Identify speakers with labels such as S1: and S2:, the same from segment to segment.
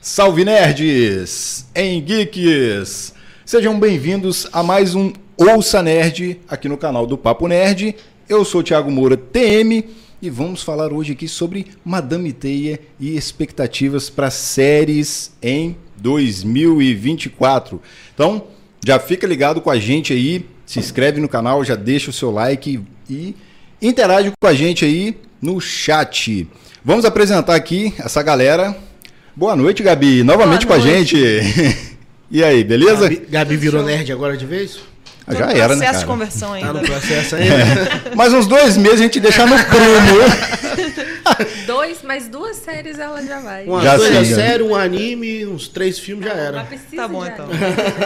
S1: Salve nerds, em geeks. Sejam bem-vindos a mais um Ouça Nerd aqui no canal do Papo Nerd. Eu sou o Thiago Moura, TM, e vamos falar hoje aqui sobre Madame Teia e expectativas para séries em 2024. Então, já fica ligado com a gente aí, se inscreve no canal, já deixa o seu like e interage com a gente aí no chat. Vamos apresentar aqui essa galera. Boa noite, Gabi, novamente
S2: Boa
S1: com a
S2: noite.
S1: gente. E aí, beleza?
S3: Gabi, Gabi virou nerd agora de vez?
S1: Ah,
S2: Tô
S1: já
S2: no
S1: era, né,
S2: processo
S1: cara?
S2: de conversão
S3: Tá
S2: ainda.
S3: no processo ainda?
S1: Mais uns dois meses a gente deixar no prumo.
S4: Dois, mas duas séries ela já vai.
S3: Uma
S1: Já
S3: coisa
S1: sei, já.
S3: séria, um anime, uns três filmes já
S4: Ela
S3: era.
S4: precisa
S2: Tá bom,
S4: de
S2: então.
S4: anime.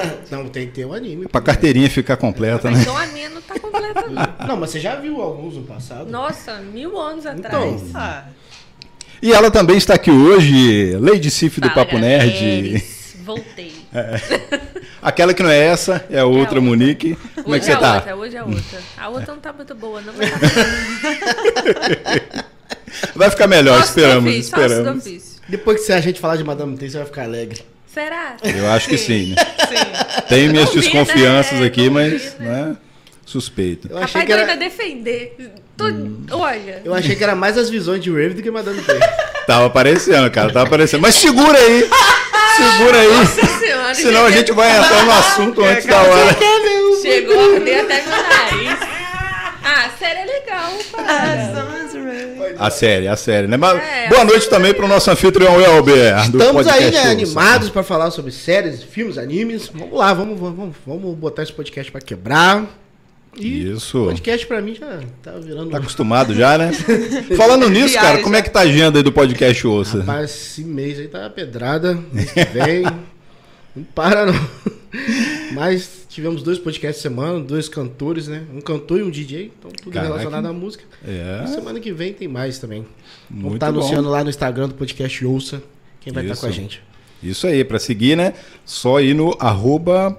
S3: Não, tem que ter um anime.
S1: pra carteirinha ficar completa,
S4: Mas
S1: né?
S4: então a minha não tá completa, não.
S3: Não, mas você já viu alguns no passado?
S4: Nossa, mil anos atrás.
S3: Então,
S2: Ah,
S1: E ela também está aqui hoje, Lady Cif
S4: Ah,
S1: do Papo
S4: é
S1: Nerd. É,
S4: Parabéns, Voltei.
S1: Aquela que não é essa, é a outra,
S4: outra.
S1: Monique. Como é que você
S4: Hoje é
S1: tá?
S4: outra, hoje é outra. A outra não tá muito boa, não. Mas tá bom.
S1: Vai ficar melhor,
S4: Faço do
S1: esperamos,
S4: ofício, faço do
S1: esperamos.
S4: ofício.
S3: depois que você- a gente falar de Madame T, você vai ficar alegre.
S4: Será?
S1: Eu acho que sim, né?
S2: sim.
S1: Tem minhas
S4: Não vi, né?
S1: desconfianças
S4: É,
S1: aqui,
S4: não
S1: mas,
S4: vi,
S1: né? Suspeito.
S3: Eu achei,
S4: Rapaz,
S3: que
S4: eu ainda
S3: era,
S4: defender. Tô-
S1: Hum.
S4: Olha.
S3: eu achei que era mais as visões de Rave do que Madame T.
S1: Tava aparecendo, cara, tava aparecendo. Mas segura aí! Segura aí!
S4: Nossa senhora,
S1: Senão a
S4: gente,
S1: gente vai entrar no assunto
S3: É,
S1: antes da hora.
S4: chegou, ardei até meu nariz. Ah, a série é legal,
S2: Ah.
S4: cara.
S1: A série, a série, né? Mas
S4: É,
S1: boa
S4: a
S1: noite também pro nosso anfitrião Elber. do
S3: Estamos aí,
S1: podcast
S3: né,
S1: Ouça.
S3: animados pra falar sobre séries, filmes, animes. Vamos lá, vamos, vamos, vamos botar esse podcast pra quebrar. E o
S1: Isso.
S3: podcast pra mim já tá virando...
S1: Tá acostumado já, né? Falando nisso, cara,
S2: Viagem.
S1: como é que tá a agenda aí do podcast Ouça?
S3: Rapaz, esse mês aí tá pedrada. Mês que vem. não para, não. Mas tivemos dois podcasts semana, dois cantores, né? Um cantor e um DJ. Então tudo
S1: Caraca.
S3: relacionado à música. E
S1: É,
S3: semana que vem tem mais também. Vamos
S1: muito
S3: estar anunciando
S1: bom.
S3: lá no Instagram do podcast Ouça. Quem vai estar
S1: Isso.
S3: com a gente.
S1: Isso aí, pra seguir, né? Só ir no arroba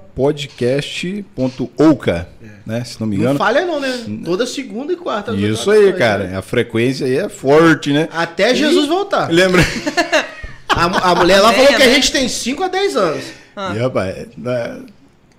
S1: podcast.ouca, né? Se não me
S3: Não
S1: engano.
S3: falha não, né? Toda segunda e quarta. às oito
S1: Isso
S3: horas da
S1: aí,
S3: noite, né?
S1: cara. A frequência aí é forte, né?
S3: Até Jesus
S1: E-
S3: voltar.
S1: Lembra?
S3: A, a mulher lá
S2: Amém,
S3: falou que a
S2: amém.
S3: gente tem 5 a 10 anos.
S1: E, rapaz, né?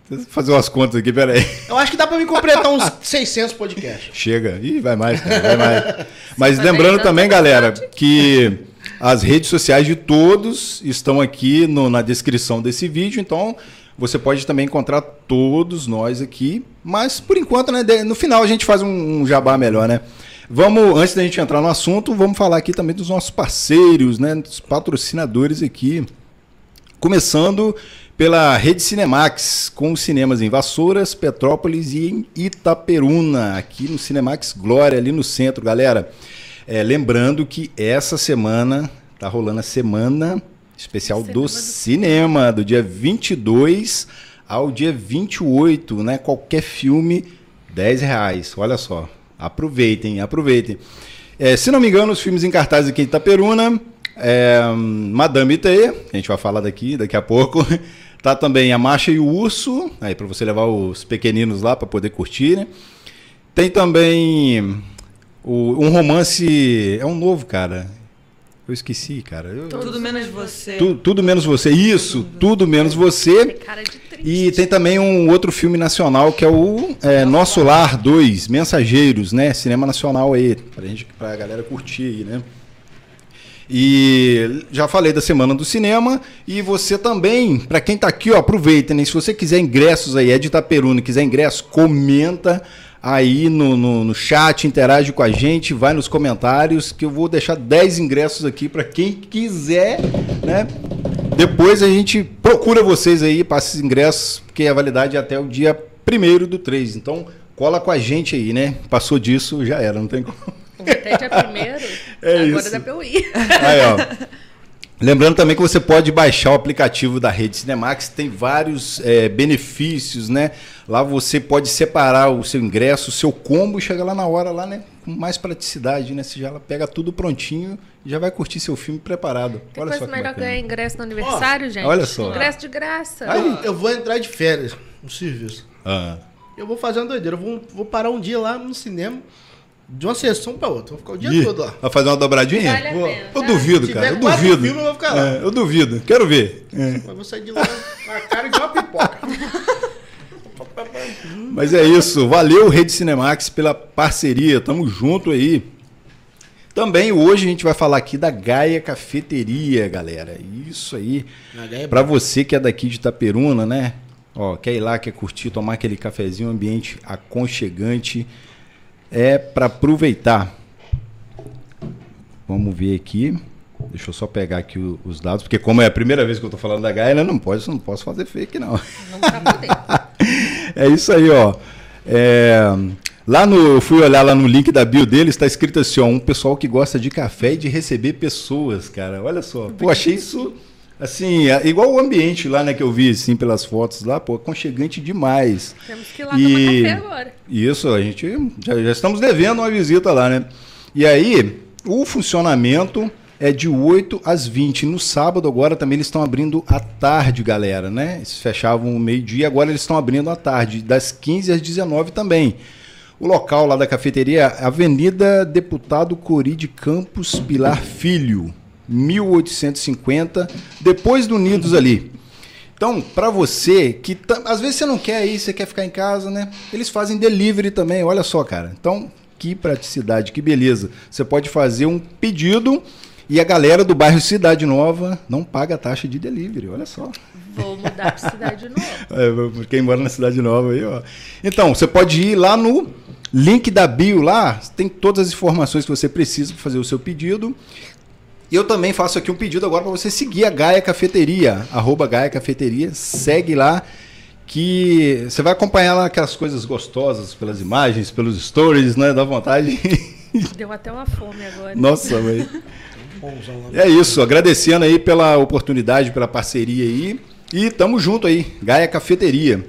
S1: Deixa eu fazer umas contas aqui, peraí.
S3: Eu acho que dá pra me completar uns 600 podcasts.
S1: Chega. Ih, vai mais, cara, vai mais. Mas
S4: Mas aí
S1: lembrando
S4: não
S1: também,
S4: tá
S1: galera, que as redes sociais de todos estão aqui no- na descrição desse vídeo, então você pode também encontrar todos nós aqui. Mas por enquanto, né, de- no final a gente faz um, um jabá melhor, né? Vamos, antes da gente entrar no assunto, vamos falar aqui também dos nossos parceiros, né, dos patrocinadores aqui. Começando pela Rede Cinemax, com os cinemas em Vassouras, Petrópolis e em Itaperuna, aqui no Cinemax Glória, ali no centro, galera. É, lembrando que essa semana tá rolando a semana especial do,
S4: Cinema do
S1: cinema, do dia 22 ao dia 28, né? Qualquer filme, R$ 10 reais. Olha só, aproveitem, aproveitem. É, se não me engano, os filmes em cartaz aqui em Itaperuna, é, hum, Madame T, a gente vai falar daqui daqui a pouco. Tá também A Marcha e o Urso, aí para você levar os pequeninos lá para poder curtir, né? Tem também o- um romance, é um novo, cara. Eu esqueci, cara. Eu- tu-
S2: Tudo menos você.
S1: tudo, menos você. Isso, tudo menos você.
S4: Tem cara de triste.
S1: E tem também um outro filme nacional que é o é, Nosso Lar 2, Mensageiros, né? Cinema nacional aí, pra, gente, pra galera curtir aí, né? E já falei da semana do cinema e você também, para quem tá aqui, ó, aproveita, né? Se você quiser ingressos aí, é de Itaperuna, quiser ingressos, comenta aí no, no, no chat, interage com a gente, vai nos comentários que eu vou deixar 10 ingressos aqui para quem quiser, né? Depois a gente procura vocês aí para esses ingressos, porque a validade é até o dia 1 do 3. Então, cola com a gente aí, né? Passou disso, já era, não tem como.
S4: O Ted é primeiro,
S1: É
S4: agora
S1: isso.
S4: dá pra eu ir.
S1: Aí, ó. Lembrando também que você pode baixar o aplicativo da rede Cinemax, tem vários é, benefícios, né? Lá você pode separar o seu ingresso, o seu combo e chega lá na hora, lá, né? Com mais praticidade, né? Você já pega tudo prontinho e já vai curtir seu filme preparado.
S4: Que
S1: Olha só é
S4: coisa
S1: que
S4: melhor
S1: bacana.
S4: ganhar ingresso no aniversário, gente.
S1: olha só.
S4: Ingresso de graça.
S3: Eu- Eu vou entrar de férias no serviço.
S1: Ah,
S3: Eu vou fazer uma doideira. Eu vou, vou parar um dia lá no cinema. de uma sessão pra outra. Vou ficar o dia
S1: Ih,
S3: todo lá.
S1: Vai fazer uma dobradinha?
S4: Vale a
S3: Boa.
S4: pena.
S1: Eu
S4: tá?
S1: duvido,
S3: Se
S1: cara. Eu
S3: tiver quatro
S1: duvido.
S3: filmes, eu vou ficar lá.
S1: É, eu duvido. Quero ver. É.
S3: Mas vou sair de lá com a cara de uma pipoca.
S1: Mas é isso. Valeu, Rede Cinemax, pela parceria. Tamo junto aí. Também hoje a gente vai falar aqui da Gaia Cafeteria, galera. Isso aí.
S3: Na ideia é
S1: Pra você que é daqui de Itaperuna, né? Ó, quer ir lá, quer curtir, tomar aquele cafezinho, ambiente aconchegante. É pra aproveitar. Vamos ver aqui. Deixa eu só pegar aqui o- os dados, porque como é a primeira vez que eu tô falando da Gaia, né, não pode, não posso fazer fake não.
S4: Nunca mudei.
S1: É isso aí, ó. É, lá no, eu fui olhar lá no link da bio dele, está escrito assim, ó, um pessoal que gosta de café e de receber pessoas, cara. Olha só. Pô, achei isso assim, é igual o ambiente lá, né, que eu vi assim pelas fotos lá, pô, aconchegante demais.
S4: Temos que ir lá
S1: E-
S4: tomar café agora.
S1: E Isso, a gente já, já estamos devendo uma visita lá, né? E aí, o funcionamento é de 8 às 20. No sábado agora também eles estão abrindo à tarde, galera, né? Eles fechavam meio-dia, agora eles estão abrindo à tarde, das 15 às 19 também. O local lá da cafeteria é Avenida Deputado Cori de Campos Pilar Filho, 1850, depois do Unidos ali. Então, pra você que tá- às vezes você não quer ir, você quer ficar em casa, né? Eles fazem delivery também, olha só, cara. Então, que praticidade, que beleza. Você pode fazer um pedido e a galera do bairro Cidade Nova não paga a taxa de delivery, olha só.
S4: Vou mudar pra cidade de novo.
S1: É, Quem mora na Cidade Nova aí, ó. Então, você pode ir lá no link da bio lá, tem todas as informações que você precisa para fazer o seu pedido. E eu também faço aqui um pedido agora para você seguir a Gaia Cafeteria, arroba Gaia Cafeteria, segue lá que você vai acompanhar lá aquelas coisas gostosas pelas imagens, pelos stories, né, dá vontade.
S4: Deu até uma fome agora.
S1: Nossa, velho.
S3: um pãozão lá.
S1: É isso, agradecendo aí pela oportunidade, pela parceria aí. E tamo junto aí, Gaia Cafeteria.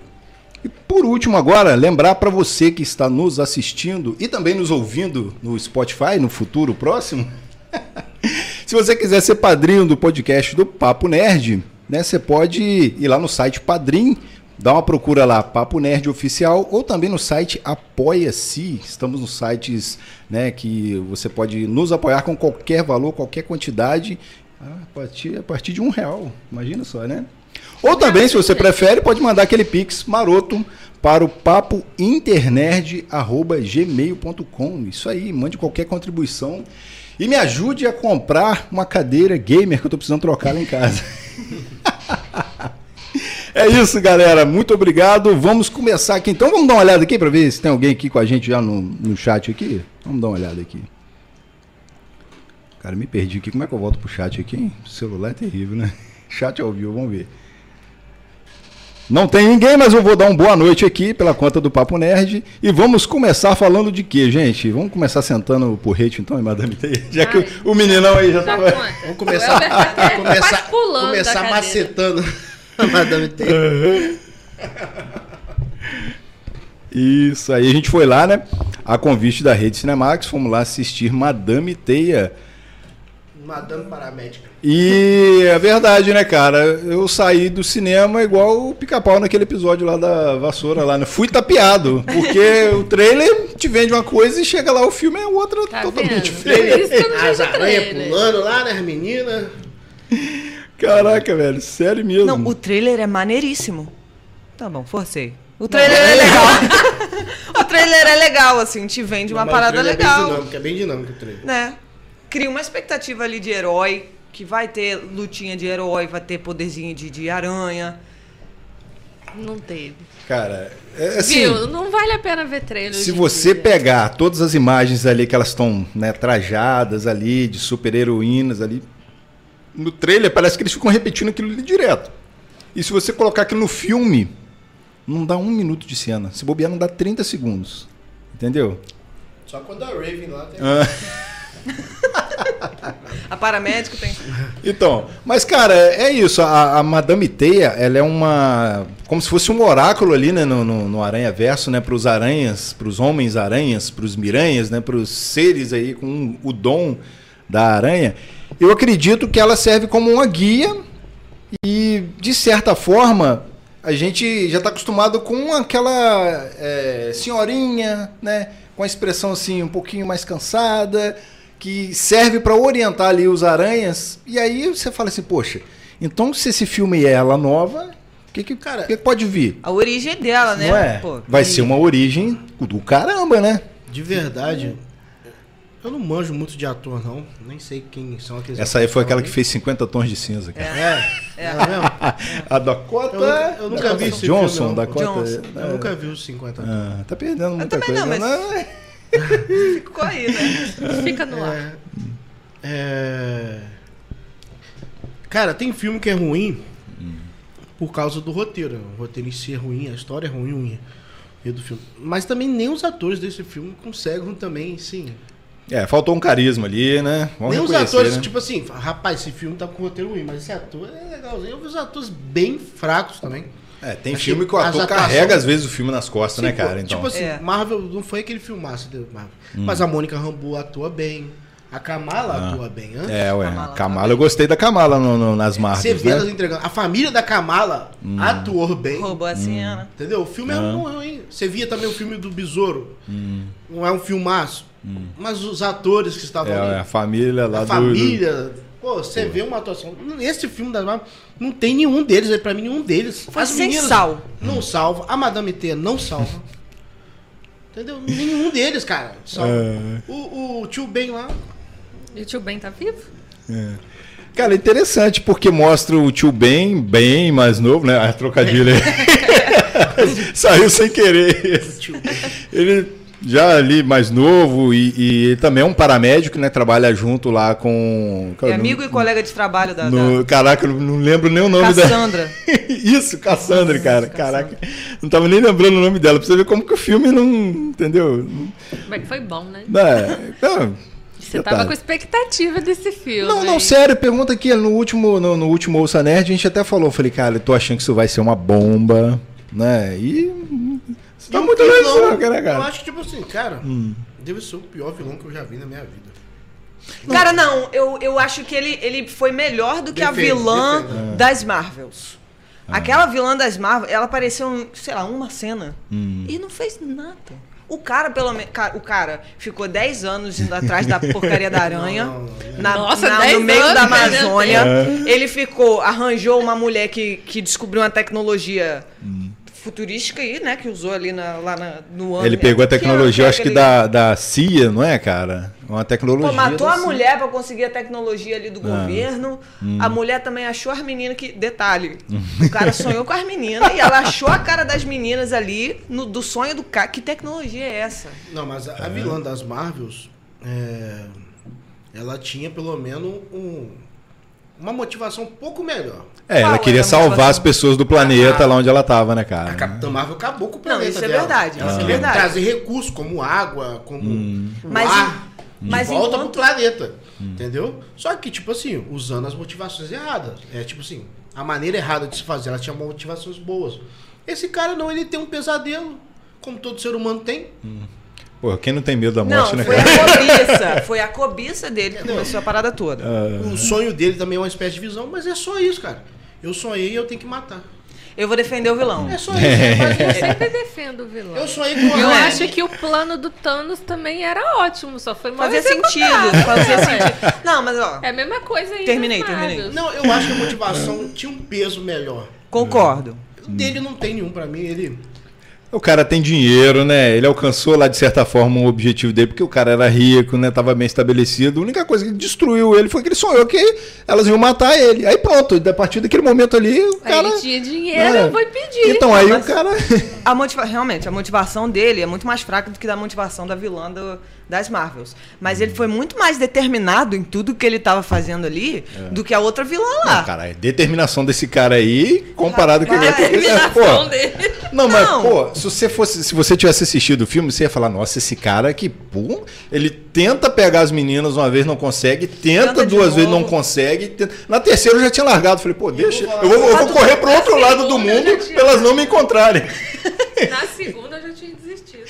S1: E por último agora, lembrar para você que está nos assistindo e também nos ouvindo no Spotify no futuro próximo, se você quiser ser padrinho do podcast do Papo Nerd, né, você pode ir lá no site Padrim, dá uma procura lá, Papo Nerd Oficial, ou também no site Apoia-se. Estamos nos sites né, que você pode nos apoiar com qualquer valor, qualquer quantidade, a partir, a partir de um real. Imagina só, né? Ou também, se você prefere, pode mandar aquele pix maroto para o papointernerd.gmail.com. Isso aí, mande qualquer contribuição. E me ajude a comprar uma cadeira gamer que eu tô precisando trocar lá em casa. é isso, galera. Muito obrigado. Vamos começar aqui. Então vamos dar uma olhada aqui para ver se tem alguém aqui com a gente já no, no chat aqui. Vamos dar uma olhada aqui. Cara, me perdi aqui. Como é que eu volto pro chat aqui? hein? O celular é terrível, né? Chat ao vivo, vamos ver. Não tem ninguém, mas eu vou dar um boa noite aqui pela conta do Papo Nerd. E vamos começar falando de quê, gente? Vamos começar sentando o porrete então, e Madame Teia? Já que
S4: Ai.
S1: o, o meninão aí já
S4: Dá
S1: tava.
S4: conta.
S3: Vamos começar-
S4: O Elber tá quase
S3: Começar,
S4: pulando da
S3: começar
S4: cadeira.
S3: macetando a Madame T.
S1: Isso aí, a gente foi lá, né? A convite da Rede Cinemax, fomos lá assistir Madame Teia.
S3: Madame Paramédica.
S1: E é verdade, né, cara? Eu saí do cinema igual o pica-pau naquele episódio lá da vassoura lá, né? Fui tapeado, porque o trailer te vende uma coisa e chega lá o filme é outra
S4: Tá vendo?
S1: totalmente
S4: Por
S1: diferente.
S4: isso que eu não
S3: As
S4: vejo
S3: aranhas
S4: trailer.
S3: pulando lá, né, as meninas.
S1: Caraca, velho, sério mesmo.
S2: Não, o trailer é maneiríssimo. Tá bom, forcei. O trailer é legal. o trailer é legal, assim, te vende uma
S3: Mas o
S2: parada
S3: trailer É bem
S2: legal.
S3: dinâmico, é bem dinâmico o trailer.
S2: Né? Cria uma expectativa ali de herói, que vai ter lutinha de herói, vai ter poderzinho de, de aranha.
S4: Não teve.
S1: Cara, é assim.
S4: Viu? Não vale a pena ver trailer. hoje
S1: Se
S4: em
S1: você
S4: dia.
S1: pegar todas as imagens ali que elas estão né, trajadas ali, de super-heroínas ali, no trailer parece que eles ficam repetindo aquilo ali direto. E se você colocar aquilo no filme, não dá um minuto de cena. Se bobear, não dá 30 segundos. Entendeu?
S3: Só quando a Raven lá tem.
S1: Ah.
S2: A paramédica tem.
S1: Então, mas cara, é isso. A, a Madame Teia, ela é uma. Como se fosse um oráculo ali, né? No, no, no Aranha Verso, né? Para os aranhas, para os homens aranhas, para os miranhas, né? Para os seres aí com o dom da aranha. Eu acredito que ela serve como uma guia e, de certa forma, a gente já tá acostumado com aquela é, senhorinha, né? Com a expressão assim, um pouquinho mais cansada, que serve para orientar ali os aranhas. E aí você fala assim, poxa, então se esse filme é ela nova, o que, que,
S3: Cara,
S1: o que que pode vir?
S2: A origem dela, né?
S1: Não é?
S2: Pô,
S1: Vai
S2: e-
S1: ser uma origem do caramba, né?
S3: De verdade, eu não manjo muito de ator, não. Nem sei quem são aqueles
S1: Essa aí foi aquela que fez 50 tons de cinza, cara.
S3: É, ela mesmo?
S1: A Dakota.
S3: Eu nunca- eu nunca
S1: Dakota
S3: vi esse
S1: Johnson,
S3: filme, não.
S1: Dakota. É. né?
S2: Johnson.
S3: Eu nunca vi os 50 anos.
S1: Ah, tá perdendo muita
S2: também
S1: coisa.
S2: não, mas-
S1: né?
S2: Ficou aí, né?
S4: Fica no ar.
S3: É... Cara, tem filme que é ruim por causa do roteiro. O roteiro em si é ruim, a história é ruim, ruim. E do filme. Mas também nem os atores desse filme conseguem também, sim.
S1: É, faltou um carisma ali, né? Vamos
S3: nem os
S1: reconhecer,
S3: atores,
S1: né?
S3: tipo assim, fala, rapaz, esse filme tá com roteiro ruim, mas esse ator é legalzinho. Eu vi os atores bem fracos também.
S1: É, tem
S3: Achei
S1: filme que o
S3: tipo, as
S1: ator
S3: atuações-
S1: carrega às vezes o filme nas costas, né,
S3: Sim,
S1: cara?
S3: pô,
S1: Então, Hum.
S3: Tipo assim,
S2: É.
S3: Marvel não foi aquele filmaço de Marvel. Mas a Mônica Rambeau atua bem. A Kamala
S1: Ah.
S3: atua bem. Antes,
S1: é, ué.
S2: Kamala
S1: Kamala, eu gostei da Kamala no- no- nas
S3: né? Você
S1: marcas,
S3: vê elas
S1: né?
S3: entregando. A família da Kamala
S1: Hum.
S3: atuou bem.
S2: Roubou a cena.
S3: Entendeu? O filme é
S1: Ah.
S3: um, é um- Você via também o filme do Besouro.
S1: Hum.
S3: Não é um filmaço. Mas os atores que estavam
S1: É,
S3: ali.
S1: a família lá
S3: a
S1: do-
S3: família. Pô, você vê uma atuação. Esse filme da Marvel, não tem nenhum deles. é Pra mim, nenhum deles.
S2: Foi sem sal.
S3: Não salva. A Madame T não salva. Entendeu? Nenhum deles, cara. Salva.
S1: É.
S3: O, o tio Ben lá.
S4: E o tio Ben tá vivo?
S1: do- Cara, é interessante porque mostra o tio Ben, bem mais novo, né? Ah, trocadilho aí. Saiu sem querer.
S3: o Tio Ben.
S1: Ele já ali mais novo e, e ele também é um paramédico, né? Trabalha junto lá com.
S2: É
S1: cara, não-
S2: amigo e colega de trabalho da,
S1: no- Caraca, eu não lembro nem o
S2: da
S1: nome da.
S2: Cassandra.
S1: Isso, Cassandra, cara. Caraca. Não tava nem lembrando o nome dela. Pra você ver como que o filme não. Entendeu?
S4: Mas foi bom, né?
S1: Não, é- não,
S4: Você
S1: detalhe.
S4: tava com expectativa desse filme.
S1: não, não,
S4: hein?
S1: sério, pergunta aqui. No último, no, no último Ouça Nerd, a gente até falou. eu Falei, cara, eu tô achando que isso vai ser uma bomba, né? E. Você tá
S3: Não,
S1: muito
S3: não,
S1: legal, né, cara, Hum.
S3: Eu
S1: cara.
S3: acho que, tipo assim, cara, deve ser o pior vilão que eu já vi na minha vida.
S2: Cara, não, eu, eu acho que ele, ele foi melhor do que a
S3: Defende,
S2: vilã
S3: defende.
S1: Ah.
S2: das Marvels. Aquela vilã das Marvel, ela apareceu, em, sei lá, uma cena
S1: Hum.
S2: e não fez nada. O cara, pelo menos. O cara ficou 10 anos indo atrás da porcaria da aranha.
S3: Não, não, não.
S2: na-
S4: Nossa,
S2: na-
S4: 10
S2: no meio
S4: anos,
S2: da
S4: meu Deus.
S2: Amazônia. É. Ele ficou. Arranjou uma mulher que, que descobriu uma tecnologia
S1: Hum.
S2: futurística aí, né? Que usou ali na- lá na- no ano.
S1: Ele pegou a
S2: Que ano
S1: tecnologia,
S2: é
S1: acho que
S2: aquele-
S1: da, da CIA, não é, cara? Uma tecnologia.
S2: Pô, matou
S1: da
S2: a
S3: assim.
S1: CIA.
S2: mulher pra conseguir a tecnologia ali do
S3: Ah.
S2: governo.
S3: Hum.
S2: A mulher também achou as meninas que. Detalhe. O cara sonhou com as meninas e ela achou a cara das meninas ali no, do sonho do cara. Que tecnologia é essa?
S3: Não, mas
S1: É.
S3: a, a vilã das Marvels, é, ela tinha pelo menos um- uma motivação um pouco melhor.
S1: É, ela
S2: Qual
S1: queria
S2: era a
S1: salvar
S2: motivação?
S1: as pessoas do planeta
S2: Ah.
S1: lá onde ela tava, né,
S3: A
S1: cara?
S3: Capitã Marvel acabou com o
S2: Não,
S3: planeta
S2: isso é
S3: dela.
S2: verdade,
S3: Ela
S2: isso é
S3: queria
S2: verdade.
S3: trazer recursos como água, como
S1: Hum.
S3: o
S2: Mas
S3: ar,
S2: em-
S3: de
S2: mas
S3: volta
S2: enquanto- Hum.
S3: pro planeta, entendeu? Só que, tipo assim, usando as motivações erradas. É, tipo assim, a maneira errada de se fazer. Ela tinha motivações boas. Esse cara não, ele tem um pesadelo, como todo ser humano tem.
S1: Pô, quem não tem medo da
S2: Não,
S1: morte, né,
S2: foi a
S1: cara?
S2: cobiça. Foi a cobiça dele que começou a parada toda.
S3: O sonho dele também é uma espécie de visão, mas é só isso, cara. Eu sonhei e eu tenho que matar.
S2: Eu vou defender o vilão.
S3: É só isso. mas
S4: Eu
S3: eu sei-
S4: sempre defendo o vilão.
S3: Eu sonhei
S4: Eu
S3: com
S2: Não é.
S4: acho que o plano do Thanos também era ótimo, só foi mal
S2: Fazia
S4: executado.
S2: sentido. Fazia
S4: É.
S2: sentido. Não, mas ó,
S4: É a mesma coisa aí.
S2: Terminei,
S4: das
S2: terminei.
S4: Marvels.
S3: Não, eu acho que a motivação tinha um peso melhor.
S2: concordo.
S3: O dele não tem nenhum pra mim, ele.
S1: O cara tem dinheiro, né? Ele alcançou lá, de certa forma, o objetivo dele, porque o cara era rico, né? Tava bem estabelecido. A única coisa que destruiu ele foi que ele sonhou que elas iam matar ele. Aí pronto, a partir daquele momento ali, o
S4: Aí
S1: cara.
S4: tinha dinheiro,
S1: É.
S4: eu vou pedir.
S1: Então, aí
S2: mas-
S1: o cara.
S2: A motiva... Realmente, a motivação dele é muito mais fraca do que da motivação da vilã do- das Marvels. Mas ele foi muito mais determinado em tudo que ele tava fazendo ali do que a outra vilã
S4: Ah.
S2: lá.
S1: É. Não, cara, a determinação desse cara aí, comparado com o
S2: Rapaz,
S4: é
S1: outro.
S4: Terminação dele.
S1: Não, mas,
S2: Não.
S1: pô, se você fosse. Se você tivesse assistido o filme, você ia falar, nossa, esse cara que, pô, ele tenta pegar as meninas uma vez, não consegue, tenta,
S2: Tenta de
S1: duas vezes,
S2: novo.
S1: não consegue. tenta- Na terceira eu já tinha largado. Falei, pô, deixa. Eu vou,
S3: vou falar-
S1: eu vou
S2: Mas
S1: correr pro outro
S4: na
S1: lado do
S4: segunda eu
S1: mundo
S4: já tinha-
S1: pra elas não me encontrarem.
S4: Na segunda eu já tinha desistido.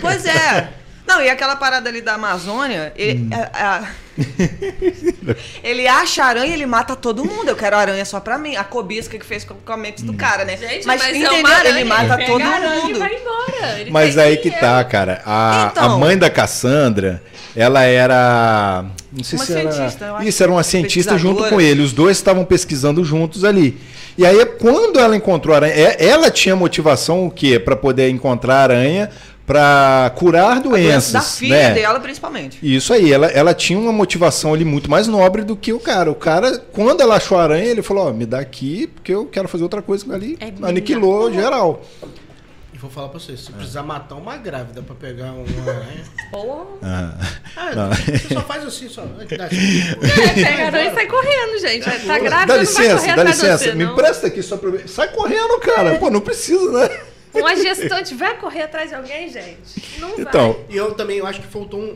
S2: Pois é. Não, e aquela parada ali da Amazônia, ele,
S1: Hum.
S2: a- a- ele acha a aranha, ele mata todo mundo. Eu quero aranha só pra mim. A cobiça que fez com com a mente
S1: Hum.
S2: do cara, né?
S4: Gente, mas, é uma aranha,
S2: ele mata
S4: pega
S2: todo
S4: a aranha E
S2: mundo.
S4: vai embora. Ele
S1: Mas
S4: tem
S1: aí que
S4: ir.
S1: tá, cara. A,
S2: É. Então.
S1: a mãe da Cassandra, ela era. Não sei
S2: Uma
S1: se era.
S2: cientista, eu acho.
S1: Isso, era uma cientista junto com
S2: Pesquisadora.
S1: ele. Os dois estavam pesquisando juntos ali. E aí, quando ela encontrou a aranha, é- ela tinha motivação o quê? Pra poder encontrar a aranha pra curar doenças.
S2: Da filha
S1: né?
S2: dela, principalmente.
S1: Isso aí, ela, ela tinha uma motivação ali muito mais nobre do que o cara. O cara, quando ela achou a aranha, ele falou: Ó, me dá aqui, porque eu quero fazer outra coisa ali.
S4: É
S1: aniquilou geral.
S3: E vou falar pra vocês,
S1: É.
S3: se precisar matar uma grávida pra pegar uma aranha.
S4: Porra.
S3: Ah,
S1: Não.
S3: você só faz assim, só. Dá- assim.
S4: É, pega a aranha e sai correndo, gente. Tá grávida,
S1: dá
S4: não vai
S1: licença,
S4: correr
S1: dá
S4: atrás de
S1: licença.
S4: você,
S1: me
S4: não. É.
S1: presta aqui só pra ver. Sai correndo, cara. Pô, não precisa, né?
S4: Uma gestante Um vai correr atrás de alguém, gente? Não
S1: Então,
S3: E eu também eu acho que faltou um.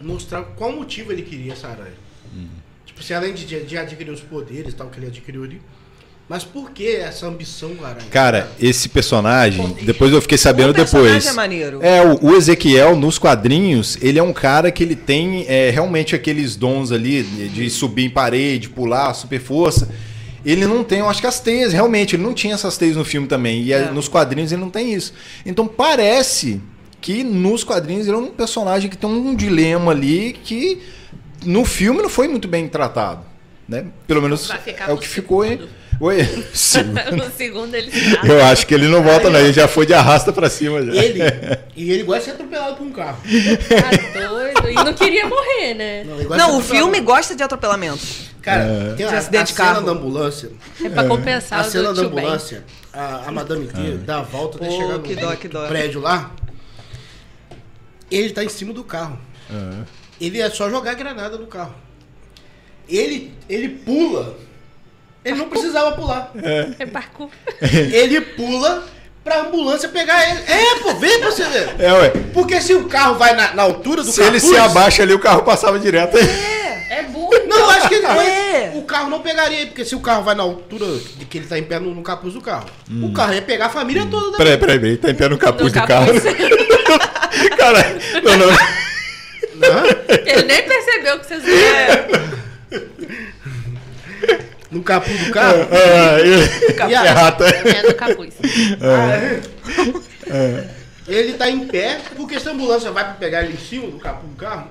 S3: mostrar qual motivo ele queria essa aranha.
S1: Uhum.
S3: Tipo, se além de, de adquirir os poderes e tal que ele adquiriu ali. Mas por que essa ambição com a aranha?
S1: cara, esse personagem, depois eu
S4: um
S1: fiquei sabendo
S2: o personagem
S1: depois.
S2: é maneiro.
S1: É, o, o Ezequiel, nos quadrinhos, ele é um cara que ele tem é, realmente aqueles dons ali de de subir em parede, pular, super força. Ele não tem, eu acho que as teias, realmente, ele não tinha essas teias no filme também. E é,
S2: É.
S1: nos quadrinhos ele não tem isso. Então parece que nos quadrinhos ele é um personagem que tem um dilema ali que no filme não foi muito bem tratado. Né? Pelo menos
S4: Vai ficar
S1: é o
S4: pro
S1: que ficou, hein?
S4: segundo.
S1: Oi. Sim.
S4: vai. No segundo ele se
S1: Eu acho que ele não volta, não. Ele já foi de arrasta pra cima. Já.
S3: Ele. e ele gosta de ser atropelado por um carro.
S4: tá doido. E não queria morrer, né?
S3: Não, ele gosta de
S2: Não,
S3: ser
S2: o
S3: atropelado.
S2: filme gosta de atropelamento.
S3: Cara,
S1: É.
S3: tem
S2: De
S3: a, a
S2: acidente
S3: cena
S2: de carro.
S3: da ambulância.
S4: É pra compensar
S2: Tá
S3: a
S4: o
S3: cena
S4: do
S3: da
S4: tio Ben.
S3: ambulância, a, a Madame T
S1: Ah.
S3: dá a volta até
S2: Pô,
S3: chegar no
S2: que dó, que dó.
S3: prédio lá. Ele tá em cima do carro.
S1: Ah.
S3: Ele é só jogar a granada no carro. Ele, ele pula. Ele não precisava pular.
S4: É parkour.
S3: Ele pula pra ambulância pegar ele. É, pô, vem pra você ver.
S1: É, ué.
S3: Porque se o carro vai na, na altura do
S1: Se ele se
S3: capuz,
S1: abaixa ali, o carro passava direto.
S4: É burro.
S3: Não, eu acho que ele não-
S2: É.
S3: o carro não pegaria, ele, porque se o carro vai na altura de que ele tá em pé no, no capuz do carro, o
S1: Hum.
S3: carro ia pegar a família toda. Da...
S1: Peraí, peraí, peraí. Tá em pé no capuz
S4: No
S1: do carro.
S4: capuz.
S1: Caralho. Não, não.
S3: Hã?
S4: Ele nem percebeu que vocês viram.
S3: No capuz do carro.
S1: Ah, ele...
S3: E a-
S1: Errata.
S4: É no capuz.
S3: ele tá em pé, porque se a ambulância vai pra pegar ele em cima do capuz do carro,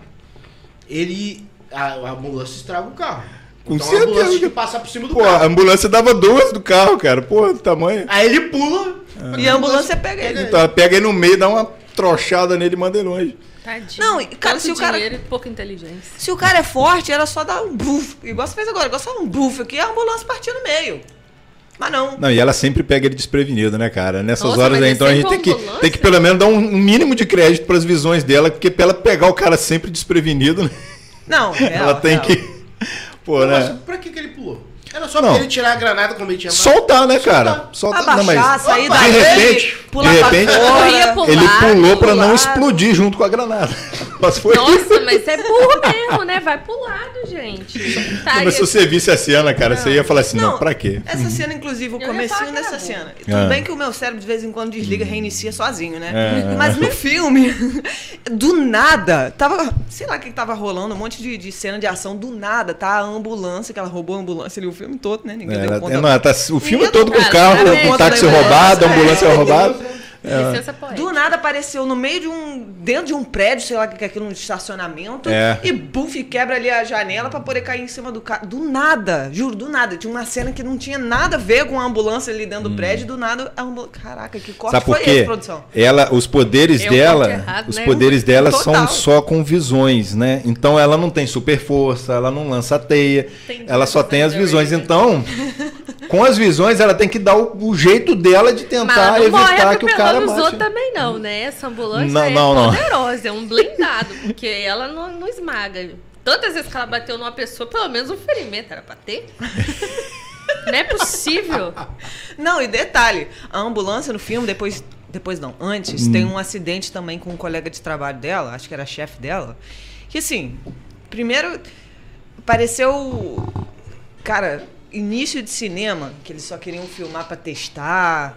S3: ele. A, a ambulância estraga o carro.
S1: Com
S3: então
S1: certeza.
S3: a ambulância tem que passar por cima do
S1: Pô, é- a
S3: carro.
S1: ambulância dava duas do carro, cara. Pô, do tamanho.
S3: Aí ele pula.
S1: É.
S3: pra
S2: E a ambulância é pega ele.
S1: Então, ela pega ele no meio, dá uma trochada nele e manda ele longe.
S4: Tadinho.
S2: Não, e, cara,
S4: Tanto
S2: se o cara-
S4: dinheiro e pouca inteligência.
S2: Se o cara é forte, era só dar um buf. Igual você fez agora, igual só um buf aqui e a ambulância partiu no meio. Mas não.
S1: Não, e ela sempre pega ele desprevenido, né, cara? Nessas
S4: Nossa,
S1: horas
S4: mas
S1: aí,
S4: é
S1: então a gente
S4: sempre
S1: tem que,
S4: uma ambulância?
S1: tem que pelo menos dar um um mínimo de crédito pras visões dela, porque pra ela pegar o cara sempre desprevenido, né?
S2: Não, é
S1: ela tem
S2: é
S1: que. Pô,
S3: Mas
S1: né?
S3: pra que, que ele pulou? Era só
S1: Não.
S3: pra ele tirar a granada como ele tinha
S1: Soltar, né, cara? Soltar. não,
S2: Abaixar,
S1: mas-
S2: sair
S1: de
S2: daí,
S1: repente,
S2: pular
S1: de
S2: pra
S1: repente,
S2: fora.
S4: Eu ia pular,
S1: Ele pulou pra não
S4: pular.
S1: explodir junto com a granada. Mas foi
S4: Nossa, mas é burro mesmo, né? Vai pro lado, gente. Tá,
S1: Mas se
S4: eu-
S1: você visse a cena, cara, você ia falar assim, não,
S2: Não.
S1: pra quê?
S2: Essa cena, inclusive, o
S4: ia falar
S2: comecinho
S4: que
S2: dessa
S4: era boa.
S2: cena. Tudo
S1: É.
S2: bem que o meu cérebro de vez em quando desliga, reinicia sozinho, né?
S1: É.
S2: Mas no filme, do nada, tava. Sei lá o que que tava rolando, um monte de, de cena de ação, do nada, tá? A ambulância, que ela roubou a ambulância ali o filme todo, né? Ninguém
S1: Ela-
S2: deu conta.
S1: não, ela tá- o filme
S2: Ninguém
S1: todo
S2: deu
S1: com o
S4: conta,
S1: carro,
S4: né?
S1: com o táxi
S2: Da
S1: roubado, a ambulância
S2: ambulância, é.
S1: roubada. É.
S4: Licença poética.
S2: Do nada apareceu no meio de um. dentro de um prédio, sei lá o que que é aquilo, um estacionamento.
S1: É.
S2: E buf, quebra ali a janela pra poder cair em cima do carro. Do nada, juro, do nada. Tinha uma cena que não tinha nada a ver com a ambulância ali dentro do prédio. Do nada, a ambulância. Caraca, que corte
S1: Hum. Sabe por
S2: foi esse,
S1: quê?
S2: produção?
S1: Ela, os poderes
S4: É um
S1: dela,
S4: corte errado,
S1: os
S4: né?
S1: poderes dela são
S2: Total.
S1: só com visões, né? Então ela não tem super força, ela não lança teia,
S4: Entendi,
S1: ela só
S4: mas
S1: tem
S4: é
S1: as visões.
S4: Raven.
S1: Então, com as visões ela tem que dar o, o jeito dela de
S4: Mas ela
S1: tentar
S4: não morre
S1: evitar que o cara
S4: atropelando os outros
S1: bate.
S4: também não, né? Essa ambulância
S1: Não,
S4: é
S1: não, não.
S4: poderosa, é um blindado, porque ela não, não esmaga. Tantas vezes que ela bateu numa pessoa, pelo menos um ferimento era pra ter. não é possível.
S2: Não, e detalhe, a ambulância no filme, depois. Depois não, antes, tem um acidente também com um colega de trabalho dela, acho que era chefe dela. Que assim, primeiro pareceu. Cara, início de cinema, que eles só queriam filmar pra testar.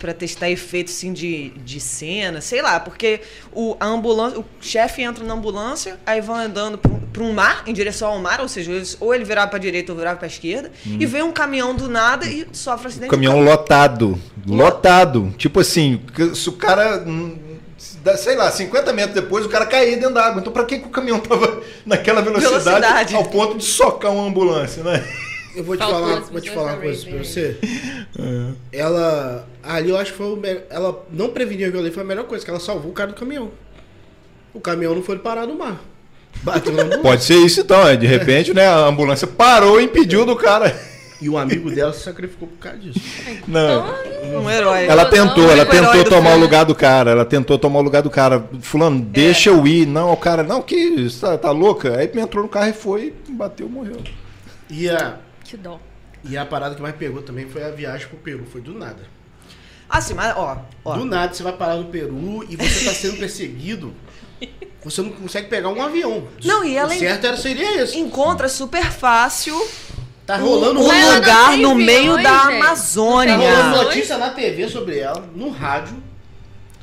S2: Pra testar efeito, assim, de, de cena, sei lá, porque o, a ambulância, o chefe entra na ambulância, aí vai andando pra um- pra um mar, em direção ao mar, ou seja, eles- ou ele virava pra direita ou virava pra esquerda, e vem um caminhão do nada e sofre um acidente.
S1: Caminhão lotado. Lotado. Tipo assim, que- se o cara. hum, se dá- Sei lá, 50 metros depois o cara caía dentro da água. Então, pra que, que o caminhão tava naquela velocidade,
S2: Velocidade.
S1: ao ponto de socar uma ambulância, né?
S3: Eu vou te
S4: Faltou
S3: falar,
S4: as
S3: vou te
S4: pessoas
S3: falar uma
S4: da
S3: coisa pra
S4: Raven.
S3: você.
S1: É.
S3: Ela. Ali eu acho que foi o me- Ela não preveniu aquilo ali, foi a melhor coisa, que ela salvou o cara do caminhão. O caminhão não foi parar no mar. Bateu na ambulância.
S1: Pode ser isso então, é. De repente, né? A ambulância parou e impediu do cara.
S3: E um amigo dela se sacrificou por causa disso.
S1: Não.
S2: Um herói.
S1: Ela
S4: Não,
S1: tentou,
S4: não,
S1: ela
S4: o herói
S1: tentou
S2: do
S1: tomar o
S2: filme.
S1: lugar do cara, ela tentou tomar o lugar do cara. Fulano, deixa eu ir. Não, o cara, não, que isso, tá, tá louca? Aí entrou no carro e foi, bateu, morreu.
S3: E a,
S4: Que dó.
S3: e a parada que mais pegou também foi a viagem pro Peru. Foi do nada.
S2: Assim, mas ó, ó.
S3: Do nada você vai parar no Peru e você tá sendo perseguido. Você não consegue pegar um avião.
S2: Não, e ela-
S3: O certo era, seria esse.
S2: encontra super fácil
S3: Tá rolando
S2: um
S4: Mas ela não
S2: lugar
S4: tem
S2: no
S4: aviões,
S2: meio da
S4: gente.
S3: Tá
S2: Amazônia.
S3: rolando
S4: Olha.
S3: notícia na TV sobre ela, no rádio.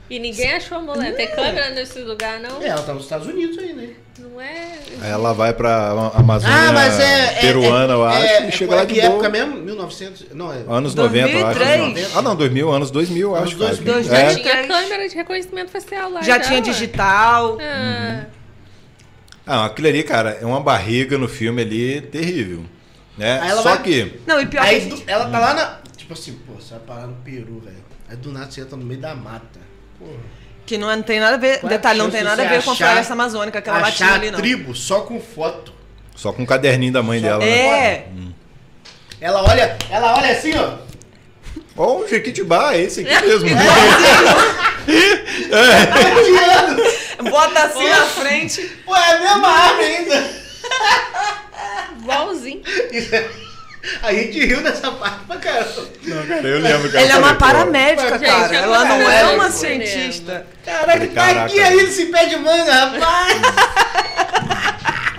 S4: E ninguém achou a mulher. Tem câmera nesse lugar, não?
S3: É, ela tá nos Estados Unidos aí, né?
S4: Não é.
S1: Aí ela vai pra Ama-
S3: Ah,
S1: Amazônia Ah, peruana, eu acho, e chega
S3: é,
S1: lá
S3: que
S1: de boa.
S3: época mesmo? 1900. Não, é.
S1: Anos 90, eu acho.
S2: 2003.
S1: 90. Ah, não, 2000, anos 2000, eu
S3: Anos
S1: acho. quase.
S3: 2000.
S4: Já
S1: É.
S2: Dois mil.
S4: tinha câmera de reconhecimento facial lá.
S2: Já tinha digital.
S4: Ah,
S1: Ah, aquilo ali, cara, é uma barriga no filme ali terrível. Né?
S3: Aí ela
S1: Só
S3: vai-
S1: que.
S2: Não, e pior que a
S3: Aí
S2: gente-
S3: do- ela tá lá na. Tipo assim, pô, você vai parar no Peru, velho. Aí do nada você entra no meio da mata. Porra.
S2: que não, é- não tem nada a ver,
S3: Qual é a
S2: detalhe, não
S3: chance
S2: tem
S3: de
S2: nada a
S3: você
S2: ver com a
S3: achar-
S2: floresta amazônica, aquela
S3: achar
S2: latinha ali,
S3: a
S2: não.
S3: tribo só com foto.
S1: Só com o caderninho da mãe dela. né?
S2: É,
S3: Ela olha, ela olha assim, ó.
S1: Ó, um Jequitibá, esse aqui mesmo.
S3: Tá olhando.
S2: bota assim na frente.
S3: Pô, é a mesma árvore ainda.
S4: igualzinho.
S3: A gente riu dessa parte pra caramba.
S1: Não, cara, eu lembro, cara.
S2: Ela é uma
S1: eu falei, pô,
S2: paramédica,
S4: Gente,
S2: cara.
S4: eu
S2: Ela não é
S4: não
S2: uma
S4: sei
S2: cientista.
S3: Caraca,
S1: Caraca.
S3: tá aqui ainda esse pé de manga, rapaz.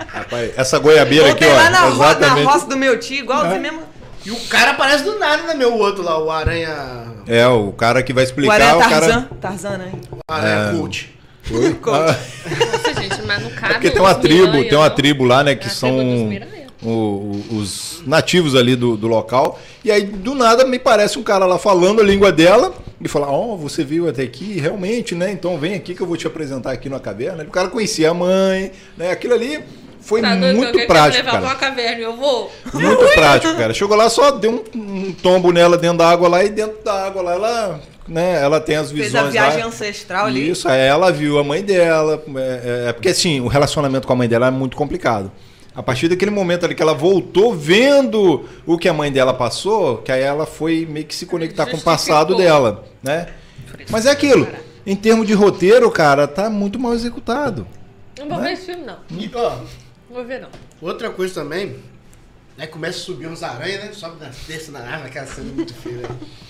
S1: Rapaz, essa goiabeira aqui,
S2: Ontem
S1: ó.
S2: lá na, ro na
S1: exatamente.
S2: roça do meu tio, igualzinho mesmo.
S3: E o cara aparece do nada, né, meu? O outro lá, o aranha.
S1: É, o cara que vai
S2: O
S1: explicar,
S2: Aranha
S1: o,
S2: né, Tarzan.
S1: cara.
S2: Tarzan, né?
S3: Aranha
S1: É.
S3: Colt.
S1: Oi?
S2: Coach.
S1: Ah,
S4: Nossa, gente, mas não cabe.
S1: é porque tem uma
S4: uns
S1: tribo,
S4: miranha,
S1: tem uma
S4: não.
S1: tribo lá, né, que
S4: Ah, É a
S1: são
S4: tribo dos miranha.
S1: o- o- os nativos ali do, do local. E aí, do nada, me parece um cara lá falando a língua dela e falar, ó, você veio até aqui, realmente, né? Então vem aqui que eu vou te apresentar aqui na caverna. O cara conhecia a mãe, né? Aquilo ali foi
S4: Tá doido, alguém quer
S1: muito
S4: me
S1: prático,
S4: levar pra
S1: cara.
S4: uma caverna, e eu vou.
S1: Muito prático, cara. Chegou lá, só deu um, um tombo nela dentro da água lá e dentro da água lá ela, né, ela tem as visões
S2: Fez a viagem
S1: lá.
S2: ancestral ali.
S1: Isso, aí ela viu a mãe dela. É, é- é porque assim, o relacionamento com a mãe dela é muito complicado. A partir daquele momento ali que ela voltou vendo o que a mãe dela passou, que aí ela foi meio que se conectar com o passado
S4: Justificou.
S1: dela, né? Mas é aquilo. Em termos de roteiro, cara, tá muito mal executado.
S4: Não vou ver esse filme, não.
S3: E, ó,
S4: Não vou ver, não.
S3: outra coisa também. Aí começa a subir umas aranhas, né? Sobe na, desce na árvore, aquela cena muito feia. né?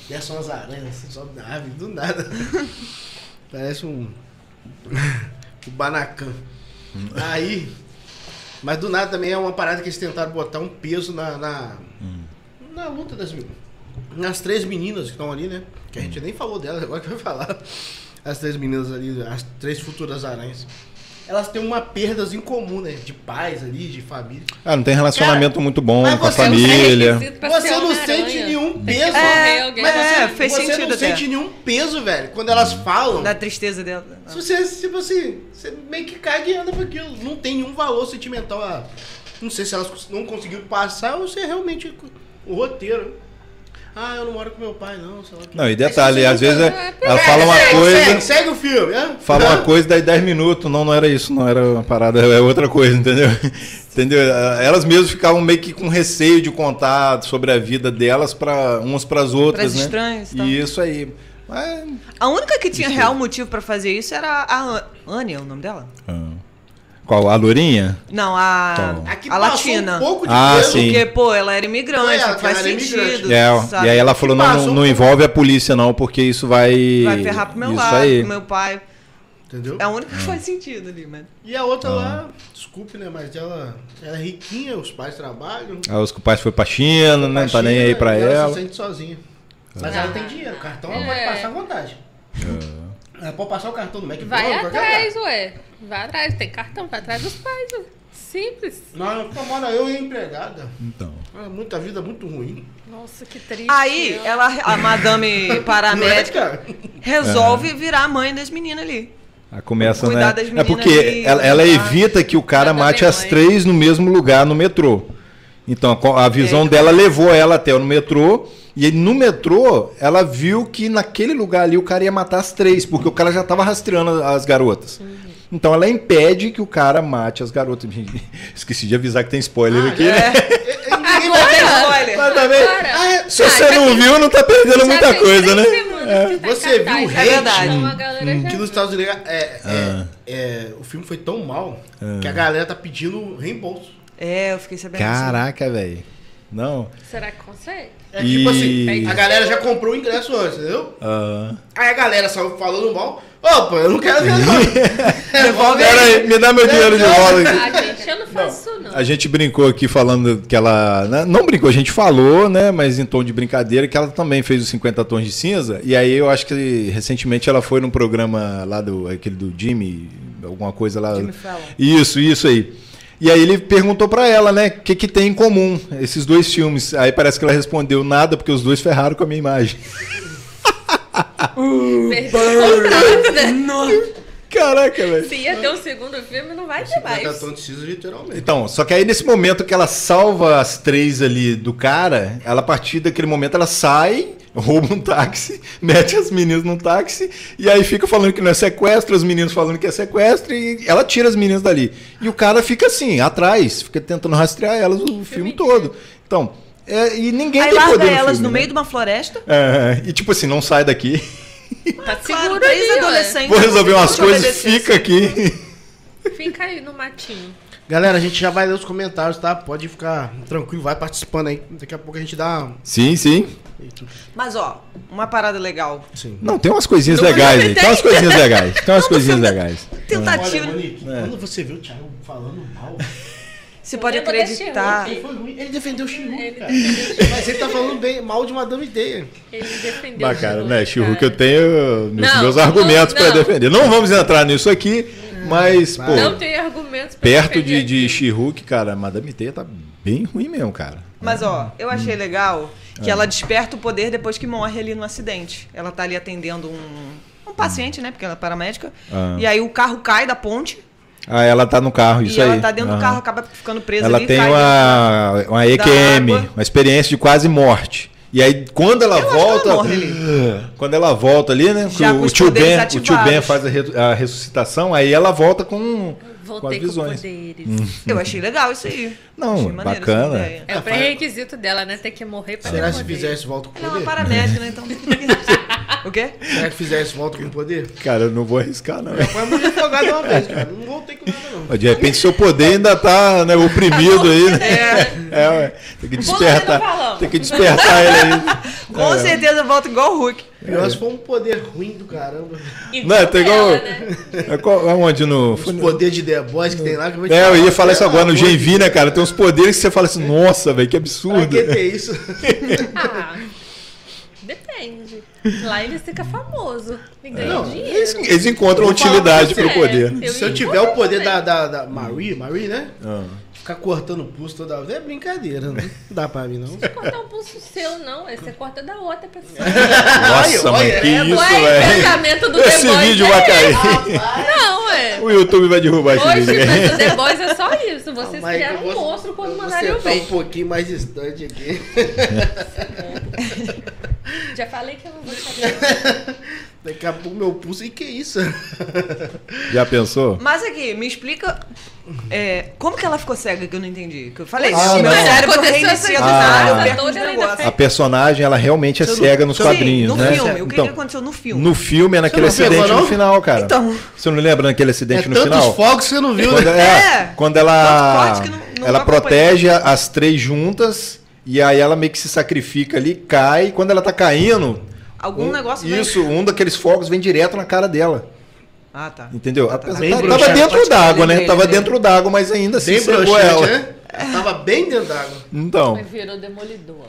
S3: Desce umas aranhas, assim, sobe na árvore, do nada. Parece um. o Banacan. Aí. Mas do nada também é uma parada que eles tentaram botar um peso na. Na, na luta das meninas. Nas três meninas que estão ali, né? Que a gente nem falou delas, agora que vai falar. As três meninas ali, as três futuras aranhas. Elas têm uma perdas em comum, né? De pais ali, de família.
S1: Ah, não tem relacionamento
S3: Cara,
S1: muito bom
S3: mas
S1: com a
S3: você não tem
S1: família.
S4: requisito pra
S3: Você
S4: ser
S3: não
S4: uma
S3: sente
S4: aranha.
S3: nenhum peso.
S4: morrer alguém.
S3: Mas
S2: é,
S3: você,
S2: fez
S3: você
S2: sentido
S3: não
S2: até.
S3: sente nenhum peso, velho. Quando elas falam.
S2: Da tristeza dela. né?
S3: Se você, tipo assim, você meio que caga e anda pra aquilo. Não tem nenhum valor sentimental. A... Não sei se elas cons- não conseguiram passar ou se é realmente o roteiro. Ah, eu não moro com meu pai, não. Sei lá o que.
S1: Não, e detalhe, às vezes é- ela
S4: É,
S1: fala uma
S3: segue, Segue,
S2: é.
S1: coisa,
S3: segue o filme. né?
S1: fala
S3: Hã?
S1: uma coisa, daí 10 minutos, não, não era isso, não era uma parada, é outra coisa, entendeu? Entendeu? Ah, Elas mesmas ficavam meio que com receio de contar sobre a vida delas para umas para as outras,
S2: Pras
S1: né?
S2: estranhas tá. e tal.
S1: e isso aí. Mas,
S2: A única que tinha real motivo pra fazer isso era a An- Ania, o nome dela?
S1: ah, Qual a Lourinha?
S2: Não, a,
S1: Então.
S3: Aqui
S2: a
S3: passou
S2: latina.
S3: Um pouco de
S1: Ah,
S3: peso.
S1: sim.
S2: Porque, pô, ela era imigrante,
S3: É, ela
S2: faz
S3: era
S2: sentido.
S3: imigrante.
S1: É, ó,
S2: sabe?
S1: e aí ela falou, não,
S3: Passou
S1: não,
S3: um-
S1: não envolve a polícia não, porque isso vai...
S2: Vai ferrar pro meu
S1: isso
S2: lado,
S1: aí.
S2: pro meu pai.
S3: Entendeu?
S2: É a única que faz sentido ali, mano.
S3: E a
S1: Ah.
S3: outra lá, desculpe, né? Mas ela, ela é riquinha, os pais trabalham.
S1: Aí os pais foi pra China, né? Não tá nem aí pra
S3: e ela.
S1: ela. É.
S3: se sente sozinha. Mas ela tem dinheiro, o cartão ela pode
S4: É.
S3: passar à vontade.
S1: É.
S3: Ela pode passar o cartão do McDonald's,
S4: Vai
S3: qualquer
S4: atrás, ué. Vai atrás, tem cartão, vai atrás dos pais, ué. Simples.
S3: lugar. Não, incomoda eu e a empregada.
S1: Então.
S3: É muita vida muito ruim.
S4: Nossa, que triste.
S2: Aí é
S4: ó.
S2: ela, a madame
S4: Tá
S2: paramédica
S3: Não é, cara?
S1: É.
S2: resolve virar a mãe das meninas ali.
S1: Aí começa,
S2: Cuidar
S1: né?
S2: das
S1: é
S2: meninas
S1: porque
S2: ali,
S1: ela, ela
S2: cuidar.
S1: evita que o cara
S4: Cuidar da
S1: mate
S4: minha
S1: as
S4: mãe.
S1: três no mesmo lugar no metrô. Então, a co- a visão
S2: aí-
S1: dela levou ela até no metrô. E aí, no metrô, ela viu que naquele lugar ali o cara ia matar as três, porque o cara já tava rastreando as garotas. Então ela impede que o cara mate as garotas. Esqueci de avisar que tem spoiler aqui, né?
S3: Ninguém vai ter-
S2: Spoiler.
S1: Mas também,
S4: Agora.
S1: ah, se
S4: Ah,
S1: você
S4: já
S1: não viu, não tá perdendo
S4: Já
S1: muita
S4: tem
S1: coisa,
S4: três
S1: né? Hum,
S4: semanas que tá em
S3: É. Você viu o
S4: cartaz,
S3: hate?
S4: né?
S2: É verdade.
S4: Então a galera já
S3: Que nos
S4: viu.
S3: Estados Unidos é, é-
S1: Ah.
S3: é- o filme foi tão mal que a galera tá pedindo reembolso.
S2: É, eu fiquei sabendo
S1: Caraca, velho. Não.
S4: Será que consegue?
S3: É
S1: E-
S3: tipo assim, a galera já comprou o ingresso antes, entendeu?
S1: Ah.
S3: Aí a galera saiu falando mal. Opa, eu não quero ver É não. Devolve
S1: Pera
S3: aí.
S1: aí, me dá meu dinheiro de volta. aqui.
S4: A gente, eu não faço isso, não.
S1: A gente brincou aqui falando que ela. né, Não brincou, a gente falou, né? Mas em tom de brincadeira, que ela também fez os 50 tons de cinza. E aí eu acho que recentemente ela foi num programa lá do. aquele do Jimmy, alguma coisa lá.
S2: Jimmy Fallon.
S1: Isso, isso aí. E aí ele perguntou pra ela, né, o que, que tem em comum esses dois filmes. Aí parece que ela respondeu nada, porque os dois ferraram com a minha imagem.
S4: Perdeu o contrato,
S2: isso.
S4: né?
S2: Nossa.
S1: Caraca, velho.
S4: Se ia ter um segundo filme, não vai ter mais.
S3: 50 tons de cinza, Tá literalmente.
S1: Então, só que aí nesse momento que ela salva as três ali do cara, ela a partir daquele momento ela sai, rouba um táxi, mete as meninas num táxi e aí fica falando que não é sequestro, os meninos falando que é sequestro e ela tira as meninas dali. E o cara fica assim, atrás, fica tentando rastrear elas o filme todo. Então, é, e ninguém
S2: Aí
S1: tem
S2: larga
S1: poder no
S2: elas
S1: filme,
S2: no
S1: né?
S2: meio de uma floresta.
S1: É, e tipo assim, não sai daqui.
S4: Tá
S2: Claro,
S4: seguro
S2: três
S4: aí, ué.
S2: adolescentes.
S1: Vou resolver
S2: não
S1: umas
S2: te
S1: coisas,
S2: obedecer.
S1: fica aqui.
S4: Fica aí no matinho.
S3: Galera, a gente já vai ler os comentários, tá? Pode ficar tranquilo, vai participando aí. Daqui a pouco a gente dá. um
S1: Sim, sim.
S2: Mas ó, uma parada legal.
S3: Sim.
S1: Não, tem umas coisinhas
S4: Não,
S1: legais
S4: não
S1: aí. Tem umas
S4: tem.
S1: coisinhas legais. Tem umas coisinhas legais.
S3: Olha,
S2: Tentativa.
S3: Monique, quando você vê o Thiago falando mal,
S2: Você pode
S4: Eu vou deixar
S2: acreditar.
S3: ele foi ruim. Ele defendeu o Shimu,
S4: Ele
S3: cara. Mas ele tá falando bem, mal de Madame Teia.
S4: Ele defendeu.
S1: Bacana,
S4: o
S1: né, Chiru,
S4: Chihuahua,
S1: que eu tenho meus,
S4: É. Não,
S1: meus
S4: não,
S1: argumentos para
S4: não.
S1: defender. Não vamos entrar nisso aqui, mas, pô,
S4: cara. Não tem argumentos pra
S1: perto de,
S4: defender
S1: de
S4: aqui.
S1: Chihuahua, cara, Madame Teia tá bem ruim mesmo, cara.
S2: Mas ó, eu achei
S1: Hum.
S2: legal
S1: É.
S2: que ela desperta o poder depois que morre ali no acidente. Ela tá ali atendendo um, um paciente, né? Porque ela é paramédica.
S1: Ah.
S2: E aí o carro cai da ponte
S1: Ah, ela tá no carro, isso
S2: e
S1: aí.
S2: ela tá dentro
S1: Aham.
S2: do carro, acaba ficando presa
S1: Ela
S2: ali.
S1: tem
S2: cai
S1: uma, uma EQM,
S2: água.
S1: uma experiência de quase morte. E aí, quando ela
S2: acho que ela
S1: volta.
S2: morre ali.
S1: Quando ela volta ali, né? que
S2: Já com
S1: o,
S2: os
S1: tio ben,
S2: poderes
S1: o tio Ben
S2: ativados.
S1: faz a, re- a ressuscitação, aí ela volta com, com as
S4: Voltei com,
S1: visões.
S4: poderes.
S2: Eu achei legal isso aí.
S1: Não,
S2: Achei maneiro essa
S1: bacana.
S2: ideia.
S4: É o pré-requisito dela, né? Ter que morrer pra
S3: Será
S4: ter
S3: que se
S4: poder.
S3: fizesse volta com
S2: Ela é uma
S3: poder?
S2: paramédica, né? Então. o quê?
S1: É.
S3: Será que fizesse volta com poder?
S1: Cara, eu não vou arriscar, não.
S3: Foi muito folgado uma vez, cara. Não voltei com nada, não.
S1: De repente seu poder ainda tá né, oprimido aí, né? É. ué. Tem que
S4: Bunda do
S1: despertar.
S4: balão.
S1: Tem que despertar ele aí.
S2: Com certeza volta igual o Hulk.
S3: Pior se for um poder ruim do caramba.
S4: Então
S1: Não, tem igual.
S4: ela, né?
S1: É qual- é onde no.
S3: Os poder de The Boys que tem lá que eu vou te
S1: É, eu ia
S3: cara.
S1: falar isso agora no
S3: Pelo amor
S1: Genvi, né, cara? Tem uns poderes que você fala assim, nossa, velho, que
S3: Pra
S1: absurdo.
S3: que ter isso?
S4: Ah, depende. Lá ele fica famoso. Ele ganha
S3: Não,
S4: dinheiro.
S1: Eles, eles encontram
S3: Eu vou falar
S1: utilidade
S3: pra
S1: pro
S4: você.
S1: poder.
S4: É, Eu
S3: Se eu
S4: ia
S3: tiver o poder da,
S4: também.
S3: da, da Marie, Marie, né?
S1: Ah.
S3: Ficar cortando o pulso toda vez é brincadeira, né? Não dá pra mim, não.
S4: cortar um pulso seu, não. Aí você corta da outra pessoa.
S1: Nossa,
S3: Olha,
S1: mano, que
S3: olha,
S1: isso,
S4: Ué,
S1: velho.
S4: É pensamento do
S1: Esse
S4: The Boys
S1: vídeo
S4: é
S1: vai
S4: esse.
S1: cair.
S4: Não, é.
S1: O YouTube vai derrubar esse
S4: Hoje,
S1: vídeo. né?
S4: mas o The Boys é só isso. Vocês
S3: Mas eu
S4: criaram
S3: vou-
S4: um monstro quando
S3: eu vou
S4: mandaram eu
S3: sentar
S4: ver.
S3: um pouquinho mais distante aqui.
S4: Já falei que eu não vou saber.
S3: Daqui a pouco meu pulso. E que isso?
S1: Já pensou?
S2: Mas aqui, me explica. é, como que ela ficou cega que eu não entendi? Que eu falei,
S1: Ah,
S2: o meu
S1: não.
S2: cérebro
S4: Aconteceu
S2: reinicia do
S1: essa
S2: nada, eu
S1: coisa
S2: perco os
S4: toda, ela ainda
S2: negócios.
S1: A personagem, ela realmente é
S3: Você não-
S1: cega nos
S3: você-
S1: quadrinhos,
S2: Sim, no
S1: né?
S2: filme. O que,
S1: Então,
S2: que aconteceu no filme?
S1: No filme é naquele
S3: Você não pegou,
S1: acidente no
S3: não?
S1: final, cara.
S2: Então.
S1: Você não lembra naquele
S3: É
S1: acidente no
S3: tantos
S1: final?
S3: fogos que você não viu,
S1: Quando,
S3: né?
S1: é,
S2: É.
S1: quando ela
S2: Tanto forte que não- não
S1: ela
S2: dá pra
S1: protege as três juntas e aí ela meio que se sacrifica ali, cai, e quando ela tá caindo,
S2: Algum
S1: um-
S2: negócio vem-
S1: Isso, um daqueles fogos vem direto na cara dela.
S2: Ah, tá.
S1: Entendeu?
S2: Tá, tá.
S1: Apesar-
S3: Bem
S1: tava
S3: broxante.
S1: dentro d'água, né?
S2: Lembrei,
S1: Tava
S2: lembrei.
S1: dentro d'água, mas ainda assim
S3: Bem
S1: cegou
S2: né?
S3: broxante,
S1: ela.
S3: né? Tava bem dentro d'água.
S1: Então,
S4: Virou demolidor.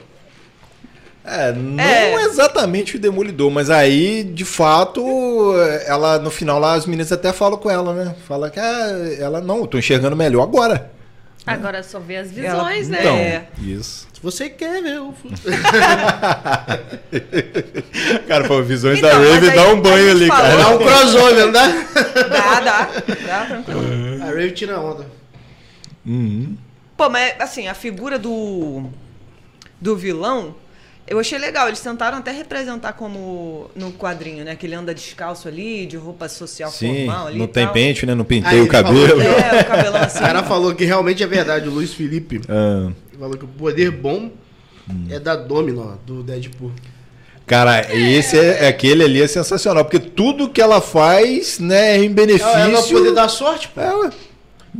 S1: É, não exatamente o Demolidor, mas aí, de fato, ela no final lá, as meninas até falam com ela, né? Fala que ah, ela não, eu tô enxergando melhor agora.
S4: Agora só vê as visões, né?
S1: Então,
S2: É.
S1: isso.
S3: Se você quer ver o futuro.
S1: Cara, pô, visões da
S2: Então, mas
S1: Raven
S2: aí
S1: dá um banho
S2: a gente
S1: ali,
S2: falou-
S1: cara.
S3: Dá um crossover, não dá?
S2: Dá, dá. Dá, tranquilo.
S3: A Rave tira onda.
S1: Uhum.
S2: Pô, mas assim, a figura do. do vilão. Eu achei legal, eles tentaram até representar como no quadrinho, né? Que ele anda descalço ali, de roupa social
S1: Sim,
S2: formal Tá ali.
S1: não
S2: e
S1: tem
S2: tal.
S1: pente, né? Não pintei
S3: Aí
S1: o
S3: ele falou- né?
S1: cabelo.
S2: É, o cabelão assim.
S3: O cara falou que realmente é verdade, o Luiz Felipe.
S1: Ah,
S3: Falou que o poder bom é da Domino, do Deadpool.
S1: cara, esse é, aquele ali é sensacional, porque tudo que ela faz, né, é em benefício.
S3: Ela não poder dar sorte, pô.
S1: É, ué.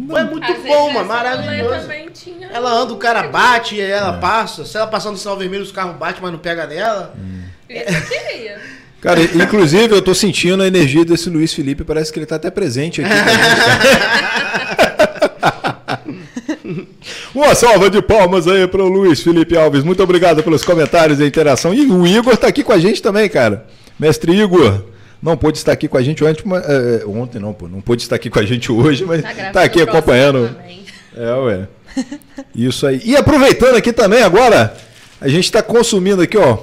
S3: Pô, é muito
S4: Às
S3: bom,
S4: vezes
S3: mano.
S4: essa mulher
S3: Maravilhoso.
S4: também tinha- um
S3: Ela anda, o cara bate, e aí
S1: É.
S3: ela passa. Se ela passar no sinal vermelho, os carros batem, mas não pega nela.
S4: Isso eu queria.
S1: Cara, inclusive eu tô sentindo a energia desse Luiz Felipe, parece que ele tá até presente aqui. com a gente, cara. Uma salva de palmas aí pro Luiz Felipe Alves. Muito obrigado pelos comentários e a interação. E o Igor tá aqui com a gente também, cara. Mestre Igor, não pôde estar aqui com a gente ontem, mas, é, ontem não, pô. Não pôde estar aqui com a gente hoje, mas
S4: Tá
S1: tá,
S4: grávida
S1: aqui
S4: do próximo né?
S1: acompanhando.
S4: também.
S1: É, ué. Isso aí. E aproveitando aqui também agora, a gente tá consumindo aqui, ó,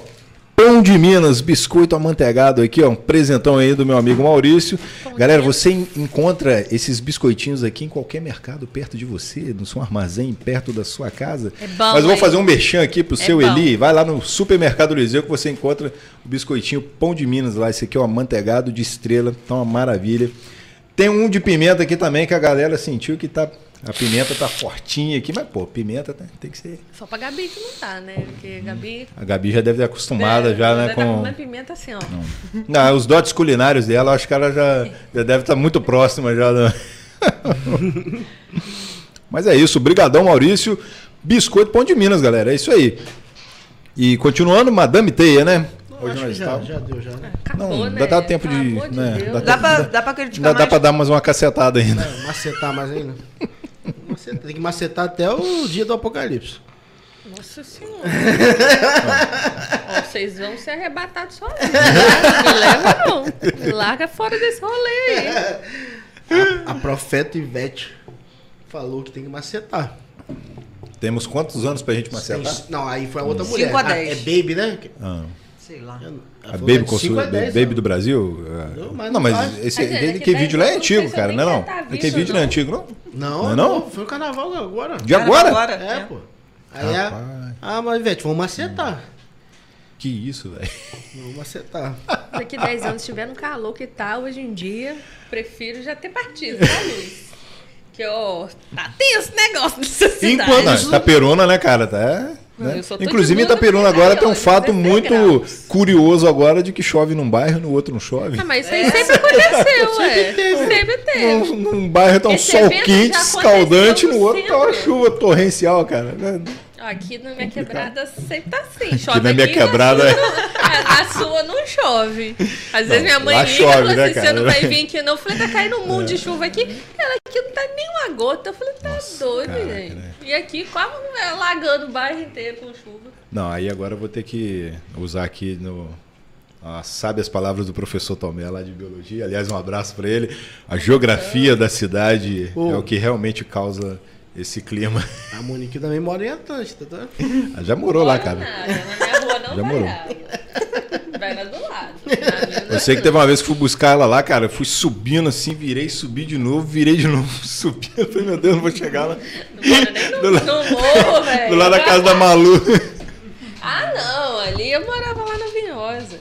S1: pão de Minas, biscoito amanteigado aqui, ó, um presentão aí do meu amigo Maurício. Galera, você en- encontra esses biscoitinhos aqui em qualquer mercado perto de você, no seu armazém, perto da sua casa.
S4: É bom,
S1: Mas eu vou
S4: hein?
S1: fazer um merchan aqui pro seu
S4: bom.
S1: Eli. Vai lá no supermercado Liseu que você encontra o biscoitinho pão de Minas lá. Esse aqui é o amanteigado de estrela, tá uma maravilha. Tem um de pimenta aqui também que a galera sentiu que tá a pimenta tá fortinha aqui, mas pô, pimenta tá- tem que ser.
S4: Só pra Gabi que não tá, né? Porque Gabi.
S1: A Gabi já deve ter acostumada já, né,
S4: Tá
S1: com
S4: comendo pimenta assim, ó.
S1: não, os dotes culinários dela, eu acho que ela já, já deve estar muito próxima já. da- Mas é isso, brigadão Maurício, biscoito pão de Minas, galera, é isso aí. E continuando, Madame Teia, né?
S3: Acho que já,
S1: estávamos-
S3: já deu, já. né?
S4: Acabou,
S1: Não,
S4: né?
S1: dá- dá tempo
S4: Pelo
S1: de-
S4: amor
S1: né,
S4: Deus.
S1: dá
S2: Dá pra, dá pra criticar
S1: Ainda dá
S2: mais.
S1: pra dar mais uma cacetada ainda.
S3: É, Macetar mais ainda. Macetar, Tem que macetar até o dia do apocalipse.
S4: Nossa senhora. Ó, vocês vão ser arrebatados sozinhos. né? Não me leva, não. Me larga fora desse rolê aí.
S3: A profeta Ivete falou que tem que macetar.
S1: Temos quantos anos pra gente macetar?
S3: Tem- Não, aí foi a outra
S2: Cinco
S3: mulher.
S2: a
S3: Ah,
S2: dez.
S3: é Baby, né?
S1: Ah.
S2: Sei lá.
S1: A
S3: é
S1: Baby, Consul,
S3: Baby,
S1: Baby do Brasil? Ah,
S3: né? Não, mas
S1: Não,
S3: não
S1: mas
S3: faz.
S1: esse
S4: Mas é,
S1: aquele
S4: daqui
S1: que
S4: dez
S1: vídeo lá é
S4: anos,
S1: antigo,
S4: não sei
S1: cara,
S4: se
S1: não é
S4: alguém
S1: não?
S4: quer tá vivo,
S1: Aquele vídeo não é
S4: não.
S1: antigo, não?
S3: Não,
S1: Não é não?
S3: não, foi o carnaval agora.
S1: De agora?
S2: agora,
S3: É,
S2: né?
S3: pô. Aí a...
S1: Rapaz.
S3: Ah, mas Ivete, vamos macetar.
S1: Que isso, velho.
S3: Vamos macetar.
S4: Daqui 10 anos, se tiver no calor que tá hoje em dia, prefiro já ter partido, tá, Luiz? Que, ó, tá tenso o negócio nessa cidade.
S3: Enquanto-
S1: Não,
S3: isso-
S1: Itaperuna, né, cara? Tá,
S4: Não,
S1: né?
S4: eu só tô
S1: Inclusive,
S4: de blusa
S1: Itaperuna
S4: porque
S1: agora
S4: tá
S1: tem um
S4: hoje,
S1: fato
S4: 16
S1: muito
S4: graus.
S1: curioso agora de que chove num bairro e no outro não chove.
S4: Ah, mas isso aí sempre aconteceu, ué. Sempre teve.
S1: Num, num bairro tá um
S4: Esse
S1: sol
S4: evento
S1: quente,
S4: já
S1: escaldante,
S4: aconteceu
S1: no
S4: no
S1: outro tá uma
S4: centro.
S1: chuva torrencial, cara. né?
S4: Ó, Aqui na minha quebrada sempre tá assim. Chove
S1: na minha
S4: aqui, né? a
S1: quebrada- é.
S4: sua não- A, a sua não chove. Às vezes minha mãe
S1: lá
S4: liga e
S1: chove,
S4: fala assim:
S1: né,
S4: você
S1: cara? É.
S4: não vai vir aqui, não. Eu falei: tá caindo um monte de chuva aqui. Ela aqui não tá nem uma gota. Eu falei: tá doido,
S1: caraca,
S4: gente.
S1: né?
S4: E aqui quase é, lagando o bairro inteiro com chuva.
S1: Não, aí agora eu vou ter que usar aqui no. Ah, sabe as palavras do professor Tomé lá de biologia. Aliás, um abraço para ele. A geografia da cidade
S3: Oh.
S1: é o que realmente causa esse clima.
S3: A Monique também mora em Atlântida, tá?
S1: Ah, Já morou lá,
S4: Não,
S1: cara.
S4: na minha rua não
S1: Já
S4: vai
S1: morou.
S4: água. Vai lá do lado. Na minha
S1: Eu sei que teve uma vez que fui buscar ela lá, cara. eu Fui subindo assim, virei, subi de novo, virei de novo, subi. Eu falei, meu Deus, não vou chegar lá.
S4: Não mora nem no,
S1: Do la-
S4: no morro, velho.
S1: Do lado da casa da Malu.
S4: Ah, não. Ali eu morava lá na Vinhosa.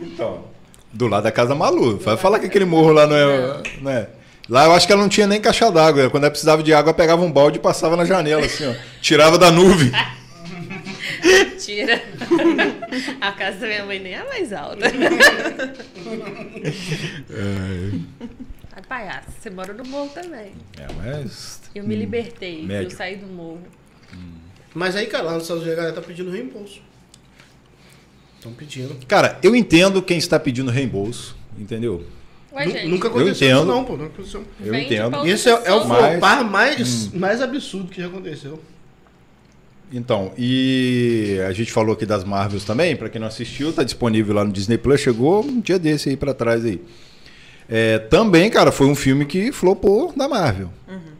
S1: Então, do lado da casa da Malu. Vai falar que aquele morro lá não é. não é. Lá eu acho que ela não tinha nem caixa d'água. Quando ela precisava de água, ela pegava um balde e passava na janela, assim, ó. Tirava da nuvem.
S4: Mentira. A casa da minha mãe nem é mais alta. Ai, palhaço, você mora no morro também.
S1: É, mas.
S4: Eu
S3: Hum.
S4: me libertei,
S1: médio.
S4: eu saí do morro.
S3: Mas aí, cara, lá nos Estados Unidos a galera tá pedindo reembolso. Estão pedindo.
S1: Cara, eu entendo quem está pedindo reembolso, entendeu?
S4: Ué,
S3: Nu-
S4: gente,
S3: Nunca aconteceu isso
S1: entendo.
S3: não, pô. Não aconteceu.
S1: Eu
S4: Vende
S1: entendo.
S4: pra outra
S3: Isso é, é o
S4: pessoa.
S1: Mas- hum.
S3: flopar mais, mais absurdo que já aconteceu.
S1: Então, e a gente falou aqui das Marvels também, para quem não assistiu, tá disponível lá no Disney Plus, chegou um dia desse aí para trás aí. É, também, cara, foi um filme que flopou da Marvel.
S4: Uhum.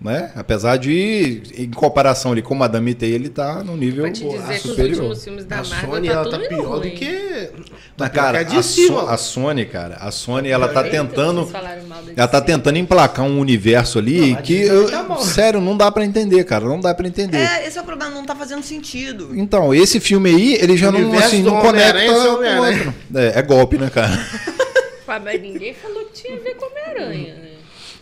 S1: Né? Apesar de, em comparação ali com Madame T, ele tá num nível
S3: um
S4: Pra te dizer que os
S1: superior.
S4: últimos filmes da
S3: Ah, A
S4: Marvel
S3: Sony,
S4: tá
S3: ela
S4: tudo
S3: tá
S4: indo
S3: pior
S4: ruim.
S3: do que.
S1: Mas,
S3: tá pior
S1: cara,
S3: que a
S1: a,
S3: DC,
S1: So-
S3: mano.
S1: a Sony, cara, a Sony, ela tá
S4: Eita,
S1: tentando.
S4: vocês falaram mal da
S1: Ela tá
S4: DC.
S1: tentando emplacar um universo ali
S3: Não, a
S1: que,
S3: Disney
S1: eu-
S3: tá mal.
S1: sério, não dá pra entender, cara, não dá pra entender.
S2: É, esse é o problema, não tá fazendo sentido.
S1: Então, esse filme aí, ele já não,
S3: Universo
S1: assim,
S3: do
S1: não conecta
S3: Homem-Aranha,
S1: com o
S3: Homem-Aranha.
S1: outro. É, é golpe, né, cara?
S4: Pá, Mas ninguém falou que tinha a ver com Homem-Aranha, né?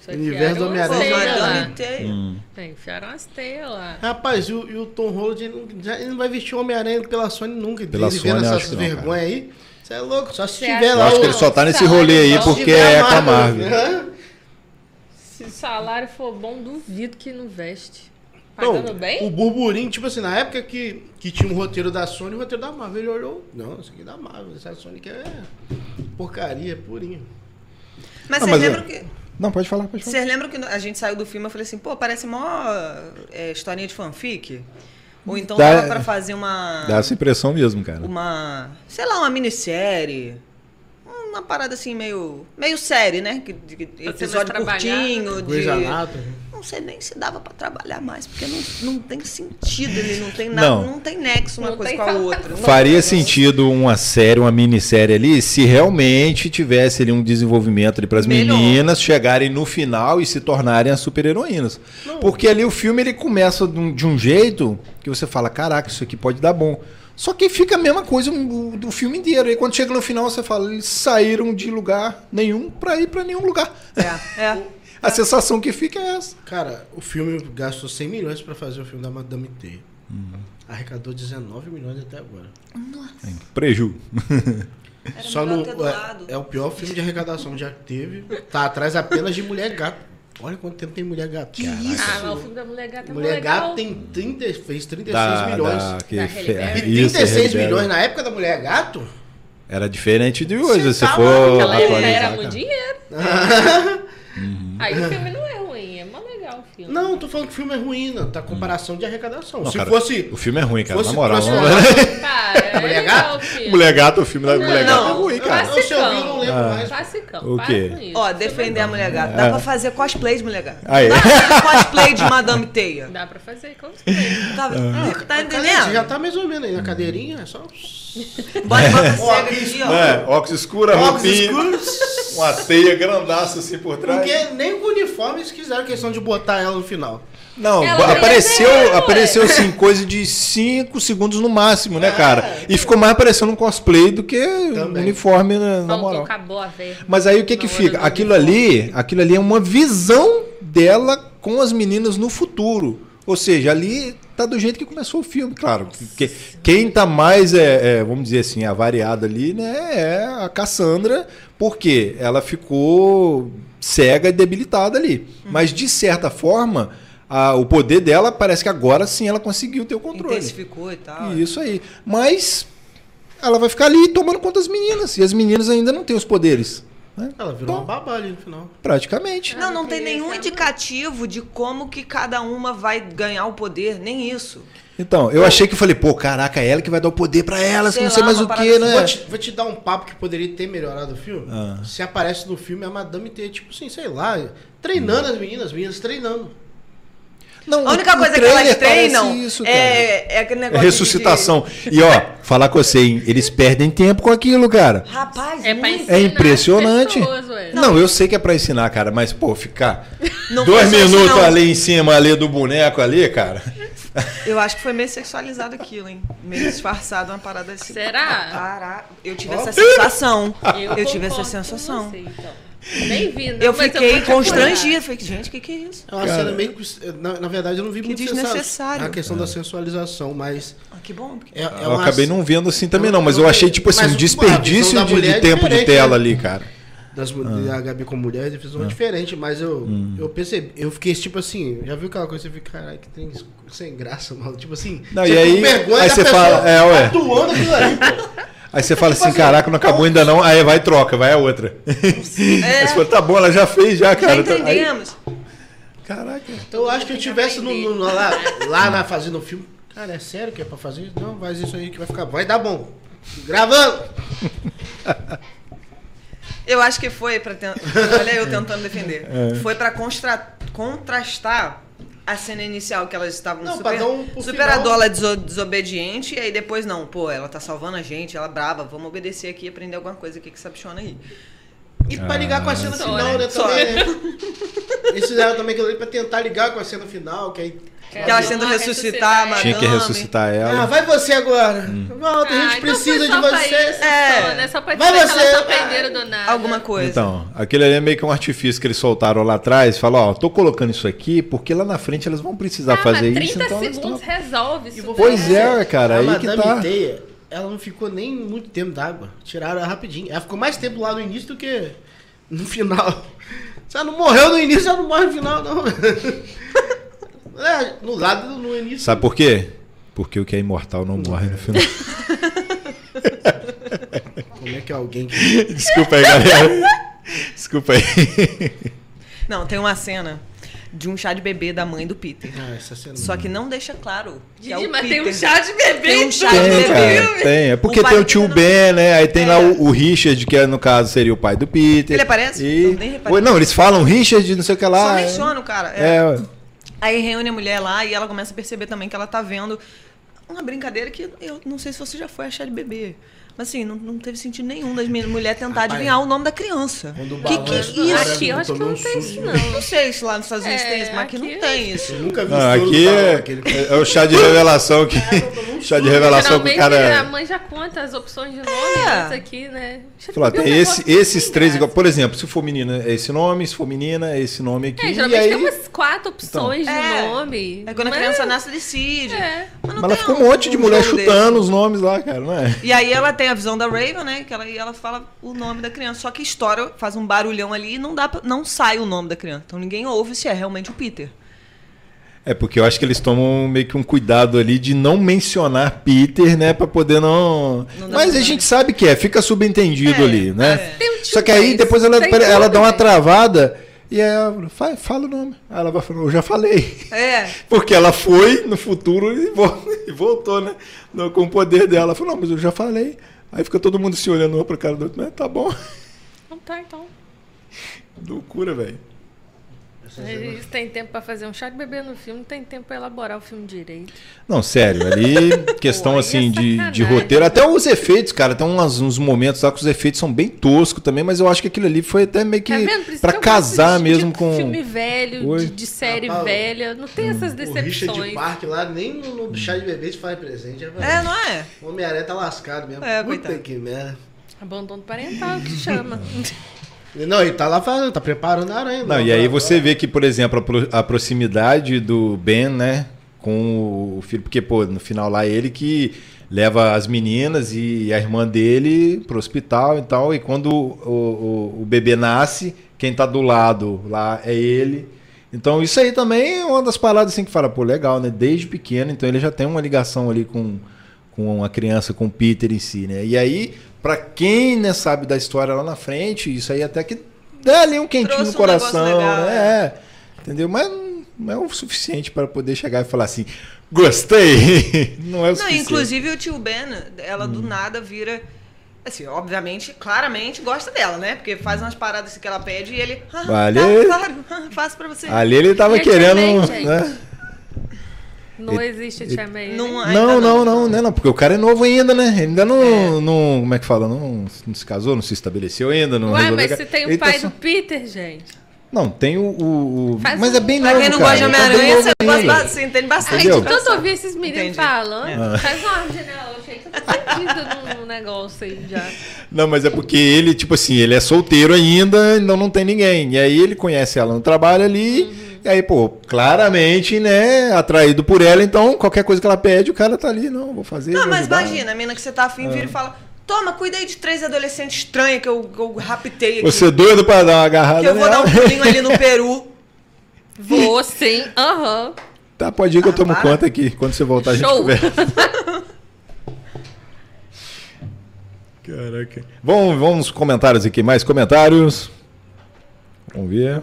S4: Só
S3: Universo
S4: enfiaram
S3: do
S4: umas
S3: Homem-Aranha.
S4: teias lá.
S2: Madame Teia.
S1: Hum.
S4: É, enfiaram as teias lá.
S3: Rapaz, e o, e o Tom Holland ele não, já- ele não vai vestir o Homem-Aranha pela Sony nunca.
S1: Pela
S3: ele
S1: Sony,
S3: vendo
S1: acho
S3: essas
S1: que não, cara.
S3: vergonhas aí. Você é louco, só se
S4: Você
S3: tiver
S4: acha-
S1: Eu
S3: lá
S1: acho
S3: o-
S1: que ele só tá nesse
S4: Sabe,
S1: rolê aí
S4: só se
S1: porque
S3: tiver
S1: é
S3: a
S1: com a Marvel.
S3: Hã?
S4: Se o salário for bom, duvido que não veste.
S3: Não,
S4: Pagando
S3: O
S4: Tá bem?
S3: burburinho, tipo assim, na época que, que tinha um roteiro da Sony, o roteiro da Marvel, ele olhou, não, isso aqui é da Marvel, essa Sony que é porcaria, é purinho.
S2: Mas
S1: Não,
S2: vocês
S1: mas
S2: lembram
S1: eu-
S2: que.
S1: Não, pode falar, pode falar.
S2: Vocês lembram que a gente saiu do filme e eu falei assim, pô, parece mó é, historinha de fanfic? Ou então
S1: Dá-
S2: dava pra fazer uma.
S1: Dá assim, né? essa impressão mesmo, cara.
S2: uma, sei lá, uma minissérie. Uma parada assim meio, meio série, né? Que, que- episódio
S4: mais
S2: curtinho de
S3: Coisa nada.
S2: não sei nem se dava pra trabalhar mais, porque não, não tem sentido, ele não tem nada,
S1: Não.
S2: não. tem nexo uma
S4: Não
S2: coisa
S4: tem
S2: com a
S4: fa-
S2: outra. Não-
S1: Faria sentido uma série, uma minissérie ali, se realmente tivesse ali um desenvolvimento ali para as
S2: Melhor.
S1: meninas chegarem no final e se tornarem as super-heroínas. Porque ali o filme ele começa de um, de um jeito que você fala, caraca, isso aqui pode dar bom. Só que fica a mesma coisa o, o filme inteiro. E quando chega no final, você fala, eles saíram de lugar nenhum para ir para nenhum lugar.
S2: É, é.
S1: A sensação que fica é essa.
S3: Cara, o filme gastou 100 milhões pra fazer o filme da Madame T.
S1: Uhum.
S3: Arrecadou 19 milhões até agora.
S1: Preju.
S2: Era
S3: Só
S2: melhor
S3: no,
S2: ter doado.
S3: é, é o pior filme de arrecadação já que teve. Tá atrás apenas de Mulher Gato. Olha quanto tempo tem Mulher Gato. Que
S2: isso?
S4: Ah, mas o filme da Mulher Gata é mó
S3: Mulher
S4: legal.
S3: Gato tem 30, fez 36
S1: Da-
S3: milhões.
S1: da- que
S4: Da
S1: fe-
S4: Halle Berry.
S3: E
S1: isso,
S3: 36
S1: Halle
S3: milhões
S1: Berry.
S3: na época da Mulher é Gato?
S1: Era diferente de hoje,
S3: Cê
S1: se
S3: tá
S1: for
S3: maluco,
S4: Ela era-
S1: atualizar,
S4: era
S1: cara.
S4: muito dinheiro.
S1: Uhum.
S4: Aí o filme não é ruim, é mó legal o filme.
S3: Não, tô falando que o filme é ruim, não. Tá comparação de arrecadação.
S1: Não,
S3: Se
S1: cara,
S3: fosse.
S1: O filme é ruim, cara,
S3: fosse
S1: na moral.
S3: fosse-
S4: Cara, é
S3: Mulher
S4: legal
S3: Gato?
S4: o filme.
S1: Mulher gato, o filme da mulher gato é
S2: não, assim,
S1: ruim, cara.
S3: Eu, se eu vi, eu não lembro
S1: Ah.
S3: mais.
S4: É Classicão,
S1: O
S4: para
S1: quê?
S4: com isso.
S2: Ó, defender a mulher gata. Dá pra fazer cosplay de mulher gata.
S1: É. Aí.
S2: Dá pra fazer cosplay de Madame Teia.
S4: Dá pra fazer, como sempre.
S1: Ah.
S2: Tá, tá
S3: Cara, você já
S2: entendendo?
S3: tá mais ou menos aí na cadeirinha, é só.
S2: Bota uma
S3: Ó,
S2: cega aqui, ó.
S1: É, óculos escuro, a
S3: Óculos
S1: roupinha, uma teia grandaça assim por trás.
S3: Porque nem com uniforme eles quiseram questão de botar ela no final.
S1: Não,
S4: Ela
S1: bo-
S4: não ia
S1: apareceu,
S4: ganhar, ué.
S1: apareceu assim, coisa de 5 segundos no máximo, né, cara? E ficou mais parecendo um cosplay do que um
S3: É. Também.
S1: uniforme, né, na
S4: Faltou,
S1: moral.
S4: acabou a ver.
S1: Mas aí o que que
S4: Na hora
S1: fica?
S4: do
S1: Aquilo ali, aquilo ali é uma visão dela com as meninas no futuro. Ou seja, ali tá do jeito que começou o filme, claro. Porque quem tá mais, é, é, vamos dizer assim, avariada ali, né, é a Cassandra, porque ela ficou cega e debilitada ali. Mas de certa forma, a- o poder dela parece que agora sim ela conseguiu ter o controle.
S2: Intensificou e tal.
S1: Isso aí. Mas ela vai ficar ali tomando conta das meninas. E as meninas ainda não têm os poderes. né?
S3: Ela virou uma babá ali no final.
S1: Praticamente.
S2: Não, não tem
S4: queria
S2: nenhum
S4: essa,
S2: indicativo de como que cada uma vai ganhar o poder, nem isso.
S1: Então, eu achei que eu falei, pô, caraca, é ela que vai dar o poder pra elas, que
S2: Sei
S1: não sei
S2: lá,
S1: mais
S2: uma
S1: o
S2: parada
S1: que,
S2: assim.
S1: né?
S3: Vou te, vou te dar um papo que poderia ter melhorado o filme.
S1: Ah.
S3: Se aparece no filme a Madame T, tipo assim, sei lá,
S1: Hum.
S3: treinando as meninas, as meninas treinando.
S1: Não,
S2: A única
S1: o
S2: coisa que
S1: trailer
S2: elas
S1: parece
S2: treinam
S1: cara.
S2: é, é aquele
S1: É
S2: negócio. de-
S1: ressuscitação. E ó, falar com você, hein? Eles perdem tempo com aquilo, cara.
S2: de- Rapaz,
S4: É pra
S2: muito.
S4: ensinar
S1: É impressionante.
S4: as pessoas, ué.
S1: Não, eu sei que é pra ensinar, cara, mas, pô, ficar
S2: Não
S1: dois
S2: foi isso,
S1: minutos
S2: não.
S1: ali em cima ali do boneco ali, cara.
S2: Eu acho que foi meio sexualizado aquilo, hein? Meio disfarçado, uma parada assim.
S4: Será?
S2: Caraca, eu tive essa sensação. Eu, tive
S4: concordo
S2: essa
S4: com
S2: sensação.
S4: você, então. Bem-vindo.
S2: Eu
S4: mas
S2: fiquei
S4: vou te
S2: constrangida. Falei, gente, o que, que é isso?
S3: É uma
S1: Cara. É.
S3: cena meio que. Na, na verdade, eu não vi
S2: Que
S3: muito
S2: desnecessário.
S3: A questão da sensualização, mas.
S2: Ah, que bom. porque-
S3: É, é
S1: eu
S3: uma-
S1: acabei não vendo assim também, não, mas eu achei, tipo assim,
S3: Mas
S1: um
S3: o-
S1: desperdício
S3: a visão da
S1: de,
S3: mulher
S1: de
S3: é
S1: tempo de
S3: diferente,
S1: tela
S3: né?
S1: ali, cara.
S3: Das,
S1: Ah.
S3: Da Gabi com mulher, eles fizeram diferente, mas eu,
S1: Hum.
S3: eu percebi, eu fiquei tipo assim, já viu aquela coisa, você fica, caralho, que tem sem graça, mano. Tipo assim,
S1: Não,
S3: você
S1: e
S3: fica
S1: aí-
S3: com vergonha
S1: aí
S3: da
S1: você
S3: pessoa
S1: fala, é, ué.
S3: atuando aquilo ali, pô.
S1: Aí você fala assim, caraca, não acabou ainda não. Aí vai troca, vai a outra.
S2: É.
S1: Aí você fala, tá bom, ela já fez
S3: É,
S1: já,
S2: Já
S1: cara. Tá- aí-
S2: entendemos.
S1: caraca.
S3: Então,
S1: Hum.
S3: Eu acho que eu tivesse no, no- lá, lá na fazendo o filme, Cara, é sério que é pra fazer? Não, faz isso aí que vai ficar. Vai dar bom. Gravando!
S2: Eu acho que foi para tentar. Olha, eu tentando defender.
S3: É.
S2: Foi para constra... contrastar a cena inicial que elas estavam
S3: Não, pra
S2: super,
S3: dar um- pro
S2: super
S3: final.
S2: adola deso- desobediente, e aí depois não, pô, ela tá salvando a gente, ela é brava, vamos obedecer aqui e aprender alguma coisa aqui que essa bichona aí.
S3: E pra ligar com a cena
S4: Só,
S3: final,
S4: né?
S3: né?
S2: Só.
S3: Também, né? Eles fizeram também aquilo ali pra tentar ligar com a cena final, que aí.
S2: Que elas tentam
S4: Uma
S2: ressuscitar,
S4: ressuscitar,
S2: madame.
S1: Tinha que ressuscitar ela. Hum.
S3: Ah, vai você agora. Volta, a gente
S4: Ah, então
S3: precisa
S4: foi só
S3: de
S4: pra
S3: você.
S4: isso,
S2: É.
S4: só, né? Só pra
S3: Vai
S4: dizer que
S3: você. Ah.
S4: elas aprenderam do nada.
S2: Alguma coisa.
S1: Então, aquele ali é meio que um artifício que eles soltaram lá atrás. Falaram, ó, tô colocando isso aqui porque lá na frente elas vão precisar
S4: Ah,
S1: fazer
S4: mas
S1: isso.
S4: 30
S1: Então elas
S4: segundos
S1: tão-
S4: resolve isso.
S1: Pois
S4: tudo.
S1: é, cara,
S3: a
S1: aí que
S3: Madame
S1: tá.
S3: Teia, ela não ficou nem muito tempo d'água. Tiraram ela rapidinho. Ela ficou mais tempo lá no início do que no final. Se ela não morreu no início, ela não morre no final, não. É, no lado, no início.
S1: Sabe por quê? Porque o que é imortal não morre no final.
S3: Como é que alguém que
S1: Desculpa aí, galera. Desculpa aí.
S2: Não, tem uma cena de um chá de bebê da mãe do Peter.
S3: Ah, essa cena.
S2: Só que não deixa claro que é
S4: Didi,
S2: o
S4: mas
S2: Peter.
S4: tem um chá de bebê.
S2: Tem um
S4: em
S2: chá
S4: tudo.
S2: de
S1: Tem,
S2: bebê.
S1: cara. Tem. É porque
S2: O pai
S1: tem o
S2: do
S1: tio
S2: Peter não-
S1: Ben, né? Aí tem
S2: É.
S1: lá o, o Richard, que é, no caso seria o pai do Peter.
S2: Ele aparece?
S1: E...
S2: Eu nem reparei.
S1: Oi, não, eles falam Richard, não sei o que lá.
S2: Só menciona o cara. é.
S1: É, ué.
S2: Aí reúne a mulher lá e ela começa a perceber também que ela tá vendo uma brincadeira que eu não sei se você já foi achar de bebê. Mas assim, não, não teve sentido nenhum das minhas mulheres tentar
S3: Rapaz,
S2: adivinhar o nome da criança.
S3: Quando o
S2: que que é
S3: balanço
S2: isso?
S4: Aqui eu acho que
S3: Tomei
S4: não
S3: um
S4: tem
S3: susto.
S4: isso, não.
S2: Não sei se lá nos Estados Unidos
S4: É,
S2: tem isso, mas aqui não
S4: aqui-
S2: tem isso.
S3: Nunca vi
S1: Não, Ah, aqui é, é o chá de revelação que. chá de revelação que o
S4: Geralmente é a
S1: cara. é.
S4: mãe já conta as opções de nome
S2: É.
S4: isso aqui, né? Deixa eu
S1: Falou,
S4: ver um
S1: tem
S4: negócio
S1: esse, esses
S4: sem
S1: três
S4: graça.
S1: igual. Por exemplo, se for menina, é esse nome, se for menina, é esse nome aqui.
S4: É,
S1: e
S4: geralmente
S1: aí, Então.
S4: tem umas quatro opções de
S2: É.
S4: nome.
S2: É quando a
S4: mas-
S2: criança nasce decide.
S4: É.
S1: mas
S2: não
S1: ela
S2: tem
S1: ficou um monte de mulher
S2: jogo
S1: chutando os nomes lá, cara, não é?
S2: E aí ela tem a visão da Raven, né? Que ela, e ela fala o nome da criança. Só que estoura, faz um barulhão ali e não, dá pra- não sai o nome da criança. Então ninguém ouve se é realmente o Peter.
S1: É porque eu acho que eles tomam meio que um cuidado ali de não mencionar Peter, né, Pra poder não.
S2: Não dá
S1: Mas a
S2: pra-
S1: gente sabe que é, fica subentendido
S2: É,
S1: ali, né?
S2: é.
S4: Tem um tio
S1: Só que aí
S4: desse,
S1: depois ela,
S4: tem
S1: ela
S4: tudo,
S1: dá uma
S4: né?
S1: travada e aí ela fala, "Fa- fala o nome. Aí ela vai falando, eu já falei.
S2: É.
S1: Porque ela foi no futuro e vol- e voltou, né? No- Com o poder dela. Ela falou, não, mas eu já falei. Aí fica todo mundo se olhando uma pra cara do outro. Mas tá bom.
S4: Então tá, então.
S1: Loucura, velho.
S4: Eles têm tempo pra fazer um chá de bebê no filme, não tem tempo pra elaborar o filme direito.
S1: Não, sério, ali, questão
S4: Pô, aí é
S1: assim de, de
S4: sacanagem.
S1: roteiro, até os efeitos, cara, tem umas- uns momentos lá que os efeitos são bem toscos também, mas eu acho que aquilo ali foi até meio que
S4: tá vendo? Por isso
S1: pra
S4: que eu
S1: casar
S4: gosto de-
S1: mesmo
S4: de
S1: com.
S4: Filme velho,
S1: Oi.
S4: de, de
S2: Tá
S4: série
S3: Rapaz,
S4: velha. Não
S2: Hum,
S4: tem essas
S3: O Richard
S4: decepções.
S3: Park lá, nem no, no chá de bebê te faz presente. É,
S2: É,
S3: verdade.
S2: não é?
S3: O Homem-Aranha tá lascado mesmo.
S2: É,
S3: Puta
S2: coitado.
S3: que merda.
S4: Abandono parental, que chama.
S3: Não, ele tá lá fazendo, tá preparando a aranha.
S1: Não, e aí você vê que, por exemplo, a, pro- a proximidade do Ben, né, com o filho, porque, pô, no final lá ele que leva as meninas e a irmã dele pro hospital e tal, e quando o, o- o bebê nasce, quem tá do lado lá é ele. Então isso aí também é uma das paradas assim que fala, pô, legal, né, desde pequeno, então ele já tem uma ligação ali com, com a criança, com o Peter em si, né, e aí... Pra quem né, sabe da história lá na frente, isso aí até que dá ali um quentinho
S2: Trouxe
S1: no
S2: um negócio
S1: coração.
S2: legal,
S1: né?
S2: né?
S1: É, entendeu? Mas não é o suficiente para poder chegar e falar assim, gostei. Não é o
S2: Não,
S1: suficiente.
S2: inclusive o tio Ben, ela do
S1: Hum.
S2: nada vira. Assim, obviamente, claramente gosta dela, né? Porque faz umas paradas que ela pede e ele. Ah,
S1: Valeu.
S2: Tá, claro, ah, faço pra você.
S1: Ali ele tava
S4: Gente,
S1: querendo.
S4: também, gente.
S1: né?
S4: Não existe a Tia May. né?
S2: Não, ainda
S1: Não, é. não, não, né? Não, porque o cara é novo ainda, né? Ele ainda não. não como é que fala? Não, não se casou, não se estabeleceu ainda. Não
S4: Ué,
S1: resolveu-
S4: mas você
S2: um
S4: tem o
S1: Ele tá
S4: pai
S1: só-
S4: do Peter, gente.
S1: Não, tem o. o- o-
S4: Faz
S1: Mas
S4: um-
S1: é bem
S4: Pra
S1: novo.
S2: Pra quem não
S1: cara.
S2: gosta de
S1: Ele tá bem
S2: Homem-Aranha,
S1: novo
S2: você gosta
S1: ainda.
S2: bastante, entende
S4: Ai,
S2: bastante.
S4: de
S1: Entendeu?
S4: tanto ouvir esses meninos
S2: Entendi. É.
S4: falando,
S1: Ah.
S4: faz uma árvore genealógica aí, tá perdido no negócio aí já.
S1: Não, mas é porque ele, tipo assim, ele é solteiro ainda, então não tem ninguém. E aí ele conhece ela no trabalho ali, e aí, pô, claramente, né, atraído por ela, então qualquer coisa que ela pede, o cara tá ali, não, vou fazer.
S2: Não,
S1: vou
S2: mas
S1: ajudar.
S2: imagina, a mina que você tá afim
S1: É.
S2: vira e fala: Toma, cuida aí de três adolescentes estranhos que eu, que eu raptei aqui.
S1: Você é doido pra dar uma agarrada
S2: que eu vou dar um
S1: nela?
S2: pulinho ali no Peru.
S4: Vou sim, aham.
S1: Tá, pode ir que eu
S2: Ah,
S1: tomo
S2: para.
S1: conta aqui. Quando você voltar, a gente
S4: Show.
S1: conversa. Caraca. Vamos, vamos nos comentários aqui, mais comentários. Vamos ver.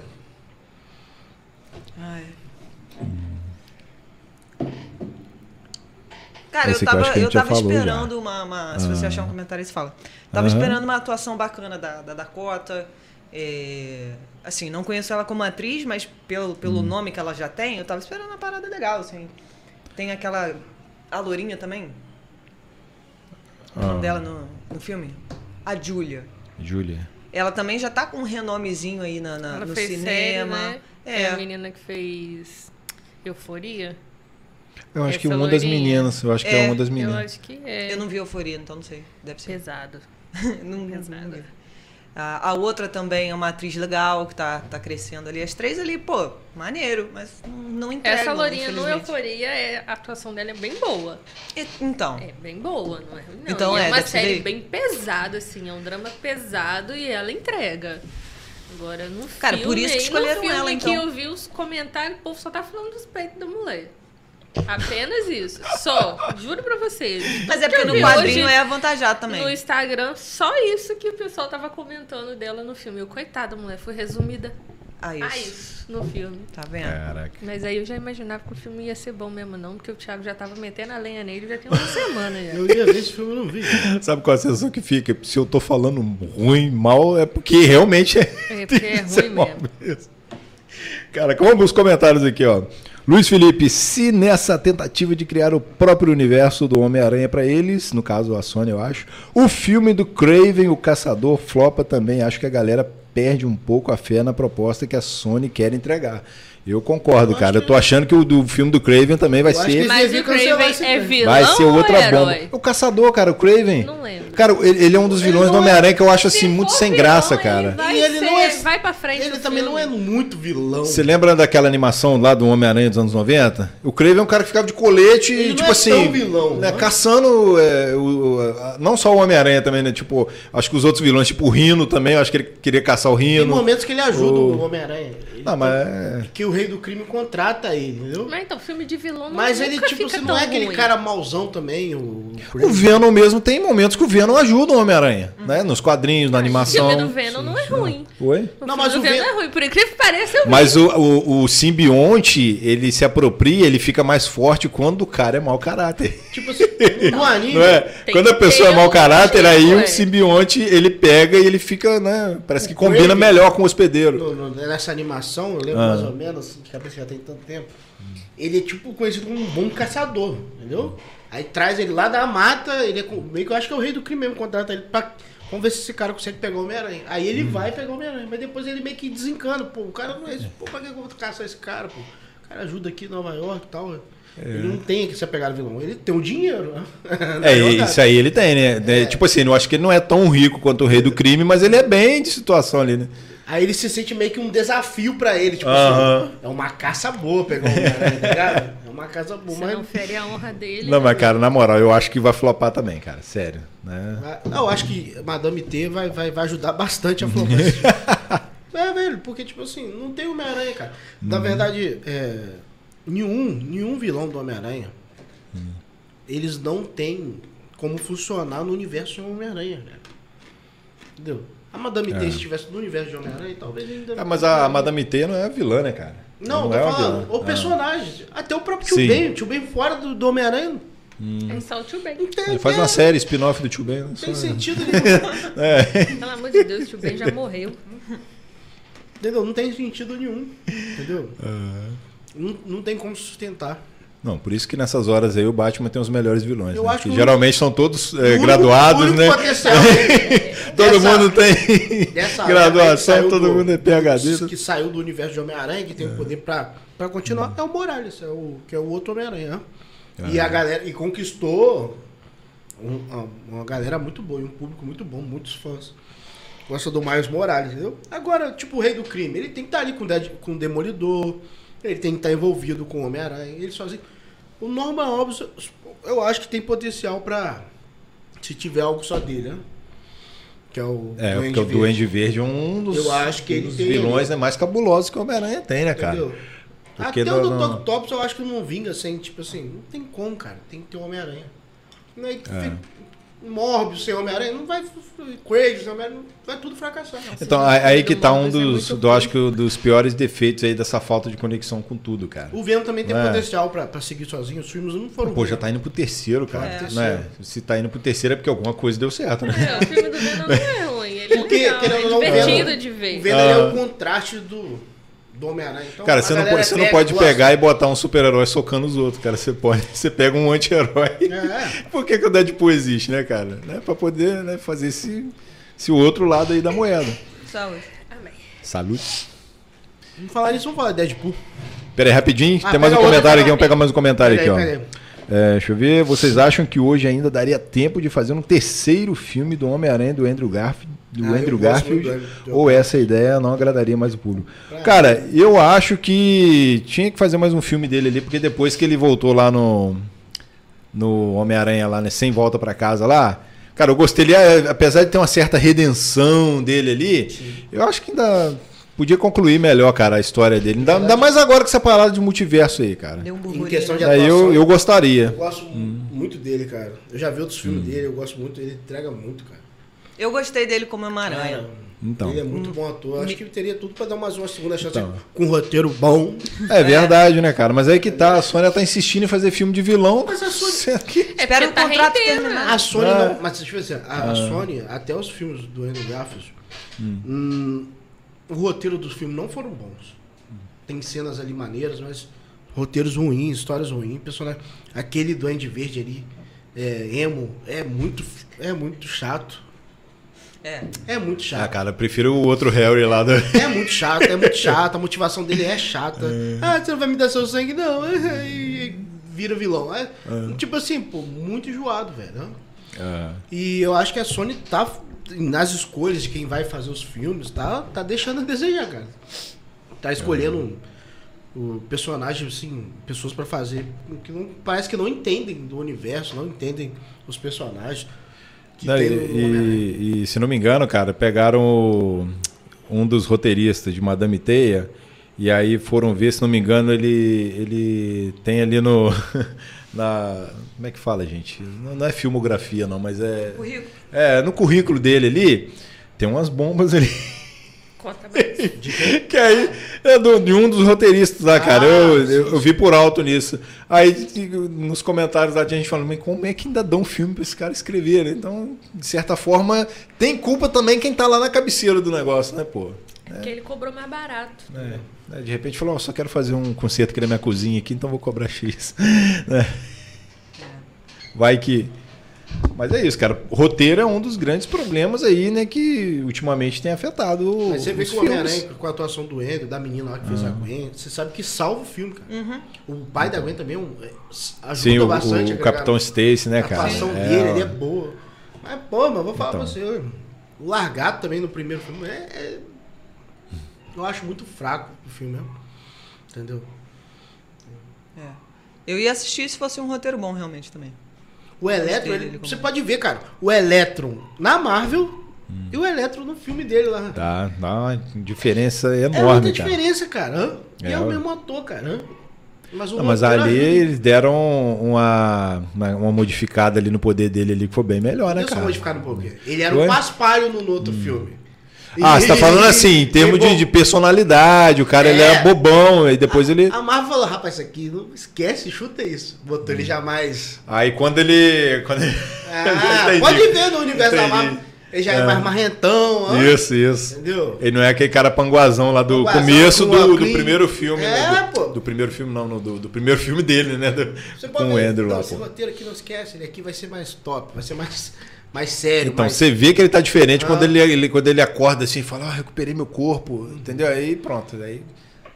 S2: Cara,
S1: Esse
S2: eu
S1: que eu
S2: tava,
S1: acho que a
S2: eu
S1: gente já
S2: tava
S1: falou já. Ah.
S2: esperando uma, uma- Se você achar um comentário, você fala. Tava
S1: Aham.
S2: esperando uma atuação bacana da, da Dakota. é, assim, não conheço ela como atriz, mas pelo, pelo
S1: Hum.
S2: nome que ela já tem, eu tava esperando uma parada legal, assim. Tem aquela. A Lourinha também? O
S1: Ah,
S2: nome dela no, no filme? A Julia.
S1: Júlia.
S2: Ela também já tá com um renomezinho aí na, na-
S4: Ela
S2: Ah, no
S4: fez
S2: cinema.
S4: série, né?
S2: É.
S4: É a menina que fez Euforia.
S1: Eu acho que
S4: Essa
S1: uma das
S4: loirinha.
S1: meninas. Eu acho que é
S2: É,
S1: uma das
S4: Eu
S1: meninas.
S4: acho que é
S2: Eu não vi euforia, então não sei. Deve ser.
S4: pesado.
S2: não,
S4: Pesado.
S2: não- Ah, a, a outra também é uma atriz legal que tá, tá crescendo ali. As três ali, pô, maneiro, mas não- não entrega.
S4: Essa Lourinha no Euforia, é, a atuação dela é bem boa.
S2: Então,
S4: É bem boa, não é? ruim, Não.
S2: Então
S4: E é,
S2: é,
S4: uma
S2: deve ser
S4: série
S2: daí.
S4: bem pesada, assim, é um drama pesado e ela entrega. Agora, no
S2: Cara,
S4: filme,
S2: por isso
S4: aí,
S2: que
S4: no
S2: escolheram
S4: filme
S2: ela,
S4: que
S2: então.
S4: eu vi os comentários, o povo só tá falando dos peitos da mulher. Apenas isso. Só. Juro pra vocês.
S2: mas é porque
S4: eu
S2: no
S4: vi
S2: quadrinho
S4: hoje
S2: é avantajado também.
S4: No Instagram, só isso que o pessoal tava comentando dela no filme. Eu, coitada, mulher, foi resumida
S2: Ah, isso.
S4: a isso no filme.
S2: Tá vendo?
S1: Caraca.
S4: Mas aí eu já imaginava que o filme ia ser bom mesmo, não, porque o Thiago já tava metendo a lenha nele já tem uma semana já.
S3: Eu ia ver esse filme, eu não vi.
S1: Sabe qual é a sensação que fica? Se eu tô falando ruim, mal, é porque realmente é.
S4: É, porque é
S1: Isso
S4: ruim
S1: bom
S4: mesmo.
S1: mesmo. Cara, vamos os comentários aqui, ó. Luiz Felipe, se nessa tentativa de criar o próprio universo do Homem-Aranha pra eles, no caso a Sony, eu acho, o filme do Craven, o Caçador, flopa também. Acho que a galera perde um pouco a fé na proposta que a Sony quer entregar. Eu concordo, cara. Eu tô achando que o do filme do Craven também vai
S3: Eu acho que
S1: ser.
S3: Mas
S4: Mas
S3: ia
S4: o
S3: cancelar
S4: Craven
S3: esse
S4: é
S3: filme.
S4: vilão
S1: Vai ser outra
S4: ou
S1: bomba.
S4: herói?
S1: O caçador, cara, o Craven.
S4: Não lembro.
S1: Cara, ele, ele é um dos vilões do
S4: não é-
S1: Homem-Aranha que eu acho
S4: Se
S1: assim muito
S4: for
S1: sem
S4: vilão,
S1: graça,
S4: ele
S1: cara.
S4: Vai,
S3: E ele
S4: ser-
S3: não é-
S4: vai pra frente.
S3: Ele
S4: o
S3: também
S4: filme.
S3: não é muito vilão.
S1: Você lembra daquela animação lá do Homem-Aranha dos anos 90? O Craven é um cara que ficava de colete
S3: Ele
S1: e,
S3: não
S1: tipo
S3: é
S1: assim.
S3: tão vilão,
S1: né,
S3: né?
S1: Caçando. é, o- o- a- não só o Homem-Aranha também, né? Tipo, acho que os outros vilões, tipo o Rino também, eu acho que ele queria caçar o
S3: Tem
S1: Rino.
S3: momentos que ele ajuda
S1: O-
S3: o Homem-Aranha. Ele
S1: Não,
S3: tem-
S1: mas. é-
S3: Que o rei do crime contrata ele, entendeu?
S4: Mas então, filme de vilão não
S3: Mas ele,
S4: nunca
S3: tipo,
S4: fica
S3: você não
S4: tão
S3: é aquele
S4: ruim.
S3: cara mauzão também, o.
S1: é, O Venom mesmo tem momentos que o Venom ajuda o Homem-Aranha,
S3: Uhum.
S1: né? Nos quadrinhos, na
S4: O
S1: animação.
S4: filme do Venom não é ruim.
S1: Oi?
S4: O
S3: Não,
S4: filme
S3: mas
S4: do
S3: o
S4: Venom
S3: Ven-
S4: é ruim. Por incrível que pareça, eu
S1: Mas o, o, o simbionte, ele se apropria, ele fica mais forte quando o cara é mau caráter.
S3: Tipo assim, no anime.
S1: Não é?
S4: Tem
S1: Quando a
S4: que
S1: pessoa é
S4: ter
S1: mau
S4: um
S1: caráter,
S3: tipo
S1: aí
S4: motivo, é.
S1: o simbionte ele pega e ele fica, né? Parece que
S3: O Craven.
S1: combina melhor com o hospedeiro.
S3: no- no- nessa animação, eu lembro
S1: Ah.
S3: mais ou menos, assim, de cabeça já tem tanto tempo. Ele é tipo conhecido como um bom caçador, entendeu? Aí traz ele lá da mata, ele é com- meio que eu acho que é o rei do crime mesmo, contrata ele pra. Vamos ver se esse cara consegue pegar o Homem-Aranha. Aí
S1: Uhum.
S3: ele vai pegar o Homem-Aranha, mas depois ele meio que desencana. Pô, o cara não é esse. Pô, pra que eu vou caçar esse cara, pô? O cara ajuda aqui em Nova York e tal. Ele não tem que se apegar ao vilão. Ele tem o dinheiro. né?
S1: É,
S3: Não
S1: isso aí ele tem, né? É, Tipo assim, eu acho que ele não é tão rico quanto o rei do crime, mas ele é bem de situação ali, né?
S3: Aí ele se sente meio que um desafio pra ele. Tipo
S1: Aham.
S3: assim, é uma caça boa pegar o Homem-Aranha, tá ligado? É uma caça boa.
S4: Você não
S3: Mas,
S4: fere a honra dele.
S3: é
S1: Não, mas cara, na moral, eu acho que vai flopar também, cara. Sério, né?
S3: mas- não, eu acho que Madame T vai, vai, vai ajudar bastante a flopar esse filme. É, velho, porque, tipo assim, não tem Homem-Aranha, cara.
S1: Uhum.
S3: Na verdade, é, nenhum, nenhum vilão do Homem-Aranha,
S1: Uhum.
S3: eles não têm como funcionar no universo de Homem-Aranha, velho. Entendeu? A Madame T, se estivesse no universo de Homem-Aranha, talvez ainda...
S1: Ah, É. mas a Madame T não é a vilã, né, cara?
S3: Não,
S1: é
S3: eu tô
S1: uma
S3: falando,
S1: vilã.
S3: o personagem. Até o próprio tio
S1: Sim.
S3: Ben, o tio Ben fora do, do Homem-Aranha.
S4: É só o Tio Ben.
S3: Não tem,
S1: Ah, ele faz
S3: tem-
S1: uma série spin-off do Tio Ben. né?
S3: não tem
S1: Só-
S3: sentido nenhum.
S4: Pelo amor de Deus, o Tio Ben já morreu.
S3: entendeu? Não tem sentido nenhum. Entendeu?
S1: É.
S3: Não, não tem como sustentar.
S1: Não, por isso que nessas horas aí o Batman tem os melhores vilões.
S3: Eu
S1: né?
S3: acho
S1: Que
S3: que o-
S1: geralmente são todos é,
S3: O único- o
S1: graduados,
S3: único
S1: né?
S3: potencial
S1: Todo
S3: dessa-
S1: mundo tem
S3: dessa época que
S1: graduação,
S3: saiu
S1: todo
S3: do-
S1: mundo é PHD.
S3: que saiu do universo de Homem-Aranha, que tem o poder pra, pra
S1: Uhum.
S3: continuar, é o Morales, é o, que é o outro Homem-Aranha.
S1: É.
S3: né? E a galera. E conquistou um- uma, uma galera muito boa, e um público muito bom, muitos fãs. Gosta do Miles Morales, entendeu? Agora, tipo, o rei do crime, ele tem que estar ali com o, Dead- com o Demolidor, ele tem que estar envolvido com o Homem-Aranha, ele sozinho. O Norman Obs, eu acho que tem potencial pra. Se tiver algo só dele, né? Que é o.
S1: É, porque o
S3: Verde.
S1: Duende Verde é um dos,
S3: Eu acho que
S1: um
S3: ele
S1: dos
S3: tem-
S1: vilões né, mais cabulosos que o Homem-Aranha tem, né, cara?
S3: Entendeu?
S1: Porque
S3: Até o
S1: não-
S3: do
S1: não-
S3: Toc Tops eu assim, acho que não vinga sem, tipo assim, não tem como, cara. Tem que ter o Homem-Aranha. Não é que fica- Morbius sem Homem-Aranha, não vai. Quaid sem Homem-Aranha, não- vai tudo fracassar.
S1: Então, aí aí que tá um
S4: Morbius é
S1: dos,
S4: muito
S1: do- acho que o- dos piores defeitos aí dessa falta de conexão com tudo, cara.
S3: O Venom também tem
S1: É.
S3: potencial pra, pra seguir sozinho, os filmes não foram.
S1: Pô, já tá indo pro terceiro, cara.
S3: né? É.
S1: né? Se tá indo pro terceiro é porque alguma coisa deu certo, né?
S4: É, o filme do Venom não é ruim. Ele
S3: Porque,
S4: é, legal,
S3: querendo ou não,
S4: é
S3: o
S4: divertido
S3: Venom-
S4: de
S3: O
S4: ver.
S3: Venom ele é
S1: Ah.
S3: o contraste do, do Homem-Aranha. Então,
S1: Cara,
S3: a
S1: você não,
S3: galera
S1: pode, você não
S3: pega,
S1: pode
S3: gosta.
S1: pegar e botar um super-herói socando os outros, cara. Você pode, você pega um anti-herói.
S3: É, é.
S1: Por que, que o Deadpool existe, né, cara? Né? Pra poder né, fazer esse, esse outro lado aí da moeda.
S2: Saúde.
S1: Salute.
S3: Vamos falar nisso, vamos falar de Deadpool.
S1: Pera aí, rapidinho.
S3: Ah,
S1: Tem mais um
S3: pega outra,
S1: comentário aqui.
S4: pega
S1: Vamos pegar mais um comentário aqui,
S3: Pera
S1: ó.
S3: aí, pera aí.
S1: É, deixa eu ver. Vocês acham que hoje ainda daria tempo de fazer um terceiro filme do Homem-Aranha do Andrew Garfield? Do
S3: Ah, eu
S1: Andrew
S3: gosto
S1: Garfield?
S3: muito do- do-
S1: ou essa ideia não agradaria mais o público? Cara, eu acho que tinha que fazer mais um filme dele ali, porque depois que ele voltou lá no no Homem-Aranha lá, né, sem volta pra casa lá. Cara, eu gostei ele, a- apesar de ter uma certa redenção dele ali, eu acho que ainda podia concluir melhor, cara, a história dele. Ainda, ainda mais agora que essa parada de multiverso aí, cara.
S2: Deu um
S3: Em
S2: burburinho.
S3: questão de
S1: Daí eu,
S3: atuação,
S1: eu gostaria.
S3: eu gosto
S1: Hum.
S3: muito dele, cara. Eu já vi outros filmes dele, eu gosto muito, ele entrega muito, cara.
S2: Eu gostei dele como Homem-Aranha.
S3: Cara,
S1: Então.
S3: Ele é muito bom ator. Acho que teria tudo pra dar mais uma segunda chance
S1: Então.
S3: com um roteiro bom.
S1: É verdade, né, cara? Mas aí que tá, a Sônia tá insistindo em fazer filme de vilão.
S3: Mas a Sônia-
S1: sendo que-
S4: É
S2: Espero
S4: porque tá
S2: o contrato
S4: rendendo,
S2: terminar.
S4: né?
S3: A Sony
S1: Ah.
S3: não. Mas deixa eu dizer, a, a Sony, até os filmes do Andrew Garfield, hum, o roteiro dos filmes não foram bons. Tem cenas ali maneiras, mas roteiros ruins, histórias ruins, personagem. Aquele Duende Verde ali, é, emo, é muito, é muito chato.
S2: É.
S3: É muito chato.
S1: Ah, cara, eu prefiro o outro Harry lá do.
S3: É muito chato, é muito chato, a motivação dele é chata. Ah, você não vai me dar seu sangue, não. E vira vilão. É, Tipo assim, pô, muito enjoado, velho. né?
S1: Ah,
S3: E eu acho que a Sony tá nas escolhas de quem vai fazer os filmes, tá, tá deixando a desejar, cara. Tá escolhendo
S1: É.
S3: o personagem, assim, pessoas pra fazer que não, parece que não entendem do universo, não entendem os personagens que
S1: não,
S3: tem
S1: e,
S3: no Homem-Aranha.
S1: e- e se não me engano, cara, pegaram o- um dos roteiristas de Madame Teia e aí foram ver, se não me engano, ele, ele tem ali no. Na, como é que fala, gente? Não, não é filmografia, não, mas é.
S2: O Rico.
S1: É, no currículo dele ali, tem umas bombas ali.
S4: Conta mais.
S1: Que aí é do- de um dos roteiristas lá, cara.
S3: Ah,
S1: eu, eu, eu vi por alto nisso. Aí de- nos comentários lá tinha gente falando, mas como é que ainda dão filme pra esse cara escrever? né? Então, de certa forma, tem culpa também quem tá lá na cabeceira do negócio, né, pô?
S4: Porque ele cobrou mais barato.
S1: É, né, De repente falou, ó, só quero fazer um concerto aqui na minha cozinha aqui, então vou cobrar X. Né?
S3: É.
S1: Vai que. Mas é isso, cara. Roteiro é um dos grandes problemas aí, né? Que ultimamente tem afetado.
S3: Mas você vê
S1: os
S3: que o
S1: filmes. Uhum.
S3: Homem-Aranha, com a atuação do Andrew, da menina lá que fez a Gwen, você sabe que salva o filme, cara. O pai da Gwen também é um- é, s- ajuda
S1: Sim, o,
S3: bastante.
S1: o
S3: a agregar-
S1: Capitão Stacy, né,
S3: A
S1: cara?
S3: atuação
S1: É,
S3: dele
S1: ó.
S3: ele é boa. Mas, pô, mas vou falar
S1: Então.
S3: pra você. eu- O Largado também no primeiro filme é... é- Eu acho muito fraco o filme, né? Entendeu?
S2: É. Eu ia assistir se fosse um roteiro bom, realmente, também.
S3: O Electron,
S2: dele,
S3: ele-
S2: ele como-
S3: você pode ver, cara, o Electron na Marvel
S1: Hum.
S3: e o Electron no filme dele lá.
S1: Dá, dá uma diferença
S3: É
S1: Tá enorme,
S3: muita
S1: cara.
S3: diferença, cara. hã? E
S1: É,
S3: é o
S1: ó.
S3: mesmo ator, cara. hã? Mas, o
S1: Não, mas
S3: roteiro
S1: ali
S3: ajuda.
S1: eles deram uma, uma, uma modificada ali no poder dele ali que foi bem melhor, né,
S3: Eu sou
S1: cara?
S3: modificado um pouquinho. Ele era
S1: Foi?
S3: um paspalho no outro filme.
S1: Ah, você tá falando assim, em
S3: E-
S1: termos de,
S3: bom,
S1: de personalidade, o cara ele
S3: É. Ah.
S1: era bobão, e depois ele.
S3: A Marvel falou, rapaz, isso aqui, não esquece, chuta isso. Botou
S1: Hum.
S3: ele jamais.
S1: Aí quando ele. Quando ele...
S3: Ah,
S1: Entendi.
S3: pode ver no universo da
S1: Entendi.
S3: Marvel. Ele já é, mais marrentão, ó.
S1: Isso, isso.
S3: Entendeu?
S1: Ele não é aquele cara panguazão lá do
S3: Panguazão,
S1: começo
S3: com
S1: do, do
S3: óculos.
S1: primeiro filme, né?
S3: É,
S1: Do,
S3: pô.
S1: do primeiro filme, não, no- do, do primeiro filme dele, né? Do-
S3: Você pode
S1: com o
S3: ver,
S1: Andrew
S3: então,
S1: lá,
S3: esse
S1: pô.
S3: roteiro aqui, não esquece, ele aqui vai ser mais top, vai ser mais, mais sério.
S1: Então,
S3: mais...
S1: você vê que ele tá diferente
S3: Ah.
S1: quando, ele, ele- quando ele acorda assim e fala, ah, recuperei meu corpo, entendeu? Aí pronto, aí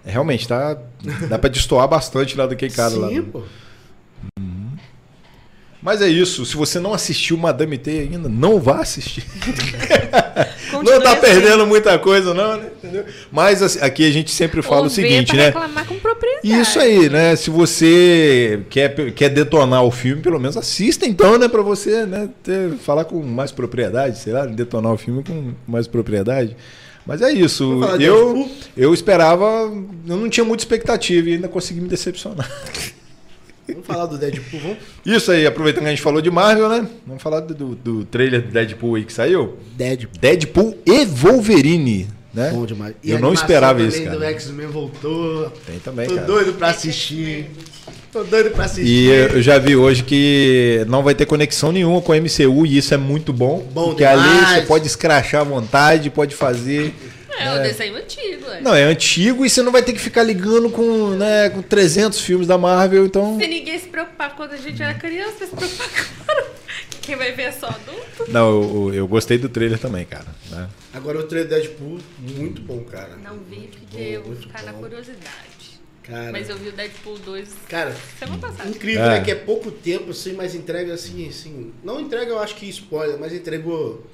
S1: é, realmente tá, dá pra destoar bastante lá do que é cara lá.
S3: Sim, pô.
S1: Mas é isso, se você não assistiu Madame T ainda, não vá assistir.
S2: Continue
S1: não tá
S2: assim.
S1: perdendo muita coisa não, né? Entendeu? Mas assim, aqui a gente sempre fala o
S4: Ou ver
S1: seguinte,
S4: pra
S1: né?
S4: reclamar com propriedade.
S1: Isso aí, né? Se você quer, quer detonar o filme, pelo menos assista então, né? Pra você né? ter- falar com mais propriedade, sei lá, detonar o filme com mais propriedade. Mas é isso.
S3: Vamos falar de
S1: Eu,
S3: Deadpool?
S1: eu esperava. Eu não tinha muita expectativa e ainda consegui me decepcionar.
S3: Vamos falar do Deadpool, vamos?
S1: Isso aí, aproveitando que a gente falou de Marvel, né? Vamos falar do, do, do trailer do Deadpool aí que saiu.
S3: Deadpool.
S1: Deadpool e Wolverine, né?
S3: Bom demais.
S1: Eu
S3: a
S1: não
S3: animação
S1: esperava
S3: também
S1: isso, cara.
S3: do X-Men voltou.
S1: Tem também,
S3: Tô
S1: cara.
S3: doido pra assistir. Tô doido pra
S1: E
S3: assistir.
S1: eu já vi hoje que não vai ter conexão nenhuma com a MCU e isso é muito bom.
S3: Bom
S1: porque
S3: demais.
S1: ali você pode escrachar à vontade, pode fazer.
S4: É, o desenho antigo, é.
S1: Não, é antigo e você não vai ter que ficar ligando com, né, com 300 filmes da Marvel, então.
S4: Se ninguém se preocupar quando a gente era criança, se preocupar agora. Que Quem vai ver é só adulto.
S1: Não, eu, eu gostei do trailer também, cara. né?
S3: Agora o trailer do Deadpool, muito bom, cara.
S4: Não vi, porque
S3: Bom,
S4: eu vou
S3: muito
S4: ficar na
S3: bom.
S4: curiosidade.
S3: Cara,
S4: Mas eu vi o Deadpool 2
S3: cara
S4: semana passada.
S3: incrível,
S1: É.
S3: né? Que é pouco tempo, assim, mas entrega, assim, assim... Não entrega, eu acho que spoiler, mas entregou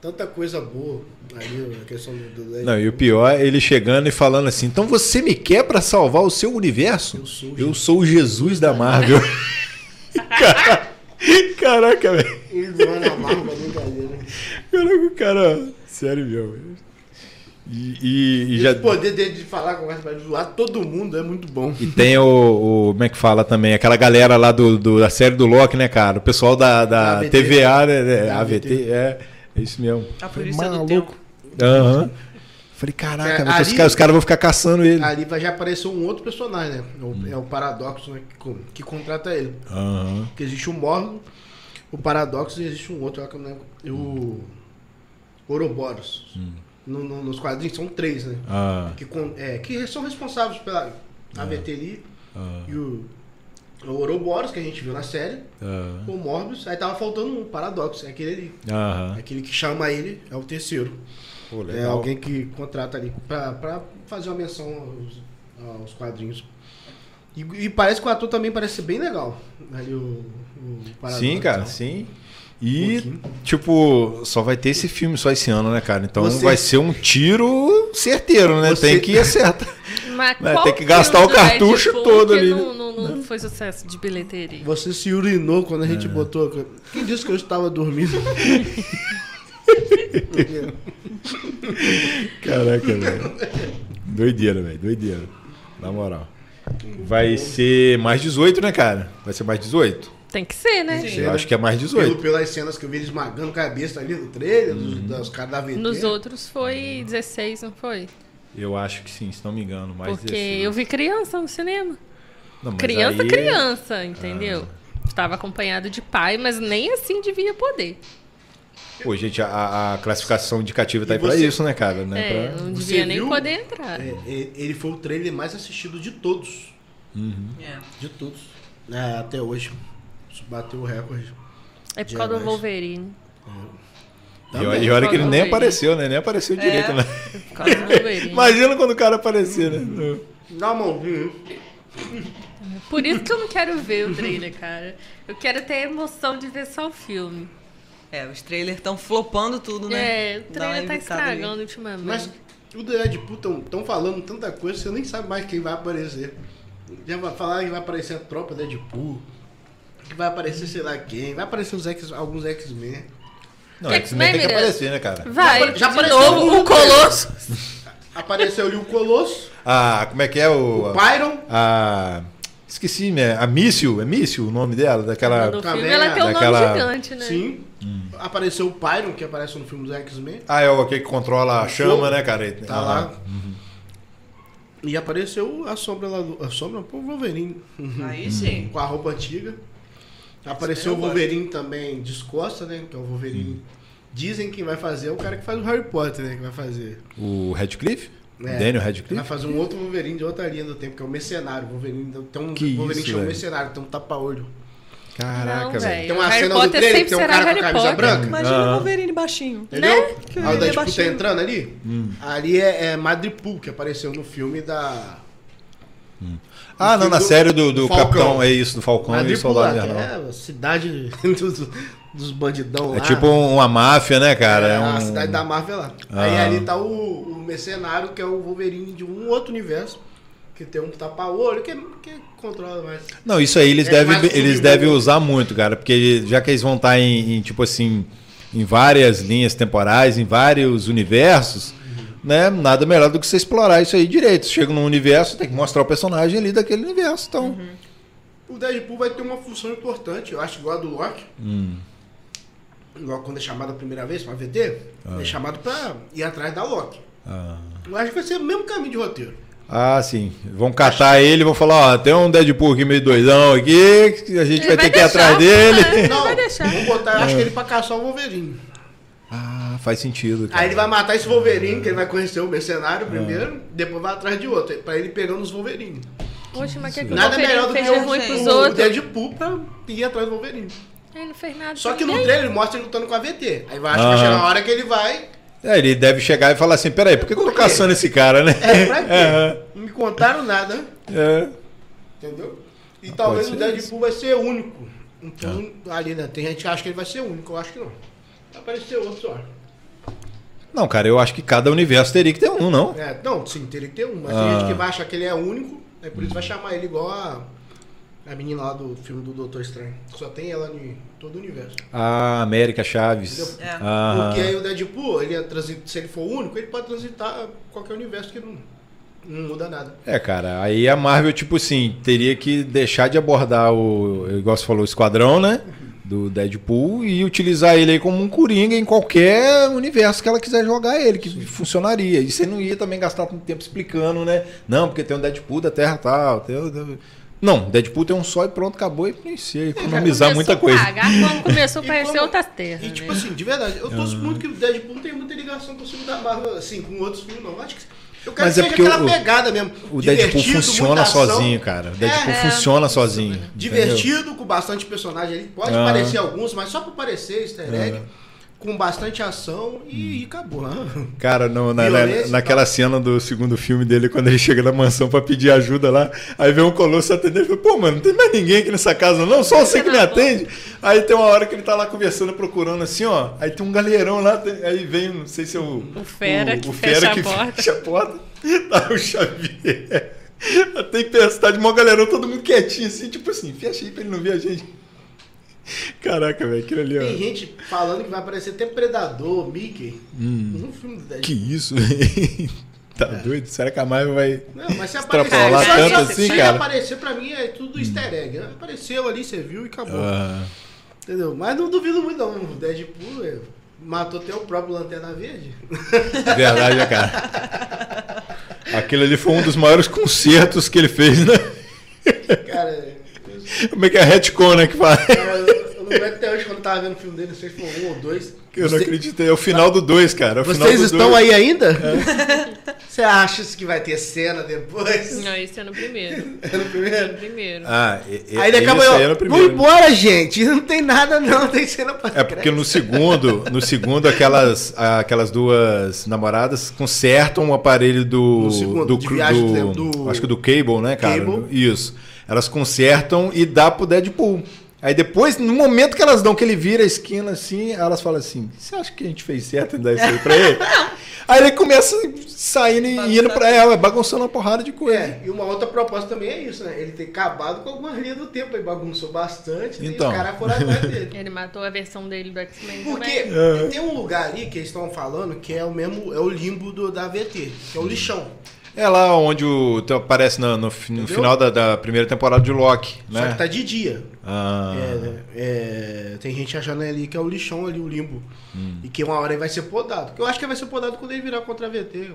S3: tanta coisa boa ali, a questão do, do Deadpool.
S1: Hum. Não, e o pior, é ele chegando e falando assim: então você me quer pra salvar o seu universo?
S3: Eu sou o
S1: Eu sou o Jesus da Marvel. Cara- Caraca, velho.
S3: Ele vai na barba, né, brincadeira.
S1: Caraca, o cara. Sério mesmo. E, e- e já.
S3: O poder dele de falar com o zoar todo mundo é muito bom.
S1: E tem o, o- Como é que fala também? Aquela galera lá do, do- da série do Loki, né, cara? O pessoal da, da
S3: AVT.
S1: TVA, né? né,
S3: Da
S1: AVT, é. É isso mesmo.
S2: A
S1: Falei,
S2: polícia do
S1: maluco.
S2: tempo.
S1: Aham. Falei, caraca,
S3: É,
S1: velho, os
S3: ali-
S1: caras os caras vão ficar caçando ele.
S3: Ali vai já aparecer um outro personagem, né? É o,
S1: Hum.
S3: é o Paradoxo, né? Que, co- que contrata ele.
S1: Aham.
S3: Porque existe o Morgan, o Paradoxo e existe um outro lá que eu não lembro. E o Ouroboros. No- no- nos quadrinhos são três, né?
S1: Hum. Ah,
S3: Que, con- é, que são responsáveis pela AVT ali
S1: ah,
S3: e o, o Ouroboros, que a gente viu na série.
S1: ah,
S3: O Morbius, aí tava faltando um Paradoxo, é aquele ali. É
S1: aham.
S3: Aquele que chama ele é o terceiro.
S1: Pô,
S3: É
S1: legal.
S3: alguém que contrata ali pra, pra fazer uma menção aos, aos quadrinhos. E, e parece que o ator também parece ser bem legal. Ali o, o Paradoxo.
S1: Sim, cara, sim. E,
S3: Um Pouquinho.
S1: tipo, só vai ter esse filme só esse ano, né, cara? Então
S3: Você-
S1: vai ser um tiro certeiro, né?
S3: Você-
S1: Tem que acertar.
S4: Mas
S1: Mas
S4: qual
S1: tem que
S4: filme
S1: gastar o
S4: do
S1: cartucho
S4: Deadpool
S1: todo
S4: que
S1: ali, né?
S4: Não, não, não foi sucesso de bilheteria.
S3: Você se urinou quando a
S1: É.
S3: gente botou. Quem disse que eu estava dormindo?
S1: Caraca, velho. Doideira, velho. Doideira. Na moral. Vai ser mais 18, né, cara? Vai ser mais 18?
S4: Tem que ser, né?
S1: Eu acho que é mais 18.
S3: Pelo, pelas cenas que eu vi ele esmagando cabeça ali no trailer, dos,
S1: Uhum.
S3: das caras da VT.
S4: Nos outros foi 16, não foi?
S1: Eu acho que sim, se não me engano. Mais né?
S4: Porque eu vi criança no cinema.
S1: Não, mas
S4: criança,
S1: aí- é- Ah.
S4: criança, entendeu? Estava acompanhado de pai, mas nem assim devia poder.
S1: Pô, gente, a, a classificação indicativa tá
S3: E
S1: aí pra
S3: você-
S1: isso, né, cara? Né?
S4: é,
S1: Pra-
S4: não
S3: Você
S4: devia nem
S3: viu?
S4: poder entrar.
S3: É, e- ele foi o trailer mais assistido de todos.
S2: É.
S3: De todos. É, até hoje. Isso bateu o recorde.
S4: É por causa do
S3: Jamais.
S4: Wolverine.
S1: E olha,
S3: Também.
S1: e olha que ele nem
S4: Talvez.
S1: apareceu, né? Nem
S4: É.
S1: apareceu direito, né?
S4: Por causa do Wolverine.
S1: Imagina quando o cara aparecer, né?
S3: Dá uma mãozinha.
S4: Por isso que eu não quero ver o trailer, cara. Eu quero ter a emoção de ver só o filme.
S2: É, os trailers estão flopando tudo, né?
S4: É, o
S2: Dá
S4: trailer
S2: uma
S4: tá
S2: evitada ali.
S4: estragando ultimamente.
S3: Mas o Deadpool tão, tão falando tanta coisa, você nem sabe mais quem vai aparecer. Já vai falar que vai aparecer a tropa Deadpool. Que vai aparecer sei lá quem. Vai aparecer os X, alguns X-Men.
S1: Não,
S4: Que
S1: X-Men tem que
S4: X-Men,
S1: aparecer, né, cara?
S4: Vai,
S3: apare- já
S4: de
S3: apareceu
S4: novo,
S3: algum
S4: o Colosso.
S3: Apareceu ali o Colosso,
S1: Ah, como é que é o.
S3: o Pyron.
S1: a. Esqueci, né? A Míssil, é Míssil o nome dela? Daquela.
S4: No
S3: Tá
S4: filme
S3: bem,
S4: ela tem um
S1: daquela-
S4: nome gigante, né?
S3: Sim. Apareceu o Pyron, que aparece no filme dos X-Men.
S1: Ah, é o aquele que controla a chama, né, cara?
S3: Tá
S1: Ah,
S3: lá. E apareceu a sombra lá do. A sombra, pô, o Wolverine.
S2: Uhum.
S1: Uhum.
S2: Aí sim.
S3: Com a roupa antiga. Apareceu o
S2: eu gosto.
S3: Wolverine também de Escócia, né? Que é o Wolverine. Dizem que vai fazer é o cara que faz o Harry Potter, né? Que vai fazer.
S1: O Radcliffe?
S3: É.
S1: Daniel
S3: Vai
S1: Radcliffe?
S3: fazer um outro Wolverine de outra linha do tempo, que é o Mercenário. O Wolverine tem um
S1: Que
S3: Wolverine
S1: isso,
S3: que chama
S1: velho.
S3: Mercenário, tem um tapa-olho.
S1: Caraca,
S4: Não,
S1: velho.
S4: velho.
S3: Tem uma
S4: É, Harry
S3: cena
S4: Potter
S3: do trailer
S4: sempre
S3: que tem um
S4: será
S3: cara
S4: Harry
S3: com a camisa
S4: Potter. né,
S3: branca.
S2: Imagina
S1: Ah.
S2: o Wolverine baixinho.
S3: Entendeu?
S2: Que
S3: Aí o
S2: ele é
S3: Deadpool tá
S2: baixinho.
S3: entrando ali.
S1: Hum.
S3: Ali é, é Madripool, que apareceu no filme da.
S1: Ah, não, na
S3: Do-
S1: série do, do
S3: Falcão.
S1: Capitão, é isso, do Falcão e
S3: Madripool,
S1: o Soldado
S3: lá, que
S1: Invernal.
S3: é a cidade dos, dos bandidão
S1: É
S3: lá.
S1: tipo uma máfia, né, cara? É,
S3: É
S1: um...
S3: a cidade da Marvel lá. Aí
S1: Ah.
S3: ali tá o, o mercenário, que é o Wolverine de um outro universo. Que tem um tapa-olho, que, que controla mais.
S1: Não, isso aí eles,
S3: É
S1: devem,
S3: mais
S1: eles
S3: submundo.
S1: devem usar muito, cara, porque já que eles vão estar em, em, tipo assim, em várias linhas temporais, em vários universos, né? Nada melhor do que você explorar isso aí direito. Você chega num universo, tem que mostrar o personagem ali daquele universo, então.
S3: O Deadpool vai ter uma função importante, eu acho, igual a do Loki.
S1: Hum.
S3: Loki, quando é chamado a primeira vez pra VT, é chamado pra ir atrás da Loki.
S1: Ah.
S3: Eu acho que vai ser o mesmo caminho de roteiro.
S1: Ah, sim. Vão catar ele e vão falar, ó, tem um Deadpool aqui meio doidão aqui, que a gente vai, ter que ir atrás dele.
S3: Não,
S4: vai deixar.
S3: vamos botar, eu
S1: É.
S3: acho que ele pra caçar o Wolverine.
S1: Ah, faz sentido, cara.
S3: Aí ele vai matar esse Wolverine, que ele vai conhecer o
S1: Ah.
S3: mercenário primeiro, depois vai atrás de outro, pra ele pegando os Wolverine.
S4: Poxa, mas que, que o
S3: Nada melhor
S4: Wolverine
S3: do que
S4: fez
S2: eu-
S4: de ruim
S2: gente.
S4: pros
S3: o
S4: outros?
S3: Deadpool pra ir atrás do Wolverine.
S4: Ele não fez nada.
S3: Só
S4: pra
S3: que no
S4: ninguém.
S3: trailer ele mostra ele lutando com a VT. Aí vai, acho que
S1: Aham.
S3: vai chegar a hora que ele vai.
S1: É, ele deve chegar e falar assim, peraí, por que, que eu tô
S3: Por quê?
S1: caçando esse cara, né?
S3: É, pra quê?
S1: É,
S3: Não me contaram nada,
S1: é.
S3: entendeu? E talvez
S1: Ah, pode
S3: o
S1: ser Ah.
S3: Deadpool vai ser único. Então, ali, né? Tem gente que acha que ele vai ser único, eu acho que não. Vai aparecer outro só.
S1: Não, cara, eu acho que cada universo teria que ter um, não?
S3: É, não, sim, teria que ter um, mas
S1: Ah.
S3: tem gente que vai achar que ele é único, aí por isso vai chamar ele igual a, a menina lá do filme do Doutor Estranho. Só tem ela em todo o universo.
S1: Ah, América Chaves.
S3: Entendeu?
S2: É.
S1: Ah,
S3: Porque aí o Deadpool, ele é transi- se ele for único, ele pode transitar qualquer universo que não, não muda nada.
S1: É, cara, aí a Marvel, tipo assim, teria que deixar de abordar o, igual você falou, o esquadrão, né? Do Deadpool e utilizar ele aí como um coringa em qualquer universo que ela quiser jogar ele, que funcionaria. E você não ia também gastar tanto tempo explicando, né? Não, porque tem um Deadpool da Terra tal. Tem... o- Não, Deadpool tem um só e pronto, acabou e preencher, economizar
S4: Começou
S1: muita
S4: a
S1: coisa.
S4: Pagar, quando começou a
S3: E
S4: aparecer
S3: como-
S4: outras terras.
S3: E
S4: né?
S3: tipo assim, de verdade, eu torço muito que o Deadpool não tem muita ligação com o filme da Marvel, assim, com outros filmes não. Acho que eu quero
S1: Mas
S3: que
S1: é
S3: seja
S1: porque
S3: aquela
S1: o-
S3: pegada mesmo.
S1: O Deadpool
S3: divertido, muita
S1: funciona
S3: ação,
S1: sozinho, cara. O Deadpool
S3: é,
S1: funciona sozinho. entendeu?
S3: Divertido, com bastante personagem ali. Pode
S1: Ah.
S3: aparecer alguns, mas só pra aparecer, easter egg.
S1: Ah.
S3: Com bastante ação e,
S1: Hum.
S3: e acabou. Ah.
S1: Cara, no- na, na-
S3: Violência e
S1: naquela cena do segundo filme dele, quando ele chega na mansão pra pedir ajuda lá, aí vem um colosso atender e fala, pô, mano, não tem mais ninguém aqui nessa casa não, só você que me atende. Aí tem uma hora que ele tá lá conversando, procurando assim, ó, aí tem um galeirão lá, tem- aí vem, não sei se é o...
S4: O fera que fecha a porta.
S1: fecha a porta. Tá o Xavier. A tempestade, mó galerão, todo mundo quietinho assim, tipo assim, fecha aí pra ele não ver a gente. Caraca, velho, aquilo ali, ó.
S3: Tem gente falando que vai aparecer até Predador, Mickey. No filme do
S1: Hum. Que
S3: Deadpool.
S1: isso? tá doido? Será que a Marvel vai.
S3: Não, mas se aparecer.
S1: Extrapolar
S3: só se-
S1: tanto
S3: se
S1: assim,
S3: ele
S1: cara?
S3: aparecer pra mim é tudo easter egg. Apareceu ali, você viu e acabou.
S1: Ah.
S3: Entendeu? Mas não duvido muito, não. O Deadpool é, matou até o próprio Lanterna Verde.
S1: verdade, né, cara? Aquilo ali foi um dos maiores concertos que ele fez, né?
S3: Cara, eu-
S1: Como é que é a retcon, né? Que fala?
S3: eu, eu não lembro até hoje quando eu tava vendo o filme dele, não sei se foi um ou dois.
S1: Que Eu não acreditei. É o final do 2, cara. É o final
S3: Vocês
S1: do
S3: estão
S1: dois. É.
S3: aí ainda? Você acha que vai ter cena depois?
S4: Não, isso é no primeiro.
S3: É no
S4: É
S3: primeiro?
S4: no primeiro.
S1: Ah, e, e,
S3: Aí ele acaba
S1: esse
S3: ó,
S1: aí era o
S3: Vamos
S1: primeiro. né?
S3: embora, gente. Não tem nada, não. Tem cena pra
S1: É porque no segundo, no segundo aquelas, aquelas duas namoradas consertam o aparelho do
S3: No segundo,
S1: do,
S3: de
S1: cru-
S3: viagem,
S1: do-
S3: né, do-
S1: acho que do Cable, né, cara?
S3: Cable.
S1: Isso. Elas consertam e dá pro Deadpool. Aí depois, no momento que elas dão, que ele vira a esquina assim, elas falam assim: Você acha que a gente fez certo em dar isso aí pra ele? aí ele começa saindo e indo pra ela, bagunçando uma porrada de coisa.
S3: É, e uma outra proposta também é isso, né? Ele ter acabado com algumas linhas do tempo, ele bagunçou bastante né?
S1: Então.
S3: e os caras foram atrás dele.
S4: Ele matou a versão dele do X-Men
S3: Porque
S4: também.
S3: tem um lugar ali que eles estão falando que é o mesmo, é o limbo do, da VT, que é o lixão.
S1: É lá onde o, então, aparece no, no fi- no
S3: Entendeu?
S1: final da, da primeira temporada de Loki,
S3: Só
S1: né?
S3: que tá de dia.
S1: Ah.
S3: É, é, tem gente achando ali que é o lixão ali, o limbo.
S1: Hum.
S3: E que uma hora ele vai ser podado. Que eu acho que vai ser podado quando ele virar contra a VT.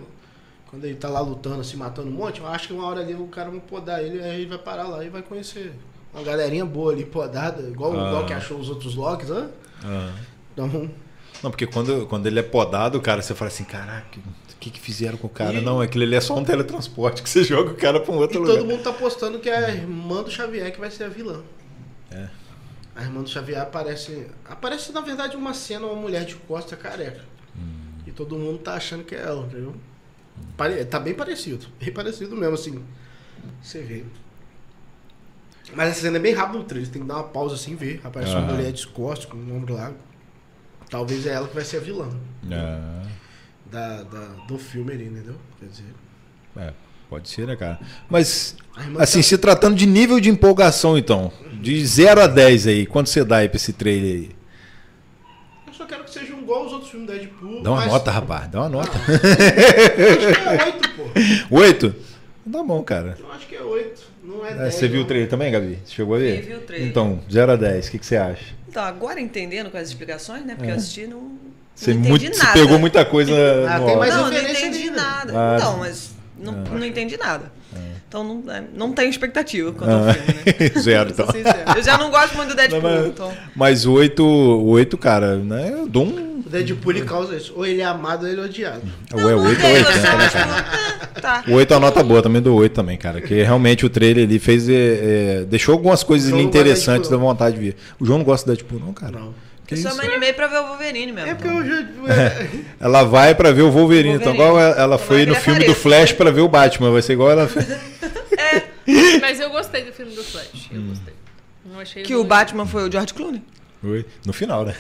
S3: Quando ele tá lá lutando, se matando um monte, eu acho que uma hora ali o cara vai podar ele, aí ele vai parar lá e vai conhecer. Uma galerinha boa ali, podada, igual
S1: Ah.
S3: o Loki achou os outros Locks, né?
S1: ah.
S3: Então,
S1: Não, porque quando, quando ele é podado, cara, você fala assim, caraca, o que, que fizeram com o cara?
S3: E-
S1: Não, aquilo ali é só um teletransporte que você joga o cara pra um
S3: e
S1: outro lugar.
S3: todo mundo tá postando que é a irmã do Xavier que vai ser a vilã.
S1: É.
S3: A irmã do Xavier aparece. Aparece, na verdade, uma cena, uma mulher de costa careca.
S1: Hum.
S3: E todo mundo tá achando que é ela, entendeu? Pare- Tá bem parecido. Bem parecido mesmo, assim. Você vê. Mas essa cena é bem rápida no trailer. Tem que dar uma pausa assim e ver. Aparece uma
S1: Aham.
S3: mulher de costa com um ombro largo. Talvez é ela que vai ser a vilã
S1: Ah,
S3: da, da- do filme ali, entendeu? Quer dizer.
S1: é, pode ser, né, cara? Mas,
S3: A irmã
S2: tá.
S1: assim, se tratando de nível de empolgação, então, de 0 a 10 aí, quanto você dá aí pra esse trailer
S3: Eu só quero que sejam igual os outros filmes da Deadpool.
S1: aí? Dá uma
S3: mas-
S1: nota, rapaz, dá uma nota.
S3: Acho que é oito, pô.
S1: 8? Tá bom, cara.
S3: Eu acho que é 8, não é 10.
S1: É, você viu o
S3: não.
S1: trailer também, Gabi? Você chegou a ver?
S2: Vi, vi o trailer.
S1: Então, 0 a 10, o que, que você acha?
S2: Então, agora entendendo com as explicações, né? Porque eu assisti não. não
S1: É. Você,
S2: entendi
S1: muito- você
S2: nada.
S1: pegou muita coisa
S3: Ah,
S1: no
S3: tem
S1: áudio.
S3: mais
S2: não, eu não
S4: é
S3: referência
S2: entendi
S3: ali, né?
S2: nada.
S1: Ah.
S2: Então, mas não, não entendi nada. Então não, é, não tenho expectativa quanto
S1: Ah.
S2: ao filme, né?
S1: Zero,
S2: Pra
S1: então.
S2: ser sincero. Eu já não gosto muito do Deadpool,
S1: Não, mas-
S2: então.
S1: Mas 8, 8, cara, né? Eu dou um.
S3: O Deadpool ele causa isso. Ou ele é amado ou ele é odiado.
S1: Ou é 8 ou 80,
S2: Não tem, você
S1: né,
S2: acha,
S1: cara?
S2: ah, Tá.
S1: O 8 é uma nota boa, também do 8 também, cara. Que realmente o trailer ali fez. é, é, deixou algumas coisas
S3: O João
S1: ali
S3: não gosta de
S1: interessantes da
S3: Deadpool,
S1: vontade de ver. O João não gosta da Deadpool, não, cara.
S3: Não.
S1: Que
S2: Eu só
S1: é isso?
S2: me animei pra ver o Wolverine mesmo.
S3: É porque eu já.
S1: Ela vai pra ver o Wolverine, então
S2: Wolverine.
S1: igual ela, ela
S2: Tomara
S1: foi
S2: que
S1: no
S2: ele
S1: filme do
S2: apareça.
S1: Flash pra ver o Batman, vai ser igual ela fez.
S4: Mas eu gostei do filme do Flash.
S1: Hum.
S4: Eu gostei. Não achei
S2: Que
S4: ruim.
S2: o Batman foi o George Clooney.
S1: Oi? No final, né?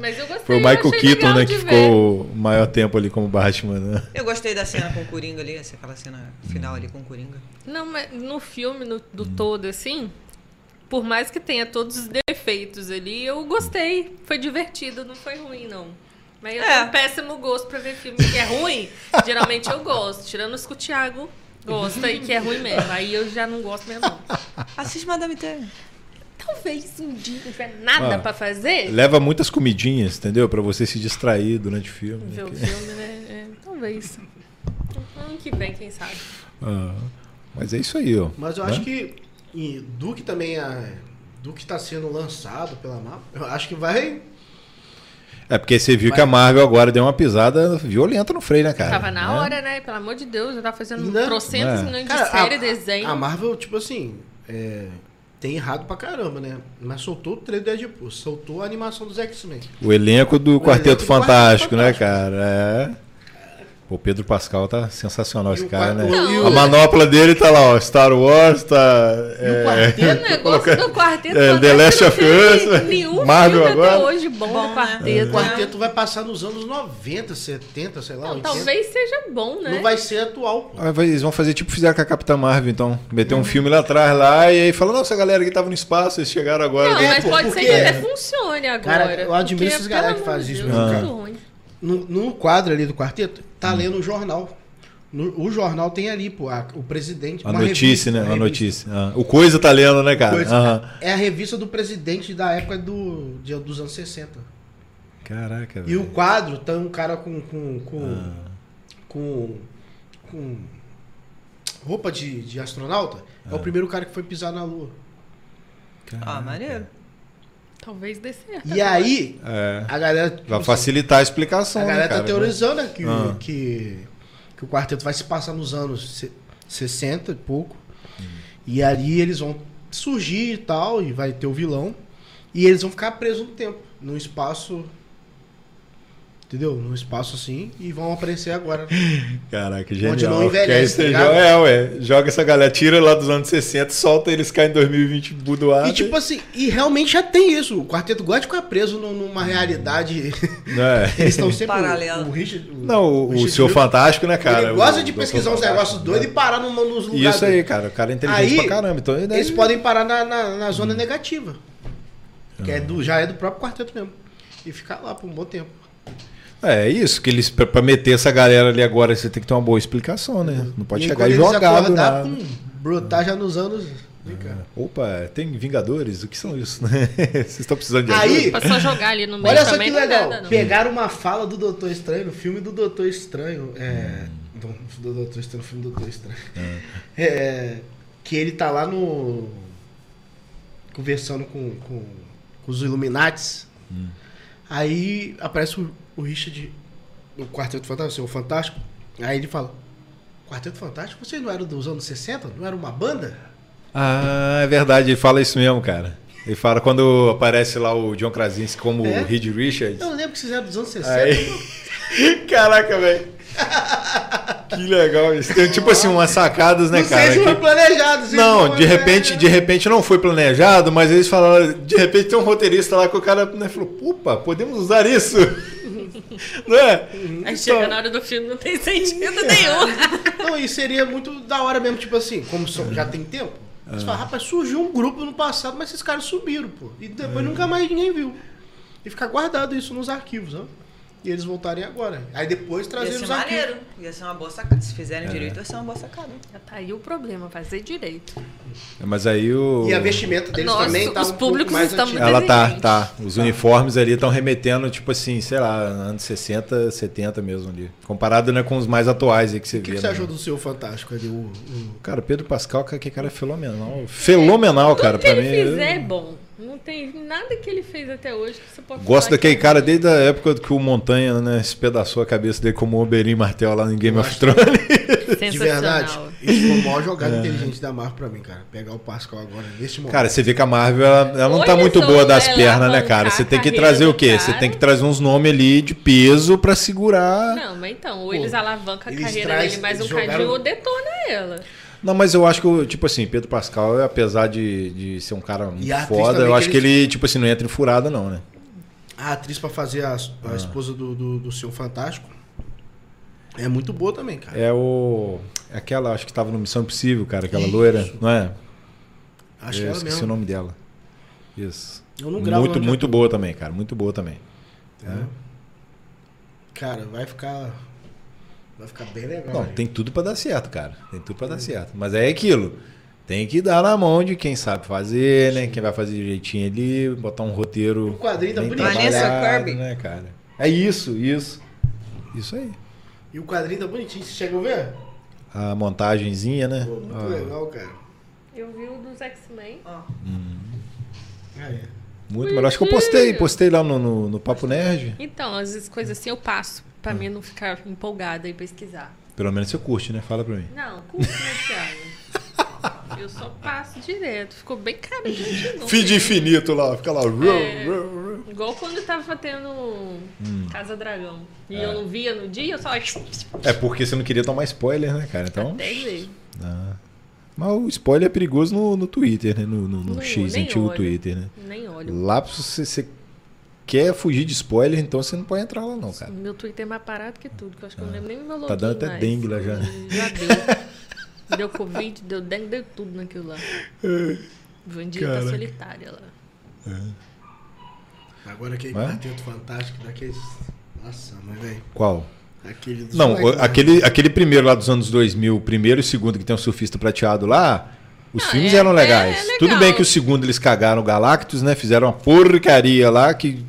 S4: Mas eu gostei.
S1: Foi o
S4: eu
S1: Michael
S4: achei
S1: Keaton,
S4: legal
S1: né,
S4: de
S1: que
S4: ver.
S1: ficou o maior tempo ali como Batman, né?
S2: Eu gostei da cena com o Coringa ali, essa- aquela cena final ali com o Coringa.
S4: Não, mas no filme, no- do todo, assim, por mais que tenha todos os defeitos ali, eu gostei. Foi divertido, não foi ruim, não. Mas eu
S2: É.
S4: tenho um péssimo gosto pra ver filme que é ruim. Geralmente eu gosto. Tirando os que o Thiago gosta e que é ruim mesmo. Aí eu já não gosto mesmo, não.
S2: Assiste Madame Teia.
S4: Talvez um dia não tiver nada
S1: Ah.
S4: pra fazer,
S1: Leva muitas comidinhas, entendeu? Pra você se distrair durante o filme. né?
S4: ver o
S1: Que-
S4: filme, né? É, talvez. Ano que vem, quem sabe.
S1: Ah, mas é isso aí, ó.
S3: Mas eu
S1: né?
S3: acho que. E do que também é. Do que tá sendo lançado pela Marvel, eu acho que vai.
S1: É porque você viu que a Marvel agora deu uma pisada violenta no freio, né, cara?
S4: Tava na
S1: Né?
S4: hora, né? Pelo amor de Deus, já tá fazendo
S3: Não.
S4: trocentos
S1: É.
S4: milhões de
S3: Cara,
S4: série,
S3: a,
S4: desenho.
S3: A Marvel, tipo assim. é, tem errado pra caramba, né? Mas soltou o trailer do Deadpool, soltou a animação dos X-Men.
S1: O elenco do Quarteto
S3: elenco do
S1: Fantástico,
S3: Quarteto
S1: né,
S3: Fantástico.
S1: cara? É. O Pedro Pascal tá sensacional
S3: E
S1: esse
S3: o
S1: cara, né?
S3: quarto- Não. e
S1: A
S3: o-
S1: manopla dele tá lá, ó. Star Wars, tá. é,
S4: E
S3: tá
S4: o negócio do quarteto
S1: É, The
S4: Fantástico
S1: Last
S4: não
S1: of
S4: teve
S1: Us, né?
S4: nenhum
S1: Marvel
S4: filme
S1: agora.
S4: até hoje bom, do
S2: Bom, né?
S4: quarteto.
S3: O quarteto vai passar nos anos 90, 70, sei lá.
S4: Não,
S3: 80.
S4: talvez seja bom, né?
S3: Não vai ser atual. pô.
S1: Ah, vai- Eles vão fazer tipo fizeram com a Capitã Marvel, então. Meter um filme lá atrás lá e aí fala, nossa, a galera que tava no espaço, eles chegaram agora.
S4: Não,
S1: né?
S4: mas
S3: pô,
S4: pode ser
S3: porque-
S4: que até funcione agora.
S3: Cara, eu admiro
S4: porque,
S3: esses galera
S4: pelo
S3: que fazem
S4: amor de
S3: isso né,
S4: Deus,
S1: mesmo,
S4: é
S1: cara.
S4: muito ruim.
S3: No, no quadro ali do quarteto,
S1: Hum.
S3: tá lendo um jornal. No- o jornal tem ali, pô, a- o presidente.
S1: A
S3: uma
S1: notícia,
S3: revista,
S1: né?
S3: uma
S1: A
S3: revista.
S1: notícia. Ah, O Coisa tá lendo, né, cara?
S3: Coisa.
S1: Aham.
S3: É a revista do presidente da época do, de- dos anos 60.
S1: Caraca,
S3: E
S1: velho.
S3: o quadro tem um cara com. com. com.
S1: Ah.
S3: com, com roupa de, de astronauta. É o primeiro cara que foi pisar na Lua.
S2: Ah, maneiro.
S4: Talvez dê certo.
S3: E aí,
S1: É.
S3: a galera. tipo
S1: Vai
S3: assim,
S1: facilitar a explicação,
S3: A galera
S1: né, cara?
S3: tá teorizando né, que,
S1: Ah.
S3: que, que o quarteto vai se passar nos anos se- 60 e pouco.
S1: Uhum.
S3: E ali eles vão surgir e tal, e vai ter o vilão. E eles vão ficar presos um tempo, num espaço. Entendeu? Num espaço assim, e vão aparecer agora.
S1: Caraca,
S3: Onde
S1: genial.
S3: não envelhece,
S1: Porque aí você
S3: tá
S1: jo-
S3: ligado?
S1: é, ué. Joga essa galera, tira lá dos anos 60, solta eles caem em 2020 budoado.
S3: e tipo assim, e realmente já tem isso. O quarteto gosta de ficar preso num-
S1: Uhum.
S3: numa realidade.
S1: É.
S3: Eles estão sempre.
S2: Paralela.
S3: O, o Richard. o-
S1: Não, o, o
S3: Richard
S1: Senhor
S3: Gere-
S1: Fantástico, né, cara?
S3: Ele gosta
S1: O
S3: de
S1: Dr.
S3: pesquisar uns
S1: Fantástico,
S3: negócios
S1: né?
S3: doidos e parar num- nos
S1: E
S3: lugares.
S1: isso aí, cara. O cara é inteligente
S3: Aí,
S1: pra caramba. Então, ele
S3: Eles
S1: deve-
S3: podem parar na, na- na
S1: Hum.
S3: zona negativa. Que
S1: Ah.
S3: é do, já é do próprio quarteto mesmo. E ficar lá por um bom tempo.
S1: É é isso, que eles. Pra, pra meter essa galera ali agora, você tem que ter uma boa explicação, né? Não pode
S3: e aí,
S1: chegar né?
S3: quando
S1: e
S3: eles
S1: jogar do
S3: acordar,
S1: nada.
S3: pum, brotar já nos anos. Vem cá.
S1: Opa, tem Vingadores? O que são isso, né? Vocês estão precisando de
S3: Aí,
S1: ajuda?
S4: Pra só jogar ali no meio
S3: Olha só
S4: também
S3: que
S4: não é
S3: legal.
S4: nada, não.
S3: Pegaram uma fala do Doutor Estranho, no filme do Doutor Estranho. É. do- Do Doutor Estranho, no filme do Doutor Estranho. É, que ele tá lá no. Conversando com, com, com os Illuminates.
S1: Hum.
S3: Aí aparece o, o Richard. O Quarteto Fantástico, o Fantástico. Aí ele fala: Quarteto Fantástico? Vocês não eram dos anos 60? Não era uma banda?
S1: Ah, é verdade, ele fala isso mesmo, cara. Ele fala quando aparece lá o John Krasinski como
S3: É?
S1: o Reed Richards.
S3: Eu lembro que vocês eram dos anos 60.
S1: Aí... né, Caraca, velho. Que legal isso. Tem, tipo assim, umas sacadas, né,
S3: não
S1: cara?
S3: sei se
S1: que-
S3: foi planejado. se
S1: Não,
S3: foi,
S1: de
S3: né?
S1: repente, de repente não foi planejado, mas eles falaram, de repente tem um roteirista lá que o cara né, falou, opa, podemos usar isso. não é?
S3: Uhum.
S4: Aí chega na hora do filme, não tem sentido nenhum.
S3: Não, e seria muito da hora mesmo, tipo assim, como são- já tem tempo. Você fala, rapaz, surgiu um grupo no passado, mas esses caras subiram, pô. E depois nunca mais ninguém viu. E fica guardado isso nos arquivos, ó. e eles voltarem agora. Aí depois
S2: Ia
S3: trazer
S2: ser
S3: os arquivos.
S2: maneiro. Ia ser uma boa sacada. Se fizerem
S1: É.
S2: direito, ia ser uma boa sacada.
S4: Já tá aí o problema, fazer direito.
S1: Mas aí o.
S3: E a vestimenta deles
S4: Nossa,
S3: também tá
S4: os
S3: um pouco
S4: públicos
S3: mais
S4: estão
S3: antiga.
S4: muito
S1: Ela tá,
S4: Presente.
S1: tá. Os uniformes ali estão remetendo, tipo assim, sei lá, anos 60, 70 mesmo ali. Comparado né, com os mais atuais aí que você
S3: O
S1: vê.
S3: que, que você
S1: né?
S3: achou do seu fantástico ali? O, o-
S1: Cara, Pedro Pascal, cara, que cara é fenomenal. Fenomenal, cara,
S4: Tudo que
S1: pra
S4: ele
S1: mim.
S4: fizer é
S1: eu
S4: bom. Não tem nada que ele fez até hoje que você pode
S1: Gosto
S4: falar que
S1: daquele
S4: é
S1: cara desde a época que o Montanha, né, espedaçou a cabeça dele como o Oberyn Martel lá em Game of
S3: Gosto.
S4: é
S1: Thrones.
S3: De
S4: sensacional.
S3: verdade, isso foi a maior jogada inteligente da Marvel pra mim, cara. Pegar o Pascal agora, nesse momento.
S1: Cara, você vê que a Marvel, ela, ela não
S4: Ou
S1: tá
S4: eles
S1: muito
S4: vão,
S1: boa das
S4: né,
S1: pernas, né,
S4: alavancar
S1: cara? Você tem que
S4: a carreira
S1: trazer o
S4: do
S1: quê?
S4: cara.
S1: Você tem que trazer uns nomes ali de peso pra segurar.
S4: Não, mas então, ou eles alavancam a
S3: Eles
S4: carreira
S3: traz-
S4: dele mais um
S3: eles jogaram-
S4: cadinho ou detona ela.
S1: Não, mas eu acho que, o- tipo assim, Pedro Pascal, apesar de, de ser um cara muito
S3: a atriz
S1: foda,
S3: também
S1: eu
S3: que
S1: acho que
S3: ele-
S1: ele, tipo assim, não entra em furada, não, né?
S3: A atriz pra fazer a, a esposa do, do, do seu Fantástico é muito boa também, cara.
S1: É o. Aquela, acho que tava no Missão Impossível, cara, aquela loira, não é?
S3: Acho é
S1: eu
S3: ela
S1: esqueci
S3: mesmo.
S1: o nome dela. Isso.
S3: Eu não gravo
S1: muito,
S3: nome de
S1: muito boa também, cara. Muito boa também.
S3: É. Cara, vai ficar. Vai ficar bem legal.
S1: Não,
S3: né?
S1: tem tudo pra dar certo, cara. Tem tudo pra dar certo. Mas é aquilo. Tem que dar na mão de quem sabe fazer, né? Quem vai fazer direitinho ali, botar um roteiro.
S3: O quadrinho tá
S1: bem
S3: bonito. Vanessa
S1: trabalhado,
S2: Kirby.
S1: né, cara? É isso, isso. Isso aí.
S3: E o quadrinho tá bonitinho, você chegou a ver?
S1: A montagenzinha, né?
S3: Pô, muito
S1: Ah.
S3: legal, cara.
S4: Eu vi o dos X-Men.
S2: Ó.
S3: É,
S1: Muito melhor. Acho que eu postei, postei lá no, no, no Papo Nerd.
S4: Então, às vezes coisas assim eu passo, pra mim não ficar empolgada e pesquisar.
S1: Pelo menos você curte, né? Fala pra mim.
S4: Não, curso Thiago. Eu só passo direto. Ficou bem carinho de novo.
S1: Feed infinito lá, fica lá.
S4: É. né? Igual quando tava tendo Casa Dragão. E eu não via no dia, eu só.
S1: É porque você não queria tomar spoiler, né, cara? Então.
S4: Até ver.
S1: Mas o spoiler é perigoso no, no Twitter, né? No, no, no
S4: Não,
S1: X,
S4: nem
S1: antigo
S4: olho.
S1: Twitter, né?
S4: Nem olho.
S1: Lá, se você, você quer fugir de spoiler, então você não pode entrar lá, não, cara.
S4: Meu Twitter é mais parado que tudo, que eu acho que eu não lembro nem meu login
S1: Tá dando até
S4: mais.
S1: dengue lá já. né?
S4: Já deu. deu Covid, deu dengue, deu tudo naquilo lá.
S1: É.
S4: Vandinha tá
S1: Caraca.
S4: solitária lá.
S3: Agora aquele
S1: Ué?
S3: quarteto fantástico daqueles. Nossa, mas velho.
S1: Qual?
S3: Aquele dos
S1: Não,
S3: moleques,
S1: o-
S3: né?
S1: aquele, aquele primeiro lá dos anos 2000, o primeiro e o segundo que tem um surfista prateado lá, os
S4: Ah,
S1: filmes
S4: é-
S1: eram legais.
S4: é legal.
S1: Tudo bem que o segundo eles cagaram o Galactus, né? Fizeram uma porcaria lá que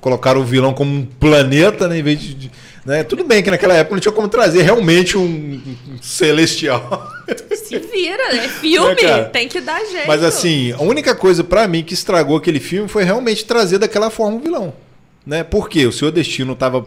S1: colocaram o vilão como um planeta, né? Em vez de, de- né? Tudo bem que naquela época não tinha como trazer realmente um, um celestial.
S4: Se vira, é filme,
S1: É, cara.
S4: tem que dar jeito.
S1: Mas assim, a única coisa pra mim que estragou aquele filme foi realmente trazer daquela forma o vilão. Né? Porque o seu destino tava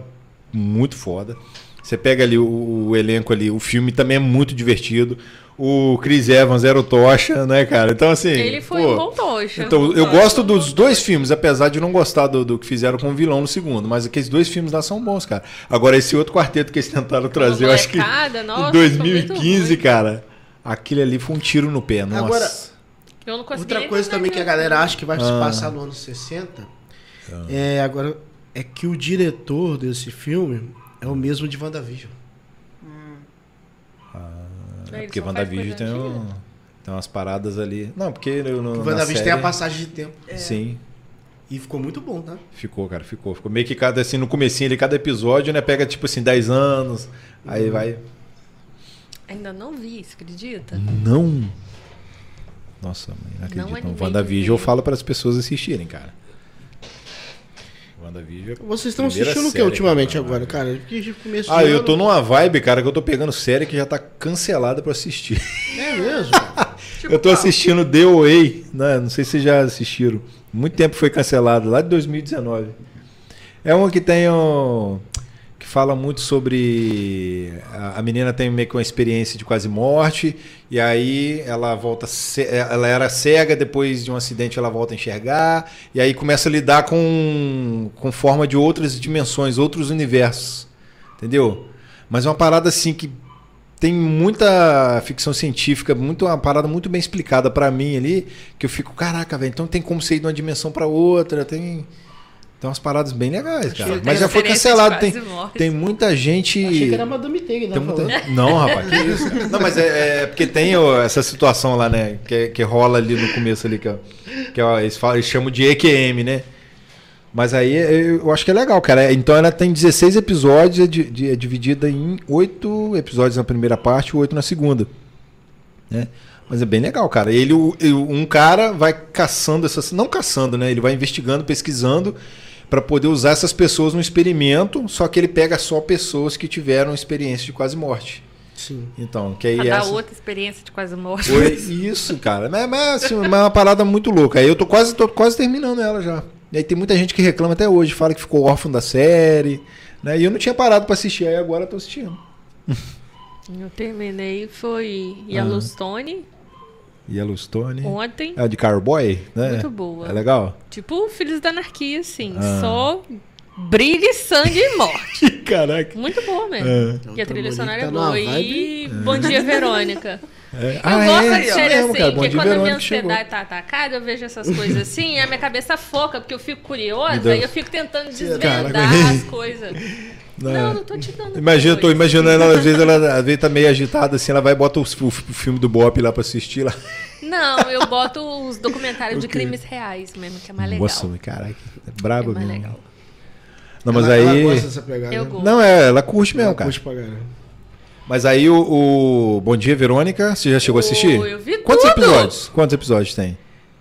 S1: muito foda. Você pega ali o, o elenco ali, o filme também é muito divertido. O Chris Evans era o Tocha, né, cara? Então assim.
S4: Ele foi
S1: pô,
S4: um bom tocha.
S1: Então,
S4: Um
S1: eu
S4: bom
S1: gosto
S4: tocha.
S1: dos dois filmes, apesar de não gostar do, do que fizeram com o vilão no segundo, mas aqueles dois filmes lá são bons, cara. Agora, esse outro quarteto que eles tentaram trazer, eu acho que
S4: molecada, nossa,
S1: em
S4: foi
S1: 2015,
S4: muito ruim.
S1: cara, aquele ali foi um tiro no pé, nossa.
S3: Agora,
S4: Eu não consegui
S3: Outra
S4: nem
S3: coisa
S4: lembrar
S3: também
S4: de
S3: que a
S4: outro.
S3: galera acha que vai
S1: Ah.
S3: se passar no ano 60 é agora é que o diretor desse filme é o mesmo de WandaVision.
S4: É,
S1: É
S4: eles
S1: porque
S4: só
S1: WandaVision tem,
S4: fazem coisa
S1: um,
S4: antiga.
S1: tem umas paradas ali. Não, porque eu não.
S3: O
S1: Ah, na
S3: WandaVision tem a
S1: série-
S3: passagem de tempo
S4: É.
S1: Sim,
S3: e ficou muito bom, tá?
S1: ficou, cara, ficou. Ficou meio que cada, assim, no comecinho ali, cada episódio, né? Pega tipo assim, 10 anos. Aí
S4: Uhum.
S1: vai.
S4: Ainda não vi, você acredita?
S1: Uhum. Não! Nossa, mãe, não
S4: Não é
S1: acredito. Não,
S4: animei
S1: WandaVision eu
S4: ninguém.
S1: falo para as pessoas assistirem, cara. WandaVision. é-
S3: Vocês estão
S1: Primeira
S3: assistindo o que
S1: série,
S3: ultimamente
S1: cara.
S3: agora, cara? Porque de começo
S1: Ah,
S3: de
S1: eu
S3: ano-
S1: tô numa vibe, cara, que eu tô pegando série que já tá cancelada pra assistir.
S3: É mesmo? cara?
S4: Tipo,
S1: Eu tô assim-
S4: ó,
S1: assistindo The Way, né? Não sei se vocês já assistiram. Muito tempo foi cancelado, lá de 2019. É uma que tem um. que fala muito sobre. A, a menina tem meio que uma experiência de quase morte, e aí ela volta. ce- é, Ela era cega, depois de um acidente ela volta a enxergar, e aí começa a lidar com, com forma de outras dimensões, outros universos. Entendeu? Mas é uma parada assim que tem muita ficção científica, muito uma parada muito bem explicada pra mim ali, que eu fico, caraca, velho, então tem como você ir de uma dimensão pra outra, tem tem umas paradas bem legais, cara.
S3: que
S1: Mas já foi
S4: referência
S1: cancelado,
S4: de
S1: tem
S4: quase morte.
S1: tem muita gente
S3: Achei que era Madame Teig, né?
S1: tem muita-
S3: falando.
S1: Não, rapaz, que isso, cara. Não, mas é, é porque tem ó, essa situação lá, né? Que, que rola ali no começo ali, que, ó, que ó, eles, falam, eles chamam de EQM, né? Mas aí eu eu acho que é legal, cara. Então ela tem 16 episódios, é, di- di- é dividida em 8 episódios na primeira parte e 8 na segunda. Né? Mas é bem legal, cara. Ele, o- e o- um cara vai caçando essas. Não caçando, né? Ele vai investigando, pesquisando pra poder usar essas pessoas no experimento. Só que ele pega só pessoas que tiveram experiência de quase morte.
S3: Sim.
S1: Então, que aí
S4: Pra dar
S1: essa-
S4: outra experiência de quase morte.
S1: foi isso, cara. Mas, mas, assim, mas é uma parada muito louca. Aí eu tô quase, tô quase terminando ela já. E aí tem muita gente que reclama até hoje, fala que ficou órfão da série. Né? E eu não tinha parado pra assistir, aí agora eu tô assistindo.
S4: Eu terminei, foi
S1: Ah.
S4: Yellowstone
S1: Yellowstone.
S4: ontem.
S1: É a de Carboy, né?
S4: Muito boa.
S1: É legal?
S4: Tipo Filhos da Anarquia, assim.
S1: Ah.
S4: Só brilho, sangue e morte.
S1: Caraca.
S4: Muito boa mesmo. E a trilha
S3: Tamboril
S4: sonora
S3: tá
S4: é
S3: numa
S4: boa.
S3: vibe-
S4: E Bom Dia, Verônica.
S1: É.
S4: Eu gosto de
S1: isso
S4: série
S1: mesmo,
S4: assim,
S1: cara. Bom
S4: porque
S1: dia,
S4: quando a minha
S1: Verônica chegou.
S4: ansiedade tá atacada, eu vejo essas coisas assim, e a minha cabeça foca, porque eu fico
S1: Me dá-
S4: curiosa e eu fico tentando desvendar
S1: Caraca.
S4: as coisas.
S1: É.
S4: Não, não tô te dando.
S1: Imagina, eu tô
S4: coisa.
S1: imaginando ela, às vezes ela às vezes tá meio agitada assim, ela vai e bota o, o filme do Bop lá pra assistir lá.
S4: Não, eu boto os documentários de crimes reais mesmo, que é mais legal.
S1: Nossa, caraca, é braba
S4: É mais
S1: mesmo.
S4: legal.
S1: Não, mas
S3: Ela-
S1: aí.
S3: Ela gosta dessa pegada.
S4: Eu
S3: né?
S4: gosto.
S1: Não, é, ela curte mesmo,
S3: Ela
S1: cara.
S3: curte pra caralho.
S1: Mas aí o, o Bom Dia Verônica, você já chegou a assistir?
S4: Eu vi
S1: Quantos
S4: tudo.
S1: episódios? Quantos episódios tem?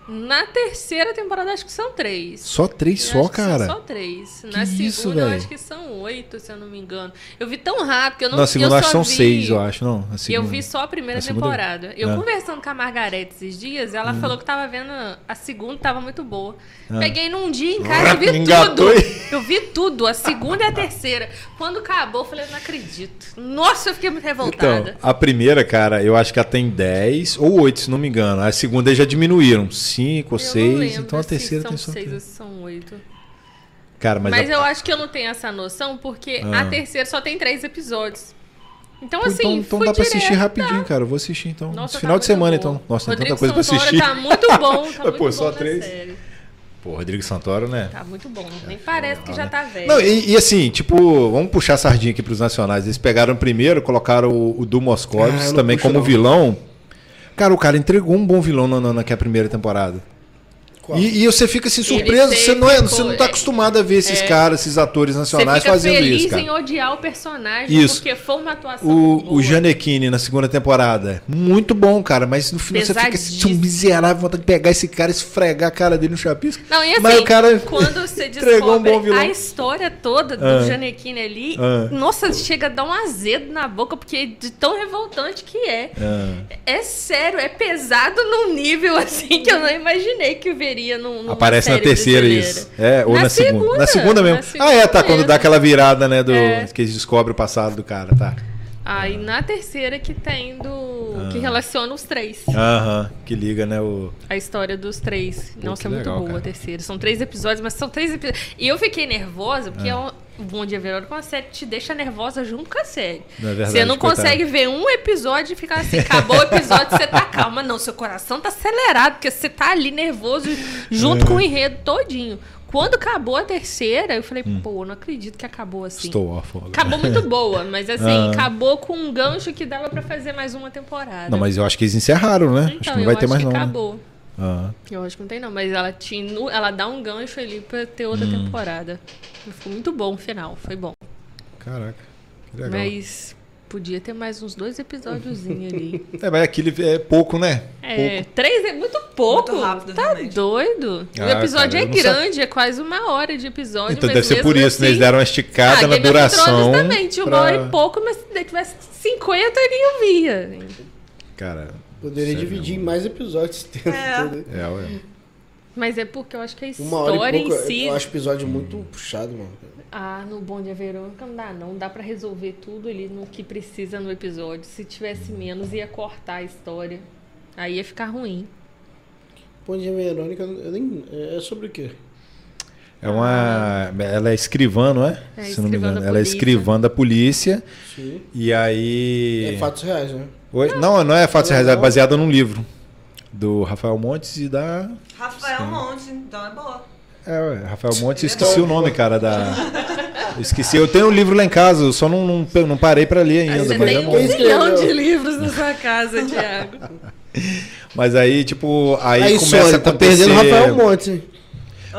S4: Na terceira temporada, acho que são três.
S1: Só três
S4: Eu
S1: só,
S4: acho que são
S1: cara.
S4: Só três. Na segunda,
S1: isso,
S4: eu
S1: velho?
S4: acho que são oito, se eu não me engano. Eu vi tão rápido que eu não
S1: Na segunda
S4: eu
S1: acho que
S4: só
S1: são
S4: vi...
S1: seis, eu acho, não. a
S4: Eu
S1: segunda.
S4: vi só a primeira
S1: A segunda-
S4: temporada. Eu
S1: Ah. Hum.
S4: conversando com a Margarete esses dias, ela falou que tava vendo a segunda, tava muito boa.
S1: Ah.
S4: Peguei num dia em casa e vi
S1: Engatou
S4: tudo.
S1: e-
S4: Eu vi tudo, a segunda e a terceira. Quando acabou, eu falei, não acredito. Nossa, eu fiquei muito revoltada.
S1: Então, a primeira, cara, eu acho que ela tem dez ou oito, se não me engano. A segunda já diminuíram, cinco ou
S4: eu não
S1: seis.
S4: lembro
S1: Então a
S4: se
S1: terceira
S4: são
S1: tem só
S4: seis ou
S1: três.
S4: se são oito.
S1: Cara, mas,
S4: Mas,
S1: a-
S4: eu acho que eu não tenho essa noção, porque
S1: Ah.
S4: a terceira só tem três episódios. Então,
S1: Pô,
S4: assim,
S1: então, então
S4: fui
S1: dá pra
S4: direto.
S1: assistir rapidinho, cara. Eu vou assistir então.
S4: Nossa,
S1: Final
S4: tá
S1: de semana,
S4: muito bom.
S1: então. Nossa, tem
S4: Rodrigo
S1: tanta coisa pra
S4: Santoro
S1: assistir.
S4: Tá muito bom, tá
S1: Pô,
S4: muito bom
S1: só
S4: na
S1: três?
S4: série.
S1: Pô, Rodrigo Santoro, né?
S4: Tá muito bom. Nem parece que já tá velho.
S1: Não, e, e assim, tipo, vamos puxar a sardinha aqui pros nacionais. Eles pegaram primeiro, colocaram o, o Du
S3: Ah,
S1: Moscovitz
S3: eu não
S1: também
S3: puxo,
S1: como
S3: não.
S1: vilão. Cara, o cara entregou um bom vilão na, na, naquela primeira temporada.
S3: Qual?
S1: E, e você fica assim surpreso, você não, é,
S4: sempre
S1: você não
S4: foi- É.
S1: tá acostumado a ver esses caras, esses atores
S4: Você
S1: nacionais
S4: fica
S1: fazendo
S4: feliz
S1: isso,
S4: em
S1: cara.
S4: odiar o personagem,
S1: Isso.
S4: porque foi uma atuação
S1: O,
S4: muito boa.
S1: o Janequine na segunda temporada, muito bom, cara, mas no final você fica assim, tão
S4: Pesadíssimo.
S1: miserável, vontade de pegar esse cara, esfregar a cara dele no chapisco.
S4: Não, e assim,
S1: mas o cara
S4: quando você
S1: entregou
S4: descobre
S1: um bom vilão.
S4: a história toda do
S1: Ah.
S4: Janequine ali,
S1: Ah.
S4: nossa, chega a dar um azedo na boca, porque de tão revoltante que é.
S1: Ah.
S4: É sério, é pesado num nível assim que eu não imaginei que eu veria num, numa
S1: Aparece na
S4: série
S1: terceira
S4: brasileira.
S1: isso. É, ou na,
S4: Na
S1: segunda.
S4: segunda,
S1: Na segunda mesmo.
S4: na segunda
S1: ah, é, tá. Quando
S4: mesmo.
S1: dá aquela virada, né? Do,
S4: É.
S1: Que eles descobrem o passado do cara, tá.
S4: Aí na terceira que tem do. que
S1: Ah.
S4: relaciona os três.
S1: Aham. Que liga, né? O...
S4: A história dos três. Nossa,
S1: que
S4: é muito
S1: legal,
S4: boa
S1: cara.
S4: a terceira. São três episódios, mas são três episódios. E eu fiquei nervosa,
S1: Ah.
S4: porque é um... o Bom Dia Verônica é uma série que te deixa nervosa junto com a série.
S1: Não é verdade,
S4: você não
S1: coitada.
S4: consegue ver um episódio e ficar assim, acabou o episódio, você tá calma. Não, seu coração tá acelerado, porque você tá ali nervoso junto
S1: É.
S4: com o enredo todinho. Quando acabou a terceira, eu falei, pô, não acredito que acabou
S1: Hum.
S4: assim.
S1: Estou off. agora.
S4: Acabou muito boa, mas assim,
S1: Ah.
S4: acabou com um gancho que dava pra fazer mais uma temporada.
S1: Não, mas eu acho que eles encerraram, né?
S4: né? então,
S1: acho que não
S4: eu
S1: vai
S4: acho
S1: ter mais,
S4: que
S1: não. né?
S4: acabou.
S1: Ah.
S4: Eu acho que não tem não, mas ela te, inu- ela dá um gancho ali pra ter outra
S1: Hum.
S4: temporada. Ficou muito bom o final, foi bom.
S1: Caraca. Que legal.
S4: Mas podia ter mais uns dois episódios ali.
S1: É, mas aquilo é pouco, né?
S4: É, três é muito pouco.
S2: Muito rápido,
S4: tá
S2: realmente.
S4: doido.
S1: Ah,
S4: o episódio
S1: cara, eu
S4: é
S1: não sa-
S4: grande, é quase uma hora de episódio.
S1: Então
S4: mas
S1: deve ser
S4: mesmo
S1: por isso, né? Eles
S4: assim-
S1: deram uma
S4: Ah,
S1: esticada na
S4: Game of Thrones
S1: duração.
S4: também, tinha uma
S1: pra-
S4: hora e pouco, mas se tivesse 50 eu nem via.
S1: Cara,
S3: Poderia
S1: Sério,
S3: dividir
S1: mano.
S3: em mais episódios.
S2: É.
S3: entendeu?
S1: é, ué.
S4: Mas é porque eu acho que a
S3: Uma hora
S4: história
S3: e
S4: em
S3: pouco.
S4: si.
S3: Eu acho episódio muito puxado, mano.
S4: Ah, no Bom Dia Verônica não dá, não. Dá pra resolver tudo ali no que precisa no episódio. Se tivesse menos, ia cortar a história. Aí ia ficar ruim.
S3: Bom dia, Verônica. Eu nem... É sobre o quê?
S1: É uma. Ela é escrivã, não é?
S4: É,
S1: Se não me
S4: escrivã da
S1: engano. Ela é
S4: polícia.
S1: escrivã da polícia.
S3: Sim.
S1: E aí.
S3: É fatos reais, né?
S1: Oi? Não, não, é fatos
S3: Não,
S1: reais, é
S3: não.
S1: baseado num livro do Rafael Montes e da.
S2: Rafael Monte, então é boa.
S1: É, ué, Rafael Montes, eu esqueci o nome, cara, da. Eu Esqueci, eu tenho o livro lá em casa, eu só não, não, não parei pra ler ainda.
S4: Você
S1: mas,
S4: tem
S1: é
S4: um
S1: bom.
S3: monte.
S4: zilhão de livros na sua casa, Thiago.
S1: Mas aí, tipo, aí,
S3: Aí,
S1: começa
S3: Sony,
S1: a
S3: tá
S1: acontecer.
S3: perdendo o Rafael Montes, hein?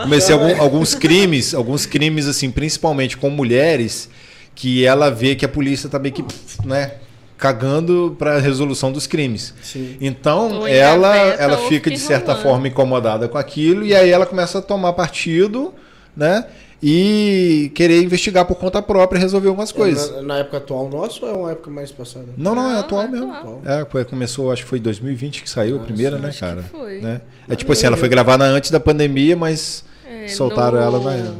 S1: comecei algum- alguns crimes, alguns crimes, assim, principalmente com mulheres, que ela vê que a polícia tá meio que, né, cagando pra resolução dos crimes.
S3: Sim.
S1: Então,
S4: Ou
S1: ela,
S4: engaveta
S1: ela
S4: ou
S1: fica, de
S4: fica
S1: certa
S4: enrolando.
S1: forma, incomodada com aquilo, e aí ela começa a tomar partido, né? E querer investigar por conta própria e resolver
S4: É,
S1: algumas coisas.
S3: Na, na época atual nossa ou é uma época mais passada?
S1: Não, não, é
S4: Não,
S1: atual
S4: é
S1: mesmo.
S4: atual.
S1: É, co- começou, acho que foi em 2020 que saiu a primeira, né,
S4: acho que
S1: cara?
S4: foi.
S1: Né? É tipo assim, ela foi gravada antes da pandemia, mas
S4: É,
S1: soltaram
S4: no-
S1: ela na.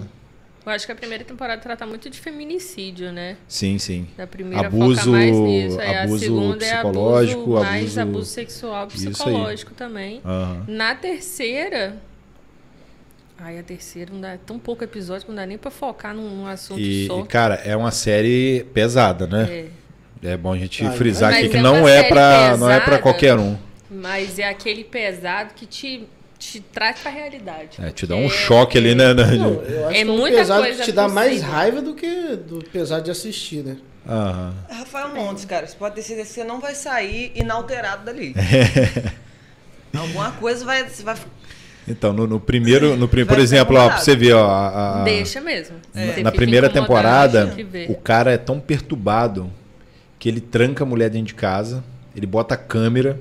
S4: Eu acho que a primeira temporada trata muito de feminicídio, né?
S1: Sim, sim.
S4: Da primeira
S1: Abuso-
S4: foca mais nisso. Aí
S1: abuso
S4: a segunda é
S1: psicológico,
S4: abuso, mais
S1: abuso-
S4: abuso sexual,
S1: Isso aí.
S4: psicológico também.
S1: Aham.
S4: Na terceira. Ai, a terceira não dá é tão pouco episódio, não dá nem pra focar num, num assunto
S1: E,
S4: só.
S1: e, cara, é uma série pesada, né?
S4: É.
S1: É, bom a gente
S3: Ah,
S1: frisar
S4: mas
S1: aqui que
S4: é
S1: não
S4: uma
S1: é
S4: série
S1: para não é para
S4: pesada.
S1: qualquer um.
S4: Mas é aquele pesado que te, te traz pra realidade.
S1: É, te dá
S4: porque
S1: um choque ali, né? né?
S3: Não, eu acho
S4: É
S3: que é um
S4: muita
S3: pesado
S4: coisa
S3: que te dá mais
S4: possível.
S3: raiva do que do pesado de assistir, né?
S1: Aham.
S2: É Rafael Montes, cara, você pode ter certeza que você não vai sair inalterado dali.
S1: É.
S2: Alguma coisa vai. Você vai
S1: Então, no, no primeiro, no, prim- por
S2: Vai
S1: exemplo, ó, pra
S2: incomodado.
S1: você ver, ó, a- a-
S4: um Deixa mesmo. Você
S1: na
S4: fica
S1: primeira
S4: incomodado,
S1: temporada,
S4: tem que ver.
S1: o cara é tão perturbado que ele tranca a mulher dentro de casa, ele bota a câmera,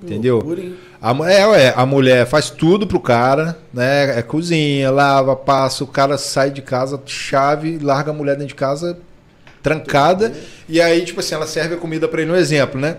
S1: entendeu?
S3: Loucura, hein?
S1: A, mu- é, ué, a mulher faz tudo pro cara, né? É cozinha, lava, passa, o cara sai de casa, chave, larga a mulher dentro de casa trancada. E aí, tipo assim, ela serve a comida pra ele, um exemplo, né?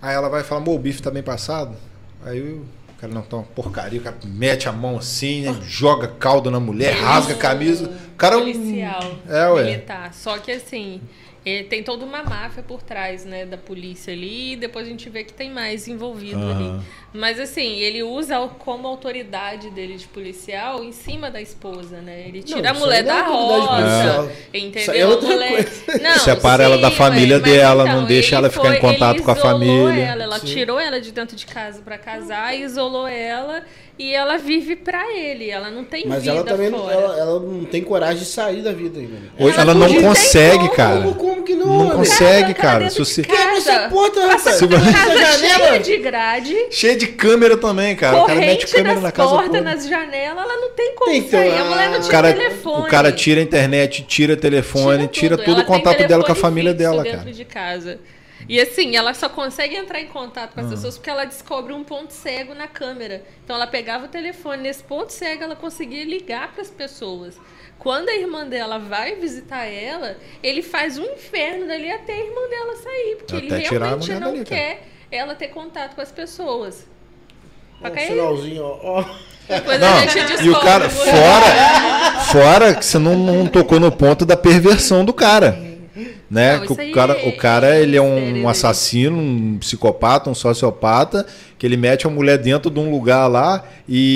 S1: Aí ela vai falar, amor, o bife tá bem passado. Aí o cara não tá uma porcaria, o cara mete a mão assim, né? joga caldo na mulher, rasga a camisa. O cara é um-
S4: policial,
S1: É, ué.
S4: militar. Só que assim, eh, tem toda uma máfia por trás, né, da polícia ali, e depois a gente vê que tem mais envolvido
S1: Aham.
S4: ali. Mas assim, ele usa o- como autoridade dele de policial em cima da esposa, né? Ele
S3: Não,
S4: tira a
S3: isso
S4: mulher
S3: aí não é
S4: da
S3: autoridade
S4: roça,
S3: policial.
S4: entendeu?
S3: Isso aí é outra
S4: a mulher... Não,
S1: Separa ela da
S4: sim,
S1: família
S4: mas então,
S1: dela, não deixa
S4: ele
S1: ela ficar em
S4: foi-
S1: contato
S4: ele
S1: com a
S4: isolou
S1: família.
S4: Ela, ela tirou ela de dentro de casa pra casar, isolou ela e ela vive pra ele. Ela não tem
S3: Mas
S4: vida
S3: ela também não,
S4: fora.
S3: ela, ela não tem coragem de sair da vida ainda. né?
S1: Hoje ela
S4: Ela
S1: não
S4: não tem
S1: consegue,
S4: como,
S1: cara.
S3: Como, como que não,
S1: Não
S3: Ale?
S1: consegue,
S4: Cara,
S1: cara.
S4: dentro
S1: Se você...
S4: de casa.
S3: Quebra essa porta, rapaz.
S4: Passa
S1: Suba-
S4: uma
S3: Essa
S4: casa cheia
S3: janela.
S4: de grade,
S1: Cheio de câmera também, cara. O cara mete
S4: corrente
S1: câmera
S4: nas
S1: na casa.
S4: portas,
S1: toda.
S4: nas janelas, ela não tem como
S3: Tem que
S4: sair.
S3: ter
S4: A
S3: uma-
S4: mulher não
S3: O
S1: Então, O
S4: tira
S1: cara,
S4: telefone.
S1: o cara tira a internet, tira telefone, tira, todo
S4: Ela
S1: o contato
S4: tem
S1: dela com a
S4: telefone
S1: família
S4: fixo
S1: dela,
S4: dentro
S1: cara.
S4: de casa. E assim, ela só consegue entrar em contato
S1: Ah.
S4: com as pessoas porque ela descobre um ponto cego na câmera. Então ela pegava o telefone, nesse ponto cego ela conseguia ligar pras pessoas. Quando a irmã dela vai visitar ela, ele faz um inferno dali até a irmã dela sair, porque
S1: Até
S4: ele
S1: tirar a
S4: realmente
S1: mulher
S4: não
S1: dali, cara.
S4: quer ela ter contato com as pessoas. Pra
S3: Um
S4: cair.
S3: sinalzinho, ó. ó.
S4: Depois a gente
S1: Não,
S4: descobre.
S1: e o cara,
S4: por-
S1: fora, fora que você não, não tocou no ponto da perversão do cara. Né?
S4: Não,
S1: que
S4: isso
S1: o
S4: aí
S1: cara,
S4: é-
S1: o cara ele é um,
S4: sério, né?
S1: assassino, um psicopata, um sociopata, que ele mete a mulher dentro de um lugar lá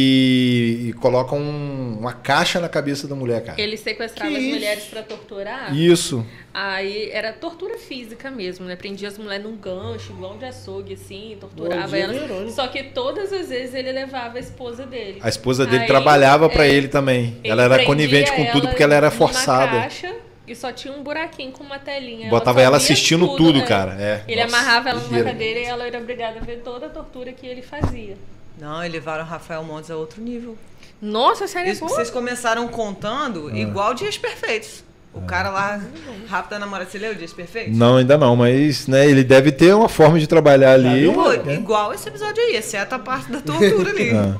S1: e, e coloca um- uma caixa na cabeça da mulher, cara.
S4: Ele sequestrava
S3: Que
S4: as
S3: isso?
S4: mulheres pra torturar.
S1: Isso.
S4: Aí era tortura física mesmo, né? Prendia as mulheres num gancho, igual de açougue, assim,
S3: Bom
S4: torturava
S3: dia,
S4: elas.
S3: Verônica.
S4: Só que todas as vezes ele levava a esposa dele.
S1: A esposa dele
S4: Aí,
S1: trabalhava pra
S4: é,
S1: ele também.
S4: Ele
S1: Ela era
S4: prendia
S1: conivente com tudo
S4: ela
S1: porque ela era
S4: numa
S1: forçada.
S4: caixa e só tinha um buraquinho com uma telinha.
S1: Botava
S4: só
S1: ela
S4: via
S1: assistindo tudo,
S4: né?
S1: cara. É.
S4: Ele
S1: Nossa,
S4: amarrava ela numa
S1: doideira.
S4: cadeira e ela era obrigada a ver toda a tortura que ele fazia.
S2: Não, e levaram Rafael Montes a outro nível.
S4: Nossa, sério, é
S2: Isso que
S4: boa.
S2: vocês começaram contando
S1: É.
S2: igual Dias Perfeitos. O cara lá, rápido a namorada. Você leu Dias Perfeitos?
S1: Não, ainda não, mas né, ele deve ter uma forma de trabalhar ali. Ah.
S3: viu?
S2: Pô, igual esse episódio aí, exceto a parte da tortura ali.
S1: É.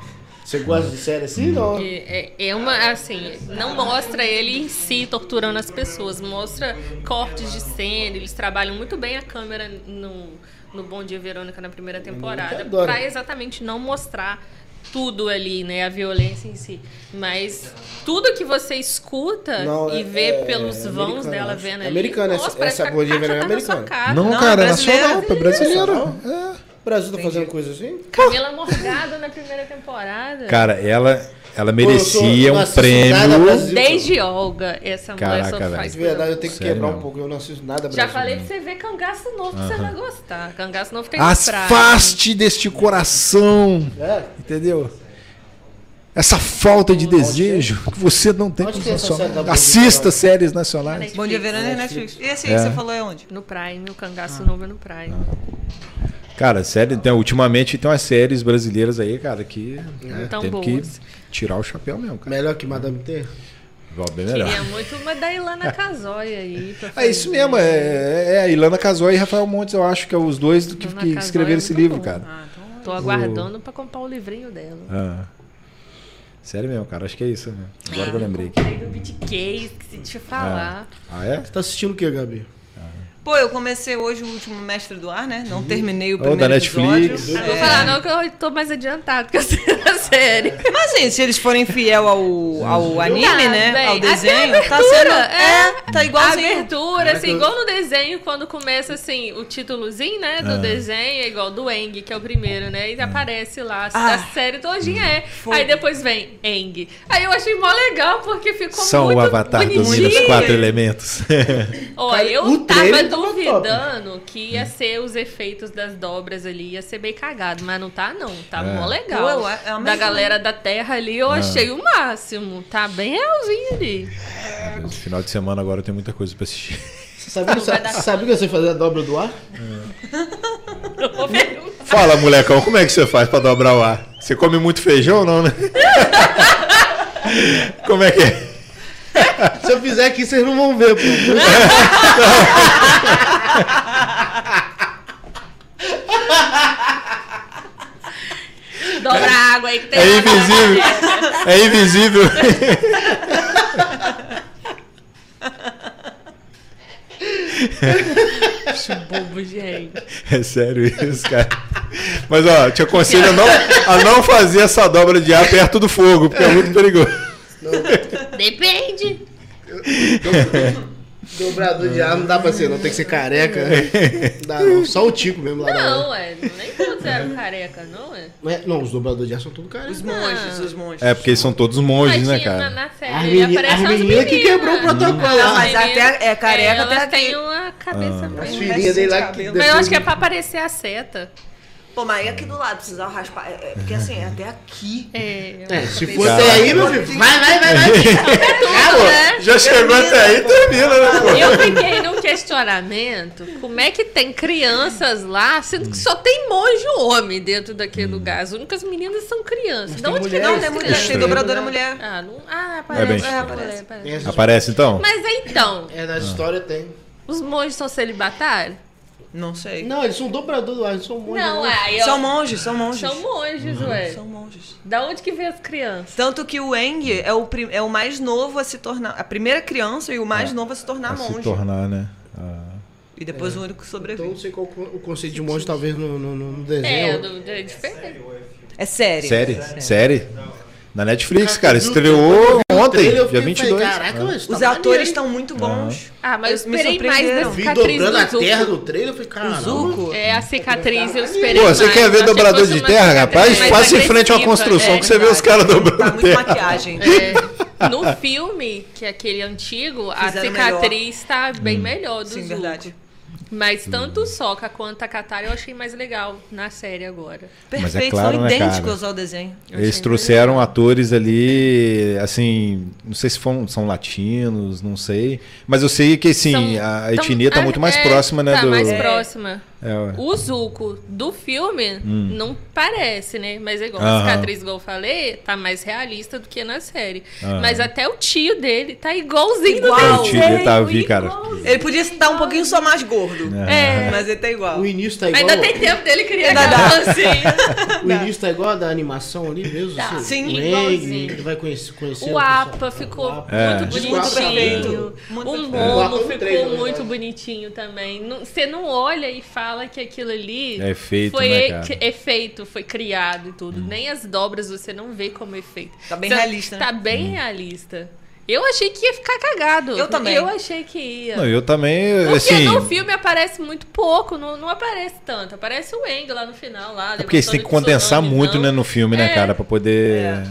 S3: Você gosta de série assim? Não.
S4: É, é uma, assim, não mostra ele em si torturando as pessoas, mostra cortes de cena, eles trabalham muito bem a câmera no, no Bom Dia Verônica na primeira temporada,
S3: adoro.
S4: pra exatamente não mostrar tudo ali, né, a violência em si. Mas tudo que você escuta
S3: Não,
S4: e
S3: é-
S4: vê
S3: é
S4: pelos vãos
S3: americana,
S4: dela
S3: acho. É
S4: vendo ali,
S3: Americana, essa-
S4: nossa, parece
S3: essa
S4: que
S3: Bom Dia
S4: a caixa
S3: Verônica é
S4: tá na sua
S3: americana.
S4: cara.
S1: Não,
S2: Não,
S1: cara, é
S2: é
S1: nacional, é brasileiro.
S3: O Brasil tá fazendo coisa assim?
S4: Camila Morgado na primeira temporada.
S1: É. Cara, ela, ela
S3: Pô, eu
S1: merecia
S3: sou- não
S1: um
S3: assisto nada
S1: prêmio.
S3: brasileiro.
S4: Desde Olga, essa mulher
S1: Caraca,
S4: só
S1: velho.
S4: faz
S3: De verdade, eu tenho que
S1: Sério
S3: quebrar
S1: mesmo.
S3: um pouco. Eu não assisto nada
S4: Já
S3: brasileiro.
S1: né?
S4: falei pra você ver cangaço novo que você vai gostar. Cangaço novo tem praia.
S1: Afaste deste coração,
S3: É?
S1: entendeu? Essa falta de desejo que você não tem
S3: Onde
S1: com
S3: tem essa série da
S1: nacional.
S3: Band?
S1: Assista séries nacionais.
S4: Netflix.
S2: Bom dia, Verônica e Netflix. E esse aí
S1: É.
S2: que você falou é onde?
S4: No Prime, o
S2: Ah.
S4: cangaço novo é no Prime.
S1: Ah. Cara, série, então, ultimamente tem umas séries brasileiras aí, cara, que né,
S4: Tão
S1: tem que
S4: boas.
S1: tirar o chapéu mesmo, cara.
S3: Melhor que Madame T?
S1: Vai Bem melhor.
S4: Queria é muito uma da Ilana Casoy aí. pra
S1: É isso
S4: fazer.
S1: mesmo, é, é a Ilana Casoy e Rafael Montes, eu acho que é os dois do que,
S4: Ilana
S1: que
S4: Casoy
S1: escreveram
S4: é
S1: esse
S4: muito
S1: livro,
S4: bom.
S1: cara.
S2: Ah, então
S4: Tô aguardando pra comprar o livrinho dela.
S1: Ah. Sério mesmo, cara, acho que é isso, né? Agora que eu
S4: Ah,
S1: lembrei aqui.
S4: Comprei do BitCase, esqueci de te falar.
S1: Ah, é?
S3: Você tá assistindo o que, Gabi?
S2: Pô, eu comecei hoje o último Mestre do Ar, né? Não terminei o
S1: Oh, da
S2: primeiro
S1: Netflix.
S2: episódio.
S4: Não vou
S2: É.
S4: falar não que eu tô mais adiantado que eu sei da série.
S2: Mas, assim, se eles forem fiel ao, ao
S1: Uhum.
S2: anime,
S4: Tá,
S2: né?
S4: bem.
S2: ao
S4: Até a
S2: desenho, tá
S4: abertura,
S2: sendo...
S4: é.
S2: É, tá
S4: A
S2: igualzinho.
S4: abertura, assim, igual no desenho, quando começa, assim, o títulozinho, né, do desenho, é igual do Eng, que é o primeiro, né, e aparece lá, assim,
S2: Ah.
S4: a série todinha é. Aí depois vem Eng. Aí eu achei mó legal, porque ficou
S1: São
S4: muito
S1: o Avatar domina os
S4: bonitinho.
S1: quatro elementos.
S4: Olha, eu
S3: o
S4: tava
S3: trailer tava
S4: duvidando que ia ser os efeitos das dobras ali, ia ser bem cagado, mas não tá não, tá
S1: É.
S4: mó legal.
S2: Pô, eu- eu amei
S4: da galera da Terra ali, eu achei o máximo, tá bem realzinho ali.
S1: Meu Deus, Final de semana agora eu tenho muita coisa pra assistir.
S3: Você sabia, sa- sabia que você fazia a dobra do ar?
S4: Eu vou ver.
S1: Fala, molecão, como é que você faz pra dobrar o ar? Você come muito feijão ou não, né? como é que é?
S3: Se eu fizer aqui, vocês não vão ver, pô.
S4: Dobra a água aí que tem
S1: É
S4: água.
S1: invisível. É invisível.
S4: Acho bobo, gente.
S1: É sério isso, cara. Mas ó, te aconselho a não, a não fazer essa dobra de ar perto do fogo, porque é muito perigoso.
S4: Depende.
S3: Dobrador de ar não dá pra ser, não. Tem que ser careca. Não dá, não. Só o Tico mesmo
S1: É.
S3: lá da
S4: Não, ué. Nem todos eram careca, não, é?
S3: Mas- Não, os dobradores de ar são tudo careca.
S2: Os monstros, os monstros.
S1: É, porque eles são todos
S4: Mas
S1: monges, né,
S4: tinha na,
S1: cara?
S4: na série,
S3: As
S4: ele
S3: meni- as
S4: aparece as
S3: meninas
S4: meninas.
S3: que quebrou o protocolo.
S2: Não,
S4: As
S2: mas
S4: meninas-
S2: até- é careca,
S4: elas
S2: até tem-
S4: têm uma
S1: Ah.
S4: cabeça meio-
S3: As
S2: filhinhas
S3: filhinhas dele lá que...
S2: Mas
S4: Mas eu acho que é
S3: depois-
S4: pra aparecer a seta.
S2: Pô, mas e aqui do lado, precisava raspar. É, é, porque assim, é até aqui.
S4: É.
S3: É, se
S2: Cara.
S3: for até aí, meu filho, vai, vai, vai, vai.
S4: Tudo, né?
S1: Já chegou até aí, termina, né, pô?
S4: Eu fiquei num questionamento, como é que tem crianças lá, sendo que só tem monge homem dentro daquele
S1: Hum.
S4: lugar. As únicas meninas são crianças. De
S3: tem
S4: onde que
S3: mulher,
S2: Não,
S4: vem
S2: tem
S4: as
S2: mulher,
S4: crianças?
S2: tem
S1: Estranho.
S2: dobradora mulher.
S4: Ah, não... ah aparece,
S1: bem
S4: é,
S1: estranho.
S4: aparece, aparece.
S3: Tem essas-
S1: Aparece então?
S4: Mas então,
S3: É, nas histórias tem.
S4: os monges são celibatários?
S2: Não sei.
S3: Não, eles são dobrador do ar, eles são muito.
S4: Não, é. aí eu...
S2: São monges, são monges.
S4: São monges,
S1: Uhum.
S4: ué.
S2: São monges.
S4: Da onde que vem as crianças?
S2: Tanto que o Eng é o, prim- é o mais novo a se tornar. A primeira criança e o mais novo a se tornar
S1: Pra
S2: monge.
S1: É. se tornar, né? Ah.
S2: E depois o único que
S3: Então
S2: sobrevive.
S3: não sei qual co- o conceito de monge, talvez no, no, no
S4: É,
S3: desenho.
S4: do, é diferente.
S2: É sério.
S1: Série? Série? Na Netflix, cara. Estreou ontem,
S3: Ele,
S1: dia
S3: eu fiquei-
S1: 22.
S3: Falei, Caraca, mas tá
S2: Os atores
S3: maneiro,
S2: estão muito bons.
S4: Ah, mas eu
S2: Me
S4: esperei mais
S2: surpreenderam.
S4: da
S3: hein? Vi
S4: cicatriz
S3: dobrando
S4: do
S3: a terra
S4: Zuko.
S3: do trailer, eu falei,
S2: O
S3: caramba.
S2: Zuco.
S4: É, a cicatriz eu esperei
S1: Pô,
S4: mais.
S1: você quer ver
S4: Eu achei
S1: dobrador
S4: que fosse
S1: de
S4: uma
S1: terra,
S4: cicatriz
S1: rapaz?
S4: mais
S1: Passa em frente a uma
S4: agressiva,
S1: construção
S4: é.
S1: que você vê os caras
S2: Tá
S1: dobrando
S2: muito
S1: terra.
S2: maquiagem.
S4: É, no filme, que é aquele antigo, a
S2: Fizeram
S4: cicatriz tá bem
S1: Hum.
S4: melhor do
S2: Sim,
S4: Zuko.
S2: verdade.
S4: Mas tanto o Sokka quanto a Katara eu achei mais legal na série agora.
S1: Mas é
S2: Perfeito,
S1: claro,
S2: são
S1: né, cara?
S2: idênticos ao desenho.
S1: Eles trouxeram atores ali, assim, não sei se foram- são latinos, não sei. Mas eu sei que, assim,
S4: São-
S1: a
S4: tão-
S1: etnia tá
S4: ah,
S1: muito mais
S4: é,
S1: próxima, né?
S4: Tá
S1: do...
S4: mais
S1: é,
S4: próxima.
S1: ué.
S4: O Zuko do filme não parece, né? Mas é igual
S1: Hum. Aham.
S4: a cicatriz, igual eu falei, tá mais realista do que na série.
S1: Aham.
S4: Mas até o tio dele tá igualzinho
S2: Igual.
S4: do
S1: É, o tio dele tá, eu vi, cara.
S2: Ele podia estar um pouquinho só mais gordo.
S4: É.
S2: Mas ele tá igual.
S3: O início tá igual.
S4: Ainda tem tempo dele criar
S2: Ainda dá.
S4: assim.
S3: O início tá igual a da animação ali mesmo.
S4: Tá.
S3: assim,
S2: Sim,
S3: o Aang,
S4: igualzinho.
S3: que vai conhecer, conhecer
S4: O Apa ficou
S1: É.
S4: muito
S3: Diz que o Appa é
S4: bonitinho.
S2: perfeito. Muito
S4: o
S3: O
S2: perfeito.
S3: Appa
S4: Momo
S3: é um
S4: ficou
S3: trailer, né?
S4: muito bonitinho também. Não- Você não olha e fala que aquilo ali
S1: É efeito,
S4: foi
S1: né,
S4: e-
S1: cara? Hum.
S4: que- efeito, foi criado e tudo. Nem as dobras você não vê como efeito.
S2: Tá bem
S4: Você-
S2: realista, né?
S4: Tá bem
S1: Hum.
S4: realista. Eu achei que ia ficar cagado.
S2: Eu também.
S4: Eu achei que ia.
S1: Não, eu também,
S4: Porque
S1: assim...
S4: no filme aparece muito pouco, não, não aparece tanto. Aparece o Eng lá no final. Lá,
S1: É porque isso tem que
S4: levantando
S1: condensar
S4: tsunami,
S1: muito,
S4: não.
S1: né, no filme, né,
S4: É.
S1: cara? Pra poder...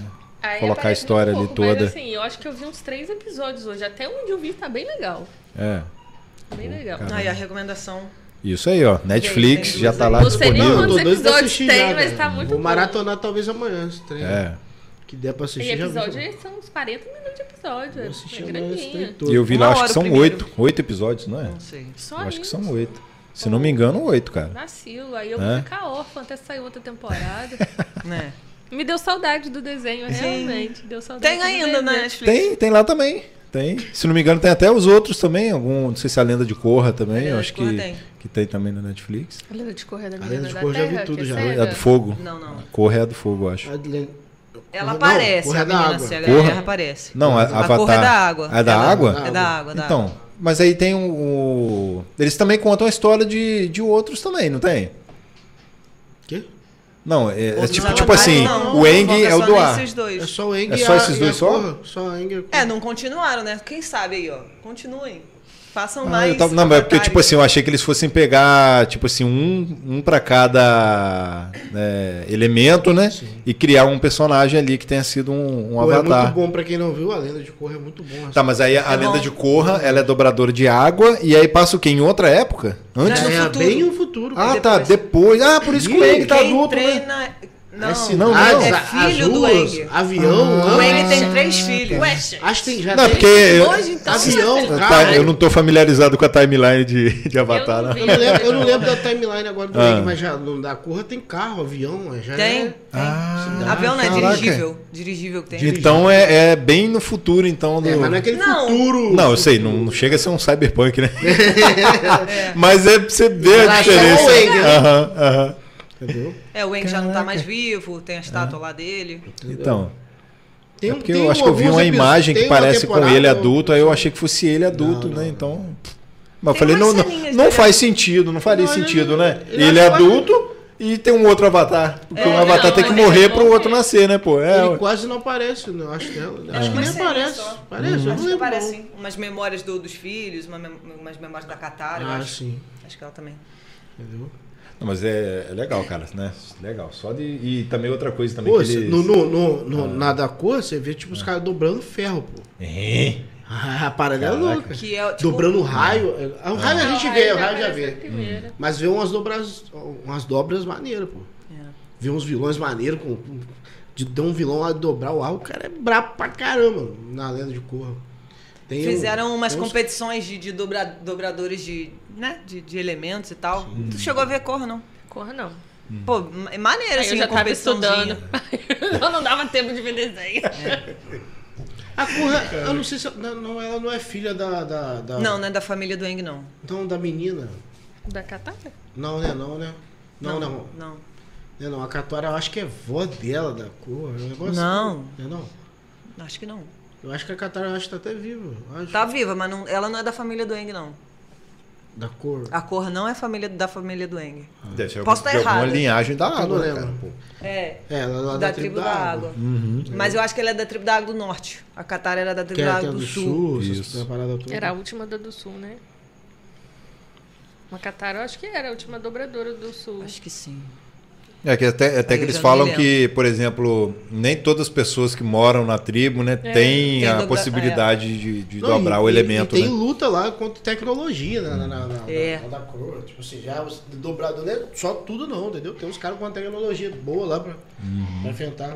S4: Aí
S1: Colocar a
S4: aparece
S1: história
S4: muito
S1: ali
S4: pouco, mas,
S1: toda.
S4: assim, eu acho que eu vi uns três episódios hoje. Até onde eu vi tá bem legal.
S1: É.
S4: Tá Bem legal.
S1: cara.
S2: Aí a recomendação.
S1: Isso aí, ó. Netflix
S2: tem
S1: já
S2: duas
S1: tá
S2: aí.
S1: lá
S4: Não sei nem
S1: disponível.
S3: Não, eu tô
S4: Quantos
S3: doido pra
S4: episódios
S3: assistir
S4: tem,
S3: já,
S4: mas
S3: velho.
S4: tá muito
S3: Vou
S4: bom.
S3: maratonar talvez amanhã esse trem.
S1: É.
S3: Que der pra assistir
S4: E
S3: já.
S4: episódio
S3: vi.
S4: são uns 40 minutos de episódio.
S3: Vou
S4: É
S3: assistir amanhã esse trem
S4: grandinho.
S1: E
S3: todo.
S1: eu vi
S2: Uma
S1: lá, acho
S2: hora
S1: que
S2: o
S1: são
S2: primeiro.
S1: oito. Oito episódios, não é?
S2: Não sei.
S4: Só
S1: Eu acho que
S4: isso.
S1: são oito. Se não me engano, oito, cara.
S4: Vacilo. Aí eu
S1: É?
S4: vou ficar órfã até sair outra temporada.
S2: Né?
S4: Me deu saudade do desenho, realmente. Deu saudade
S2: Tem
S4: do
S2: ainda né?
S4: desenho.
S2: na Netflix.
S1: Tem, tem lá também. Tem. Se não me engano, tem até os outros também. Algum, não sei se a Lenda de Corra também,
S2: Lenda
S1: eu
S2: de
S1: acho
S2: Korra
S1: que
S2: tem.
S1: que tem também na Netflix.
S4: A Lenda de Correr da
S3: Lenda
S4: Menina
S3: de
S4: da
S3: Corra eu já vi
S4: Terra,
S3: tudo
S4: que é
S3: já.
S1: É
S4: cega.
S1: a do fogo?
S2: Não, não.
S1: Corra é a do fogo, eu acho.
S3: A Len-
S2: Ela
S3: Não,
S2: aparece,
S3: Corra
S2: a
S3: da
S2: menina
S3: água.
S2: cega.
S1: Corra?
S2: Ela aparece.
S1: Não, a,
S2: A
S1: Avatar.
S2: Corra é da água.
S1: É da água?
S2: É da água, da água.
S1: Então, mas aí tem o, o- Eles também contam a história de, de outros também, não tem?
S3: Quê?
S1: Não, é, é
S3: Não,
S1: tipo,
S2: Não,
S1: tipo
S2: não,
S1: assim,
S2: não,
S1: o
S2: não
S1: Eng
S2: foca
S1: é o
S2: só
S1: do ar.
S2: nesses dois.
S3: É só o Eng
S1: É
S3: e
S1: só
S3: a-
S1: esses
S3: e
S1: dois
S3: a
S1: só?
S3: Korra. Só a Eng e a Korra.
S2: É, não continuaram, né? Quem sabe aí, ó. Continuem. Façam
S1: Ah,
S2: mais.
S1: eu tava- não, mas é porque,
S2: avatares.
S1: tipo assim, eu achei que eles fossem pegar, tipo assim, um, um pra cada né, elemento, né? E criar um personagem ali que tenha sido um, um
S3: Pô, É
S1: avatar.
S3: muito bom pra quem não viu, a lenda de Korra é muito bom.
S1: Tá, mas aí a
S2: É
S1: lenda
S2: bom.
S1: de Corra, ela é dobradora de água, e aí passa o quê? Em outra época? Antes?
S2: É,
S3: é,
S2: no
S3: é
S2: futuro.
S3: bem o futuro.
S1: Ah,
S3: cara.
S1: tá, depois. Ah, por isso que o
S3: Ih,
S1: Eng tá
S2: Quem
S1: adulto, né?
S2: treina. Não,
S3: É
S1: não,
S3: sinais,
S1: não.
S2: É
S3: a-
S2: filho
S3: as
S2: do
S3: ruas,
S2: Eng.
S3: Avião,
S2: O
S3: âmbula.
S2: Eng tem três filhos.
S4: Ué, gente.
S3: Acho que tem, já
S1: Não, é
S3: tem.
S1: porque eu,
S2: Hoje, então.
S3: Avião,
S1: tá,
S3: carro.
S1: eu não tô familiarizado com a timeline de, de Avatar, né?
S4: não vi.
S3: Eu não lembro, eu não lembro da timeline agora do
S1: Ah.
S3: Eng, mas já no, da Corra tem carro, avião, já
S2: Tem.
S3: é-
S2: tem.
S1: Ah,
S2: Avião não é
S1: caraca.
S2: dirigível. Dirigível que tem.
S1: Então é, é bem no futuro, então. Do...
S3: É, mas não é aquele
S2: Não.
S3: futuro.
S1: Não, eu sei, não, não chega a ser um cyberpunk, né? Mas é pra você ver a
S3: Ela
S1: diferença.
S3: achou o Eng, né?
S1: Aham, aham.
S3: Entendeu?
S2: É, o Eng já não tá mais vivo, tem a estátua lá dele.
S1: Então,
S3: Tem, um-
S1: é porque
S3: tem
S1: eu acho que eu vi
S3: alguns
S1: uma
S3: episódios-
S1: imagem que
S3: tem uma
S1: parece com
S3: temporada-
S1: ele adulto, aí eu achei que fosse ele adulto, né? Então. Mas eu
S2: Tem
S1: falei,
S2: umas
S1: não, não,
S2: ceninhas
S1: não
S2: dele
S1: faz sentido, não faria
S3: Não, ele-
S1: sentido, né?
S3: ele
S1: Ele é
S3: acha-
S1: adulto e tem um outro avatar. Porque um
S4: não,
S1: avatar tem que
S4: ele
S1: morrer
S4: não
S1: pro outro
S4: morre.
S1: nascer, né, pô? É,
S3: Ele
S1: ué.
S3: quase não aparece, não acho dela. Acho que
S2: Umas
S3: nem
S2: cenas
S3: aparece.
S2: só.
S3: Parece, eu não
S2: Acho que
S3: lembro,
S2: aparece,
S3: não.
S2: sim. Umas memórias do- dos filhos, uma mem- umas memórias da Katara, eu
S3: Ah,
S2: acho.
S3: sim.
S2: Acho que ela também.
S3: Entendeu?
S1: Não, mas é, é legal, cara, né? Legal. Só de. E também outra coisa também
S3: Pô,
S1: é que
S3: cê-
S1: eles- Ah.
S3: no, no, no, no- na da cor, você vê tipo os caras dobrando ferro, pô.
S1: É.
S3: Ah, a parada é
S1: Caraca. Ah.
S3: louca.
S2: Que é, tipo, Ah.
S3: Dobrando raio. é- O raio a gente
S4: Não,
S3: vê,
S4: aí
S3: o raio já
S4: aparece na
S2: Hum.
S3: vê.
S4: primeira.
S3: Mas vê umas dobras, umas dobras maneiras, pô.
S2: É.
S3: Vê uns vilões maneiros com. com- De dar um vilão a dobrar o ar, o cara é brabo pra caramba na lenda de corra. Tem um-
S2: Fizeram umas
S3: tem uns-
S2: competições de, de dobra- dobradores de, né, de, de elementos e tal. Tu chegou a ver cor, não?
S4: Corra não.
S2: Pô, é maneiro,
S4: Aí
S2: assim,
S4: Ah, eu já
S2: a
S4: tava
S2: competiçãozinha.
S4: estudando. eu não dava tempo de ver desenho.
S3: A Corra, eu não sei se. Não, não, ela não é filha da. da, da-
S2: Não, não é da família do Eng, não.
S3: Então, da menina.
S2: É.
S4: Da Katara?
S3: Não, né? Não, né? Não, não. Não,
S2: Não.
S3: não. a Catora eu acho que é vó dela da Corra. é um negócio
S2: Não.
S3: assim, né, não.
S2: Acho que não.
S3: Eu acho que a Catora eu acho que tá até viva. eu Acho,
S2: Tá viva, mas não- ela não é da família do Eng, não.
S3: Da Cor.
S2: A cor não é família da família do Eng.
S1: Deve ser
S2: Posso
S1: algum-
S2: tá
S1: de alguma
S2: errada.
S1: linhagem da
S3: não
S1: água, né,
S3: lembro.
S1: cara, pô.
S2: É,
S3: É, ela ela
S2: da, tribo da água. Mas eu acho que ela é da tribo da água do norte. A Katara era da tribo
S3: Que é
S2: da
S3: aquela
S2: água
S3: do,
S2: do, sul.
S3: sul,
S1: Isso.
S3: essa parada toda.
S4: Era a última da do sul, né? Uma Katara, eu acho que era a última dobradora do sul.
S2: Acho que sim.
S1: É que até, até
S2: Aí
S1: que
S2: eu
S1: eles
S2: já não
S1: falam
S2: me
S1: que, por exemplo, nem todas as pessoas que moram na tribo, né, têm
S2: É, tem
S1: a
S2: dobra-
S1: possibilidade de, de
S3: Não,
S1: dobrar
S3: e-
S1: o
S3: e-
S1: elemento,
S3: E, tem
S1: né?
S3: luta lá contra tecnologia na, na, na, na-
S2: É.
S3: na- na da cor. Tipo assim, já os dobrador não é só tudo não, entendeu? Tem uns caras com uma tecnologia boa lá pra,
S1: Uhum.
S3: pra enfrentar.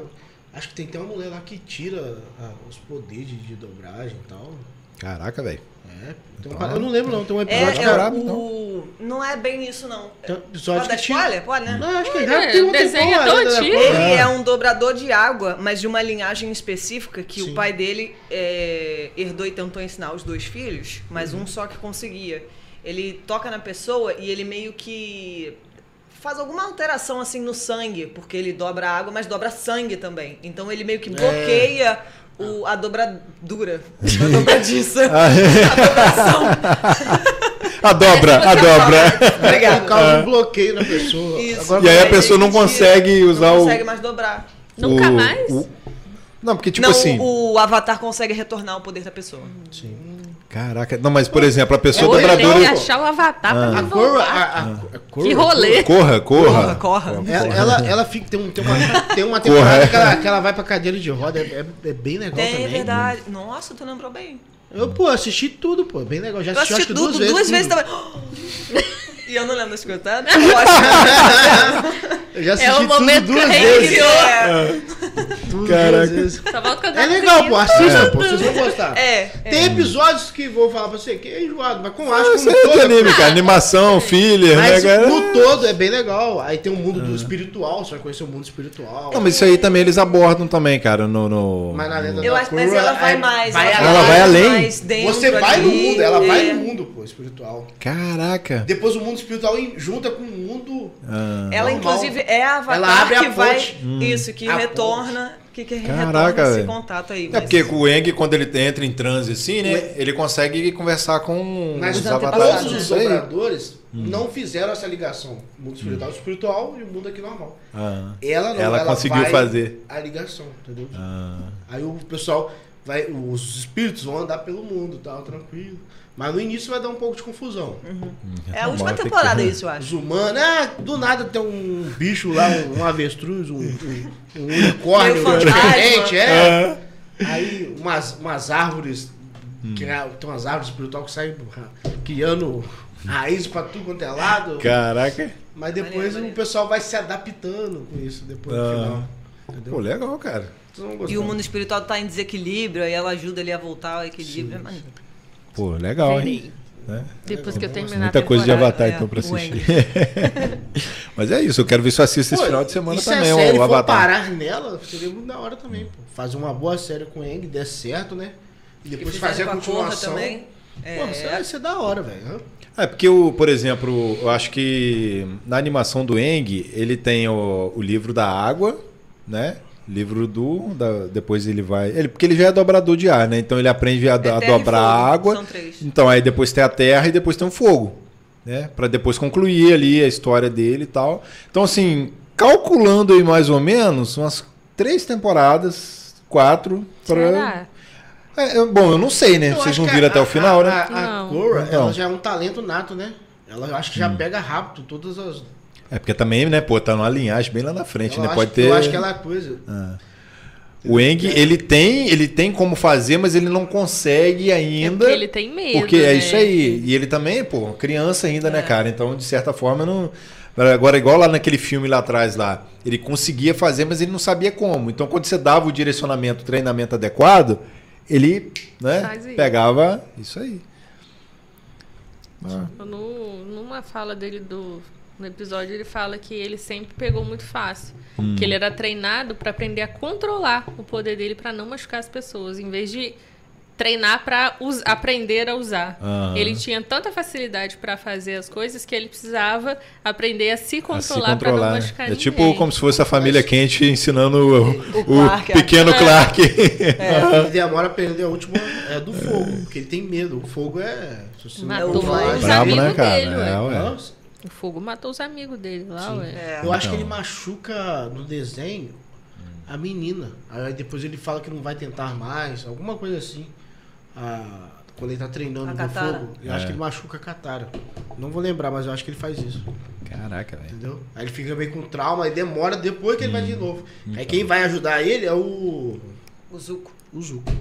S3: Acho que tem até uma mulher lá que tira ah, os poderes de, de dobragem e tal.
S1: Caraca, velho.
S3: É, tem
S1: Ah.
S3: uma parada- eu não lembro não, tem um
S2: É,
S3: episódio
S2: é,
S3: que era-
S1: brabo,
S2: o... Não é bem isso, não.
S3: Tem um
S2: Pode
S3: episódio
S2: dar
S3: que tira...
S2: spoiler? Pode, né?
S3: Não, acho que
S4: É,
S3: já tem um
S4: desenho
S3: tempão
S4: é tão
S3: lá, né, da
S4: antigo.
S3: Cor.
S2: Ele é um dobrador de água, mas de uma linhagem específica que
S3: Sim.
S2: o pai dele é, herdou e tentou ensinar os dois filhos, mas
S3: Uhum.
S2: um só que conseguia. Ele toca na pessoa e ele meio que faz alguma alteração assim no sangue, porque ele dobra água, mas dobra sangue também. Então ele
S3: É.
S2: meio que bloqueia o- a dobradura, a dobradiça,
S3: Ah, é.
S2: a dobração.
S1: A dobra, a dobra.
S3: Obrigado. Causa um bloqueio na pessoa.
S2: Isso.
S1: É. E aí a
S2: Aí
S1: pessoa não
S2: ele tira,
S1: consegue usar
S2: não
S1: o-
S2: consegue mais dobrar.
S4: Nunca
S1: O-
S4: mais?
S1: o- Não, porque tipo
S2: não,
S1: assim...
S2: o avatar consegue retornar o poder da pessoa.
S3: Uhum. um Sim.
S1: Caraca, não, mas por exemplo, a pessoa é
S4: eu tentei
S1: dobradora... Ah.
S4: achar o avatar pra
S3: A
S4: me
S3: cor,
S4: voltar.
S3: a, a, é a cor,
S4: Que rolê.
S1: Corra, corra.
S2: Corra, corra.
S3: É, Ela, ela fica, tem, um, tem uma, tem
S1: Corra.
S3: uma temporada que ela, que ela vai pra cadeira de roda, é, é- é bem legal
S2: Tem,
S3: também.
S2: é verdade. Nossa, tu lembrou bem.
S3: Eu, pô, assisti tudo, pô, bem legal. Já
S2: Eu
S3: assisti,
S2: assisti
S3: acho que
S2: tudo duas, vezes
S3: tudo.
S2: também. e eu não lembro das coisas, tá? Eu acho que-
S3: Eu já assisti
S4: É o
S3: tudo
S4: momento
S3: duas
S4: que
S3: vezes.
S4: arrepiou.
S2: É.
S3: tudo.
S1: Caraca.
S3: Jesus.
S4: Só volta quando
S3: É
S4: eu
S3: legal, pô.
S4: conseguir.
S3: Assista, pô. Vocês vão gostar.
S2: É.
S3: Tem episódios que vou falar pra você que é enjoado, mas com acho
S1: Ah, isso
S3: como
S1: é de
S3: toda,
S1: anime, cara.
S2: É.
S1: Animação, filler, né,
S3: Mas
S1: cara?
S3: no todo é bem legal. Aí tem um mundo do espiritual, você vai conhecer o mundo espiritual.
S1: Não, mas isso aí também eles abordam também, cara, no... no...
S3: Mas na lenda
S2: Eu
S3: da
S2: acho, mas
S3: Korra,
S2: ela vai
S3: é-
S2: mais.
S3: vai
S1: ela vai além.
S2: mais dentro
S3: Você vai no
S2: ali,
S3: mundo, ela
S2: é.
S3: vai no mundo, pô, espiritual.
S1: Caraca.
S3: Depois o mundo espiritual em- junta com o mundo.
S1: Ah,
S2: Ela,
S3: Normal.
S2: inclusive, é a avatar
S3: Ela abre a
S2: que vai. Hum.
S3: ponte.
S2: Isso, que
S3: A
S2: retorna. Que, que
S1: Caraca,
S2: retorna esse
S1: velho.
S2: contato aí.
S1: É
S2: mas-
S1: porque o Eng, quando ele entra em transe assim,
S3: O
S1: né?
S3: Aang-
S1: Ele consegue conversar com
S3: Mas
S1: os avatares.
S3: todos os
S1: isso aí. Hum.
S3: dobradores não fizeram essa ligação. O mundo espiritual espiritual e o mundo aqui normal.
S1: Ah,
S3: Ela não
S1: Hum. Ela conseguiu
S3: vai
S1: fazer.
S3: a ligação, entendeu?
S1: ah.
S3: Aí o pessoal vai. Os espíritos vão andar pelo mundo, tal, tranquilo. Mas no início vai dar um pouco de confusão.
S2: É a última
S1: Bora ter que-
S2: temporada, isso, eu acho.
S3: Os humanos, ah, do nada tem um bicho lá, um, um avestruz, um, um- um unicórnio
S2: Meio fantasma.
S3: diferente, é.
S1: Ah.
S3: Aí umas, umas árvores, que,
S1: Hum.
S3: é- tem umas árvores espiritual que saem ra- criando raiz pra tudo quanto é lado.
S1: Caraca.
S3: Mas
S2: Maneiro,
S3: depois o
S2: maneiro.
S3: pessoal vai se adaptando com isso depois
S1: Ah.
S3: no final.
S1: Pô, legal, cara.
S3: Vocês vão gostar.
S2: E o mundo espiritual tá em desequilíbrio, aí ela ajuda ele a voltar ao equilíbrio. É maneiro.
S1: Pô, legal, hein? Né?
S4: Depois que eu terminar
S1: Muita
S4: a
S1: coisa de
S4: temporada.
S1: Avatar,
S2: é,
S1: então, pra
S2: o
S1: assistir. Mas é isso, eu quero ver se eu assisto esse
S3: Pô,
S1: final de semana
S3: e
S1: também,
S3: se a série
S1: o
S3: for
S1: Avatar.
S3: parar nela, seria muito da hora também, pô. Fazer uma boa série com o Aang, der certo, né? E depois
S2: E
S3: fazer
S2: fizeram
S3: a
S2: com Korra
S3: continuação.
S2: também. É,
S3: Pô, isso, é, isso é da hora, velho.
S1: É, porque, o, por exemplo, eu acho que na animação do Eng, ele tem o, o livro da água, né? Livro do. da- depois ele vai. Ele, porque ele já é dobrador de ar, né? Então ele aprende
S3: É
S1: a, do- a
S2: terra e
S1: dobrar
S2: fogo,
S1: a água.
S2: É São três.
S1: Então, aí depois tem a terra e depois tem o fogo, né? Para depois concluir ali a história dele e tal. Então, assim, calculando aí mais ou menos umas três temporadas, quatro para
S4: Será? É
S1: bom, eu não sei, né?
S3: Eu
S1: Vocês
S3: acho
S1: não
S3: que
S1: viram
S3: a-
S1: até o
S3: a-
S1: final,
S3: A,
S1: né?
S3: a
S4: Não.
S3: Korra,
S1: Então.
S3: ela já é um talento nato, né? Ela eu acho que já
S1: Hum.
S3: pega rápido todas as.
S1: É porque também, né, pô, tá numa linhagem bem lá na frente,
S3: eu
S1: né?
S3: acho-
S1: Pode ter
S3: Eu acho que ela é coisa.
S1: O Eng, ele tem, ele tem como fazer, mas ele não consegue
S4: É
S1: ainda.
S4: porque ele tem medo.
S1: Porque é
S4: né? É.
S1: isso aí. E ele também, pô, criança ainda, né, cara? Então, de certa forma, não. Agora, igual lá naquele filme lá atrás, lá, ele conseguia fazer, mas ele não sabia como. Então, quando você dava o direcionamento, o treinamento adequado, ele, né,
S4: Faz isso.
S1: pegava isso aí.
S4: No- numa fala dele do no episódio, ele fala que ele sempre pegou muito fácil.
S1: Hum.
S4: Que ele era treinado pra aprender a controlar o poder dele pra não machucar as pessoas, em vez de treinar pra us- aprender a usar.
S1: Aham.
S4: Ele tinha tanta facilidade pra fazer as coisas que ele precisava aprender a se
S1: A se
S4: controlar, pra não
S1: né?
S4: machucar
S1: É
S4: ninguém.
S1: tipo como se fosse a família quente ensinando o,
S2: O
S1: o
S2: Clark,
S1: pequeno
S4: é.
S1: Clark.
S3: Ele demora a perder a última é do fogo, porque ele tem medo. O fogo é. se você não
S4: Matou
S3: controlar,
S4: os
S3: já-
S1: Brabo, né,
S4: amigos
S1: cara?
S4: dele, ué.
S1: É, ué.
S3: Nossa,
S4: O fogo matou os amigos dele lá,
S3: Sim.
S4: ué.
S2: É.
S3: Eu acho que
S1: Então.
S3: ele machuca no desenho a menina. Aí depois ele fala que não vai tentar mais, alguma coisa assim. Ah, quando ele tá treinando
S2: A
S3: no
S2: Katara.
S3: fogo, eu
S1: É.
S3: acho que ele machuca a Katara. Não vou lembrar, mas eu acho que ele faz isso,
S1: Caraca, velho.
S3: entendeu? Aí ele fica meio com trauma, aí demora depois que ele vai
S1: Hum.
S3: de novo.
S1: Então.
S3: Aí quem vai ajudar ele é o.
S2: O Zuko.
S3: O Zuko.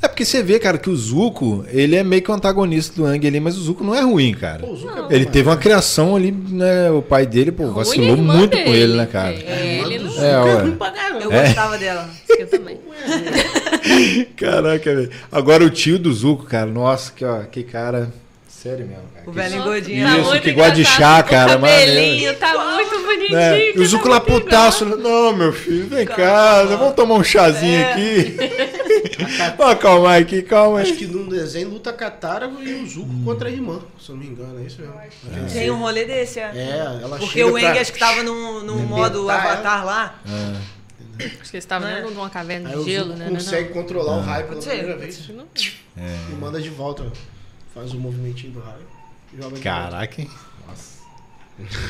S1: É porque você vê, cara, que o Zuko, ele é meio que o antagonista do Ang ali, mas o Zuko não é ruim, cara.
S3: Pô, o Zuko é bom,
S1: Ele
S3: cara.
S1: teve uma criação ali, né? O pai dele, pô, vacilou
S4: Ruim a irmã
S1: muito com
S4: dele,
S1: ele, né, cara?
S4: velho. Ele não...
S1: É,
S3: Zuko é
S1: ué.
S3: ruim pra caramba.
S2: Eu gostava dela.
S4: Eu também.
S1: Caraca, velho. Agora o tio do Zuco, cara. Nossa, que, ó, que cara. Sério mesmo, cara.
S2: O
S1: Que-
S2: velho
S4: Nossa,
S2: gordinho.
S4: tá
S1: Isso,
S4: muito
S1: que gosta de
S4: engraçado.
S1: chá,
S4: O
S1: cara,
S4: cabelinho tá muito bonitinho.
S1: Né? E o
S4: tá
S1: Zuco lá
S4: muito igual.
S1: putaço. Não, meu filho, vem em casa, vamos tomar um chazinho aqui. vamos acalmar aqui, calma.
S3: Acho que no desenho luta a Katara e o Zuko
S1: Hum.
S3: contra a irmã, se eu não me engano, é isso mesmo.
S2: Tem um rolê desse, é.
S3: É, ela
S2: Porque
S3: chega
S2: o Eng
S3: pra-
S2: acho que tava num, num modo
S3: ela.
S2: avatar lá.
S4: Acho que eles estavam
S2: Né?
S4: dentro de uma caverna
S3: Aí
S4: de
S3: o
S4: gelo,
S3: Zuko
S4: né?
S3: consegue controlar
S1: É.
S3: o raio pela
S2: Pode ser.
S3: primeira vez
S4: Não, não.
S3: e manda de volta. Faz o movimentinho do raio. e Joga de
S1: Caraca, hein?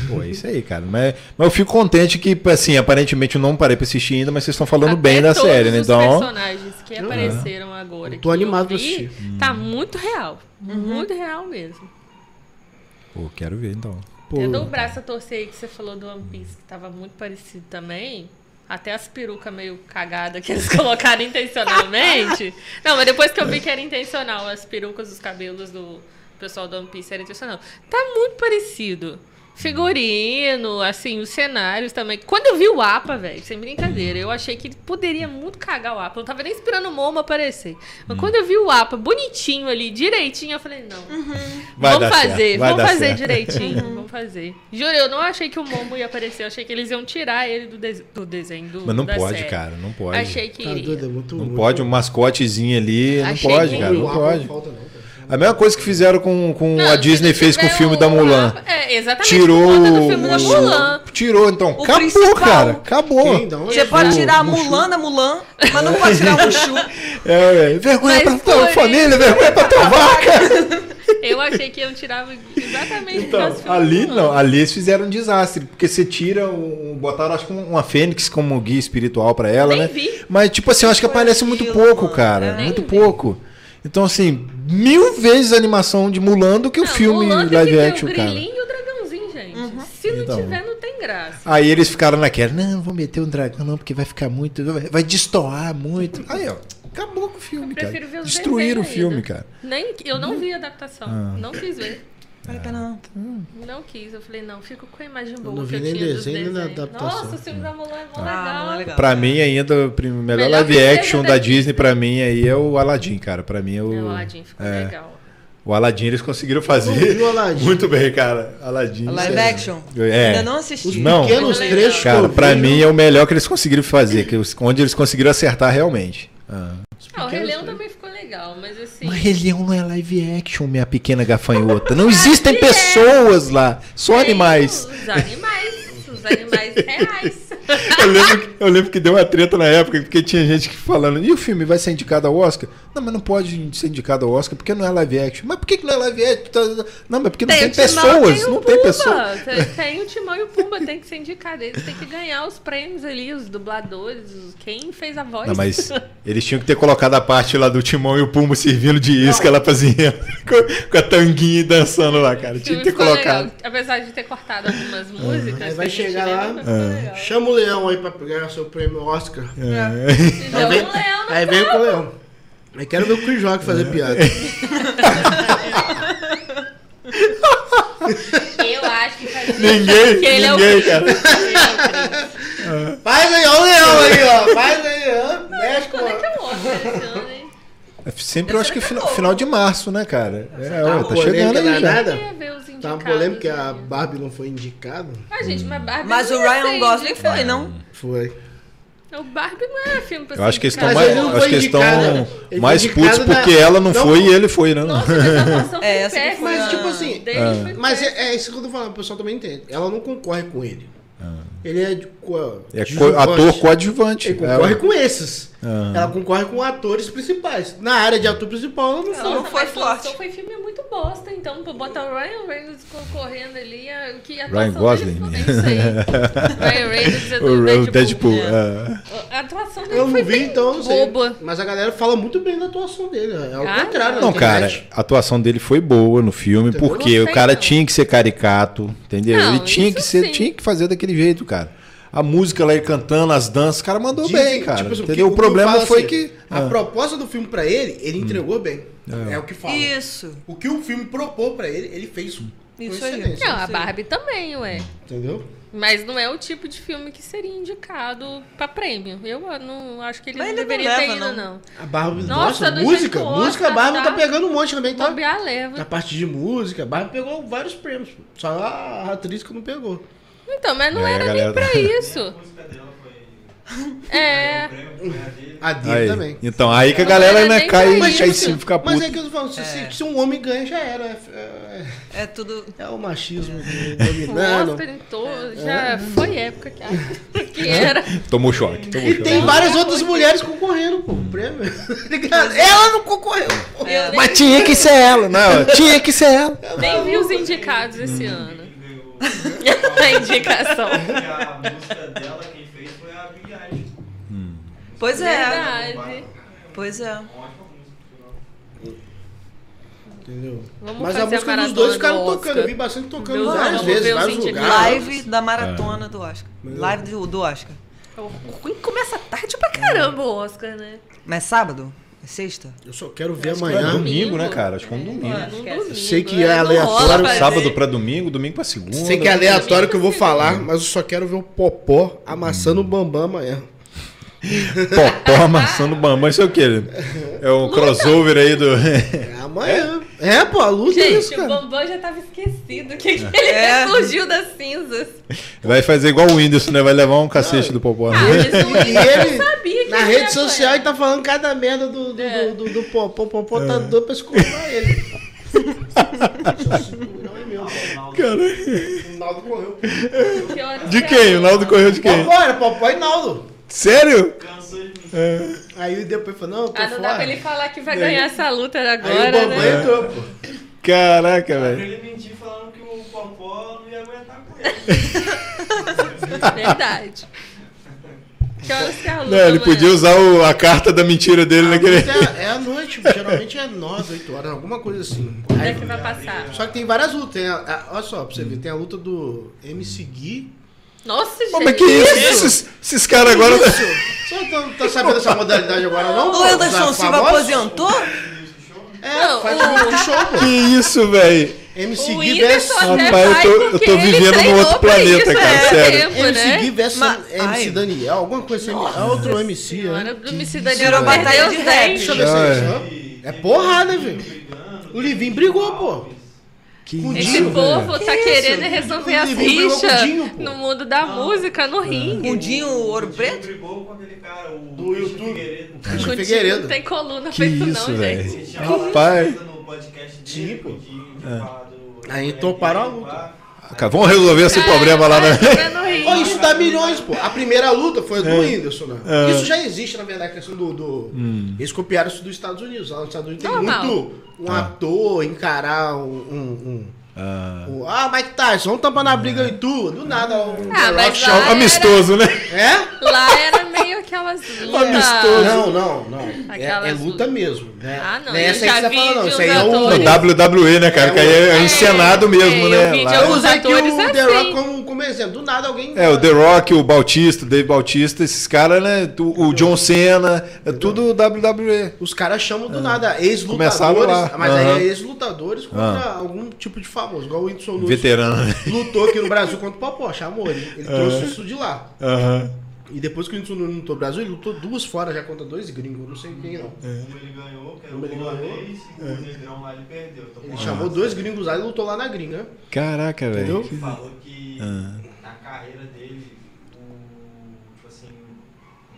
S1: Pô, é isso aí, cara. Mas, mas eu fico contente que, assim, aparentemente eu não parei pra assistir ainda, mas vocês estão falando
S4: Até
S1: bem da
S4: todos
S1: série, né?
S4: os
S1: Então.
S4: personagens que
S3: Eu-
S4: apareceram agora.
S3: Eu tô
S4: que
S3: animado
S4: eu
S3: pra
S4: vi, Tá muito real. Muito real mesmo.
S1: Pô, quero ver então.
S3: Pô.
S4: Eu dou o braço a torcer aí que você falou do One Piece, que tava muito parecido também. Até as perucas meio cagadas que eles colocaram intencionalmente. Não, mas depois que eu vi que era intencional, as perucas, os cabelos do pessoal do One Piece era intencional. Tá muito parecido. Figurino, assim, os cenários também. Quando eu vi o APA, velho, sem brincadeira, eu achei que ele poderia muito cagar o APA. Eu não tava nem esperando o Momo aparecer. Mas quando eu vi o APA bonitinho ali, direitinho, eu falei, não.
S5: Vai
S4: vamos
S5: dar certo,
S4: fazer,
S5: vai
S4: vamos
S5: dar
S4: fazer
S5: certo.
S4: direitinho. Vamos fazer. Juro, eu não achei que o Momo ia aparecer, eu achei que eles iam tirar ele do, des- do desenho do
S1: Mas não
S4: da
S1: pode,
S4: série.
S1: cara, não pode.
S4: Achei que
S3: Tá
S4: iria.
S3: doido, é muito
S1: Não
S3: muito-
S1: pode, um mascotezinho ali, não
S4: Achei
S1: pode,
S4: que-
S1: cara, não
S3: Uau,
S1: pode.
S3: falta não, cara.
S1: A mesma coisa que fizeram com, com
S4: Não,
S1: a Disney
S4: se
S1: fez com o
S4: tiver um
S1: filme da Mulan.
S4: APA- É, exatamente.
S1: Tirou
S4: por conta do filme da
S1: os-
S4: Mulan.
S1: Tirou, então.
S2: O
S1: acabou,
S2: principal.
S1: cara. Acabou.
S3: Quem? um Da onde?
S2: Você pode
S1: Mushu,
S2: tirar a
S1: Mushu.
S2: Mulan da Mulan, mas não pode tirar o Mushu.
S1: É, velho. Vergonha
S4: Mas
S1: pra
S4: por
S1: tua
S4: isso-
S1: família, vergonha pra tua vaca.
S4: Eu achei que iam tirar exatamente
S1: Então,
S4: os filmes
S1: ali
S4: do
S1: não,
S4: Mulan.
S1: ali eles fizeram um desastre. Porque você tira um. Botaram, acho que um- uma fênix como guia espiritual pra ela,
S4: Nem
S1: né?
S4: vi.
S1: Mas, tipo assim, eu acho que
S2: Foi
S1: aparece muito
S2: aquilo,
S1: pouco,
S2: mano.
S1: cara.
S2: Nem
S1: muito
S4: vi.
S1: pouco. Então, assim, mil vezes a animação de Mulan do que o
S4: Não,
S1: filme
S4: Mulan tem que
S1: live
S4: ter um
S1: action,
S4: o
S1: cara.
S4: grilinho e o dragãozinho, gente. Se não
S1: Então.
S4: tiver, não tem graça.
S1: Aí eles ficaram naquela, não, vou meter um dragão, não, porque vai ficar muito. vai- Vai destoar muito. Aí, ó, acabou com o filme, cara.
S4: Prefiro ver os
S1: Destruíram o
S4: desenhos
S1: filme,
S4: ainda.
S1: cara.
S4: Nem, eu não vi a adaptação.
S1: Ah.
S4: Não quis ver.
S2: Ai, caramba.
S4: Não quis. Eu falei, não, fico com a imagem boa.
S3: não
S4: que
S3: vi
S4: eu
S3: nem
S4: tinha dos
S3: desenho, nem
S4: desenhos.
S3: adaptação.
S4: Nossa, o filme da Mulan é mó
S2: Ah, não é
S4: legal.
S2: legal.
S1: Pra mim, ainda, o prim- melhor,
S4: Melhor
S1: live
S4: desenho
S1: action
S4: da
S1: da
S4: Disney.
S1: Disney, pra mim, aí é o Aladdin, cara. Pra mim é o.
S4: É, o Aladdin ficou
S1: é.
S4: legal.
S1: O Aladdin eles conseguiram
S3: Eu
S1: fazer.
S3: vi o Aladdin.
S1: Muito bem, cara. Aladdin.
S2: Live
S1: sério.
S2: action.
S1: É.
S2: Ainda não assisti.
S1: Não.
S3: Pequenos
S4: Legal.
S3: trechos. que eu
S1: Cara, pra
S3: vi,
S1: mim é o melhor que eles conseguiram fazer, que os- onde eles conseguiram acertar realmente. Ah.
S4: Ah, o Rei
S3: pequenos
S4: Leão
S3: três.
S4: também ficou legal, mas assim.
S1: Mas Rei Leão não é live action, minha pequena gafanhota. Não existem
S2: é.
S1: pessoas lá, só é um animais.
S4: Os animais. Os animais reais.
S1: Eu lembro, que, eu lembro que deu uma treta na época, porque tinha gente que falando, e o filme vai ser indicado ao Oscar? Não, mas não pode ser indicado ao Oscar porque não é live action. Mas por que, que não é live action? Tá, tá, tá. Não, mas porque não tem,
S4: o Timão,
S1: pessoas,
S4: tem o
S1: não tem
S4: Pumba,
S1: pessoas.
S4: tem- Tem o Timão e o Pumba, tem que ser indicado. Eles têm que ganhar os prêmios ali, os dubladores, os- quem fez a voz.
S1: Não, mas eles tinham que ter colocado a parte lá do Timão e o Pumbo servindo de isca lá pra Zinha, com, com a tanguinha e dançando lá, cara.
S4: O
S1: Tinha
S4: filme
S1: que ter
S4: ficou
S1: colocado.
S4: legal, apesar de ter cortado algumas músicas.
S3: Aí
S4: que
S3: vai
S4: a gente
S3: chegar
S4: lembra,
S3: lá.
S4: mas ficou
S1: É.
S4: legal.
S3: Chama o leão aí pra pegar seu prêmio Oscar.
S4: Então,
S3: Aí vem,
S4: o Leão não tá.
S3: aí vem com o leão. Aí quero ver o Chris Rock
S1: É.
S3: fazer piada.
S4: Eu acho que faz
S1: Ninguém,
S4: que ele é o
S1: ninguém, cara.
S4: príncipe.
S3: Faz aí, ó o leão aí, ó. Faz aí, ó. Mexe com
S4: Quando é que é o Oscar esse ano, hein?
S3: Tá.
S1: Sempre eu acho que é final, final de março, né, cara? É,
S3: Tá
S1: ó,
S3: uma
S1: tá chegando
S3: polêmica
S1: aí já.
S3: danada.
S4: Eu ia ver os
S3: Tá uma
S4: indicados,
S3: polêmica que a
S4: né?
S3: Barbie não foi indicada.
S4: Ah, gente, mas Barbie
S2: Mas o
S4: não ia ser
S2: Ryan Gosling
S4: indicado.
S2: foi, não?
S3: Foi.
S4: O Barbie não é filme pra
S1: Eu acho que eles estão
S3: Mas
S1: mais,
S3: ele não
S1: acho
S3: foi
S1: que eles estão
S3: indicado, né?
S1: mais
S3: Ele foi
S1: putos
S3: indicado
S1: porque
S3: na-
S1: ela não,
S3: não-
S1: foi e ele foi, né?
S2: É, essa que foi
S3: Mas,
S2: Ah,
S3: tipo assim, mas é, é isso que eu tô falando, o pessoal também entende. Ela não concorre com ele. Ele é, de, co-
S1: Ah. É co- Ah.
S3: coadjuvante.
S1: ator coadjuvante. É,
S3: Ele concorre com esses. Ela concorre com atores principais. Na área de ator principal, ela não
S2: Ela não
S3: foi.
S2: foi
S4: mas
S2: forte.
S4: Então foi filme muito bosta, então, pra botar o Ryan Reynolds concorrendo ali, a- o que a
S1: Ryan
S4: atuação dele
S1: Gosling.
S4: ficou bem feia. Ryan Reynolds é
S1: O,
S4: do
S1: o
S4: Deadpool.
S1: Deadpool. é.
S4: A atuação dele
S3: Eu não
S4: foi
S3: vi,
S4: bem
S3: então não sei.
S4: boba.
S3: Mas a galera fala muito bem da atuação dele. É o
S4: Ah,
S3: contrário.
S1: Não,
S3: na
S1: cara,
S3: internet.
S1: a atuação dele foi boa no filme,
S3: Entendeu?
S1: porque
S4: Não
S1: o
S4: sei,
S1: cara
S4: não.
S1: tinha que ser caricato, entendeu?
S4: Não,
S1: ele tinha
S4: isso
S1: que, ser,
S4: sim.
S1: tinha que fazer daquele jeito, cara. A música lá, ele cantando, as danças, o cara mandou
S3: Dizem,
S1: bem, cara.
S3: tipo assim,
S1: entendeu?
S3: que
S1: O problema
S3: Will fala
S1: foi
S3: assim,
S1: que.
S3: A
S1: Ah. Hum.
S3: proposta do filme pra ele, ele entregou bem. É, o que fala.
S2: Isso.
S3: O que o filme propôs pra ele, ele fez com
S2: Isso aí.
S3: excelência,
S4: Não, a
S2: Sim.
S4: Barbie também, ué.
S3: Entendeu?
S4: Mas não é o tipo de filme que seria indicado pra prêmio. Eu não acho que ele
S2: Mas
S4: não
S2: ele não
S4: deveria ter
S2: leva,
S4: ido,
S2: não.
S4: não.
S3: A Barbie,
S4: Nossa,
S3: nossa,
S4: do
S3: música,
S4: jeito que
S3: música, a
S4: gosta,
S3: Barbie tá
S4: tá?
S3: pegando um monte também, tá?
S4: Bobear
S3: Na
S4: leva.
S3: parte de música, a Barbie pegou vários prêmios. pô. Só a atriz que não pegou.
S4: Então, mas não
S1: É, a
S4: era
S1: galera-
S4: nem pra isso. É.
S3: A dele
S1: Aí.
S3: também.
S1: Então, aí que a
S4: Não
S1: galera
S4: era
S1: né,
S4: nem
S1: cai,
S4: pra
S1: cai
S4: isso.
S1: em cima, fica
S3: Mas é
S1: puto.
S3: que eu falo, se, se- se um homem ganha, já era. É,
S2: É tudo.
S3: é- é o machismo do-
S4: O
S3: dominando.
S4: Oscar em
S3: É,
S4: todo- já foi época que, que era.
S1: Tomou choque, tomou
S3: E
S1: choque.
S3: tem várias outras mulheres concorrendo, pô. o Prêmio. Ela não concorreu, pô.
S2: É,
S1: Mas tinha que ser ela, não, tinha que ser ela.
S4: Nem vi os indicados esse
S3: Hum.
S4: ano. A indicação.
S6: a música dela quem fez foi a Billie Eilish.
S2: Pois é.
S4: Verdade.
S2: Pois é.
S6: Ótima música.
S3: Entendeu?
S4: Vamos
S3: Mas
S4: fazer
S3: a
S4: a
S3: música dos
S4: maratona
S3: dois
S4: do
S3: ficaram
S4: Oscar.
S3: tocando. Eu vi bastante tocando
S4: Deus,
S3: várias
S4: vamos
S3: vezes,
S4: ver os
S3: vários
S4: indicados.
S3: lugares.
S2: Live da maratona do Oscar. Live do, do Oscar.
S4: O ruim começa tarde pra caramba o Oscar, né?
S2: Mas é sábado? É sexta?
S3: Eu só quero ver
S4: Acho que
S1: É
S4: Amanhã?
S3: amanhã.
S1: domingo, né, cara? Acho que é um
S4: É,
S1: domingo.
S2: Mano,
S4: num
S2: esquece.
S4: domingo, né?
S3: Sei que é
S4: não rola
S3: aleatório,
S4: fazer.
S1: Sábado pra domingo, domingo pra segunda.
S3: Sei que é aleatório que eu vou falar, mas eu só quero ver o Popó amassando o Bambam amanhã.
S1: Popó amassando bambam. Isso é o quê? É o crossover aí do.
S3: É amanhã. É, pô, a luta é isso,
S4: Gente, o
S3: cara.
S4: Bambam já tava esquecido que, que ele
S2: É.
S4: ressurgiu das cinzas.
S1: Vai fazer igual o Whindersson, né? Vai levar um cacete do Popó.
S4: Ah,
S1: né?
S4: mas o
S3: E ele,
S4: sabia que
S3: na
S4: ele ia
S3: rede social,
S4: apanhar.
S3: ele tá falando cada merda do, do,
S4: É.
S3: do, do, do Popó. O Popó tá doido pra escutar ele. Não é meu, O Naldo correu.
S4: Que horas
S1: De
S4: que
S1: quem?
S4: é?
S1: O Naldo correu de quem?
S3: Popó, era Popó e Naldo.
S1: Sério?
S6: Cansou de
S3: É.
S6: mim.
S3: Aí depois falou, não, eu tô
S4: Ah, não dá pra
S3: fora.
S4: ele falar que vai ganhar essa luta
S3: Aí o
S4: agora,
S3: Bambam
S4: né?
S3: entrou, pô.
S1: Caraca,
S6: Pra
S1: velho.
S6: ele mentir falando que o Popó não ia aguentar com ele.
S4: Verdade. Que horas que é a luta?
S1: Não, ele
S4: amanhã?
S1: podia usar o- a carta da mentira dele
S3: A
S1: naquele.
S3: luta É, é à noite, pô. geralmente é 9, 8 horas, alguma coisa assim.
S4: Quando é
S3: Aí-
S4: que vai passar?
S3: só que tem várias lutas. Tem a- a- olha só, pra você ver, tem a luta do MC Gui.
S4: Nossa, gente.
S1: Pô, mas que isso? Esses, esses caras agora.
S3: Você não tá, tá sabendo dessa modalidade agora, não?
S2: O Anderson
S3: Os
S2: Silva
S3: famosos?
S2: aposentou?
S3: É,
S4: Não,
S3: faz
S4: o-
S3: um vídeo show,
S1: tá- Que
S3: pô.
S1: isso, velho?
S3: MC
S4: O
S3: Gui
S4: Whindersson
S3: versus.
S4: até
S1: Rapaz, eu
S4: vai
S1: tô- eu
S4: porque
S1: tô
S4: ele
S1: vivendo num
S4: treinou
S1: outro
S4: pra
S1: planeta,
S4: isso,
S1: cara,
S4: é,
S1: sério.
S4: Tempo,
S3: MC Gui
S4: né?
S3: versus
S2: Ma-
S3: MC
S2: Ai.
S3: Daniel, alguma coisa assim. É outro MC,
S4: Senhora,
S3: né?
S4: do MC
S2: Virou
S4: Daniel
S2: batalha
S4: perdeu
S2: de
S4: os
S2: rap.
S4: dentes.
S3: Deixa eu ver se é isso. ó. É porrada, velho. O Livinho brigou, pô.
S1: Que
S3: Com
S4: Esse
S3: Dinho,
S4: povo tá
S3: Que
S4: querendo
S3: isso?
S4: resolver
S3: O
S4: as
S3: Livinho brigou com o
S4: rixas
S3: Dinho, pô. Ah.
S4: no mundo da música, no ringue.
S2: Mundinho Ouro
S6: Ele
S2: Preto?
S6: brigou com aquele cara, o
S3: Do
S6: Christian
S3: YouTube.
S6: Figueiredo.
S4: O Dinho
S3: Figueiredo.
S4: Não tem coluna
S1: Que
S4: pra isso,
S1: isso,
S4: não, gente.
S6: Ele
S1: velho?
S6: tinha falado
S1: Rapaz.
S6: isso no podcast
S3: Sim,
S6: dele,
S3: pô. É.
S6: de falar do-
S3: Aí
S6: do
S3: toparam a
S6: LGBT,
S3: luta.
S6: é, pá.
S1: Cara, vamos resolver esse problema lá, né?
S4: Tá no
S3: Pô,
S4: ringue.
S3: isso dá milhões, pô. A primeira luta foi a
S1: É.
S3: do Whindersson, né? Isso já existe, na verdade, a questão do. do-
S1: Hum.
S3: Eles copiaram isso dos Estados Unidos. Lá nos Estados Unidos tem
S4: Normal.
S3: muito um
S1: Ah.
S3: ator encarar um. um, um- um- ah, Mike Tyson, vamos tampar na
S1: É.
S3: briga e tu. Do nada, um
S4: Ah,
S3: um
S4: mas
S3: rock
S4: lá
S3: show.
S4: era-
S1: Amistoso, né?
S3: É?
S4: Lá era meio aquelas lutas.
S1: Amistoso.
S3: Não, não, não. É,
S4: Aquelas
S3: é luta mesmo. Né?
S4: Ah, não,
S3: é
S4: eu
S3: essa aí
S4: já
S3: que você tá
S4: vi
S3: falando, não.
S4: de
S3: Isso aí
S4: uns
S3: é
S1: O
S3: o.
S4: atores.
S1: WWE, né, cara? Que aí é
S4: É,
S1: encenado mesmo,
S4: é, eu
S1: né?
S4: vi de
S1: Lá-
S3: Eu usei aqui
S4: Atores
S3: o The Rock
S4: assim.
S3: como, como exemplo. Do nada alguém.
S1: É, o The Rock, o Bautista, o Dave Bautista, esses caras, né? tu- O John Cena, é tudo WWE.
S3: Os caras chamam do nada
S1: É. Começaram lá.
S3: ex-lutadores, mas
S1: Aham. Ah.
S3: aí é ex-lutadores contra algum tipo de famoso, igual o Whindersson Nunes
S1: Veterano, né?
S3: lutou aqui no Brasil contra o Popó, chamou ele,
S1: É.
S3: ele trouxe isso de lá.
S1: Aham.
S3: E depois que o Whindersson Nunes lutou no Brasil, ele lutou duas fora já contra dois gringos, eu não sei quem não.
S1: É.
S6: Como ele ganhou, que era
S3: Como ele
S6: o
S3: ganhou. É.
S6: holandês, e o negrão lá ele perdeu. Então,
S3: Ele
S6: pô,
S1: Ah,
S3: chamou dois gringos lá e lutou lá na gringa.
S1: Caraca, velho.
S3: Entendeu?
S6: Ele falou que
S3: Ah.
S6: na carreira dele, o, tipo assim,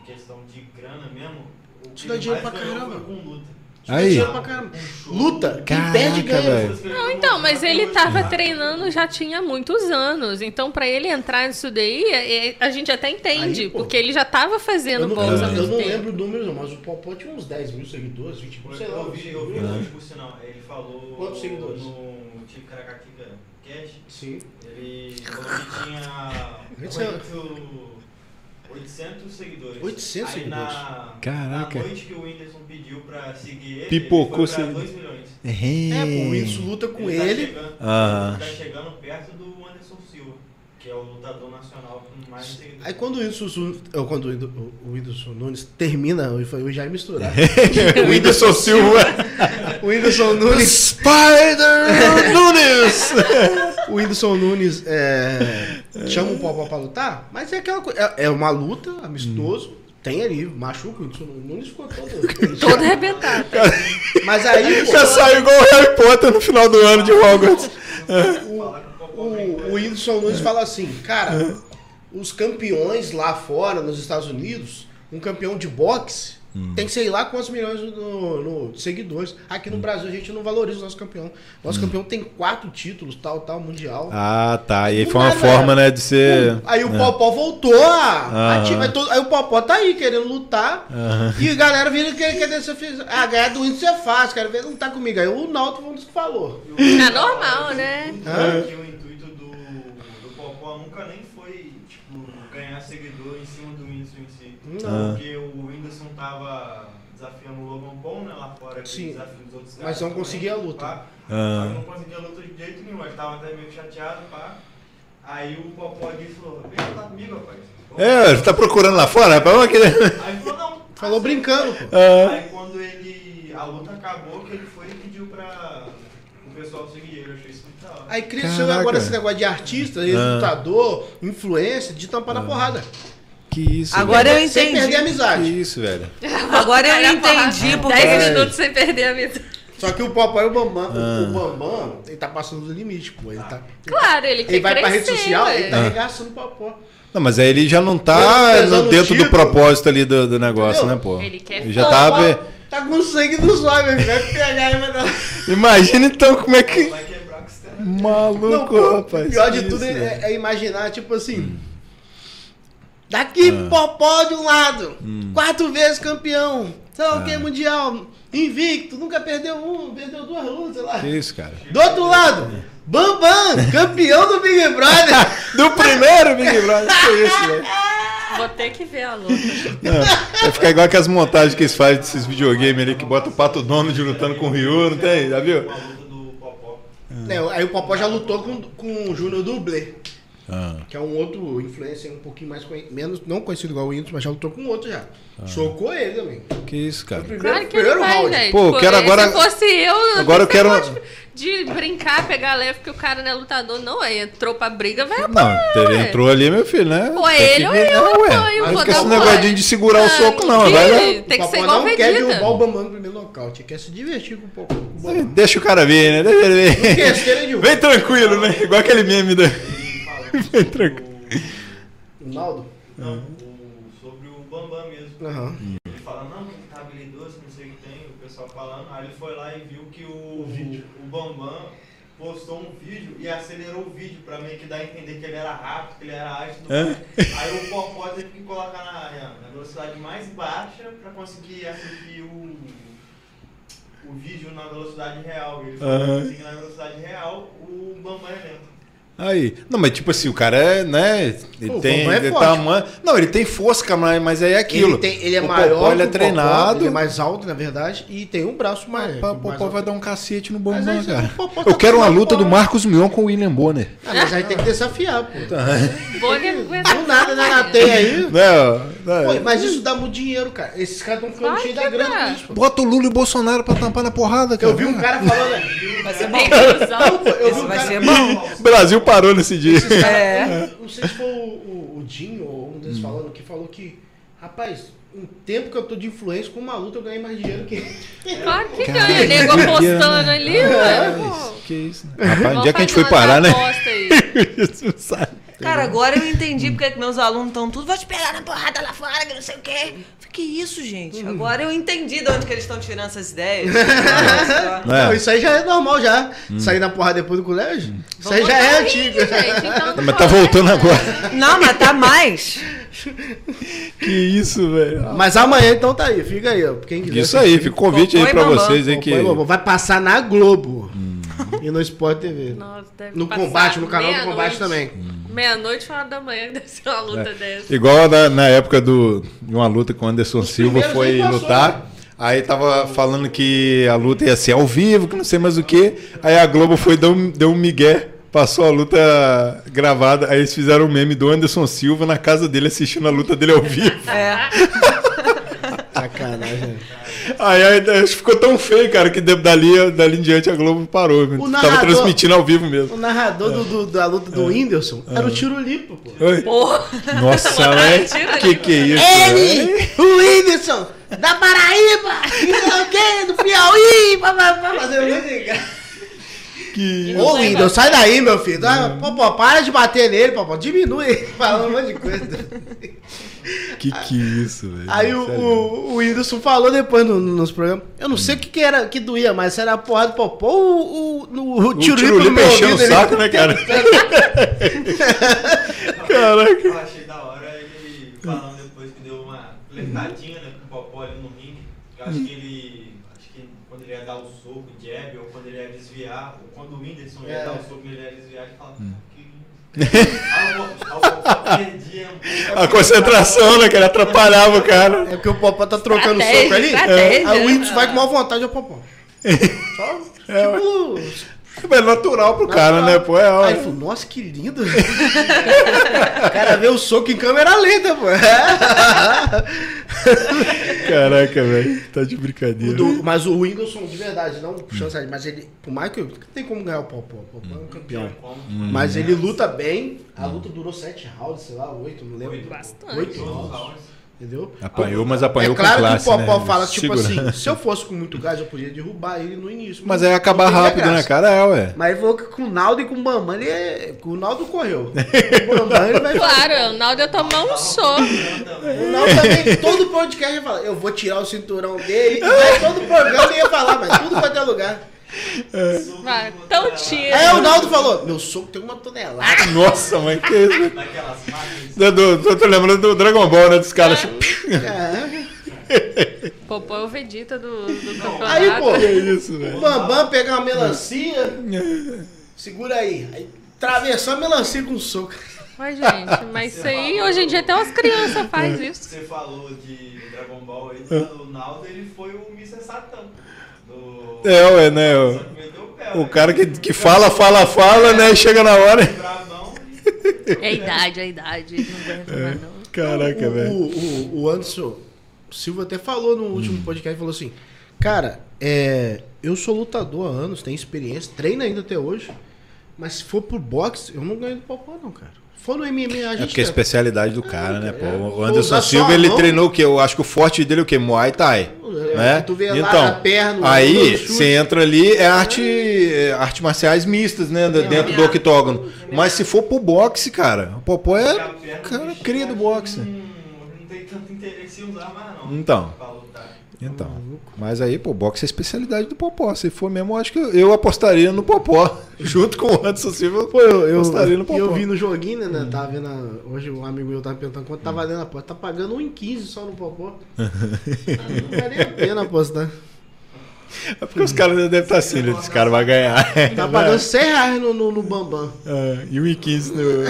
S6: em questão de grana mesmo, o
S3: Isso
S6: que
S3: dá
S6: ele
S3: dinheiro
S6: mais
S3: pra
S6: ganhou
S3: caramba.
S6: foi com luta. Um
S1: Aí.
S3: Dinheiro pra caramba. Luta, quem
S1: Caraca,
S3: perde ganha.
S1: velho.
S4: Não, então, mas ele tava treinando já tinha muitos anos. Então, pra ele entrar nisso daí, é- é- a gente até entende,
S3: Aí, pô.
S4: porque ele já tava
S3: Eu
S4: fazendo
S3: não,
S4: bolsa há
S3: eu
S4: muito
S3: não
S4: tempo.
S3: lembro o número não, mas o Popó tinha uns 10 mil seguidores, 20 mil, sei lá.
S6: Eu vi, eu vi
S3: Uhum.
S6: hoje, por sinal, ele falou
S3: Quantos seguidores?
S6: no Tico Caracatica Cash,
S3: Sim.
S6: ele falou que tinha
S3: Oitocentos.
S6: oito- 800 seguidores.
S3: 800
S6: Aí Na,
S1: Caraca.
S6: na noite que o Whindersson pediu pra seguir ele,
S1: Pipocou
S6: ele foi pra
S1: seguidor.
S6: 2 milhões.
S3: É, pô, o Whindersson luta com
S6: tá
S3: ele.
S6: chegando-
S1: Ah.
S6: tá chegando perto do Anderson Silva, que é o lutador nacional com mais seguidores.
S3: Aí quando o Whindersson, ou quando o Whind- o Whindersson Nunes termina, eu falei, eu já ia misturar.
S1: o Whindersson Silva.
S3: o Whindersson Nunes,
S1: Spider Nunes!
S3: o Whindersson Nunes é, chama o Popó pra lutar, mas é aquela coisa, é, é uma luta, amistoso, tem ali, machuca, o Whindersson Nunes ficou todo...
S4: Todo arrebentado.
S3: mas aí, pô,
S1: Já saiu igual o Harry Potter no final do ano de Hogwarts.
S3: o, o Whindersson Nunes fala assim, cara, os campeões lá fora, nos Estados Unidos, um campeão de boxe tem sei lá quantos milhões no, no- de seguidores. Aqui no Brasil a gente não valoriza o nosso campeão. Nosso campeão tem quatro títulos, tal, tal, mundial.
S1: Ah, tá. E aí
S3: Não
S1: foi uma
S3: dá,
S1: forma,
S3: né?
S1: né, de ser.
S3: Aí o Popó voltou a
S1: Aham.
S3: ativar todo- Aí o Popó tá aí querendo lutar. E a galera vira que ele quer descer. Ah, ganhar do índio é fácil, quero ver lutar comigo. Aí o Nauto foi um dos que falou.
S4: É normal, né?
S3: Hã?
S6: Que o intuito do, do Popó nunca nem foi, tipo, ganhar seguidor em cima do Whindersson em si.
S3: Não.
S6: Porque
S1: Ah.
S6: o Whindersson tava desafiando o Logan Paul, né, lá fora, que
S3: Sim.
S6: desafia os outros
S3: Mas não conseguia a luta.
S6: pá.
S1: Ah.
S6: Só que não conseguia a luta de jeito nenhum, ele tava até meio chateado, pá. Aí o Popó disse, falou, vem lutar comigo, rapaz.
S1: É, ele tá procurando lá fora, rapaz. Vamos aqui.
S6: Aí ele falou, não.
S3: Falou brincando, pô.
S1: Ah.
S6: Aí quando ele a luta acabou que ele foi e pediu pra o pessoal seguir ele. Eu achei isso muito da hora.
S3: Aí cresceu
S1: Caraca. Ah.
S3: agora esse negócio de artista, resultador, influência, de tampar na porrada.
S1: Que isso,
S2: Agora é eu
S3: Sem perder a
S2: entendi.
S1: velho. Que
S3: amizade.
S1: isso, velho.
S2: Agora
S4: Aí
S2: eu
S4: a porrada.
S2: entendi porque.
S4: 10 minutos sem perder a vida.
S3: Só que o Papai e o Bambam, o-
S1: Ah.
S3: o Bambam, ele tá passando do limite, pô. Ele, tá,
S4: Claro, ele quer
S3: ele vai pra
S4: é
S3: rede
S4: crescer,
S3: social,
S4: ué.
S3: ele tá arregaçando o papô.
S1: Não, mas aí ele já não
S3: Ele
S1: tá
S3: tá pesando
S1: no- dentro do
S3: título.
S1: propósito ali do, do negócio,
S3: Entendeu?
S1: né, pô?
S4: Ele quer
S1: já tá. be-
S3: Tá com sangue dos olhos, vai pegar e vai dar.
S1: Imagina então como é que.
S6: Vai quebrar com os caras.
S3: Não,
S1: Maluco,
S3: pô,
S1: rapaz.
S3: pior de
S1: que
S3: tudo
S1: isso, né? velho. Hum.
S3: é, é imaginar, tipo assim. Daqui
S1: Ah.
S3: popó de um lado,
S1: Hum.
S3: quatro vezes campeão, sei lá o
S1: Ah.
S3: que, mundial, invicto, nunca perdeu um, perdeu duas lutas, sei lá.
S1: Que isso, cara.
S3: Do outro lado, Bambam, campeão do Big Brother.
S1: Do primeiro Big Brother, que isso, velho.
S4: Vou ter que ver a luta.
S1: Vai é ficar igual aquelas montagens que eles fazem desses videogames ali que bota o pato Donald lutando com o Ryu, não tem? Já viu?
S6: A luta do Popó.
S3: Né, aí o Popó já lutou com, com o Júnior Dublê,
S1: Ah.
S3: que é um outro influencer um pouquinho mais conhe- menos, não conhecido igual o Windows, mas já lutou com outro já.
S1: Ah.
S3: Socou ele também.
S1: Que isso, cara.
S4: Claro que ele vai, né? gente.
S1: Pô, eu quero
S4: se
S1: agora-
S4: fosse eu,
S1: Agora eu
S4: você
S1: quero-
S4: pode De brincar, pegar leve, porque o cara não é lutador, não. Aí entrou pra briga, vai
S1: Não, ele
S4: ué.
S1: entrou ali, meu filho, né?
S4: Ou
S1: Tem
S4: ele
S1: que
S4: ou
S1: vir-
S4: eu,
S1: Não, ué.
S4: então eu
S1: Não
S4: vou
S1: fica
S4: dar
S1: esse
S4: um
S1: negodinho
S4: banho.
S1: de segurar o soco, não.
S4: que-
S1: Vai,
S4: Tem que
S3: o
S4: ser
S3: Popó
S4: igual
S3: não quer derrubar
S4: Vegeta.
S3: o Bambam no primeiro nocaute, ele quer se divertir com o Popó. com o
S1: vai.
S3: Bambam.
S1: Deixa o cara ver, né? Deixa ele ver.
S3: Porque se ele derrubar
S1: Vem tranquilo, né? Igual aquele meme do. Vem tranquilo.
S3: o Naldo,
S6: Não, o- sobre o Bambam mesmo. Ele fala, não, que ele tá habilidoso, não sei o que tem, o pessoal falando. Aí ele foi lá e viu que o, o Bambam postou um vídeo e acelerou o vídeo pra meio que dar a entender que ele era rápido, que ele era ágil. tudo mais. Aí o Popó teve que colocar na, na velocidade mais baixa pra conseguir assistir o, o vídeo na velocidade real. Ele falou
S1: Aham.
S6: assim, que na velocidade real o Bambam é lento.
S1: Aí. Não, mas tipo assim, o cara é, né? Ele
S3: Pô, o
S1: tem.
S3: Popó é
S1: ele
S3: forte.
S1: tamanho. Não, ele tem força, mas, mas aí é aquilo.
S3: Ele, tem, ele é
S1: o Popó,
S3: maior, que
S1: ele é
S3: o Popó,
S1: treinado.
S3: ele é mais alto, na verdade, e tem um braço mais.
S1: Pá, O
S3: mais
S1: Popó
S3: alto.
S1: vai dar um cacete no
S3: Mas aí
S1: Bambam,
S3: você-
S1: cara.
S3: o Popó tá
S1: Eu quero uma
S3: com a
S1: luta do
S3: bola.
S1: Marcos Mion com o William Bonner.
S3: Ah, mas aí tem que desafiar, pô.
S1: Tá.
S4: Vou nem aguentar.
S3: Do nada, né? Na teia aí. Pô,
S1: Né?
S3: mas isso dá muito dinheiro, cara. Esses caras estão ficando
S4: Vai
S3: cheios
S4: que
S3: da grana
S4: dá.
S3: com isso, pô.
S1: Bota o Lula e o Bolsonaro pra tampar na porrada, cara. Ah.
S3: Eu vi um cara falando.
S2: Vai ser bom.
S4: Tem ilusão.
S3: Eu vi
S2: Esse
S3: um
S2: vai
S3: cara.
S2: ser bom.
S1: O Brasil parou nesse dia.
S2: É.
S3: Não sei se foi o, o, o Dinho ou um deles
S1: Hum.
S3: falando que falou que, rapaz, um tempo que eu tô de influência, com uma luta eu ganhei mais dinheiro que.
S4: Claro que ganha. Nego apostando ali, ué. pô.
S1: Que isso, né? Rapaz, É. onde é que a gente
S4: Vou
S1: foi parar, né?
S4: fazer umas apostas aí.
S1: Isso não sabe.
S2: Cara, agora eu entendi porque que meus alunos estão tudo, vou te pegar na porrada lá fora, que não sei o quê. Falei, Que isso, gente?
S3: Uhum.
S2: Agora eu entendi de onde que eles estão tirando essas ideias.
S1: Não é? Hum.
S3: Não, isso aí já é normal já. Sair na porrada depois do colégio. Isso aí
S4: Vamos
S3: já é
S4: aí,
S3: antigo.
S4: gente, então não
S1: Mas tá
S4: fala.
S1: voltando agora.
S2: Não, mas tá mais.
S1: Que isso, velho.
S3: Mas amanhã então tá aí, fica aí, ó. Quem quiser.
S1: Isso aí, fica o convite aí
S2: Popó e
S1: pra
S2: Bambam.
S1: vocês aí que. Hum.
S3: Papai Bobo Vai passar na Globo e no Sport TV.
S4: Nossa, deve
S3: No
S4: passar
S3: combate, no canal do
S4: meia-noite.
S3: combate também.
S4: Meia-noite, uma hora da manhã, deve ser uma
S1: É.
S4: luta dessa.
S1: Igual na, na época do, de uma luta com o Anderson Silva
S3: primeiros
S1: foi
S3: aí passou, né?
S1: lutar. Aí tava falando que a luta ia ser ao vivo, que não sei mais o que. Aí a Globo foi, deu, um- deu um migué, passou a luta gravada. Aí eles fizeram um meme do Anderson Silva na casa dele assistindo a luta dele ao vivo.
S2: É.
S3: Sacanagem.
S1: Aí, aí, aí ficou tão feio, cara, que de- dali, dali em diante a Globo parou. Tava
S3: narrador-
S1: transmitindo ao vivo mesmo.
S3: O narrador do, do- da luta
S1: É.
S3: do Whindersson era o Tiro Lipo, pô.
S1: Oi. Nossa, velho.
S4: tira
S1: Que
S4: ali,
S1: que é isso? velho?
S3: Ele, o Whindersson, da Paraíba, que não sei o quê, do Piauí, papapá, fazendo música.
S1: Que-
S3: Ô, Whindersson, sai daí, meu filho. Ah, Pô, pô, para de bater nele, pô, pô, diminui ele, falando um monte de coisa.
S1: Que que isso, velho? é
S3: Aí o, o, o Whindersson falou depois no, no nosso programa. Eu não sei o que, que era que doía, mas se era a porra do popô ou o, o, o
S1: O
S3: tiro
S1: Um Tirulipa
S3: no meu
S1: encheu o
S3: ouvido, ele-
S1: saco, né, cara? Caraca.
S6: Eu achei da hora ele falando depois que deu uma flertadinha né, com o Popó ali no ringue. Eu acho que ele. Acho que quando ele ia dar o soco, o jab, ou quando ele ia desviar, ou quando o Whindersson ia
S3: É.
S6: dar o soco ele ia desviar, ele fala.
S1: Hum.
S6: "Que isso?" Aí o Popó- aí o Popó perdia um pouco.
S1: A concentração, né, cara? Atrapalhava o cara.
S3: É porque o popô tá trocando
S4: Estratégia,
S3: soco ali.
S4: estratégia. né?
S3: Aí o Whindersson vai com má vontade ao popô. Só, tipo,
S1: É natural pro cara, né? Pô, é
S3: Aí ele
S1: óbvio.
S3: falou, nossa, que lindo. o cara vê o soco em câmera lenta, pô. É.
S1: Caraca, velho. Tá de
S3: O
S1: brincadeira.
S3: do- mas o Whindersson, de verdade, não puxando sardinha, mas ele, por mais que eu, não tem como ganhar o Popó, o Popó é um campeão.
S1: Hum.
S3: Mas ele luta bem, a luta durou sete rounds, sei lá, oito, não lembro.
S4: Bastante.
S3: Oito
S6: Todos
S3: rounds,
S6: os
S3: entendeu?
S1: Apanhou, mas apanhou
S3: é claro
S1: com classe,
S3: que o Popó
S1: né?
S3: fala, tipo
S1: Segura.
S3: assim, se eu fosse com muito gás, eu podia derrubar ele no início.
S1: Mas é acabar
S3: não teria
S1: rápido, né,
S3: graça.
S1: cara? É, ué.
S3: Mas ele falou que com o Naldo e com o Bambam, ele é... Com o Naldo correu. Com o Bambam, ele vai...
S4: Claro, o Naldo ia tomar um soco.
S6: então, tá
S3: O Naldo também, todo podcast ele fala, eu vou tirar o cinturão dele, e vai todo programa ele ia falar, mas tudo vai ter lugar.
S4: Vai,
S6: tá
S4: então tira.
S3: Aí o Naldo falou, meu soco tem uma tonelada.
S1: Nossa, mãe, que isso? né?
S6: Daquelas máquinas.
S1: Eu tô, tô- tô lembrando do Dragon Ball, né? Dos caras. tipo,
S3: É.
S4: Popô é o Vegeta do, do campeonato.
S3: Aí,
S1: Que
S3: pô,
S1: isso, velho?
S3: o Bambam pegar uma melancia, segura aí. Aí atravessou a melancia com o soco.
S4: Mas, gente, mas isso aí, hoje em dia até umas crianças fazem isso.
S6: Você falou de Dragon Ball aí,
S1: É.
S6: o Naldo ele foi o Mr. Satan. Do...
S1: É, ué, né?
S6: Só
S1: O,
S6: que meteu o pé,
S1: o
S6: né?
S1: cara que, que fala, fala, fala, né? e Chega na hora. e-
S6: Bravão e
S4: É a idade, é a idade. Não aguenta
S1: É.
S4: mais, não.
S1: Caraca,
S3: o,
S1: velho.
S3: o, o, o Anderson Silva até falou no último
S1: Hum.
S3: podcast, falou assim, cara, é, eu sou lutador há anos, tenho experiência, treino ainda até hoje, mas se for por boxe, eu não ganho do Popó não, cara. Se for no MMA, a gente... tá
S1: É porque é a
S3: tenta.
S1: especialidade do cara, né? Pô, o Anderson
S3: Usar tá só
S1: Silva,
S3: a
S1: ele
S3: mão.
S1: treinou o quê? Eu acho que o forte dele é o quê? Muay Thai.
S3: É,
S1: né?
S3: cotovelada,
S1: Então,
S3: perna,
S1: aí
S3: ombro, chute.
S1: você entra ali, é arte, é arte marciais mistas, né? Dentro
S3: é.
S1: do octógono. Mas se for pro boxe, cara, o Popó é
S6: a perna
S1: cara
S6: bicho,
S1: cria do
S6: acho
S1: boxe.
S6: que Não, não tem tanto interesse em usar mais não.
S1: Então.
S6: Pra lutar.
S1: Então, mas aí, pô, boxe é a especialidade do Popó. Se for mesmo, eu acho que eu, eu apostaria no Popó. Junto com o Anderson Silva, pô, eu, eu apostaria no
S3: Eu,
S1: Popó.
S3: eu vi no joguinho, né? né,
S1: Hum.
S3: Tava vendo. a- hoje um amigo meu tava perguntando quanto tá valendo a aposta. Tá pagando 1,15 só no popó. Ah, Não vale a né? pena apostar.
S1: É porque os caras devem estar assim, né? Esse cara vai ganhar. Né?
S3: Tá pagando 100 reais no, no, no Bambam.
S1: É, e o I-15 no...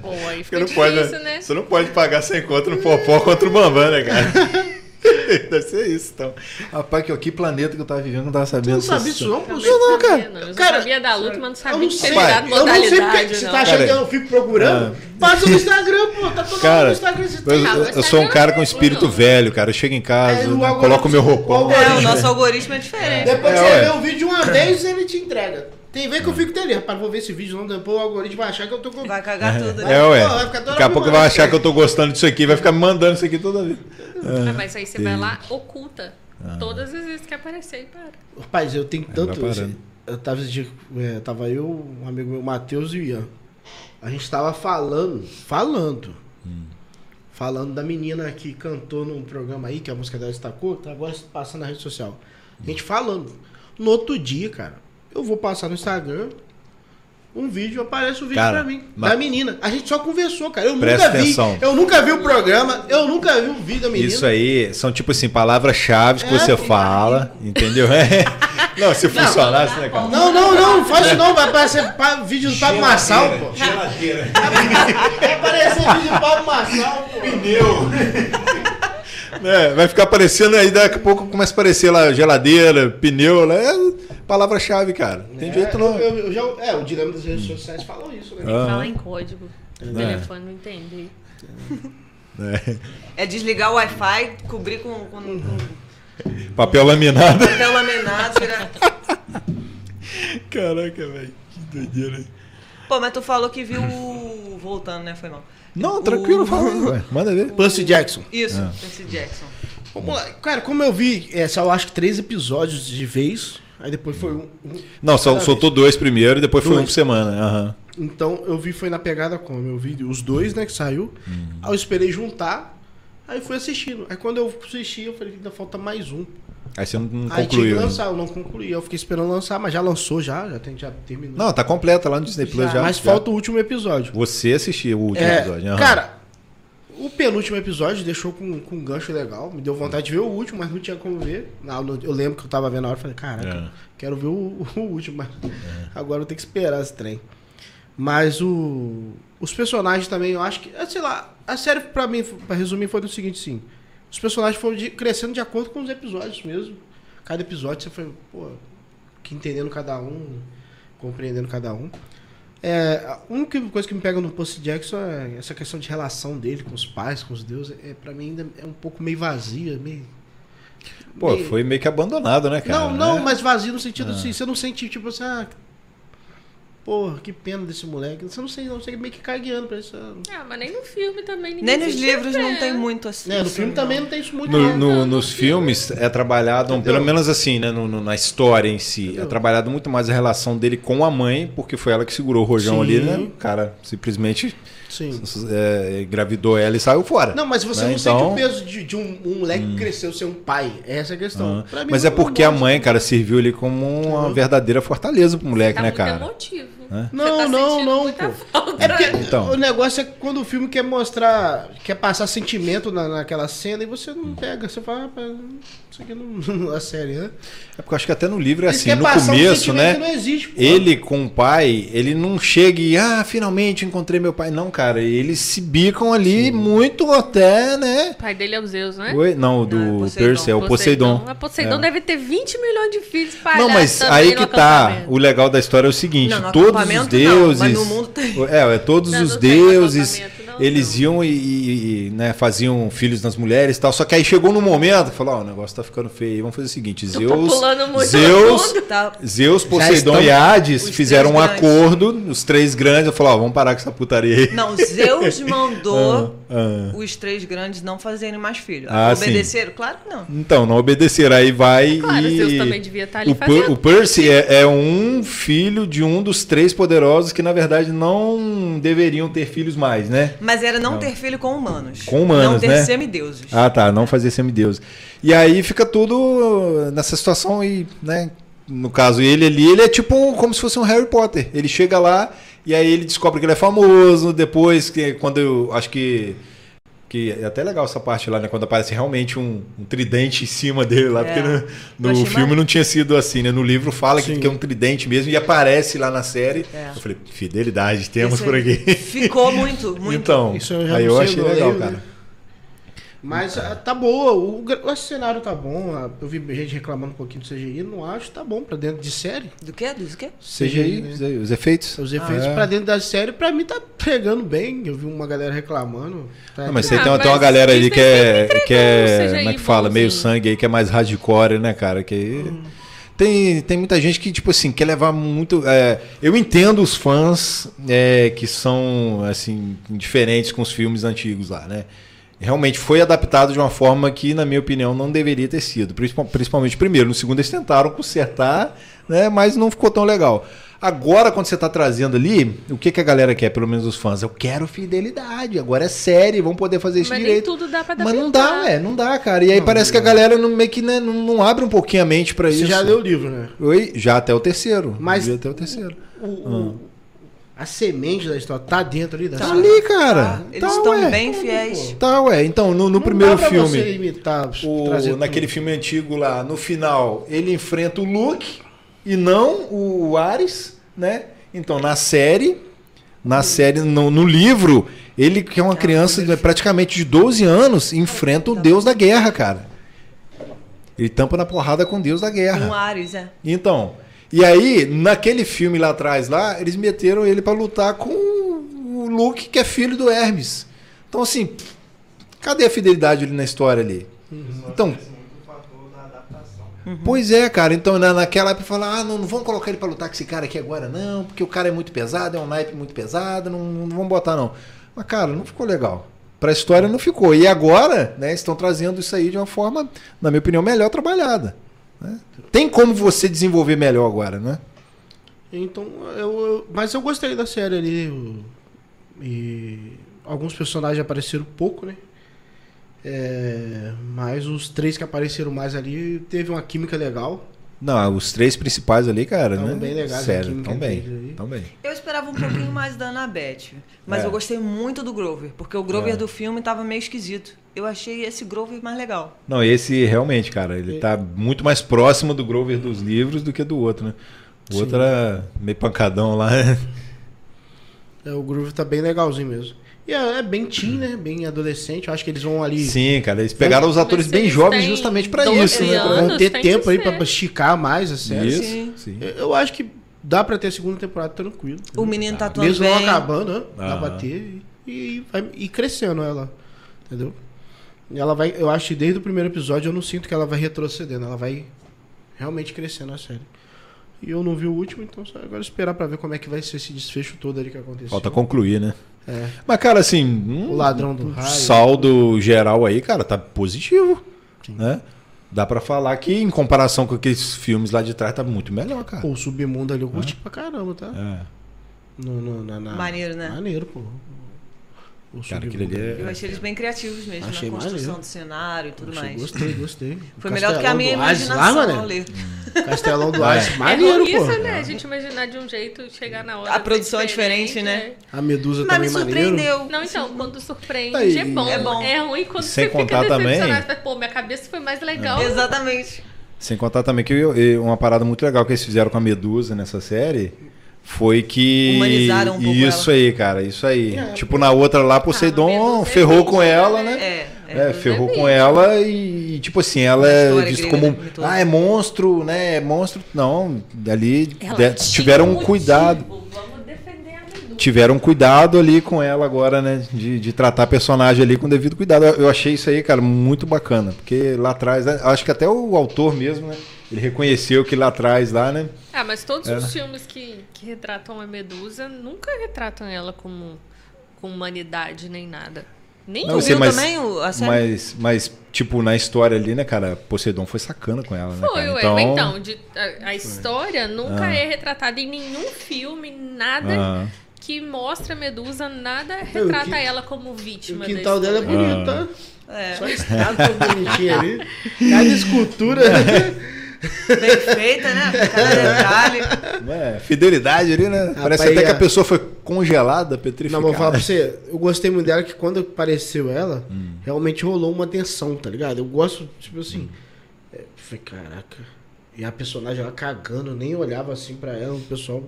S4: Pô, aí
S1: Porque
S4: fica
S1: não pode,
S4: difícil,
S1: né?
S4: né?
S1: Você não pode pagar sem conta no popó contra o Bambam, né, cara? Deve ser isso, então. Rapaz, que, que planeta que eu tava vivendo, eu não tava
S3: Tu
S1: sabendo.
S3: não sabia
S1: disso.
S3: disso, não, pô?
S4: Eu
S1: assim. não, cara.
S4: sabia, não. Eu só
S3: Cara,
S4: sabia da luta, mas não
S3: Eu
S4: sabia
S3: não
S4: que
S3: sei,
S4: tinha
S1: Rapaz,
S4: virado
S3: porque- eu não sei
S4: modalidade,
S3: porque você
S4: não.
S3: tá achando
S1: Cara, é.
S3: que eu não fico procurando? Passa no Instagram, pô, tá todo mundo
S1: Cara,
S3: no Instagram. Você
S1: Eu,
S3: tem-
S1: eu- eu sou um cara com espírito velho, cara. Eu chego em casa,
S3: tá É, o
S1: né,
S3: algoritmo-
S1: coloco meu
S3: o
S1: roupão.
S3: algoritmo-
S2: É, o nosso algoritmo é diferente.
S3: Depois
S1: É,
S3: que você
S1: ué.
S3: vê o vídeo de uma vez, ele te entrega. Tem vez que eu fico dele, rapaz, vou ver esse vídeo, não, depois o algoritmo vai achar que eu tô com.
S2: Vai cagar tudo.
S1: É,
S2: né?
S1: ué.
S3: Vai ficar toda
S1: Daqui a
S3: hora
S1: pouco vai
S3: me mandando.
S1: achar que eu tô gostando disso aqui, vai ficar me mandando isso aqui toda vez.
S4: Ah, mas aí você vai lá, oculta.
S1: Ah.
S4: Todas as vezes que aparecer e para.
S3: Rapaz, eu tenho
S1: vai
S3: tanto.
S1: parando.
S3: Eu tava, esse dia- é, tava eu, um amigo meu, Matheus e o Ian. A gente tava falando, falando.
S1: Hum.
S3: Falando da menina que cantou num programa aí, que a música dela destacou, tá agora passando na rede social. A gente falando. No outro dia, cara, eu vou passar no Instagram. Um vídeo aparece o vídeo
S1: Cara,
S3: pra mim.
S1: mas-
S3: Da menina. A gente só conversou, cara. Eu
S1: Presta
S3: nunca vi.
S1: atenção.
S3: Eu nunca vi o programa. Eu nunca vi o vídeo da menina.
S1: Isso aí são, tipo assim, palavras-chave que
S3: É,
S1: você
S3: pô.
S1: fala, entendeu? É. Não, se funcionasse,
S3: tá
S1: né, cara?
S3: Não, não, não,
S1: É.
S3: não faz isso não. Vai aparecer pa- vídeo do Pablo Marçal, pô.
S6: Geladeira.
S3: Vai aparecer um vídeo do Pablo Marçal, pô.
S1: É, vai ficar aparecendo aí, daqui a pouco começa a aparecer lá geladeira, pneu, né? É palavra-chave, cara. Tem jeito não. Ah.
S3: Eu, eu já, é, o Dinâmico das redes sociais falou isso, né?
S1: Aham.
S4: Falar em código.
S1: É.
S4: O telefone não entender.
S2: É desligar o Wi-Fi, cobrir com, com, com né?
S1: Papel laminado.
S2: papel laminado, tirar.
S1: Caraca, velho. Que doideira. hein?
S2: Pô, mas tu falou que viu. o- Voltando, né? Foi mal.
S1: Não, tranquilo, fala aí, ué. Manda ver.
S3: Percy Jackson.
S2: Isso,
S1: É.
S2: Percy Jackson.
S3: Vamos lá. Cara, como eu vi, é, só eu acho que três episódios de vez, aí depois foi um. um-
S1: Não, sol-
S3: Cada
S1: soltou dois primeiro e depois foi um
S3: Dois.
S1: por semana. aham.
S3: Então eu vi, foi na pegada como? Eu vi os dois, né, que saiu.
S1: Hum.
S3: Aí eu esperei juntar, aí fui assistindo. Aí quando eu assisti, eu falei que ainda falta mais um.
S1: Aí você não, não
S3: aí tinha que
S1: concluiu. né? ainda.
S3: lançar, eu não concluí. Eu fiquei esperando lançar, mas já lançou, já, já, tem, já terminou.
S1: Não, tá completa lá no Disney Plus já. um-
S3: mas
S1: já.
S3: falta o último episódio.
S1: Você assistiu o último
S3: É,
S1: episódio. aham.
S3: Cara, o penúltimo episódio deixou com, com um gancho legal. Me deu vontade de ver o último, mas não tinha como ver. Na aula, eu lembro que eu tava vendo a hora e falei, caraca,
S1: É.
S3: quero ver o, o último, mas agora eu tenho que esperar esse trem. Mas o, os personagens também, eu acho que, ah, sei lá, a série pra mim, pra resumir, foi do seguinte, sim. Os personagens foram de- crescendo de acordo com os episódios mesmo. Cada episódio você foi, pô, que entendendo cada um, compreendendo cada um. É, a única coisa que me pega no Post Jackson é essa questão de relação dele com os pais, com os deuses. É, pra mim ainda é um pouco meio vazia, meio.
S1: Pô,
S3: meio-
S1: foi meio que abandonado, né, cara?
S3: não, não,
S1: né?
S3: mas vazio no sentido assim, você não sente, tipo assim, ah, porra, que pena desse moleque. Você não sei, não sei, meio que cagueando pra isso. ah,
S4: Ah, mas nem no filme também. ninguém
S2: Nem nos
S4: se
S2: livros não
S4: pega.
S2: tem muito assim.
S3: né, no filme também não tem isso muito.
S1: No-
S3: não.
S1: no- nos filmes é trabalhado,
S3: Entendeu?
S1: pelo menos assim, né, no- no- na história em si,
S3: Entendeu?
S1: é trabalhado muito mais a relação dele com a mãe, porque foi ela que segurou o rojão
S3: Sim.
S1: ali, né? O cara simplesmente
S3: Sim.
S1: é, engravidou ela e saiu fora.
S3: Não, mas você
S1: Né,
S3: não sente
S1: então- Hum.
S3: o peso de, de um, um moleque crescer, ser um pai. Essa é a questão.
S1: Ah,
S3: Pra mim,
S1: mas
S3: não-
S1: é
S3: não tá
S1: porque a
S3: mostra.
S1: mãe, cara, serviu ali como uma
S3: Entendeu?
S1: verdadeira fortaleza pro moleque,
S4: Tá
S1: né,
S4: muito
S1: cara?
S4: emotivo.
S1: Hã?
S4: Você tá
S3: Não, não,
S4: sentindo
S3: não,
S4: muita
S3: pô.
S4: falta.
S3: É porque
S1: Então.
S3: o negócio é quando o filme quer mostrar, quer passar sentimento na, naquela cena e você não pega, você fala, ah, pá, isso aqui não, não é sério, né?
S1: É porque eu acho que até no livro é
S3: Eles
S1: assim,
S3: querem
S1: no
S3: passar um
S1: começo,
S3: sentimento
S1: né?
S3: que não existe, pô.
S1: Ele com o pai, ele não chega e, ah, finalmente encontrei meu pai. Não, cara, eles se bicam ali muito até, né?
S4: O pai dele é o Zeus, né?
S1: Oi? Não, do
S2: é Poseidon.
S1: Percy, é o Poseidon.
S4: Mas Poseidon
S1: É.
S4: deve ter 20 milhões de filhos
S1: Não,
S4: espalhados
S1: mas
S4: também
S1: aí
S4: no
S1: que tá.
S4: acampamento.
S1: O legal da história é o seguinte:
S2: Não, no
S1: todos os
S2: acampamento não, mas
S1: deuses.
S2: no mundo tem.
S1: É, é, todos
S4: Não,
S1: os
S4: não tem no
S1: deuses.
S4: acampamento, não,
S1: Eles
S4: não.
S1: iam e, e- e, né, faziam filhos nas mulheres e tal. Só que aí chegou num momento que falou: ó, o negócio tá ficando feio. Vamos fazer o seguinte:
S4: Tô
S1: Zeus.
S4: populando muito
S1: Zeus.
S4: mundo.
S2: Tá.
S1: Zeus, Poseidon
S3: estão-
S1: e Hades
S2: Os
S1: fizeram um
S2: três grandes.
S1: acordo, os três grandes, eu falei, ó, vamos parar com essa putaria aí.
S2: Não, Zeus mandou
S1: Ah, ah.
S2: os três grandes não fazerem mais filhos.
S1: Ah, sim.
S2: Obedeceram? Claro que não.
S1: Então, não obedeceram, aí vai
S4: É Claro,
S1: e...
S4: Zeus também devia estar tá ali
S1: o,
S4: fazendo.
S1: Per- o Percy é, é um filho de um dos três poderosos que, na verdade, não deveriam ter filhos mais, né?
S2: Mas era não, ter filho com humanos.
S1: Com humanos,
S2: Não ter
S1: né?
S2: semideuses.
S1: Ah, tá, não fazer semideuses. E aí fica tudo nessa situação e, né, no caso ele ali, ele é tipo um- como se fosse um Harry Potter. Ele chega lá e aí ele descobre que ele é famoso, depois que quando eu acho que que é até legal essa parte lá, né? Quando aparece realmente um, um tridente em cima dele lá,
S2: É.
S1: porque no,
S2: Eu
S1: no
S2: achei
S1: filme
S2: mar-
S1: não tinha sido assim, né? No livro fala que, que é um tridente mesmo e aparece lá na série.
S2: É.
S1: Eu falei, fidelidade, temos
S2: Isso
S1: por
S2: aí.
S1: aqui.
S2: Ficou muito, muito.
S1: Então,
S3: Isso eu já
S1: aí
S3: não
S1: eu
S3: sei
S1: achei
S3: agora,
S1: legal,
S3: eu-
S1: cara.
S3: Mas ah, tá boa, o, gra- eu acho que o cenário tá bom. ah, Eu vi gente reclamando um pouquinho do CGI, não acho, tá bom pra dentro de série.
S2: Do que? Do que?
S1: CGI,
S3: né?
S1: os efeitos.
S3: Os efeitos
S1: Ah, é.
S3: pra dentro da série, pra mim tá pegando bem. Eu vi uma galera reclamando. Tá
S1: Não, mas
S4: Ah,
S1: tem, tem
S4: mas
S1: uma galera ali que é,
S4: sempre
S1: que
S4: entregam,
S1: é
S4: seja
S1: como é que
S4: aí
S1: fala, meio
S4: bonzinho.
S1: sangue aí, que é mais hardcore, né, cara? Que
S4: Hum.
S1: tem, tem muita gente que, tipo assim, quer levar muito... é, eu entendo os fãs é, que são, assim, diferentes com os filmes antigos lá, né? Realmente foi adaptado de uma forma que, na minha opinião, não deveria ter sido. Principal- Principalmente primeiro. No segundo eles tentaram consertar, né? Mas não ficou tão legal. Agora, quando você tá trazendo ali, o que, que a galera quer, pelo menos os fãs? Eu quero fidelidade, agora é série, vamos poder fazer isso
S4: Mas nem
S1: direito.
S4: tudo dá pra
S1: Mas não
S4: adaptar.
S1: dá, é, não dá, cara. E aí parece que a galera não, meio que né, não, não abre um pouquinho a mente pra
S3: Você
S1: isso.
S3: já leu o livro, né?
S1: Oi? Já até o terceiro.
S3: Mas-
S1: Já até o terceiro.
S3: O- o- a semente da história tá dentro ali da
S1: Tá
S3: série.
S1: ali, cara.
S2: Ah,
S1: tá,
S2: eles estão
S1: ué.
S2: bem fiéis.
S1: Tá, ué. Então, no, no
S3: Não
S1: primeiro
S3: dá pra
S1: filme.
S3: Você imitar, tipo,
S1: O-
S3: trazer
S1: naquele
S3: tudo.
S1: filme antigo lá, no final, ele enfrenta o Luke e não o, o Ares, né? Então, na série, na série, no, no livro, ele que é
S3: Ah,
S1: uma criança de, praticamente de 12 anos, enfrenta
S3: Tá.
S1: o deus da guerra, cara. Ele tampa na porrada com o deus da
S2: Um
S1: guerra.
S2: Ares, é.
S1: Então, e aí, naquele filme lá atrás, lá, eles meteram ele pra lutar com o Luke, que é filho do Hermes. Então, assim, cadê a fidelidade ali na história ali? Então,
S6: Esse é muito o fator da adaptação.
S1: Pois é, cara. Então, na, naquela época, falar, ah, não, não vamos colocar ele pra lutar com esse cara aqui agora, não, porque o cara é muito pesado, é um naipe muito pesado, não, não vamos botar, não. Mas, cara, não ficou legal. Pra história não ficou. E agora, né, estão trazendo isso aí de uma forma, na minha opinião, melhor trabalhada. né? Tem como você desenvolver melhor agora, né?
S3: Então, eu, eu- mas eu gostei da série ali. eu- e alguns personagens apareceram pouco, né? É, mas os três que apareceram mais ali teve uma química legal.
S1: Não, os três principais ali, cara,
S3: Tão
S1: né?
S3: bem legais a
S1: Sério,
S3: química
S1: tão
S3: deles
S1: bem,
S3: ali.
S1: tão bem.
S2: Eu esperava um pouquinho mais da Annabeth, mas
S1: É.
S2: eu gostei muito do Grover, porque o Grover
S1: É.
S2: do filme tava meio esquisito. Eu achei esse Grover mais legal.
S1: Não, esse realmente, cara, ele tá muito mais próximo do Grover dos livros do que do outro, né? O outro era meio pancadão lá, né?
S3: É, o Groove tá bem legalzinho mesmo. E é, é bem teen, né? Bem adolescente. Eu acho que eles vão ali
S1: Sim, cara, eles pegaram os atores
S4: Mas
S1: bem
S4: eles
S1: jovens
S4: têm
S1: justamente pra
S4: 12
S1: isso, né? Pra-
S4: anos.
S3: ter
S4: tem que
S3: tempo aí pra,
S4: ser.
S3: pra esticar mais a série.
S1: Isso,
S2: Sim.
S1: sim.
S3: Eu- Eu acho que dá pra ter a segunda temporada tranquilo.
S2: O menino tá atuando
S3: Mesmo
S2: bem.
S3: não acabando, né? Dá
S1: Aham.
S3: pra ter e, e vai e crescendo ela. Entendeu? E Ela vai, eu acho que desde o primeiro episódio eu não sinto que ela vai retrocedendo, ela vai realmente crescendo a série. E eu não vi o último, então só agora esperar pra ver como é que vai ser esse desfecho todo ali que aconteceu.
S1: Falta concluir, né?
S3: É.
S1: Mas, cara, assim,
S3: O
S1: um
S3: ladrão do raio.
S1: saldo geral aí, cara, tá positivo. Né? Dá pra falar que, em comparação com aqueles filmes lá de trás, tá muito melhor, cara.
S3: Pô, o submundo ali eu curti pra caramba, tá?
S1: É.
S3: No, no- na, na-
S2: Maneiro, né?
S3: Maneiro, pô. O
S1: Cara,
S3: submundo
S1: aquilo ali
S2: Eu
S1: é.
S2: achei eles bem criativos mesmo
S3: Achei
S2: na construção
S3: maneiro.
S2: do cenário e tudo
S3: Achei-
S2: mais.
S3: Gostei, gostei.
S2: Foi
S3: O
S2: melhor do que a
S3: Castelão
S2: minha
S3: do Ás lá,
S2: imaginação
S3: mané.
S2: ao ler.
S3: Castelão do Ás,
S4: é
S3: maneiro,
S4: isso,
S3: pô.
S4: né? A gente imaginar de um jeito e chegar na hora.
S2: A
S4: ser
S2: produção é diferente, né?
S4: é.
S3: A Medusa
S2: Mas me
S3: também maneiro.
S2: surpreendeu.
S4: Não, então, quando surpreende
S1: Aí,
S4: é bom.
S2: é bom.
S4: É ruim quando
S1: E sem
S4: você
S1: contar
S4: fica decepcionado.
S1: também-
S4: fala, Pô, minha cabeça foi mais legal.
S2: É. Exatamente.
S1: Sem contar também que eu- eu- uma parada muito legal que eles fizeram com a Medusa nessa série foi que.
S2: Humanizaram um pouco Ah,
S1: Isso aí, cara, isso aí.
S3: É.
S1: tipo, na outra lá, Poseidon
S4: Medusa é
S1: ferrou
S4: bicho,
S1: com ela,
S4: né?
S1: né?
S2: É.
S1: É,
S2: é.
S1: ferrou
S4: é
S1: com ela e, tipo assim, ela
S2: Na
S1: é
S2: história
S1: vista
S2: grega,
S1: como.
S2: né, mitológica.
S1: Ah, é monstro, né? É monstro. Não, ali
S4: Ela
S1: de-
S4: tinha
S1: tiveram um
S4: motivo.
S1: cuidado.
S4: Tipo, Vamos defender a Medusa.
S1: Tiveram cuidado ali com ela agora, né? De, de tratar a personagem ali com devido cuidado. Eu eu achei isso aí, cara, muito bacana. Porque lá atrás, né, acho que até o autor mesmo, né? Ele reconheceu que lá atrás, lá, né?
S4: Ah, mas todos os filmes que, que retratam a Medusa nunca retratam ela como com humanidade nem nada. Nem
S1: Não,
S2: Tu
S1: sei,
S2: viu
S1: mas-
S2: também
S4: Ah,
S2: o- a série?
S1: Mas, mas, tipo, na história ali, né, cara? Poseidon foi sacana com ela, né?
S4: Foi,
S1: cara?
S4: ué. Então, então de- a, a
S1: é.
S4: história nunca é retratada em nenhum filme, nada
S1: Ah.
S4: que mostra a Medusa, nada
S3: Não, o
S4: retrata
S3: qui-
S4: ela como
S3: O
S4: vítima.
S3: quintal
S4: da
S3: dela é
S4: história.
S3: bonito, tá?
S2: É.
S3: Só a estrada tão bonitinha ali. Cada escultura.
S2: Bem feita, né? Cada detalhe.
S1: É, fidelidade ali, né? Parece
S3: Rapaz,
S1: até que a
S3: é.
S1: pessoa foi congelada,
S3: Não,
S1: petrificada.
S3: vou falar pra você. Eu gostei muito dela que quando apareceu ela, realmente rolou uma tensão, tá ligado? Eu gosto, tipo assim. é, falei, caraca. E a personagem, ela cagando, eu nem olhava assim pra ela, o pessoal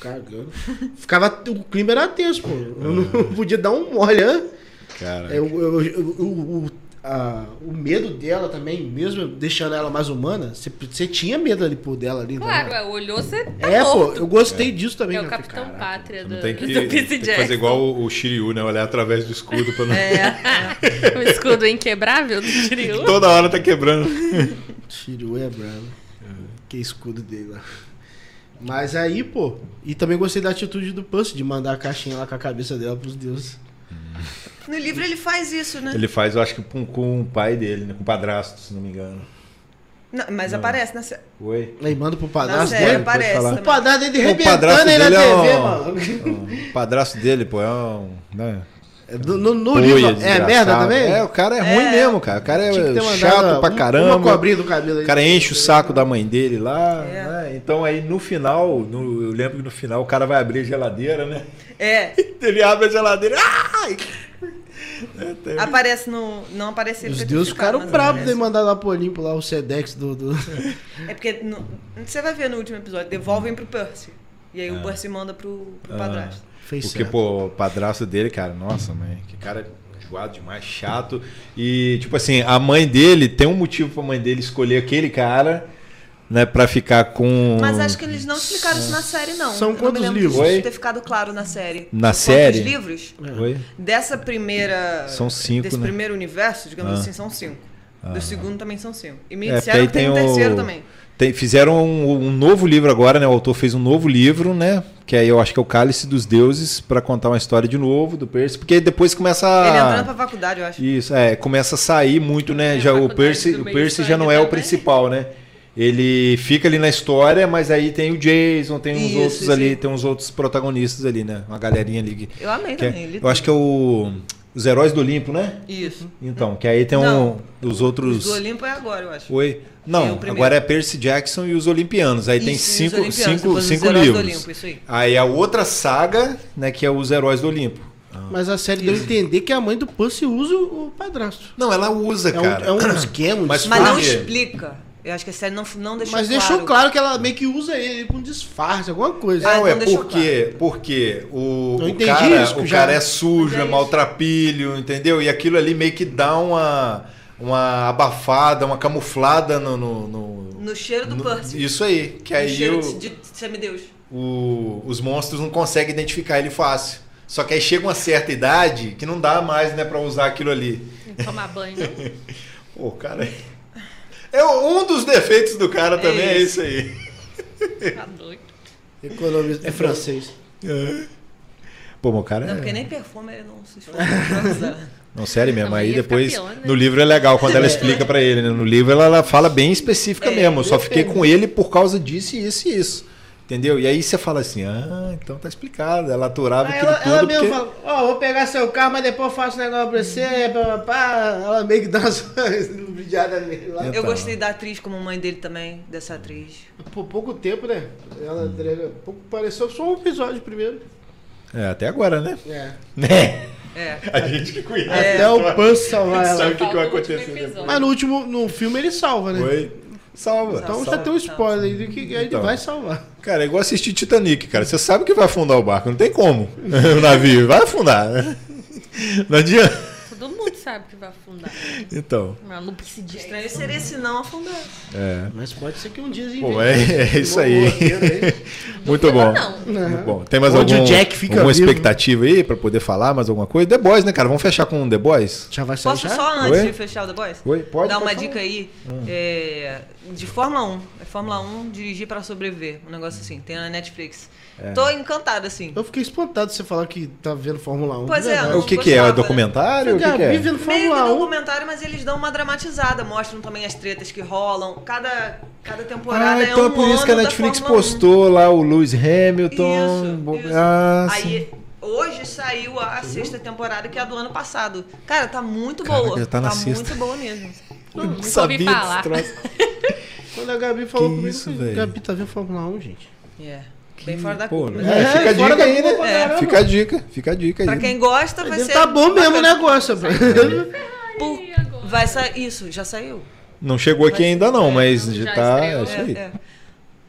S3: cagando. Ficava. O clima era tenso, pô. Eu não podia dar um mole, né?
S1: Cara,
S3: É, o- eu- eu- o- o- a- o medo dela também, mesmo deixando ela mais humana, você- você tinha medo ali por dela ali.
S4: Claro,
S3: né?
S4: ué, olhou, você tá
S3: É, pô,
S4: morto.
S3: eu gostei disso também.
S4: é o
S3: cara. Eu
S4: Capitão
S3: falei, "Caraca,
S4: Pátria
S1: Você
S4: do,
S1: não tem que,
S4: do
S1: tem
S4: Percy
S1: que
S4: Jackson.
S1: fazer igual o, o Shiryu, né? Olhar através do escudo pra não.
S4: É. O Um escudo inquebrável do Shiryu.
S1: Toda hora tá quebrando.
S3: Shiryu é bravo. Que escudo dele lá. Mas aí, pô, e também gostei da atitude do Pussy de mandar a caixinha lá com a cabeça dela pros deuses.
S2: No livro ele faz isso, né?
S1: Ele faz, eu acho que com, com o pai dele, né? Com o padrasto, se não me engano.
S2: Não, mas aparece na série.
S1: Oi?
S3: Aí manda
S4: Tá
S3: pro
S2: Na
S3: padrasto
S2: série
S1: pode
S3: dele.
S2: aparece.
S1: falar.
S2: também.
S3: O padrasto dele
S1: O padrasto
S3: arrebentando aí na
S1: dele
S3: TV,
S1: é um-
S3: mano.
S1: O padrasto dele, pô, é um. Né?
S3: É do- No, no
S1: Oi,
S3: livro, é
S1: desgraçado.
S3: merda também?
S1: É, o cara é ruim
S2: É.
S1: mesmo, cara. O cara
S3: Tinha que ter
S1: é
S3: mandado
S1: chato pra
S3: um-
S1: caramba.
S3: Uma cobrinha do cabelo aí.
S1: O cara enche o saco da mãe dele lá,
S2: É.
S1: né? Então aí no final, no- eu lembro que no final o cara vai abrir a geladeira, né?
S2: É.
S1: Ele abre a geladeira. "Ah, Ai!
S2: Aparece no. Não aparece ele
S3: É. Os
S2: ter
S3: deuses ficaram
S2: ficado, mas
S3: bravos de
S2: aparece.
S3: mandar lá pro Olimpo lá o Sedex do. do...
S2: É porque. no- Você vai ver no último episódio. Devolvem pro Percy. E aí o
S1: É.
S2: Percy manda pro, pro padrasto.
S3: Fez
S1: Porque,
S3: certo.
S1: pô, o padrasto dele, cara, nossa, mãe, que cara enjoado demais, chato. E, tipo assim, a mãe dele, tem um motivo pra mãe dele escolher aquele cara, né, pra ficar com.
S2: Mas acho que eles não explicaram isso na série, não.
S3: São
S2: Eu não
S3: quantos
S2: me lembro
S3: livros?
S2: disso
S1: Oi?
S2: ter ficado claro na série.
S1: Na
S2: São
S1: série?
S2: Quantos livros?
S1: um, Oi?
S2: Dessa primeira.
S1: São cinco,
S2: Desse
S1: né?
S2: primeiro universo, digamos
S1: Ah.
S2: assim, são cinco. Do segundo também são cinco. E me
S1: É, porque
S2: disseram
S1: aí
S2: que tem
S1: tem
S2: um
S1: o-
S2: terceiro também.
S1: Tem- fizeram um, um novo livro agora, né? O autor fez um novo livro, né? Que aí eu acho que é o Cálice dos Deuses, pra contar uma história de novo do Percy, porque depois começa. a-
S2: Ele entrando pra faculdade, eu acho.
S1: Isso, é, começa a sair muito, né?
S4: É,
S1: Já, o
S4: faculdade
S1: Percy,
S4: do
S1: o
S4: meio
S1: Percy já
S4: sangue
S1: não é o
S4: também.
S1: principal, né? Ele fica ali na história, mas aí tem o Jason, tem uns
S2: Isso,
S1: outros
S2: isso
S1: ali,
S2: aí.
S1: tem uns outros protagonistas ali, né? Uma galerinha ali. que-
S2: Eu amei
S1: que é-
S2: também. Ele...
S1: eu acho que é o os heróis do Olimpo, né?
S2: Isso.
S1: Então, que aí tem um,
S2: Não.
S1: os outros
S2: Do Olimpo é agora, eu acho.
S1: Oi?
S2: É, o
S1: Não,
S2: primeiro.
S1: agora é Percy Jackson e os Olimpianos. Aí tem
S2: Isso, e os
S1: cinco,
S2: Olimpianos,
S1: cinco,
S2: depois os
S1: cinco
S2: Heróis do
S1: livros.
S2: Olimpo, isso aí.
S1: aí a outra saga, né, que é os Heróis do Olimpo.
S3: Mas a série deu a entender que a mãe do Pussy usa o o padrasto.
S1: Não, ela usa,
S3: É um,
S1: cara.
S3: é um esquema. um
S1: Mas
S3: disfarce.
S2: Mas não
S1: Por quê?
S2: explica. Eu acho que a série não, não deixou
S3: Mas deixou claro. que ela meio que usa ele pra um disfarce, alguma coisa.
S2: Ah,
S1: Não, é
S2: então deixa
S1: porque, porque o,
S3: Eu
S1: o
S3: entendi
S1: cara,
S3: isso, que
S1: o
S3: já-
S1: cara é sujo,
S2: Mas é
S1: é
S2: isso.
S1: maltrapilho, entendeu? E aquilo ali meio que dá uma, uma abafada, uma camuflada no. no, no-
S2: No cheiro do
S1: no-
S2: Percy.
S1: Isso aí. Que
S2: no
S1: aí
S2: cheiro
S1: o,
S2: de, de semideus.
S1: o- os monstros não conseguem identificar ele fácil. Só que aí chega uma certa idade que não dá mais, né, pra usar aquilo ali.
S4: Tem que Tomar banho. né?
S1: Pô, cara. É um dos defeitos do cara
S2: É
S1: também,
S2: isso.
S1: é isso aí.
S4: Tá doido.
S3: Economista. É francês.
S1: É. Pô, mas o cara. é
S2: Não, porque nem perfume ele não se esforça.
S1: Não, sério mesmo.
S4: Não,
S1: aí
S4: ia ficar
S1: depois.
S4: pior, né?
S1: No livro é legal quando ela explica pra ele, né? No livro ela, ela fala bem específica
S4: É,
S1: mesmo. Eu só fiquei com ele por causa disso, e isso e isso. Entendeu? E aí você fala assim, ah, então tá explicado. Ela
S4: Ah,
S1: aturava
S3: Aí
S1: aquilo
S3: ela,
S1: tudo.
S3: ela mesmo
S1: porque...
S3: fala, ó, vou pegar seu carro, mas depois eu faço um negócio pra você, pá, pá, pá. Ela meio que dá umas lubriadas nele lá.
S1: É. Então.
S2: Eu gostei da atriz como mãe dele também, dessa atriz.
S3: Por pouco tempo, né? Ela entrega. Pouco pareceu só um episódio primeiro.
S1: É, até agora, né?
S3: É.
S1: Né?
S2: É.
S1: A gente que conhece.
S3: Até o Pan salvar ela.
S1: Sabe o que, que vai
S4: Falta o último
S1: acontecer depois?
S4: episódio.
S3: Mas no último, no filme ele salva, né?
S1: Oi? Salva.
S3: Então
S2: Salva,
S3: já tem um
S2: salva.
S3: spoiler aí do que ele
S1: Então.
S3: vai salvar.
S1: Cara, é igual assistir Titanic, cara. Você sabe que vai afundar o barco, não tem como. o navio vai afundar. né? Não adianta.
S4: Todo mundo sabe que vai afundar.
S1: Então,
S4: Mas não precisa de
S2: Estranho seria se não afundar.
S1: é.
S3: Mas pode ser que um dia
S1: Pô, é, é isso aí. Muito bom.
S4: Não.
S1: Muito bom. Tem mais
S3: é Onde
S1: algum,
S3: o Jack fica
S1: alguma
S3: vivo.
S1: expectativa aí pra poder falar mais alguma coisa? The Boys, né, cara? Vamos fechar com The Boys?
S3: Já vai sair
S2: Posso
S3: já?
S2: só antes
S1: Oi?
S2: de fechar o The Boys?
S1: Oi, pode, Hum.
S2: Dar uma
S1: pode
S2: dica aí é, de Fórmula 1. É Fórmula 1 dirigir para sobreviver. Um negócio assim. Tem na Netflix.
S1: É.
S2: Tô encantada, assim.
S3: Eu fiquei espantado de você falar que tá vendo Fórmula 1.
S2: Pois é,
S3: verdade.
S2: eu né?
S1: O que, que é? É
S2: gostava,
S1: documentário?
S3: Eu
S1: O que,
S3: já
S1: que
S3: vi
S1: é?
S3: vendo
S2: Meio que
S3: Fórmula 1.
S2: documentário, mas eles dão uma dramatizada. Mostram também as tretas que rolam. Cada, cada temporada
S1: Ah,
S2: é
S1: então
S2: um
S1: é por isso que a
S2: ano da
S1: Netflix
S2: Fórmula 1.
S1: postou lá o Lewis Hamilton.
S2: Isso,
S1: Bo-
S2: isso.
S1: Ah, sim.
S2: Aí, hoje saiu a sexta temporada, que é a do ano passado. Cara, tá muito
S1: Caraca,
S2: boa.
S1: já tá na sexta.
S2: muito boa mesmo.
S4: Não, nunca
S1: sabia
S4: ouvi
S1: desse
S4: falar.
S1: troço.
S3: Quando a Gabi falou
S1: Que
S3: comigo,
S1: isso,
S3: eu falei,
S1: velho?
S3: Gabi tá vendo Fórmula 1, gente.
S2: É. Bem fora da
S1: Pô,
S2: curva.
S1: né? É, fica a
S3: fora
S1: dica
S3: da
S1: aí, né?
S3: curva,
S2: É.
S3: caramba.
S1: Fica a dica, fica a dica
S2: Pra
S1: aí.
S2: quem gosta, vai ser.
S3: Tá bom mesmo o
S2: bacana.
S3: negócio.
S2: Pô, Vai sair. Isso, já saiu.
S1: Não chegou aqui ainda não, mas
S4: já
S1: já tá...
S4: estreou.
S1: É isso
S2: É,
S1: aí.
S2: é.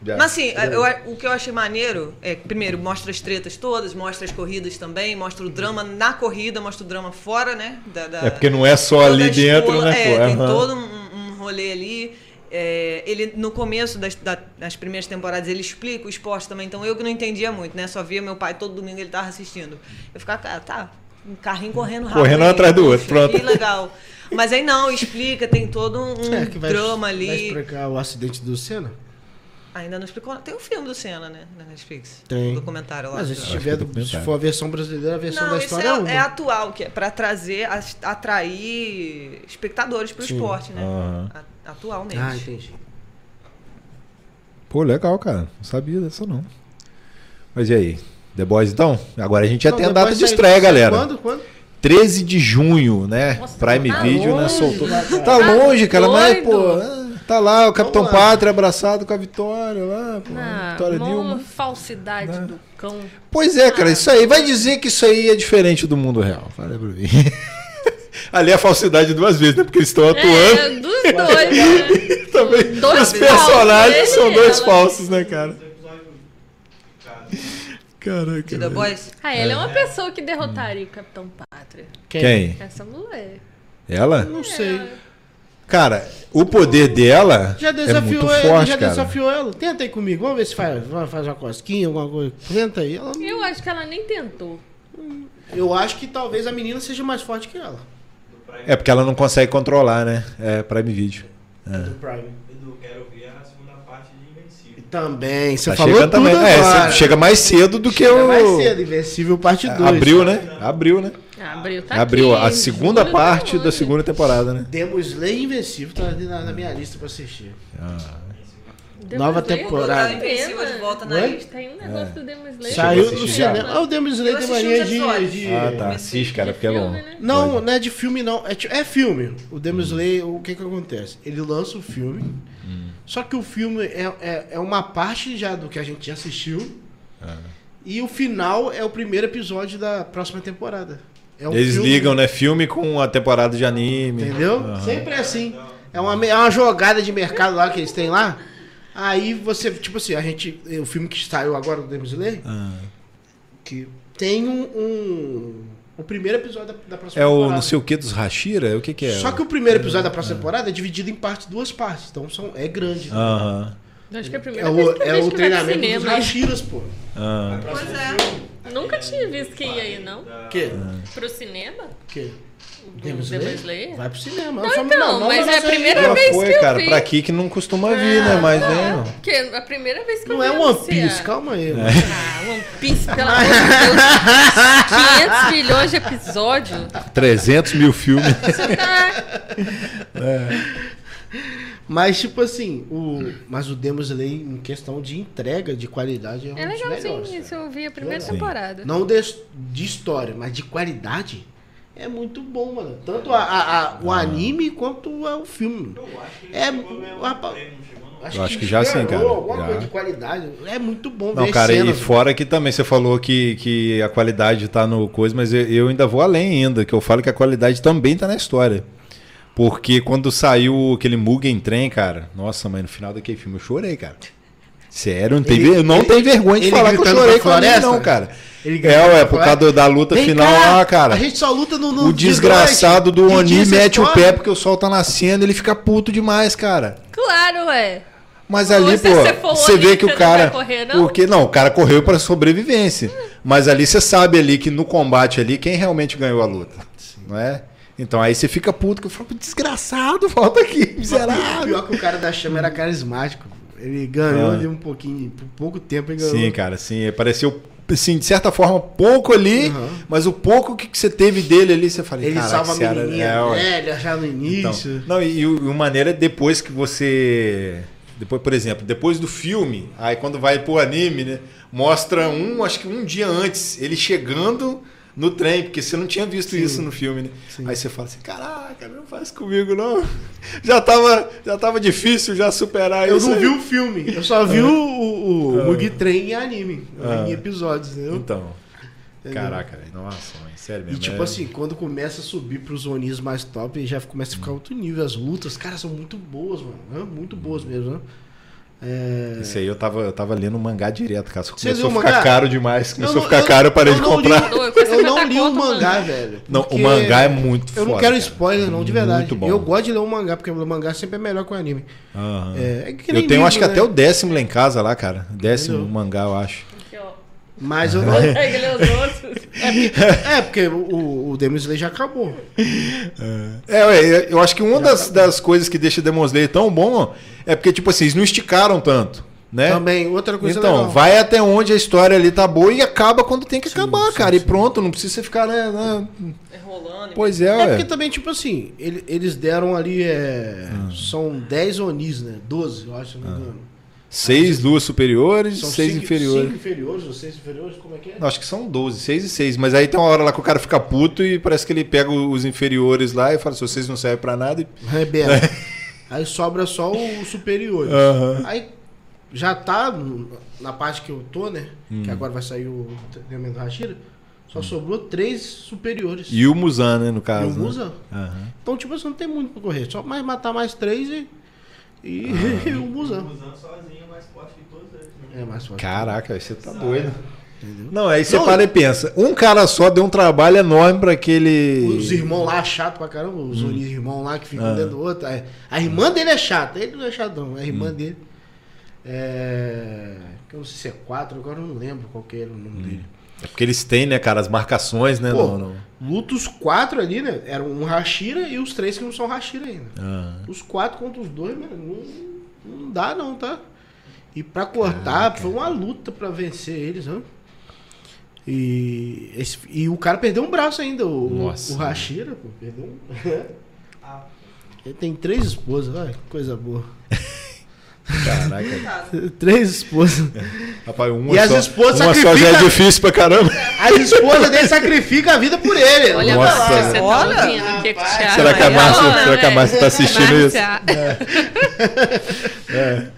S1: Já.
S2: Mas assim, eu- o que eu achei maneiro é, primeiro, mostra as tretas todas, mostra as corridas também, mostra o drama na corrida, mostra o drama fora, né? da- da-
S1: É porque não é só
S2: toda
S1: ali
S2: a
S1: dentro,
S2: escola-
S1: né?
S2: É,
S1: pô?
S2: tem
S1: Aham.
S2: todo um, um rolê ali. É, ele, no começo das, da- das primeiras temporadas, ele explica o esporte também. Então, eu que não entendia muito, né? Só via meu pai todo domingo, ele tava assistindo. Eu ficava, cara, tá, um carrinho correndo rápido.
S1: Correndo um
S2: aí,
S1: atrás do outro,
S2: poxa,
S1: pronto.
S2: Que legal. Mas aí não, explica, tem todo um
S3: É, que vai,
S2: drama
S3: vai
S2: ali.
S3: explicar o acidente do Senna?
S2: Ainda não explicou. Tem o filme do Senna, né? Na Netflix.
S3: Tem.
S2: O documentário lá.
S3: Mas
S2: do-
S3: se, tiver,
S1: é
S3: do- se for a versão brasileira, a versão
S2: Não,
S3: da
S2: isso
S3: história
S2: é,
S3: é, uma.
S2: é atual, que é pra trazer, as- atrair espectadores pro esporte, né?
S1: Aham.
S2: A- atualmente.
S3: Ah, entendi.
S1: Pô, legal, cara. Não sabia dessa não. Mas e aí? The Boys, então? Agora a gente já tem a data de estreia, galera.
S3: Quando? Quando?
S1: 13 de junho, né?
S4: Nossa,
S1: Prime
S4: tá
S1: Video, né?
S3: longe,
S1: Soltou.
S3: lá, cara.
S1: Tá longe, cara, mas,
S4: doido.
S1: pô. ah, Tá lá o Capitão
S3: Vamos lá.
S1: Pátria abraçado com a Vitória lá, pô.
S4: Na
S1: Vitória
S4: mó
S1: Dilma.
S4: Ah, falsidade do cão.
S1: Pois é,
S4: Ah.
S1: cara, isso aí. Vai dizer que isso aí é diferente do mundo real. Fala pra mim. Ali é a falsidade duas vezes, né? Porque eles estão atuando
S4: É, dos dois, né?
S1: também.
S4: dois
S1: Os personagens
S4: falsos,
S1: são
S4: né?
S1: dois
S4: Ela-
S1: falsos, né, cara?
S3: é
S6: Cara,
S1: Caraca.
S2: De The
S1: velho.
S2: Boys?
S4: Ah, ela é uma pessoa que derrotaria o Capitão Pátria.
S1: Quem?
S4: Essa é. mulher.
S1: Ela?
S3: Não sei.
S1: Cara, o poder dela
S3: Já
S1: é
S3: desafiou
S1: muito
S3: ele,
S1: forte,
S3: já
S1: cara.
S3: desafiou ela. Tenta aí comigo, vamos ver se faz, vai- faz uma cosquinha, alguma coisa. Tenta aí. Ela-
S4: Eu acho que ela nem tentou.
S3: Eu acho que talvez a menina seja mais forte que ela.
S1: É porque ela não consegue controlar, né? É, Prime Video.
S3: Do Prime.
S6: Edu, quero ouvir a segunda parte de Invencível.
S3: Também, você
S1: Tá
S3: falou
S1: chegando
S3: tudo
S1: também. É,
S3: agora.
S1: você chega mais cedo do que
S3: Chega
S1: o...
S3: mais cedo, Invencível parte 2.
S1: Abriu, né? Abriu, né?
S4: Ah, Abriu, tá
S1: Abriu
S4: aqui,
S1: a
S4: hein?
S1: segunda
S4: Juro,
S1: parte
S4: tá
S1: da
S4: longe.
S1: segunda temporada, né?
S3: Demo Slay Invencível tá ali na, na minha lista pra assistir.
S4: Demon
S3: Nova
S4: Slayer,
S3: temporada.
S4: eu
S2: Tá Em
S4: tô
S2: cima de
S4: vendo.
S2: volta na
S3: Oi?
S2: lista.
S4: né? Tem um negócio do Demon Slayer.
S1: Chegou a
S3: É. Saiu
S1: assistir
S3: no
S1: já?
S3: cinema. Ah, o Demo Slay
S2: Eu
S3: tem
S2: assisti
S3: mania
S2: uns
S3: de,
S2: episódios.
S3: de-
S1: Ah, tá. Assiste, cara, porque é
S4: filme,
S1: bom.
S4: né?
S3: Não,
S1: Pode.
S3: não é de filme, não. É, ti- é filme. O
S1: Hum.
S3: Demon Slayer, o que que acontece? Ele lança o filme,
S1: Hum.
S3: só que o filme é, é, é uma parte já do que a gente já assistiu.
S1: É.
S3: E o final é o primeiro episódio da próxima temporada. É um
S1: Eles
S3: filme,
S1: ligam, né? Filme com a temporada de anime.
S3: Entendeu?
S1: Aham.
S3: Sempre é assim. É uma, me- é uma jogada de mercado lá que eles têm lá. Aí você, tipo assim, a gente. O filme que saiu agora do Demi Slayer,
S1: Ah.
S3: que tem um, um- O primeiro episódio da, da próxima
S1: É o
S3: temporada.
S1: não sei o que dos Hashira? O que que é?
S3: Só que o primeiro episódio da próxima temporada é dividido em partes, duas partes. Então são, é grande.
S1: Aham.
S4: Acho que é a
S3: É
S4: primeira
S3: o,
S4: vez que eu
S3: é
S4: vejo
S3: o
S4: que vai pro
S3: treinamento dos
S4: cinema.
S3: Rashiras, pô.
S1: aham.
S2: Pois é.
S4: Nunca tinha visto que ia aí, não?
S3: Que?
S4: Pro cinema?
S3: Que?
S4: Demon Slayer?
S3: Vai pro cinema.
S4: Não,
S3: só-
S4: então,
S3: não,
S4: mas
S3: não,
S4: é a
S3: não,
S4: primeira
S1: Já
S4: vez que
S1: foi,
S4: eu
S1: cara.
S4: vi. Ah,
S1: Pra aqui que não costuma vir, né? Mas nem. não.
S4: Porque a primeira vez que eu
S3: Não
S4: vi
S3: é
S4: no
S3: One Piece,
S4: cinema.
S3: calma aí. mano.
S4: Ah, One Piece, pelo amor de Deus. 500 milhões de episódios.
S1: 300 mil filmes.
S4: Isso tá...
S3: Mas, tipo assim, o... mas o Demon Slayer, em questão de entrega, de qualidade, é um
S4: É
S3: dos melhores. né?
S4: legalzinho isso. Eu vi a primeira
S3: Sim.
S4: temporada.
S3: Não de, de história, mas de qualidade, é muito bom, mano. Tanto a- a- a- o anime quanto é o filme.
S6: Eu acho que ele
S3: É,
S6: chegou mesmo,
S3: rapaz,
S6: ele não chegou não.
S1: Eu acho que já sim,
S3: ganhou
S1: cara.
S3: Alguma
S1: Já.
S3: coisa de qualidade. É muito bom ver
S1: Não,
S3: as
S1: cara, e
S3: cenas, né?
S1: fora que também você falou que, que a qualidade tá no coisa, mas eu, eu ainda vou além ainda, que eu falo que a qualidade também tá na história. Porque quando saiu aquele Mugen Trem, cara, nossa, mãe, no final daquele filme eu chorei, cara. Sério, não tem,
S3: Ele-
S1: ver- não
S3: ele-
S1: tem vergonha de
S3: ele
S1: falar que eu
S3: gritando
S1: chorei
S3: pra
S1: com a minha,
S3: floresta?
S1: não, cara.
S3: Ele
S1: É,
S3: grita
S1: ué,
S3: pra
S1: por
S3: floresta.
S1: causa do- da luta
S3: Vem
S1: final
S3: cá,
S1: lá, cara.
S3: A gente só luta no. no
S1: O desgraçado do Oni
S3: Oni
S1: mete o pé porque o sol tá nascendo, ele fica puto demais, cara.
S4: Claro, ué.
S1: Mas
S4: Ou
S1: ali,
S4: se
S1: pô,
S4: você for o
S1: você
S4: Oni,
S1: vê que
S4: você
S1: o
S4: não
S1: cara.
S4: vai correr, não?
S1: Porque não, o cara correu pra sobrevivência. Mas ali você sabe ali que no combate ali quem realmente ganhou a luta, não é? Então aí você fica puto que eu falo, desgraçado, volta aqui, miserável.
S3: Pior que o cara da chama era carismático. Ele ganhou
S1: Ah.
S3: ali um pouquinho, por pouco tempo ele ganhou.
S1: Sim, cara, sim, pareceu assim, de certa forma pouco ali,
S3: Uhum.
S1: mas o pouco que que você teve dele ali, você fala,
S3: Ele
S1: "Caraca,
S3: salva a
S1: esse cara-
S3: menininha
S1: é, ué."
S3: velha já no
S1: Então,
S3: início.
S1: não, e, e o, e o maneiro é depois que você. Depois, por exemplo, depois do filme, aí quando vai pro anime, né? Mostra um, acho que um dia antes, ele chegando no trem, porque você não tinha visto isso no filme, né? Aí você fala assim, caraca, não faz comigo, não. Já tava, já tava difícil já superar
S3: Eu
S1: é isso.
S3: não
S1: aí. É.
S3: vi o filme, eu só vi o, o, o Mugi Train em anime, em episódios, entendeu?
S1: Então. Caraca, velho. Nossa, mãe, sério
S3: E
S1: mesmo.
S3: tipo
S1: é-
S3: assim, quando começa a subir pros zonis mais top, já começa a ficar outro nível. As lutas, cara, são muito boas, mano. né? Muito boas mesmo, né? É...
S1: Uhum. Isso aí eu tava, eu tava lendo um mangá direto, cara. Só
S3: Você
S1: Começou a
S3: viu o
S1: ficar
S3: mangá?
S1: caro demais.
S3: Eu
S1: Começou
S3: não-
S1: a ficar caro, eu parei
S3: eu
S1: de
S3: não li-
S1: comprar.
S4: Eu conheço
S3: eu não
S4: tanta
S3: li o
S4: conta,
S3: mangá,
S4: mano.
S3: velho.
S1: Não,
S3: porque
S1: o mangá é muito
S3: Eu não
S1: foda,
S3: quero
S1: cara.
S3: spoiler, não, de verdade.
S1: Muito bom.
S3: Eu gosto de ler o mangá, porque o mangá sempre é melhor que o anime.
S1: Aham.
S3: É, é que nem
S1: Eu tenho,
S3: livro,
S1: acho que
S3: né?
S1: até o décimo lá em casa, lá, cara. Décimo
S3: Entendeu?
S1: mangá, eu acho.
S4: Aqui, ó.
S3: Mas eu não.
S4: Aí ele lê os outros.
S3: é, porque o, o Demon Slayer já acabou.
S1: É, ué, eu- eu acho que uma
S3: tá
S1: das, das coisas que deixa Demon Slayer tão bom é porque, tipo assim, eles não esticaram tanto, né?
S3: Também, outra coisa
S1: então,
S3: legal.
S1: vai até onde a história ali tá boa e acaba quando tem que acabar, cara. E pronto, não precisa você ficar, né? né,
S2: Enrolando.
S1: Pois é,
S3: É
S1: ué.
S3: porque também, tipo assim, ele- eles deram ali. É,
S1: Ah.
S3: São 10 Onis, né? 12, eu acho, se não me engano.
S1: Seis duas superiores,
S3: São
S1: seis
S3: cinco-
S1: inferiores.
S3: cinco inferiores ou 6 inferiores, como é que é?
S1: Não, Acho que são 12, 6 e 6. Mas aí tem uma hora lá que o cara fica puto e parece que ele pega os inferiores lá e fala: se vocês não servem pra nada. e-
S3: Rebelo. Aí sobra só o superior. Aí já tá no- na parte que eu tô, né?
S1: Hum.
S3: Que agora vai sair o treinamento do Hashira. Só sobrou três superiores.
S1: E o Musan, né, no caso.
S3: E o
S1: né?
S3: Musa.
S1: Aham.
S3: Então, tipo assim, não tem muito pra correr. Só mais matar mais três e. E, e
S1: Ah.
S3: o Musan.
S6: Usando sozinho é mais forte que todos eles. né?
S3: É mais fácil.
S1: Caraca, velho, você tá doido. Não, aí você para e pensa. Um cara só deu um trabalho enorme pra aquele.
S3: Os irmãos lá, é chato pra caramba, os hum. irmãos lá que ficam dentro do outro. A, a irmã dele é chata, ele não é chatão, a irmã dele. É. que Eu não sei se é quatro, agora eu não lembro qual que era o nome dele.
S1: É Porque eles têm, né, cara, as marcações, né?
S3: Pô.
S1: Não, não.
S3: Luta os quatro ali, né? Eram um Hashira e os três que não são Hashira ainda.
S1: Ah,
S3: Os quatro contra os dois, mano, não, não dá não, tá? E pra cortar, foi uma luta pra vencer eles, né? E, esse- e o cara perdeu um braço ainda, o,
S1: Nossa.
S3: o Hashira, pô, perdeu um. Ele tem três esposas, vai, coisa boa.
S1: caraca.
S3: Três esposas.
S1: Rapaz, uma
S3: E as
S1: só,
S3: esposas
S1: uma só já
S3: sacrificam-
S1: é difícil pra caramba.
S3: As esposas dele sacrificam a vida por ele.
S4: Olha
S1: Nossa.
S4: pra lá, você tá
S2: Olha.
S4: ouvindo o que que te arma
S1: Será que a
S4: aí,
S1: Márcia,
S4: ó,
S1: será que a
S4: velho.
S1: Márcia tá assistindo isso?
S4: Márcia.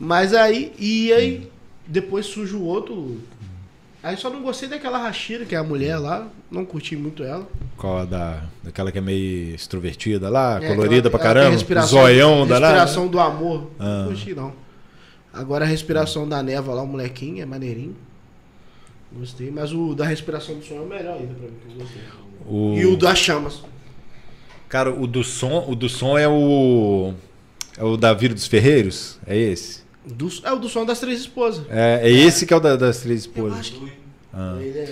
S3: Mas aí, e aí, depois surge o outro Aí só não gostei daquela Rashira, que é a mulher lá. Não curti muito ela.
S1: Qual a da. Daquela que é meio extrovertida lá,
S3: É,
S1: colorida Tá pra
S3: aquela- ela tem
S1: caramba.
S3: respiração-
S1: Zoião da Ah. lá.
S3: Respiração do amor. Não curti, não. Agora a respiração da neva lá, o molequinho, é maneirinho. Gostei, mas o da respiração do som é o melhor ainda pra mim, que eu gostei.
S1: O...
S3: E o das chamas.
S1: Cara, o do som, o do som é o. É o da Vila dos Ferreiros? É esse?
S3: Do, é o do som das três esposas.
S1: É, é esse que é o da- das três esposas.
S3: Ele é- ele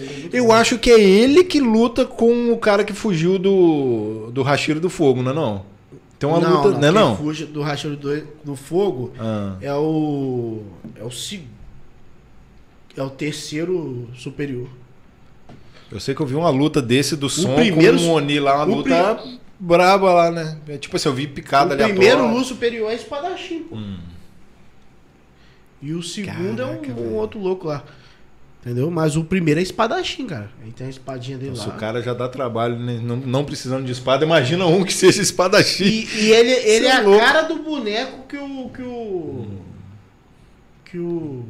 S3: é muito
S1: Ah. Eu
S3: bom.
S1: acho que é ele que luta com o cara que fugiu do. do Rachiro do Fogo, não é não? Tem uma
S3: não,
S1: luta. Não, é
S3: quem
S1: não?
S3: fuge do racheiro do, do fogo
S1: Ah,
S3: é o. É o segundo. É o terceiro superior.
S1: eu sei que eu vi uma luta desse do som
S3: primeiro-
S1: com o Oni lá, uma
S3: o
S1: luta braba lá, né? É tipo assim, eu vi picada
S3: o
S1: ali
S3: primeiro Lu superior é espadachim, pô.
S1: Hum.
S3: E o segundo
S1: Caraca,
S3: é um- um,
S1: velho.
S3: outro louco lá. Entendeu? Mas o primeiro é espadachim, cara. Aí tem a espadinha dele
S1: Então, Se o
S3: lá.
S1: cara já dá trabalho, né? não, não precisando de espada, imagina um que seja espadachim.
S3: E, e ele, ele é a
S1: Seu louco.
S3: cara do boneco que o. que o. que o.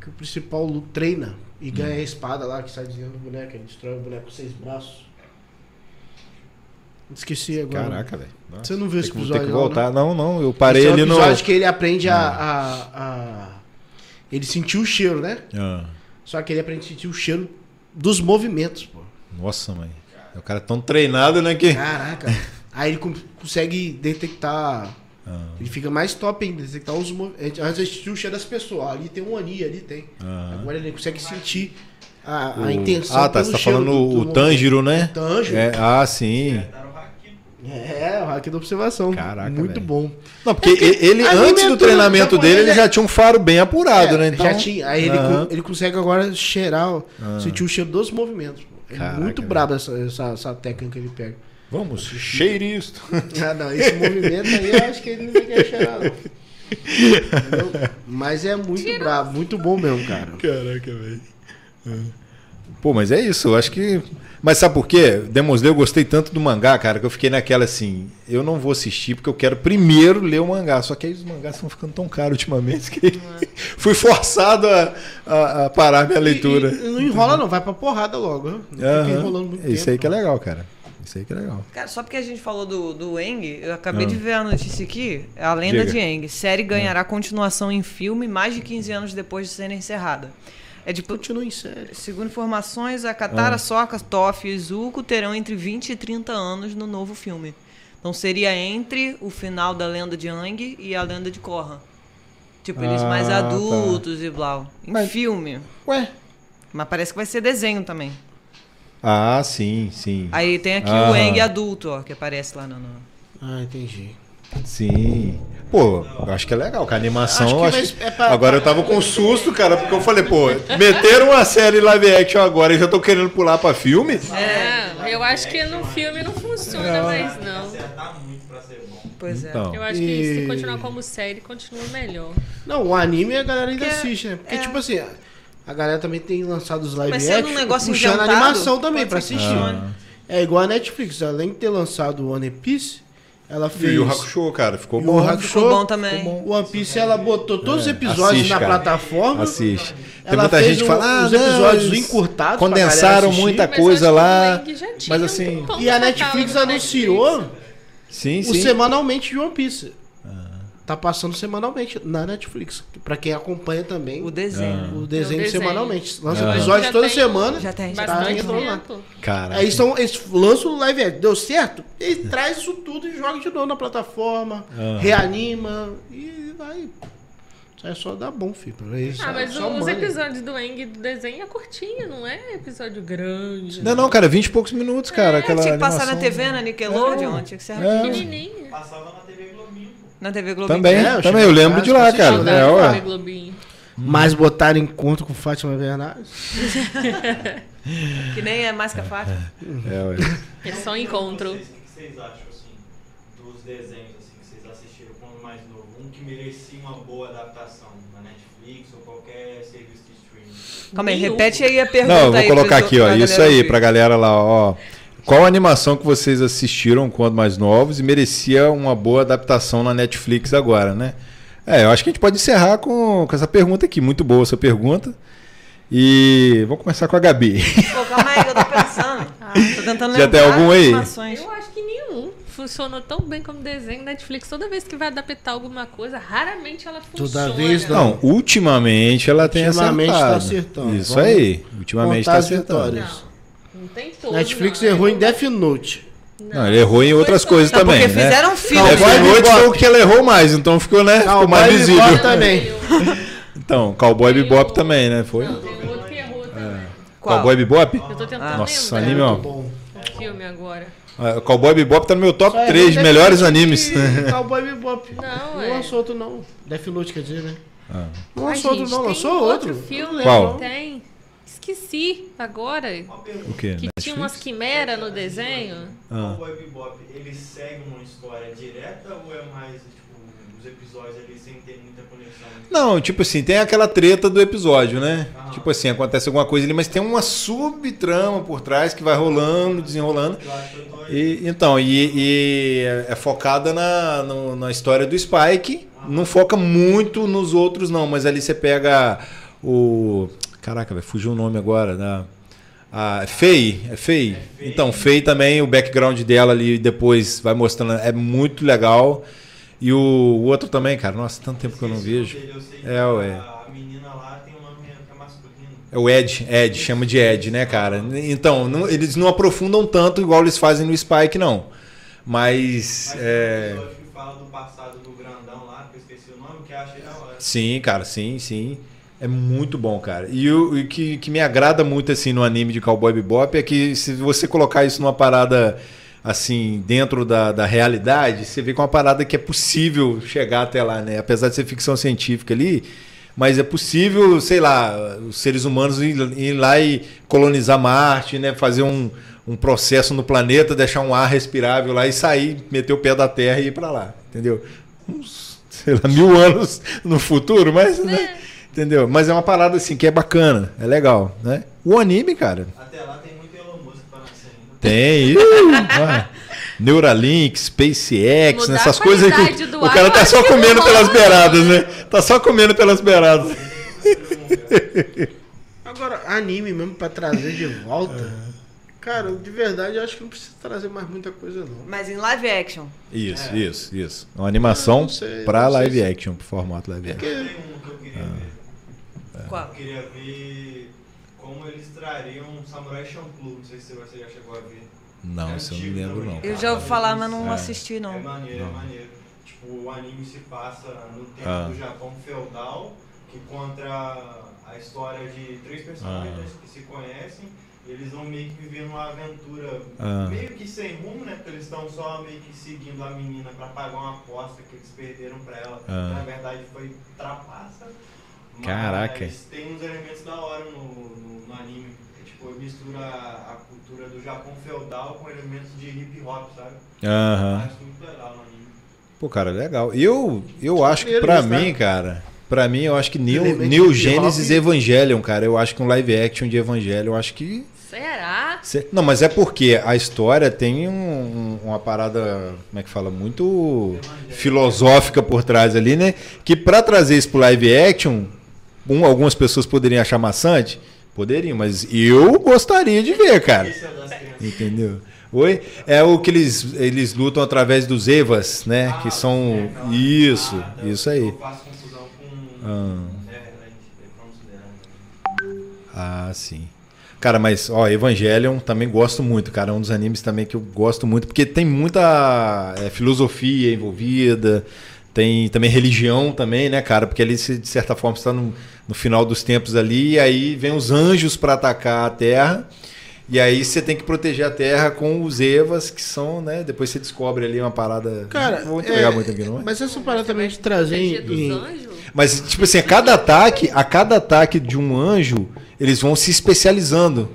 S3: que o principal Lu treina
S1: Hum.
S3: e ganha a espada lá que sai de dentro do boneco. Ele destrói o boneco com seis braços. Esqueci agora.
S1: Caraca, velho.
S3: Você não viu esse
S1: Tem que,
S3: episódio?
S1: tem que
S3: não, né?
S1: voltar. Não, não, eu parei
S3: Esse é
S1: ali
S3: o
S1: no.
S3: episódio que ele aprende a, a- a- Ele sentiu o cheiro, né?
S1: Ah,
S3: Só que ele aprende a sentir o cheiro dos movimentos, pô.
S1: nossa, mãe. O cara é tão treinado, né? Que...
S3: Caraca. Aí ele com- consegue detectar.
S1: Ah.
S3: Ele fica mais top ainda, detectar os movimentos. Antes ele sentia o cheiro das pessoas. Ali tem um aninho, ali tem.
S1: Ah.
S3: Agora ele consegue sentir a, a
S1: O-
S3: intenção.
S1: Ah, tá.
S3: pelo
S1: Você tá
S3: cheiro
S1: falando
S3: do- do
S1: o Tanjiro, né?
S3: movimento. Tanjo.
S1: É, ah, sim.
S6: Era o Haki, pô.
S3: É, o hack da observação.
S1: Caraca,
S3: Muito
S1: velho.
S3: bom.
S1: Não,
S3: É
S1: porque e- ele,
S3: a
S1: antes
S3: alimentação
S1: do treinamento dele, ele
S3: japonesa-
S1: já tinha um faro bem apurado,
S3: É,
S1: né? Então...
S3: Já tinha. Aí ele,
S1: Aham.
S3: co- ele consegue agora cheirar, ó, sentir o cheiro dos movimentos. pô. É
S1: Caraca,
S3: muito
S1: velho.
S3: brabo essa, essa, essa técnica que ele pega.
S1: Vamos, cheire isto.
S3: Ah, não, esse movimento aí eu acho que ele não quer cheirar, não. Entendeu? Mas é muito brabo, muito bom mesmo, cara.
S1: Caraca, velho. Pô, mas é isso, eu acho que. Mas sabe por quê? Demon Slayer, eu gostei tanto do mangá, cara, que eu fiquei naquela assim, eu não vou assistir porque eu quero primeiro ler o mangá. Só que aí os mangás estão ficando tão caros ultimamente que fui forçado a, a- a parar minha leitura.
S3: E- e não enrola, não, vai pra porrada logo. né? Não
S1: Aham.
S3: fica enrolando muito
S1: Isso
S3: tempo, né?
S1: aí que é
S3: não.
S1: legal, cara. Isso aí que é legal.
S2: Cara, só porque a gente falou do, do Eng, eu acabei de ver a notícia aqui. é A lenda
S1: Ah. Diga. Ah.
S2: de Eng. Série ganhará continuação em filme mais de 15 anos depois de ser encerrada. É de,
S3: Continua em série.
S2: segundo informações, a Katara,
S1: Ah.
S2: Sokka, Toph e Zuko terão entre 20 e 30 anos no novo filme. Então seria entre o final da lenda de Ang e a lenda de Korra. Tipo, eles mais
S1: Ah, tá.
S2: adultos e blá. Em
S1: Mas-
S2: filme.
S1: Ué?
S2: Mas parece que vai ser desenho também.
S1: Ah, sim, sim.
S2: Aí tem aqui o
S1: Aham.
S2: Eng adulto, ó, que aparece lá no. no-
S3: Ah, entendi.
S1: Sim. Pô, eu acho que é legal, cara. A animação.
S3: Acho que
S1: eu acho
S3: vai-
S1: que-
S3: é pra-
S1: Agora eu tava com susto, cara, porque eu falei, pô, meteram uma série live action agora e já tô querendo pular pra filme?
S4: É, eu acho que no filme não funciona mais, não.
S6: Acertar muito pra ser bom.
S2: Pois é.
S1: Então.
S4: Eu acho que se continuar como série, continua melhor.
S3: Não, o anime a galera ainda
S2: Porque é-
S3: assiste, né? Porque,
S2: é.
S3: tipo assim, a- a galera também tem lançado os live
S2: Mas sendo um
S3: action,
S2: negócio
S3: puxando a
S2: inventado,
S3: animação também
S2: pode
S3: pra
S2: ser que
S3: assistir.
S2: funcione.
S3: É igual a Netflix, além de ter lançado o One Piece, ela
S1: E
S3: fez...
S1: o Hakusho, cara, ficou
S3: E
S1: bom.
S3: o
S1: né?
S3: Hakusho,
S2: Ficou bom também.
S3: O One Piece, ela botou todos os episódios
S1: assiste,
S3: na
S1: cara.
S3: plataforma.
S1: Assiste. Tem
S3: Ela
S1: muita
S3: fez
S1: gente que
S3: um-
S1: fala, ah,
S3: os
S1: não,
S3: episódios
S1: eles
S3: encurtados pra galera
S1: Condensaram
S3: assistir.
S1: muita
S4: Mas eu
S1: coisa
S4: acho que
S1: lá.
S4: o Lang já tinha
S1: Mas
S4: um
S1: assim.
S4: ponto
S3: E a
S4: no
S3: Netflix
S4: catálogo da
S3: anunciou
S1: Sim,
S3: o
S1: sim.
S3: semanalmente de One Piece. Tá passando semanalmente na Netflix. Pra quem acompanha também
S2: O
S3: o,
S2: desenho.
S3: desenho,
S4: É o desenho.
S3: semanalmente. Lança
S1: Ah.
S3: episódios
S4: Já
S3: toda
S4: tem-
S3: semana.
S2: É, Já tá tem.
S4: Bastante
S3: entrou lá.
S4: tempo.
S1: Cara.
S3: Aí eles, tão- eles lançam o live action. Deu certo? E
S1: É.
S3: traz isso tudo e joga de novo na plataforma. Reanima. E vai. Isso aí é só dá bom, filho. Aí só-
S4: Ah, mas
S3: só
S4: os
S3: manda.
S4: episódios do Eng do desenho é curtinho, não é episódio grande.
S1: Não, não, cara, 20 e poucos minutos, cara.
S2: É,
S1: aquela
S2: tinha que passar
S1: animação. É.
S2: na TV, na Nickelodeon, tinha que ser rapidinho.
S4: Pequenininho.
S6: Passava na TV Globinho, pô.
S2: Na TV Globo.
S1: Também,
S3: É, eu
S1: também,
S3: cheguei
S1: eu
S3: em
S1: lembro
S3: casa,
S1: de lá,
S3: assisti
S1: cara.
S3: lá.
S1: É,
S4: Saudade
S1: ué.
S4: do TV Globinho.
S3: Mas botaram encontro com Fátima Bernardes.
S2: Que nem é mais que a faca.
S1: É, ué.
S4: É só um encontro.
S6: Vocês, o que vocês acham, assim, dos desenhos assim, que vocês assistiram quando mais novo? Um que merecia uma boa adaptação na Netflix ou qualquer serviço de streaming.
S2: Calma aí,
S4: Nenhum.
S2: repete aí a pergunta.
S1: Não, eu
S2: aí
S1: vou
S2: pro
S1: colocar
S2: jo-
S1: aqui, ó.
S2: pra
S1: Isso
S2: galera
S1: aí,
S2: ouvir.
S1: pra galera lá, ó. Qual animação que vocês assistiram quando mais novos e merecia uma boa adaptação na Netflix agora, né? É, eu acho que a gente pode encerrar com, com essa pergunta aqui. Muito boa essa pergunta. E vamos começar com a Gabi.
S2: Pô, calma aí, que eu tô pensando. Tô tentando
S1: Já
S2: lembrar
S1: tem algum aí?
S2: informações.
S4: Eu acho que nenhum. Funcionou tão bem como desenho. Netflix, toda vez que vai adaptar alguma coisa, raramente ela funciona.
S3: Toda vez
S1: Não,
S3: não.
S1: ultimamente ela tem
S3: Ultimamente tá
S1: acertado.
S3: acertando.
S1: Isso
S3: Vamos
S1: aí. Ultimamente
S3: Contar
S1: tá
S3: as
S1: acertando.
S3: vitórias.
S4: Não, não tem todo.
S3: Netflix
S4: não.
S3: errou em Death Note.
S1: Não, ele errou em outras
S4: Foi
S1: coisas
S2: É
S1: também,
S2: porque
S1: né?
S2: fizeram um filme.
S1: Death
S3: Cowboy
S1: Note
S3: Bebop.
S1: foi o que ela errou mais, então ficou, né? ficou mais
S3: Cowboy
S1: visível.
S3: Bebop também.
S1: Então, Cowboy Bebop também, né? Foi?
S4: Não, tem outro que errou também.
S3: É.
S2: Qual?
S1: Cowboy Bebop?
S4: Eu tô tentando
S1: Nossa,
S4: lembrar
S1: anime, é- ó.
S3: Bom.
S4: do filme agora.
S1: Ah, Cowboy Bebop tá no meu top
S3: Só errou
S1: 3 de
S3: Death
S1: melhores
S3: Note
S1: animes.
S3: e Cowboy Bebop.
S4: Não,
S3: Não
S4: é.
S3: lançou outro não. Death Note, quer dizer, né?
S1: Ah.
S3: Não
S4: Ai,
S3: lançou
S4: gente,
S3: outro não,
S4: tem
S3: lançou outro.
S4: filme.
S1: Qual?
S4: Tem. Esqueci agora.
S1: O quê?
S4: Que tinha umas quimeras no desenho.
S1: Ah.
S6: O Web Bop, ele segue uma história direta ou é mais, tipo, os episódios ali sem ter muita conexão?
S1: Não, tipo assim, tem aquela treta do episódio, né? Tipo assim, acontece alguma coisa ali, mas tem uma subtrama por trás que vai rolando, desenrolando.
S6: Eu acho que eu tô aí.
S1: E, então, e, e é focada na, no- na história do Spike. Não foca muito nos outros, não, mas ali você pega o. Caraca, velho, fugiu o nome agora. Da, a Fei, é Fei? Então, Fei também, o background dela ali depois vai mostrando, é muito legal. E o, o outro também, cara, nossa, tanto tempo que eu não vejo.
S6: Eu sei que
S1: É, ué.
S6: a a menina lá tem um nome que é masculino.
S1: É o Ed, Ed, chama de Ed, né, cara? Então, não- eles não aprofundam tanto igual eles fazem no Spike, não. Mas.
S6: Mas
S1: é,
S6: tem um episódio que fala do passado do grandão lá, que eu esqueci o nome, que eu achei da hora.
S1: Sim, cara, sim, sim. É muito bom, cara. E o e que, que me agrada muito assim no anime de Cowboy Bebop é que se você colocar isso numa parada assim dentro da, da realidade, você vê que é uma parada que é possível chegar até lá, né? Apesar de ser ficção científica ali, mas é possível, sei lá, os seres humanos ir, ir lá e colonizar Marte, né? Fazer um, um processo no planeta, deixar um ar respirável lá e sair, meter o pé da Terra e ir pra lá, entendeu? Uns, sei lá, mil anos no futuro, mas, né? Entendeu? Mas é uma parada assim que é bacana, é legal, né? O anime, cara,
S6: Até lá tem muito Elon Musk pra nascer né? ainda.
S1: tem. Ih, ah, Neuralink, SpaceX,
S4: Mudar
S1: nessas
S4: a
S1: coisas aí.
S4: qualidade
S1: que
S4: do
S1: O
S4: ar,
S1: cara tá
S4: eu
S1: só
S4: acho que é não
S1: comendo pelas
S4: rola.
S1: beiradas, né? Tá só comendo pelas beiradas.
S3: Agora, anime mesmo pra trazer de volta. Cara, de verdade, eu acho que não precisa trazer mais muita coisa, não.
S2: Mas em live action.
S1: Isso, isso, isso. É Uma animação
S3: É. Não sei,
S1: pra
S3: não sei
S1: live
S3: se-
S1: action, pro formato live action.
S3: Porque
S6: Tem um que eu queria ver.
S2: Qual?
S1: É.
S6: Eu queria ver como eles trariam um Samurai Champloo. Não sei se você já chegou a ver.
S1: Não, isso eu não lembro,
S3: né?
S1: não.
S2: Eu
S1: cara.
S2: já ouvi falar, mas não assisti,
S6: É
S2: não.
S6: maneiro, é maneiro. Tipo, o anime se passa no tempo
S1: Ah.
S6: do Japão feudal, que conta a história de três personagens
S1: Ah.
S6: que se conhecem. E eles vão meio que vivendo uma aventura
S1: Ah.
S6: meio que sem rumo, né? Porque eles estão só meio que seguindo a menina pra pagar uma aposta que eles perderam pra ela.
S1: Ah.
S6: Na verdade foi trapaça. Mas
S1: Caraca.
S6: tem uns elementos da hora no, no, no anime. É, tipo, mistura a cultura do Japão feudal com elementos de hip hop, sabe?
S1: Aham.
S6: Acho muito legal no anime.
S1: Pô, cara, legal. Eu, eu acho que
S3: Primeiro
S1: pra
S3: eles,
S1: mim, cara, pra mim eu acho que New,
S3: Elemento
S1: New
S3: hip hop.
S1: Genesis Evangelion, cara, eu acho que um live action de Evangelion, eu acho que
S4: Será?
S1: Cê- Não, mas é porque a história tem um- um- uma parada, como é que fala, muito filosófica por trás ali, né? Que pra trazer isso pro live action, um- algumas pessoas poderiam achar maçante, poderiam, mas eu gostaria de ver, cara.
S6: Esse é das crianças.
S1: Entendeu? Oi? É o que eles, eles lutam através dos Evas, né? que são.
S6: Ah,
S1: Isso,
S6: ah, tá.
S1: isso aí.
S6: Eu faço confusão com.
S1: Ah.
S6: É, verdade, é pra uns dela.
S1: Ah, sim. Cara, mas, ó, Evangelion também gosto muito, cara. É um dos animes também que eu gosto muito, porque tem muita é, filosofia envolvida, tem também religião também, né, cara? Porque ali, se- de certa forma, está no, no final dos tempos ali, e aí vem os anjos pra atacar a Terra, e aí você tem que proteger a Terra com os Evas, que são, né? Depois você descobre ali uma parada.
S3: Cara,
S1: Não vou entregar
S3: é-
S1: muito aqui, não é?
S3: Mas essa parada também de trazer
S4: Dia dos
S3: em, em-
S4: Anjos?
S1: Mas, tipo assim, a cada ataque, a cada ataque de um anjo, eles vão se especializando.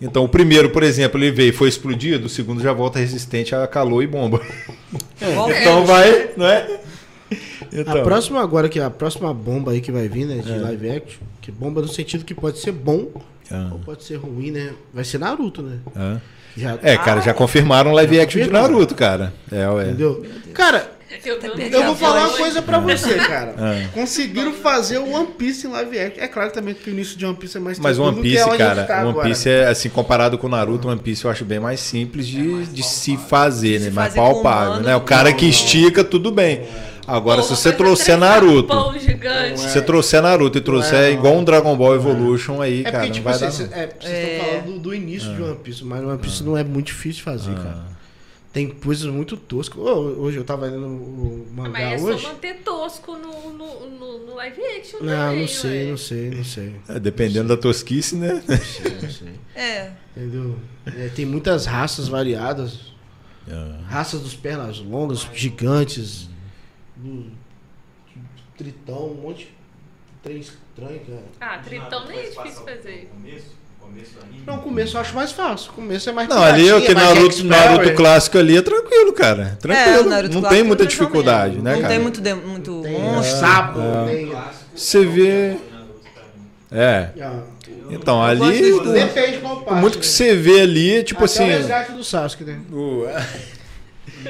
S1: Então, o primeiro, por exemplo, ele veio e foi explodido, o segundo já volta resistente a calor e bomba.
S2: Bom,
S1: Então vai, não é? Então,
S3: A próxima agora, que é a próxima bomba aí que vai vir, né? De
S1: É.
S3: live action. Que bomba no sentido que pode ser bom
S1: Ah.
S3: ou pode ser ruim, né? Vai ser Naruto, né?
S1: ah.
S3: Já,
S1: um
S3: Ah,
S1: É, cara, já confirmaram o live action de Naruto, cara. É, ué.
S3: Entendeu? Cara,
S4: Eu, não-
S2: perdendo.
S3: Eu vou falar uma
S2: hoje.
S3: coisa pra você, cara.
S1: É.
S3: Conseguiram fazer o One Piece em live action. É claro também que o início de One Piece é mais
S1: Mas
S3: tranquilo
S1: One
S3: do que
S1: Piece,
S3: onde a gente
S1: cara,
S3: tá
S1: One
S3: agora.
S1: Piece é assim, comparado com Naruto, One Piece eu acho bem mais simples de, de se fazer, né?
S2: Se
S1: Mais
S2: fazer com
S1: palpável,
S2: humano.
S1: né? O cara que estica, tudo bem. Agora, se
S4: Porra,
S1: você
S4: mas é
S1: trouxer
S4: três
S1: Naruto,
S4: sapão gigante.
S1: se você trouxer Naruto e trouxer
S3: é,
S1: igual um Dragon Ball Evolution aí,
S3: É
S1: cara,
S3: porque,
S1: não
S3: tipo,
S1: vai
S3: assim,
S1: dar.
S3: cê-
S1: não. Ah.
S3: é, vocês estão falando do, do início de One Piece, mas One Piece não é muito difícil de fazer, cara. Tem coisas muito toscas. Ô, Hoje eu tava lendo o o
S4: Ah,
S3: mangá
S4: Mas é
S3: hoje.
S4: só manter tosco no, no, no, no live action né,
S3: Não,
S4: também,
S3: não sei,
S4: ué.
S3: não sei, não sei.
S1: É, dependendo da tosquice, né?
S3: Não sei, não sei.
S2: É.
S3: Entendeu? É, tem muitas raças variadas.
S1: Ah.
S3: Raças dos pernas longas, gigantes,
S1: Hum.
S3: do tritão, um monte de trem estranho, cara.
S4: Ah, tritão
S6: Nada,
S4: nem é
S6: mas passa
S4: difícil fazer.
S6: o Começo, o começo do anime.
S3: Não, o começo eu acho mais fácil. O começo é mais
S1: Não, ali
S3: piratinha,
S1: aquele
S3: mais
S1: Naruto,
S3: Jack
S1: Naruto
S3: Sparrow.
S1: clássico ali é tranquilo, cara.
S2: É,
S1: Tranquilo.
S2: o Naruto
S1: não
S2: clássico
S1: tem muita
S2: é mais ou
S1: dificuldade,
S2: menos.
S1: né,
S2: Não
S1: cara?
S2: tem muito, de- muito
S3: Tem um
S2: monstro.
S3: sapo,
S1: É.
S3: tem.
S1: Você vê. É.
S3: Ah,
S1: Então,
S2: gosto
S1: ali.
S2: dos dois.
S3: Depende qual parte.
S1: O muito que
S3: né?
S1: você vê ali, é tipo
S3: Até
S1: assim.
S3: o resgate do Sasuke, né?
S1: o-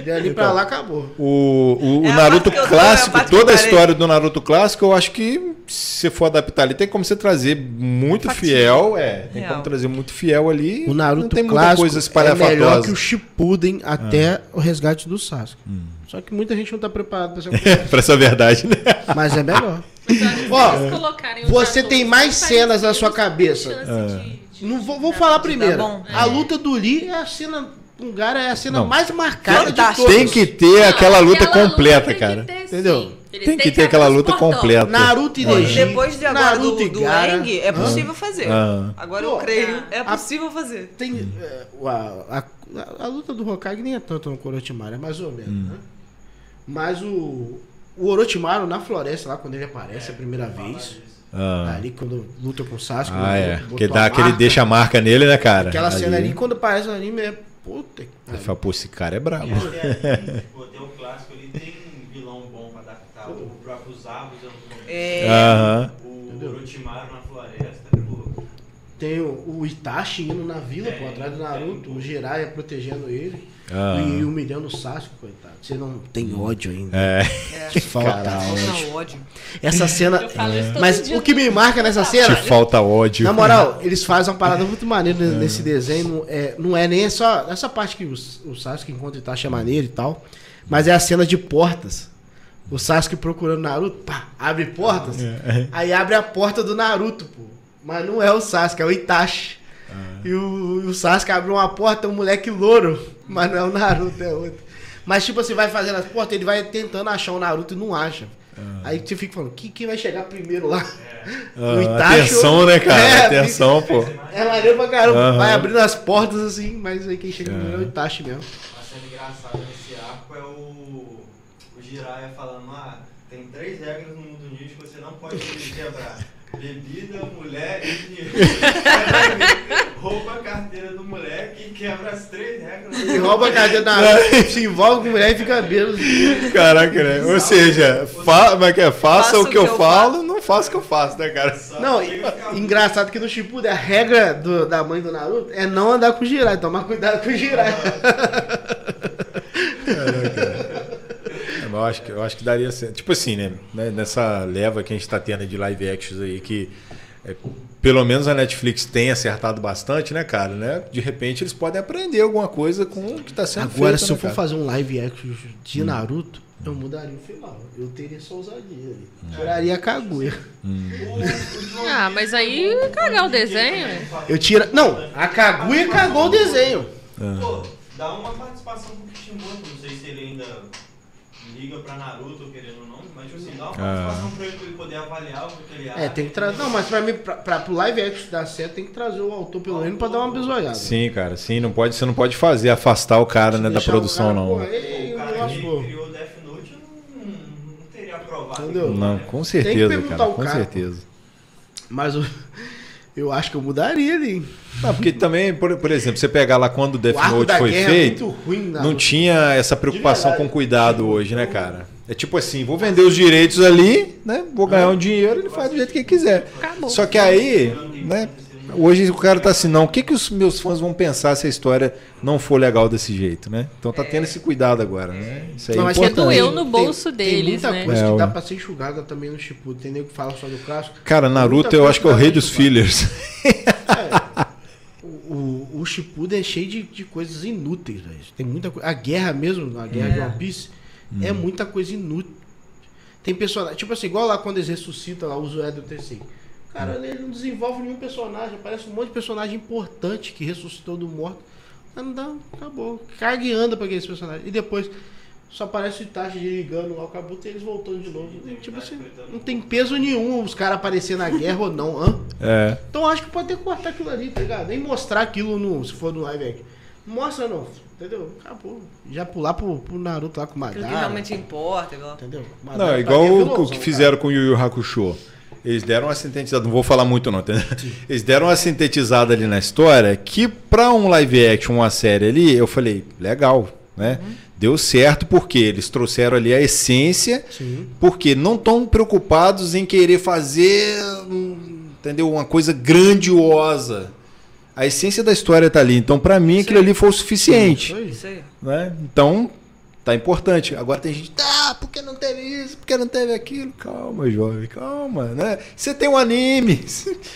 S3: Dali pra lá acabou.
S1: O, o, o
S2: É a
S1: Naruto
S2: parte que eu- é a
S1: clássico,
S2: parte que eu
S1: toda a
S2: parei.
S1: história do Naruto clássico, eu acho que se for adaptar ali, tem como você trazer muito
S2: Fatia.
S1: fiel, é, tem
S2: Real.
S1: como trazer muito fiel ali.
S3: O
S1: não
S3: Naruto
S1: tem muita
S3: clássico
S1: coisa
S3: é melhor que
S1: espalhafatosa. Ah. Hum.
S3: o Shippuden até o resgate do Sasuke. Só que muita gente não tá preparada pra essa coisa.
S1: pra essa verdade, né?
S3: Mas é melhor.
S4: Mas eu acho que
S3: Ó,
S4: eles colocarem os
S3: você tem
S4: atores
S3: mais
S4: mais
S3: cenas na
S4: parecidos,
S3: sua cabeça. É.
S4: tem chance de- de-
S3: Não vou, vou falar primeiro.
S2: Tá bom?
S3: A luta do Lee é a cena. Um cara é a cena
S1: Não.
S3: mais marcada de
S2: Fantástico.
S3: todas.
S1: Tem que ter
S4: Não,
S1: aquela luta
S4: Ah, luta
S1: completa,
S4: tem que
S1: cara.
S4: ter, sim.
S3: Entendeu?
S4: Eles
S1: Tem
S4: têm
S1: que ter aquela
S4: abrir os
S1: luta
S4: portões.
S1: completa.
S3: Naruto e
S2: Pô, e
S3: Neji.
S2: depois de agora
S3: Naruto
S2: do,
S3: e
S2: do
S3: Gaara.
S2: Eng, é possível fazer.
S1: Ah.
S2: Agora
S3: Pô,
S2: eu creio, é
S3: a-
S2: possível fazer.
S1: Hum.
S3: Tem, é, o- a, a- a luta do Hokage nem é tanto no Orochimaru, é mais ou menos,
S1: Hum.
S3: né? Mas o, o Orochimaru na floresta, lá quando ele aparece a primeira vez,
S1: Ah,
S3: ali quando luta com o Sasuke,
S1: Ah,
S3: quando
S1: é.
S3: botou
S1: Porque
S3: a
S1: dá aquele
S3: marca,
S1: deixa a marca nele, né, cara?
S3: Aquela cena
S1: Ali.
S3: ali, quando aparece no anime, é puta que
S1: Ele
S3: pariu.
S1: fala, pô, esse cara é brabo.
S6: Até aqui, tipo, até o clássico ali Tá tem um vilão bom pra adaptar. O próprio Zabos é um vilão.
S2: É,
S1: Aham.
S6: O
S3: Entendeu?
S6: Orochimaru na floresta, pô.
S3: Tem o, o Itachi indo na vila, pô, atrás do Naruto, o Jiraiya protegendo ele
S1: Ah.
S3: e humilhando o Sasuke, coitado. Você não tem ódio ainda.
S1: É.
S3: Te falta ódio.
S2: não, ódio.
S3: Essa cena.
S4: Eu falo isso todo
S3: Mas
S4: dia.
S3: o que me marca nessa cena.
S1: Te falta ódio.
S3: Na moral, eles fazem uma parada muito maneira ne- nesse desenho. Não é, não é nem só essa parte que o, S- o Sasuke encontra Itachi é maneiro e tal, mas é a cena de portas. O Sasuke procurando Naruto, pá, abre
S1: É.
S3: portas.
S1: Ah,
S3: Aí abre a porta do Naruto, pô. Mas não é o Sasuke, é o Itachi.
S1: Ah.
S3: E o, e o Sasuke abre uma porta, é um moleque louro. Mas não é o Naruto, é outro. Mas tipo, você vai fazendo as portas, ele vai tentando achar o Naruto e não acha. Aí você fica falando, quem, quem vai chegar primeiro lá?
S1: Ah, atenção, né, cara?
S3: É,
S1: atenção, pô.
S3: é maneiro pra caramba.
S1: Aham.
S3: Vai abrindo as portas assim, mas aí quem chega primeiro é o Itachi mesmo.
S6: Uma cena engraçada nesse arco é o. O Jiraiya falando, ah, tem três regras no mundo ninja que você não pode quebrar. Bebida, mulher e dinheiro. rouba a carteira do moleque e quebra as três regras.
S3: E rouba a cadeia da se envolve com mulher e fica bêbado.
S1: Caraca, né? Ou seja, fa como é que é? faça o que eu, falo, não faça o que eu faço, né, cara?
S3: Não, e- engraçado que no Shippuden a regra do- da mãe do Naruto é não andar com o Jiraiya, tomar cuidado com o Jiraiya.
S1: É, Eu acho que, eu acho que daria certo. Tipo assim, né? né, Nessa leva que a gente tá tendo de live actions aí, que é, pelo menos a Netflix tem acertado bastante, né, cara? Né? De repente eles podem aprender alguma coisa com o que tá sendo
S3: Agora,
S1: feito,
S3: se eu
S1: né,
S3: for
S1: cara? Hum.
S3: fazer um live action de Naruto, eu mudaria o final. Eu teria essa ousadia ali.
S1: Hum.
S3: Tiraria a Kaguya.
S4: Ah, mas aí cagar o desenho. né?
S3: Eu tira. Não, a Kaguya cagou o desenho.
S6: Pô, dá uma participação pro Kishimoto, não sei se ele ainda liga pra Naruto, querendo ou não, mas tipo assim, dá uma participação pra ele, pra ele poder avaliar o que ele acha.
S3: Ah. É, tem que trazer. Não, mas pra mim, pra, pra, pro live action dar certo, tem que trazer o autor pelo menos pra dar uma bisoiada.
S1: Sim, cara, sim, não pode, você não pode fazer afastar o cara né, da
S3: Deixar o
S1: produção,
S3: cara,
S1: não.
S3: pô, um ele-
S6: O
S3: eu
S6: cara que
S3: acho, pô.
S6: criou o Death Note não, não teria aprovado.
S3: Entendeu?
S6: aquilo,
S1: Não,
S6: né?
S1: com
S3: que
S1: certeza,
S3: perguntar
S1: cara,
S3: ao
S1: com
S3: cara.
S1: certeza.
S3: Mas eu, eu acho que eu mudaria ali. hein?
S1: Não, porque também, por, por exemplo, você pegar lá quando o Death
S3: O arco
S1: Note
S3: da
S1: foi
S3: guerra
S1: feito,
S3: é muito ruim,
S1: não
S3: Naruto.
S1: tinha essa preocupação
S3: De
S1: com
S3: verdade.
S1: cuidado hoje, né, cara? É tipo assim, vou vender os direitos ali, né? Vou ganhar um dinheiro, ele faz do jeito que ele quiser.
S4: Acabou.
S1: Só que aí, né? Hoje o cara tá assim, não, o que, que os meus fãs vão pensar se a história não for legal desse jeito, né? Então tá tendo esse cuidado agora, né? Isso aí
S3: Não,
S1: é
S3: mas
S1: importante.
S3: tem-
S4: doeu no bolso
S3: tem, Tem
S4: deles,
S3: muita
S4: né?
S3: coisa
S1: É,
S3: que
S1: ué.
S3: dá pra ser enxugada também no Shippuden. Tem nego que fala só do clássico.
S1: Cara, Naruto eu acho que é o rei dos fillers.
S3: É, O, o, o Shippuden é cheio de, de coisas inúteis, velho. Tem muita coisa. A guerra mesmo, a guerra de One Piece, é muita coisa inútil. Tem personagem. Tipo assim, igual lá quando eles ressuscitam lá, o Zoé do TC. Cara, ele não desenvolve nenhum personagem. Aparece um monte de personagem importante que ressuscitou do morto. Mas não dá, acabou. Caga e anda pra aqueles personagens. E depois. Só aparece o Itachi ligando lá o Kabuto e eles voltando de novo. Tipo assim, não tem peso nenhum os caras aparecer na guerra ou não. Hã?
S1: É.
S3: Então acho que pode ter que cortar aquilo ali, tá ligado? Nem mostrar aquilo no, se for no live action. Não Mostra não, entendeu? Acabou. Já pular pro, pro Naruto lá com o
S2: Aquilo
S3: Madara.
S2: que realmente importa. igual.
S3: Entendeu?
S1: Não,
S3: tá
S1: é igual o, o que fizeram com o Yu Yu Hakusho. Eles deram uma sintetizada, não vou falar muito não, entendeu? Eles deram uma sintetizada ali na história que pra um live action, uma série ali, eu falei, legal, né? Deu certo porque eles trouxeram ali a essência
S3: tá Sim.
S1: porque não estão preocupados em querer fazer hum, entendeu uma coisa grandiosa a essência da história tá ali então pra mim aquilo ali foi o suficiente
S2: Isso aí.
S1: né então tá importante agora tem gente ah porque não teve isso porque não teve aquilo calma jovem calma né você tem um anime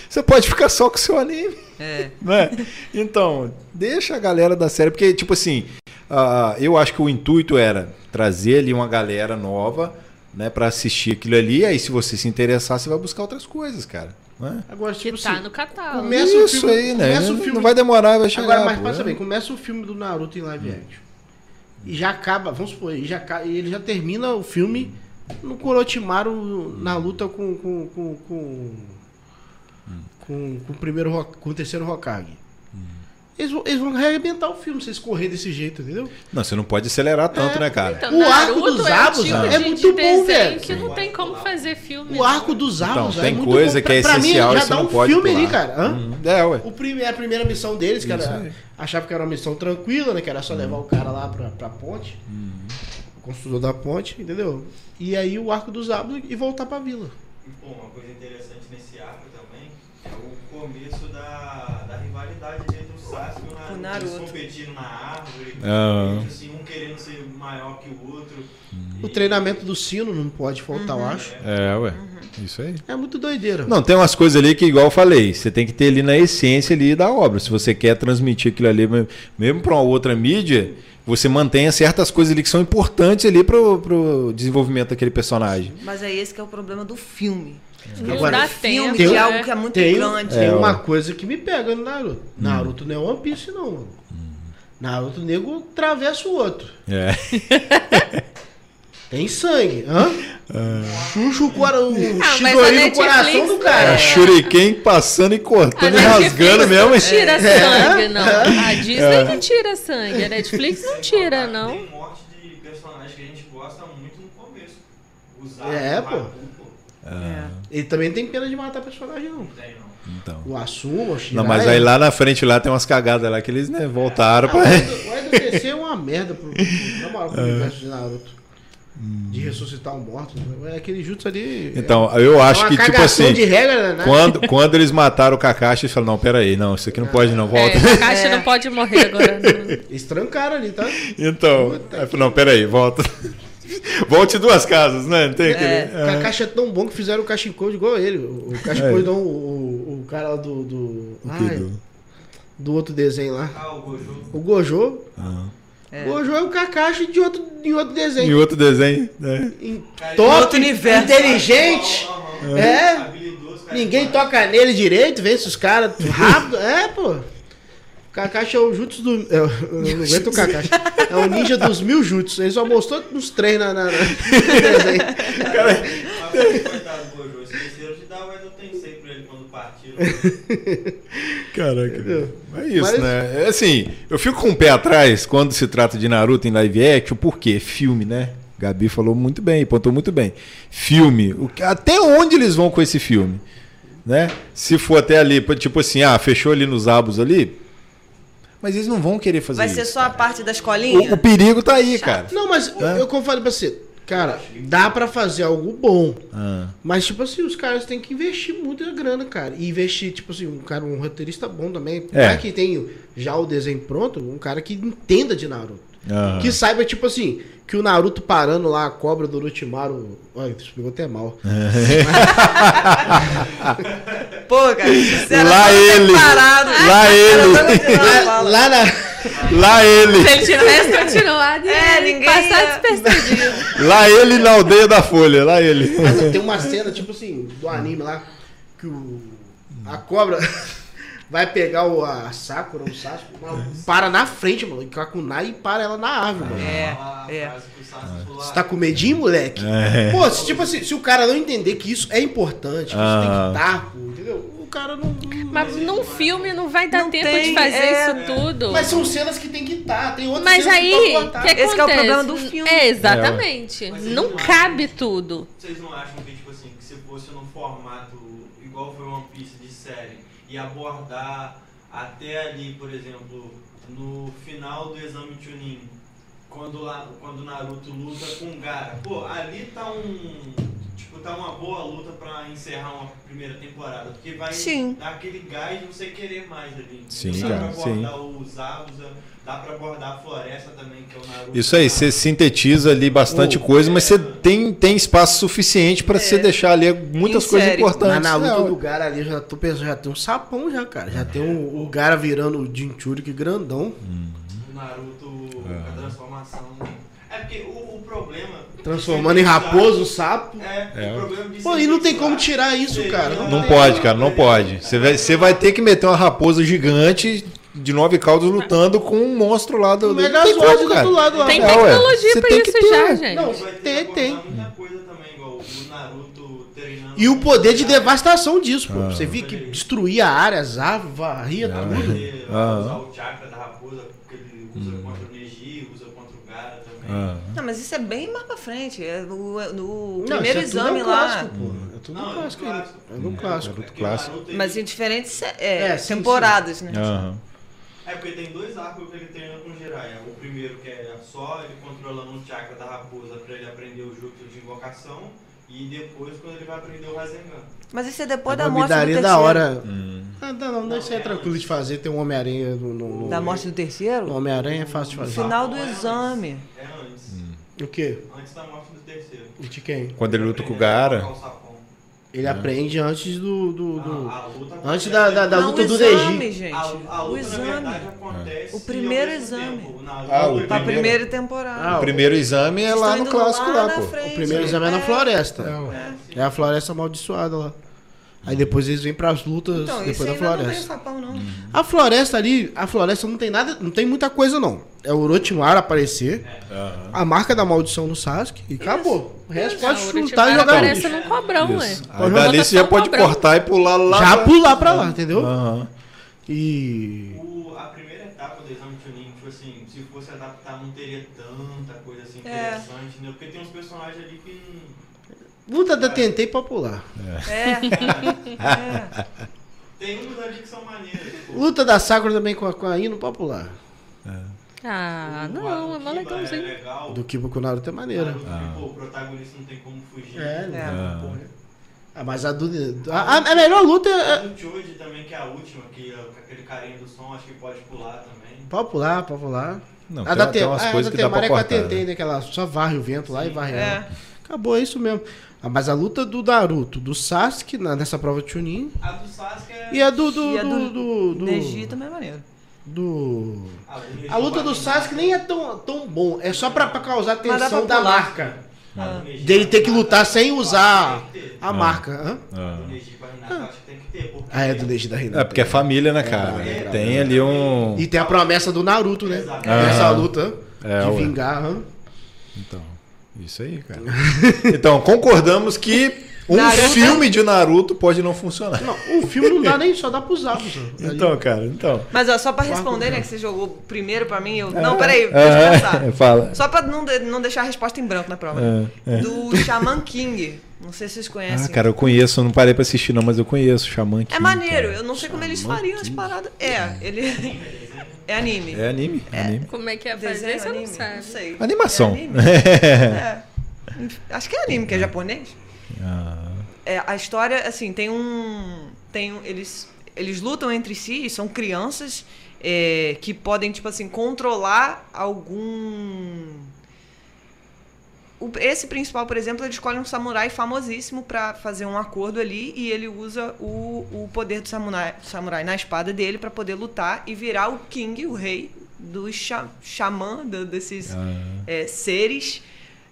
S1: você pode ficar só com o seu anime
S2: É.
S1: né? Então, deixa a galera da série, porque, tipo assim, ah, eu acho que o intuito era trazer ali uma galera nova, né, pra assistir aquilo ali, aí se você se interessar, você vai buscar outras coisas, cara. Né?
S3: Agora, tipo
S4: Que tá
S3: assim,
S4: no catálogo.
S3: Começa o
S1: Isso
S3: filme-
S1: aí, né?
S3: começa o
S1: Não-
S3: filme-
S1: Não vai demorar, vai chegar.
S3: agora, mas
S1: pô. é. Hum.
S3: passa bem, começa o filme do Naruto em live action. E já acaba, vamos supor, e já, ca- e ele já termina o filme no Kurotimaru
S1: Hum.
S3: na luta com. com. com. com, com, com o primeiro Ho- com o terceiro Hokage.
S1: Hum.
S3: Eles vão, eles vão arrebentar o filme se eles correr desse jeito, entendeu?
S1: Não, você não pode acelerar tanto, né, cara?
S4: Então,
S3: O arco
S4: Naruto
S3: dos
S4: é o
S3: Abos,
S4: tipo
S3: é
S4: de-
S3: muito
S4: de
S3: bom,
S4: desenho
S3: velho.
S4: que não tem como fazer filme. né?
S3: O arco dos Abos
S1: Então,
S3: é
S1: tem
S3: muito
S1: coisa
S3: bom.
S1: que é
S3: Pra- pra mim,
S1: essencial e
S3: já
S1: você
S3: dá
S1: não
S3: um
S1: pode
S3: filme ali,
S1: pular.
S3: cara. Hã?
S1: É, ué.
S3: O prime- a primeira missão deles, que era, achava que era uma missão tranquila, né? Que era só levar o cara lá pra, pra ponte. O construtor da ponte, entendeu? E aí o arco dos abos e voltar pra vila.
S6: E, pô, uma coisa interessante nesse arco também é o começo da, da rivalidade entre o Sasuke e o Naruto.
S2: O Naruto.
S6: Eles competindo na
S3: É,
S6: árvore,
S1: Ah.
S6: eles, assim, um querendo ser maior que o outro.
S3: O
S6: E-
S3: treinamento do sino não pode faltar, eu acho.
S1: É, ué. Isso aí.
S3: É muito doideira.
S1: Não, tem umas coisas ali que, igual eu falei, você tem que ter ali na essência ali da obra. Se você quer transmitir aquilo ali, mesmo- mesmo para uma outra mídia, você mantenha certas coisas ali que são importantes ali pro, pro desenvolvimento daquele personagem.
S2: Mas é esse que é o problema do filme.
S4: Não
S3: Agora,
S4: dá tempo.
S2: filme de
S3: tem-
S2: algo
S4: né?
S2: que é muito
S3: tem,
S2: grande.
S3: tem uma coisa que me pega no Naruto. Naruto não é One Piece, não, mano. Naruto nego atravessa o outro.
S1: É.
S3: Tem sangue. Hã? Xuxa o, cora... o
S4: mas a
S3: Chidori no
S4: Netflix
S3: coração do cara.
S1: É shuriken passando e cortando e
S3: Ah,
S4: A
S1: rasgando
S4: Netflix
S1: mesmo.
S4: é Não
S1: hein?
S4: tira sangue, não. A Disney que tira sangue. A Netflix não
S6: é
S4: tira, não.
S6: um Tem morte de personagem que a gente gosta muito no começo. Usar
S3: É,
S6: o
S3: pô.
S6: Raku, pô.
S2: É.
S3: Ele também não tem pena de matar personagem, não.
S6: Não tem, não.
S1: Então.
S3: O Asuma, o Shirai...
S1: Não, mas aí lá na frente lá tem umas cagadas lá que eles né, voltaram
S3: é. Ah, O
S1: pra. É.
S3: Edo- o Edo TC é uma merda pro, pro, na moral, pro universo de Naruto. De ressuscitar um morto. né? Aquele jutsu ali...
S1: Hum. Então, eu
S3: é
S1: acho
S3: uma
S1: que, tipo
S3: cagação
S1: assim,
S3: de regra, né?
S1: quando, quando eles mataram o Kakashi, eles falaram: não, peraí, não, isso aqui
S3: Ah,
S1: não pode, não, volta.
S4: É, a caixa não pode morrer agora. não.
S3: Eles trancaram ali, tá?
S1: Então, aí eu falei, não, peraí, volta. Volte duas casas, né? Não tem aquele...
S2: É.
S3: O Kakashi é tão bom que fizeram o Kashikode igual ele. O o Kashikode não, o, o- o cara lá do... Do, ai,
S1: É. do-
S3: do outro desenho lá.
S6: Ah, o Gojo.
S3: O Gojo,
S1: Ah.
S2: É.
S3: Gojo é o Kakashi de outro, em outro
S1: Em
S3: desenho.
S1: outro desenho, né?
S3: Em
S6: Cara,
S3: top,
S2: outro universo.
S3: inteligente.
S6: Aham.
S3: É.
S6: Habilidoso, cara.
S3: Ninguém toca nele direito, vence os caras rápido. É, pô. Kakashi é o jutsu do. é, Eu não aguento o Kakashi. É o ninja dos mil jutsus. Ele só mostrou uns três na, na- na- no desenho.
S6: Mas, coitado do Gojo, esqueceram de dar o Edo Tensei pra ele quando partiram.
S1: Caraca. É isso,
S3: Mas-
S1: né? É assim, eu fico com o pé atrás quando se trata de Naruto em live action, porque filme, né? Gabi falou muito bem, apontou muito bem. Filme, o que- até onde eles vão com esse filme? Né? Se for até ali, tipo assim, ah, fechou ali nos abos ali, mas eles não vão querer fazer
S2: Vai
S1: isso.
S2: ser só um a parte da
S1: o,
S2: escolinha?
S1: o perigo tá aí, cara.
S7: É.
S3: Não, mas eu- eu como falei pra você. Cara, dá pra fazer algo bom.
S7: Ah,
S3: Mas, tipo assim, os caras têm que investir muita grana, cara. E investir, tipo assim, um cara, um roteirista bom também. Um
S7: É.
S3: cara que tem já o desenho pronto, um cara que entenda de Naruto.
S7: ah.
S3: Que saiba, tipo assim, que o Naruto parando lá, a cobra do Orochimaru... Olha, isso pegou até mal.
S2: Pô, cara, sincero,
S7: Lá
S2: eu tô
S7: ele.
S2: Parado.
S7: Lá ele.
S2: Eu tô continuando a
S3: Lá,
S2: fala.
S3: lá na...
S7: Lá ele,
S4: Se ele tirasse, eu tirou lá.
S2: É, ninguém
S4: Passar
S2: ia-
S4: despercebido.
S7: lá ele na aldeia da Folha, lá ele.
S3: Mas tem uma cena, tipo assim, do anime lá, que o, a cobra vai pegar o, a Sakura, o Sasuke, mano,
S7: É.
S3: para na frente, mano, com a kunai e para ela na árvore, mano.
S2: É, é.
S6: "Ah,
S3: Você tá com medinho, moleque?
S7: É.
S3: Pô, se, tipo assim, se o cara não entender que isso é importante, que isso tem que
S7: Ah.
S3: estar, pô, entendeu? O cara não... não-
S4: Mas num filme não vai dar
S2: Não
S4: tempo
S2: tem,
S4: de fazer
S2: é.
S4: isso tudo.
S3: Mas são cenas que tem que estar, tem outras
S4: Mas
S3: cenas
S4: aí,
S3: que
S4: o
S3: estão
S4: que
S3: cortadas.
S4: acontece?
S2: Esse que é o problema do filme.
S4: É, exatamente.
S6: Mas eles
S4: não
S6: não
S4: cabe tudo.
S6: Vocês não acham que, tipo assim, que se fosse num formato igual foi One Piece de série e abordar até ali, por exemplo, no final do exame Chunin, quando, lá, quando Naruto luta com o Gara, pô, ali tá um. Tipo, tá uma boa luta pra encerrar uma primeira temporada, porque vai
S2: Sim.
S6: dar aquele gás de você querer mais ali.
S7: Sim,
S6: dá
S7: cara,
S6: pra abordar o Zabuza, dá pra abordar a floresta também, que é o Naruto.
S7: Isso aí, você sintetiza ali bastante
S6: Oh.
S7: coisa, mas você tem, tem espaço suficiente pra você deixar ali muitas
S2: Em
S7: coisas
S2: série.
S7: importantes.
S3: Mas na luta
S7: É,
S3: do Gara ali, eu já tô pensando, já tem um sapão já, cara. Já tem um- o Gara virando o Jinchuriki grandão.
S6: O Naruto, a transformação. É porque o, o problema.
S3: Transformando em raposo, sapo.
S6: É, o problema de
S3: Pô, e não tem como tirar isso, cara. Não
S7: Não pode, cara, não pode. Você vai, você vai ter que meter uma raposa gigante de nove caudas lutando com um monstro lá do.
S3: O
S7: do- não tem
S3: Megazord
S7: como,
S3: do
S7: cara.
S3: outro lado lá.
S4: Tem
S7: É, ué,
S4: tecnologia
S7: você
S4: pra
S7: tem que
S4: isso
S7: ter.
S4: já, gente.
S3: Não,
S6: Tem,
S3: tem, tem.
S6: tem. muita coisa também, igual o Naruto treinando.
S3: E o poder de devastação disso, pô.
S7: Ah.
S3: Você via que destruía áreas, árvores, varria tudo.
S6: Poder,
S7: Ah.
S6: Usar o chakra da raposa, porque ele usa contra o Neji, usa contra o Gara também.
S7: Hum. Ah.
S2: Não, mas isso é bem mais pra frente. É no, no
S3: Não,
S2: primeiro
S3: isso é tudo
S2: exame
S3: é um
S2: lá.
S3: Clássico, pô. É tudo
S6: Não,
S3: um
S6: é
S3: clássico.
S6: um
S3: ainda.
S6: clássico.
S3: É um clássico.
S7: Naruto
S6: que o
S7: clássico.
S6: Naruto, ele-
S2: Mas em diferentes é,
S3: É, sim, sim.
S2: temporadas, né?
S1: Ah.
S7: Aham.
S6: É porque tem dois arcos que ele treina com o Jiraiya. O primeiro que é só ele controlando o chakra da raposa pra ele aprender o jutsu de invocação. E depois quando ele vai aprender o Rasengan.
S2: Mas isso é depois da
S3: Uma
S2: morte do
S3: bidaria
S2: terceiro.
S3: da hora.
S7: Hum.
S3: Ah, não, não, não, isso aí é
S6: Não,
S3: tranquilo de fazer. Tem um Homem-Aranha no, no, no-
S2: Da morte do
S3: no
S2: terceiro?
S3: Homem-Aranha é fácil de fazer.
S2: Final do exame.
S6: É antes.
S3: O quê?
S6: Antes da morte do terceiro.
S3: O De quem?
S7: Hum.
S3: É.
S7: Quando ele luta com o
S6: Ele
S7: Gara.
S6: aprende a colocar o sapão.
S3: Ele aprende antes do. do, do-
S6: A- a luta
S3: Antes
S6: acontece-
S3: da- da- da-
S2: Não,
S3: luta
S2: o
S3: do
S2: exame,
S3: Deji.
S2: gente.
S6: A, a
S2: o
S6: luta, na verdade,
S2: exame.
S6: acontece.
S2: O primeiro
S6: ao mesmo
S2: exame.
S6: tempo. Na
S7: É. Ah, o
S6: luta-
S2: Pra
S7: primeiro.
S2: primeira temporada.
S3: Ah,
S7: O primeiro exame é
S2: Eles
S7: lá
S2: tão
S7: no
S2: indo
S7: clássico lá,
S2: na
S7: pô.
S2: frente.
S3: O primeiro exame é na floresta.
S6: É, sim.
S3: É a floresta amaldiçoada lá. Aí depois eles vêm pras lutas
S2: Então, isso
S3: depois da
S2: ainda não tem o
S3: floresta.
S2: sapão, não.
S6: Hum.
S3: A floresta ali, a floresta não tem nada, não tem muita coisa não. É o Orochimaru aparecer, a marca da maldição no Sasuke e acabou. O resto pode
S4: Não, o
S3: chutar e
S4: Orochimaru
S3: jogar no
S4: Parece
S3: lixo.
S4: num cobrão, ué.
S7: Isso.
S3: Pode
S7: Aí dali
S4: jogar
S7: você já
S4: só um
S7: pode
S4: cobrão.
S7: cortar e pular lá.
S3: Já
S7: pra-
S3: pular pra lá,
S1: É.
S3: entendeu?
S7: Aham.
S3: E
S6: O- a primeira etapa do exame Turing, tipo assim, se fosse adaptar, não teria tanta coisa assim
S2: É.
S6: interessante, né? Porque tem uns personagens ali que. não-
S3: luta da tentei pra pular.
S2: É. é.
S6: Tem uns ali que são maneiras. Tipo,
S3: Luta da Sakura também com a, com a Ino pra pular.
S4: Ah, não, é mó
S6: É
S4: legalzinho.
S6: legal.
S3: Do Kiba com o Naruto é maneira.
S6: Naruto, pô, o protagonista não tem como fugir.
S3: É, né?
S2: É.
S6: Porra.
S3: Ah, mas a do a, a- a melhor luta é, é
S6: Tem o Choji também, que é a última, que é com aquele carinha do som, acho que pode pular também.
S3: pra pular, pra pular.
S7: Ah, Não,
S3: a
S7: tem,
S3: da
S7: tem
S3: tem,
S7: umas
S3: a
S7: coisas
S3: da
S7: que dá
S3: Temara
S7: pra
S3: é com a
S7: cortar.
S3: Tentei,
S7: né?
S3: né? Que ela só varre o vento lá e varre ela.
S2: é.
S3: Acabou, é isso mesmo. Ah, Mas a luta do Naruto, do Sasuke na- nessa prova de Chunin
S6: A do Sasuke é.
S3: e a do. do,
S2: E a
S3: do,
S2: do-
S3: do, do-
S2: Neji também é maneiro.
S3: do-
S6: Ah, o Neji
S3: A luta do
S6: Watanabe.
S3: Sasuke nem é tão, tão bom, é só pra, pra causar
S2: Mas dá pra
S3: tensão da
S2: pular.
S3: marca.
S6: A
S4: Ah.
S6: do Neji
S3: Dele ter que
S6: Watanabe,
S3: lutar sem
S6: eu acho
S3: usar
S6: que tem que ter.
S3: a marca. Hã?
S6: A
S7: Ah.
S6: do Neji Watanabe, eu acho que tem que ter. porque-
S3: Ah, é do Neji da Renata.
S7: É porque é família, né, cara?
S6: É.
S7: Tem ali um.
S3: E tem a promessa do Naruto, né?
S6: Exato.
S3: Nessa luta
S7: É,
S3: de
S7: ué.
S3: vingar. hã?
S7: Então, isso aí, cara. Então, concordamos que um
S2: Naruto-
S7: filme de Naruto pode não funcionar.
S3: Não, o filme não dá nem só dá pros abos.
S7: Então, cara, então.
S2: Mas ó, só pra responder, né, que você jogou primeiro pra mim, eu...
S3: É.
S2: Não, peraí, deixa eu pensar.
S7: É, fala.
S2: Só um pra não, de- não deixar a resposta em branco na prova.
S7: É, é.
S2: Do Shaman King. Não sei se vocês
S7: Ah,
S2: conhecem.
S7: cara, eu conheço, eu não parei pra assistir, não, mas eu conheço Xamã King,
S2: é maneiro,
S7: cara.
S2: eu não sei como eles fariam as paradas. É, ele. É anime.
S7: É anime, é anime.
S4: Como é que é fazer
S2: Desenho,
S4: isso? Eu não
S2: É anime?
S4: sei.
S2: sei.
S7: Animação.
S2: É anime? É. Acho que é anime, que é japonês. É, a história, assim, tem um. Tem um- eles, eles lutam entre si, são crianças é, que podem, tipo assim, controlar algum. O- Esse principal, por exemplo, ele escolhe um samurai famosíssimo pra fazer um acordo ali e ele usa o, o poder do samurai, samurai na espada dele pra poder lutar e virar o king, o rei do xa- xamã, do-
S7: Ah,
S1: Ah.
S2: desses é, seres,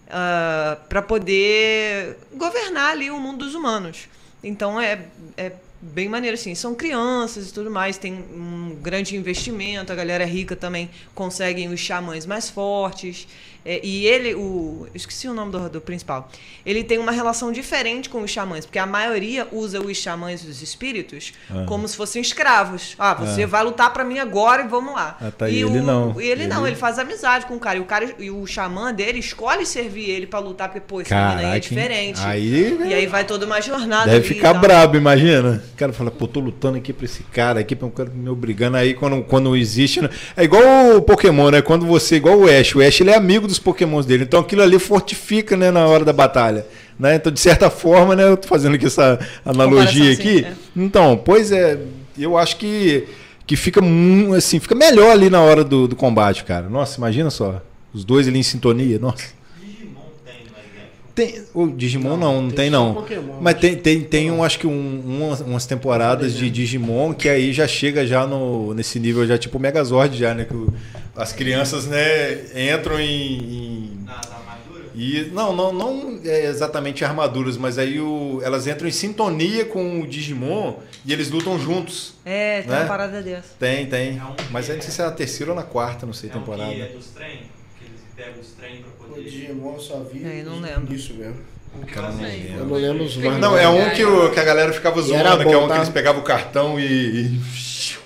S2: ah, pra poder governar ali o mundo dos humanos. Então é, é bem maneiro assim. São crianças e tudo mais, tem um grande investimento, a galera rica também conseguem os xamãs mais fortes. É, e ele, o. eu Esqueci o nome do, do principal. Ele tem uma relação diferente com os xamãs, porque a maioria usa os xamãs, os espíritos,
S8: É.
S2: como se fossem escravos. Ah, você vai lutar pra mim agora e vamos lá.
S8: Ah, tá, e
S2: e
S8: ele
S2: o-
S8: não.
S2: E ele, não,
S8: Ele-
S2: ele faz amizade com o cara. E o cara e o xamã dele escolhe servir ele pra lutar, porque, pô, esse menino aí é
S1: Caraca. hein?
S2: diferente.
S1: Aí,
S7: né?
S2: E aí vai toda uma jornada.
S1: Deve
S2: ali e
S1: ficar
S2: tal.
S1: brabo, imagina. O cara fala, pô, tô lutando aqui pra esse cara aqui, pra um cara me obrigando aí quando, quando existe. né? É igual o Pokémon, né? Quando você, igual o Ash, o Ash ele é amigo dos Pokémons dele. Então aquilo ali fortifica, né, na hora da batalha. Né? Então, de certa forma, né, eu tô fazendo aqui essa analogia
S2: Comparação, sim,
S1: aqui. Então, pois é, eu acho que, que fica mu- assim, fica melhor ali na hora do, do combate, cara. Nossa, imagina só. Os dois ali em sintonia, nossa.
S6: Digimon tem, mas né?
S1: Tem, o Digimon não, não,
S3: tem
S1: tem
S3: só um
S1: não.
S3: Pokémon,
S1: Mas
S3: acho.
S1: tem, tem, tem um, acho que um- umas, umas temporadas de Digimon que aí já chega já no, nesse nível já tipo Megazord já, né? Que o- as crianças, né, entram em... em-
S6: Nas armaduras?
S1: e, não, não, não é exatamente armaduras, mas aí o- elas entram em sintonia com o Digimon e eles lutam juntos.
S2: É, tem
S1: Né?
S2: uma parada dessa.
S1: Tem, tem.
S6: É um-
S1: Mas eu não sei se é na terceira ou na quarta, não sei,
S6: É o que é
S1: temporada.
S6: dos trem, que eles pegam os trem pra
S3: O
S6: poder...
S3: Digimon eu é um só vi.
S4: É,
S2: Aí não lembro.
S3: Isso mesmo.
S1: Cara, não
S4: Sei.
S1: lembro.
S3: Eu não lembro os nomes.
S1: Não, é um que, o- que a galera ficava
S3: era
S1: zoando,
S3: bom,
S1: que é um
S3: tá?
S1: que eles pegavam o cartão e. e-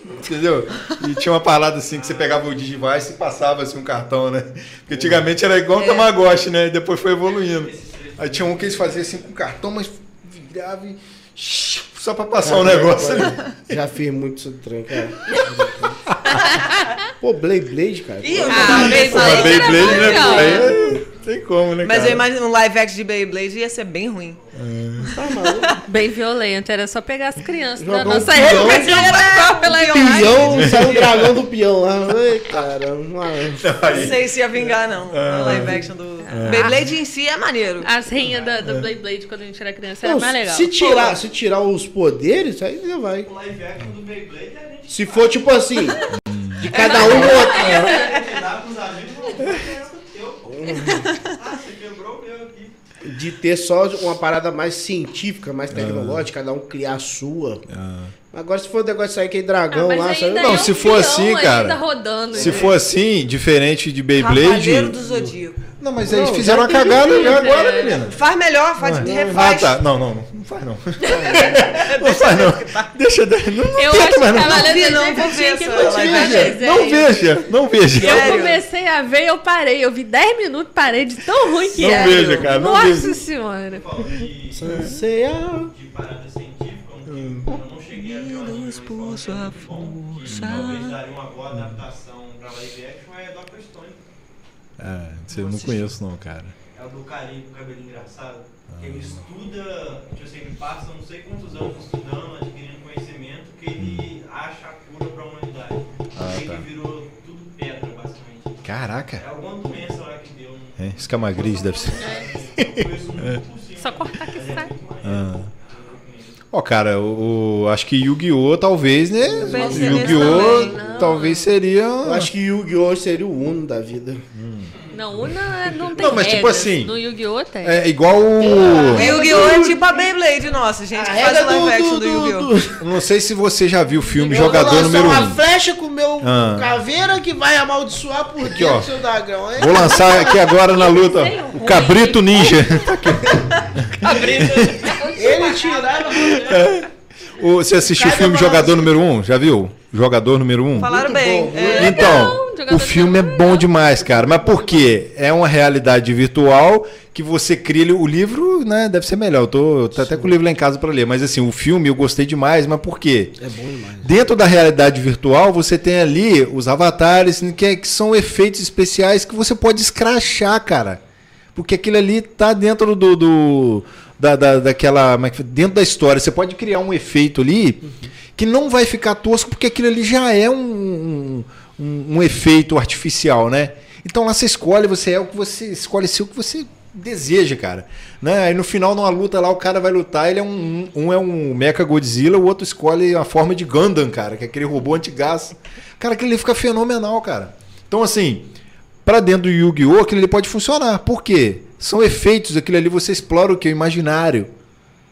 S1: Entendeu? E tinha uma parada assim que você pegava o Digivice e passava assim um cartão, né? Porque antigamente era
S4: É.
S1: igual o Tamagotchi, né? E depois foi evoluindo. Aí tinha um que eles faziam assim com o cartão, mas virava e. Só pra passar o negócio, né?
S3: Já fiz muito isso de trem, cara. Pô, Blade Blade, cara.
S2: Ih, eu
S4: Ah,
S2: tava
S4: bem-
S2: pensando.
S4: Aí era
S1: Beyblade, né?
S4: legal.
S1: Aí é- tem como, né?
S2: Mas eu
S1: cara?
S2: imagino um live action de Beyblade ia ser bem ruim.
S3: Tá maluco.
S4: Bem violento, era só pegar as crianças da
S3: Jogar um
S4: nossa
S3: pilão.
S4: época de jogar pela é.
S3: Peão, saiu o um dragão do peão lá. Ai, cara. ah,
S2: Não sei se ia vingar, não. O live action do. Beyblade em si é maneiro.
S4: As rinhas da, da Blade Blade quando a gente era criança era
S3: não,
S4: é mais legal.
S3: se, tirar, se tirar os poderes, aí você vai.
S6: O Um live action do Beyblade a gente
S3: Se for tipo assim, de
S4: É
S3: cada um no
S6: dá pros amigos, "Pô, essa é teu, pô." Ah, você quebrou o meu aqui.
S3: outro, de ter só uma parada mais científica, mais
S1: Ah.
S3: tecnológica, cada um criar a sua. Agora, se for o negócio de sair aquele dragão
S4: mas
S3: lá,
S4: ainda
S3: sabe?
S4: é
S1: Não,
S4: um
S1: se for assim,
S4: peão
S1: cara,
S4: ainda rodando,
S1: Se
S4: né?
S1: for assim, diferente de
S2: Cavaleiro do
S1: Beyblade.
S2: Zodíaco.
S1: Não, mas aí
S3: Não,
S1: fizeram
S3: já
S1: uma cagada já agora,
S4: é.
S1: menina.
S2: Faz melhor, faz,
S1: Ah,
S2: refaz.
S1: tá. Não, não, não, não faz não. Não faz não. Deixa, deixa não, não
S4: Eu
S1: tenta
S4: acho que
S1: mais, não.
S4: Cavaleiro
S2: vi,
S4: do
S2: não, vou
S4: Zodíaco
S2: ver
S4: tinha
S2: essa
S4: que continuar
S2: live
S4: desenho.
S1: Veja, não veja, não veja.
S4: Eu
S2: Sério?
S4: comecei a ver, eu parei. Eu vi 10 minutos, parei de tão ruim que
S1: Não
S4: era.
S1: veja, cara, não
S4: Nossa
S1: veja.
S4: senhora.
S6: Falou de,
S3: Sei, ah,
S6: de parada científica, um que eu não cheguei a ver um anime, mas falam que é muito bom, que talvez daria uma boa adaptação pra live action, é Dr. Stone.
S1: Ah, isso eu não conheço não, cara.
S6: É o do carinho com o cabelo engraçado.
S1: Ah.
S6: que Ele estuda, tipo assim, ele passa não sei quantos anos estudando, adquirindo conhecimento, que ele acha a cura pra humanidade.
S1: Uhum. Ah,
S6: ele
S1: tá.
S6: virou tudo pedra, basicamente.
S1: Caraca.
S6: É alguma doença lá que deu. não-
S1: É, escama gris deve ser.
S6: Eu conheço muito por cima.
S4: Só cortar que
S6: mas é
S4: sai.
S6: muito maneiro.
S1: Ah.
S6: Eu conheço.
S1: Ó, cara, o, o- acho que Yu-Gi-Oh! talvez, né?
S2: pensei nisso
S4: também,
S1: Yu-Gi-Oh!
S4: não.
S1: talvez seria. um-
S3: eu acho que Yu-Gi-Oh! seria o uno da vida.
S4: Não, Una não tem
S1: Não, mas tipo
S4: regras.
S1: assim,
S4: No Yu-Gi-Oh! tem.
S1: É igual o.
S2: Yu-Gi-Oh! é tipo a Beyblade, nossa, gente. Que faz o live action do Yu-Gi-Oh!
S1: Não sei se você já viu o filme Jogador Número 1.
S3: uma
S1: Um.
S3: flecha com o meu
S1: Ah.
S3: caveira que vai amaldiçoar por
S1: Aqui, ó.
S3: dentro do seu dragão, hein?
S1: Vou lançar aqui agora na luta. O Cabrito Ninja.
S3: Ele tirava.
S1: O- Você assistiu o filme Jogador Número 1? Um? Já viu? Jogador Número 1? Um?
S2: Falaram
S3: Muito
S2: bem.
S3: bom.
S2: é.
S1: Então,
S4: Jogador Um.
S1: o filme é bom demais, cara. Mas por quê? É uma realidade virtual que você cria. O livro, né? Deve ser melhor. Eu tô, eu tô até com o livro lá em casa pra ler. Mas assim, o filme eu gostei demais, mas por quê?
S3: É bom demais.
S1: Dentro da realidade virtual, você tem ali né, é- os avatares, que, que são efeitos especiais que você pode escrachar, cara. Porque aquilo ali tá dentro do. do- da, da- daquela. como é que fala? Dentro da história. Você pode criar um efeito ali que não vai ficar tosco, porque aquilo ali já é um, um, um efeito artificial, né? Então lá você escolhe, você é o que você. Escolhe ser o que você deseja, cara. Né? Aí no final de uma luta lá, o cara vai lutar, ele é um, um é um Mecha Godzilla, o outro escolhe a forma de Gundam, cara, que é aquele robô antigás. Cara, aquilo ali fica fenomenal, cara. Então, assim, pra dentro do Yu-Gi-Oh! aquilo ali pode funcionar. Por quê? São efeitos, aquilo ali você explora o que? O imaginário.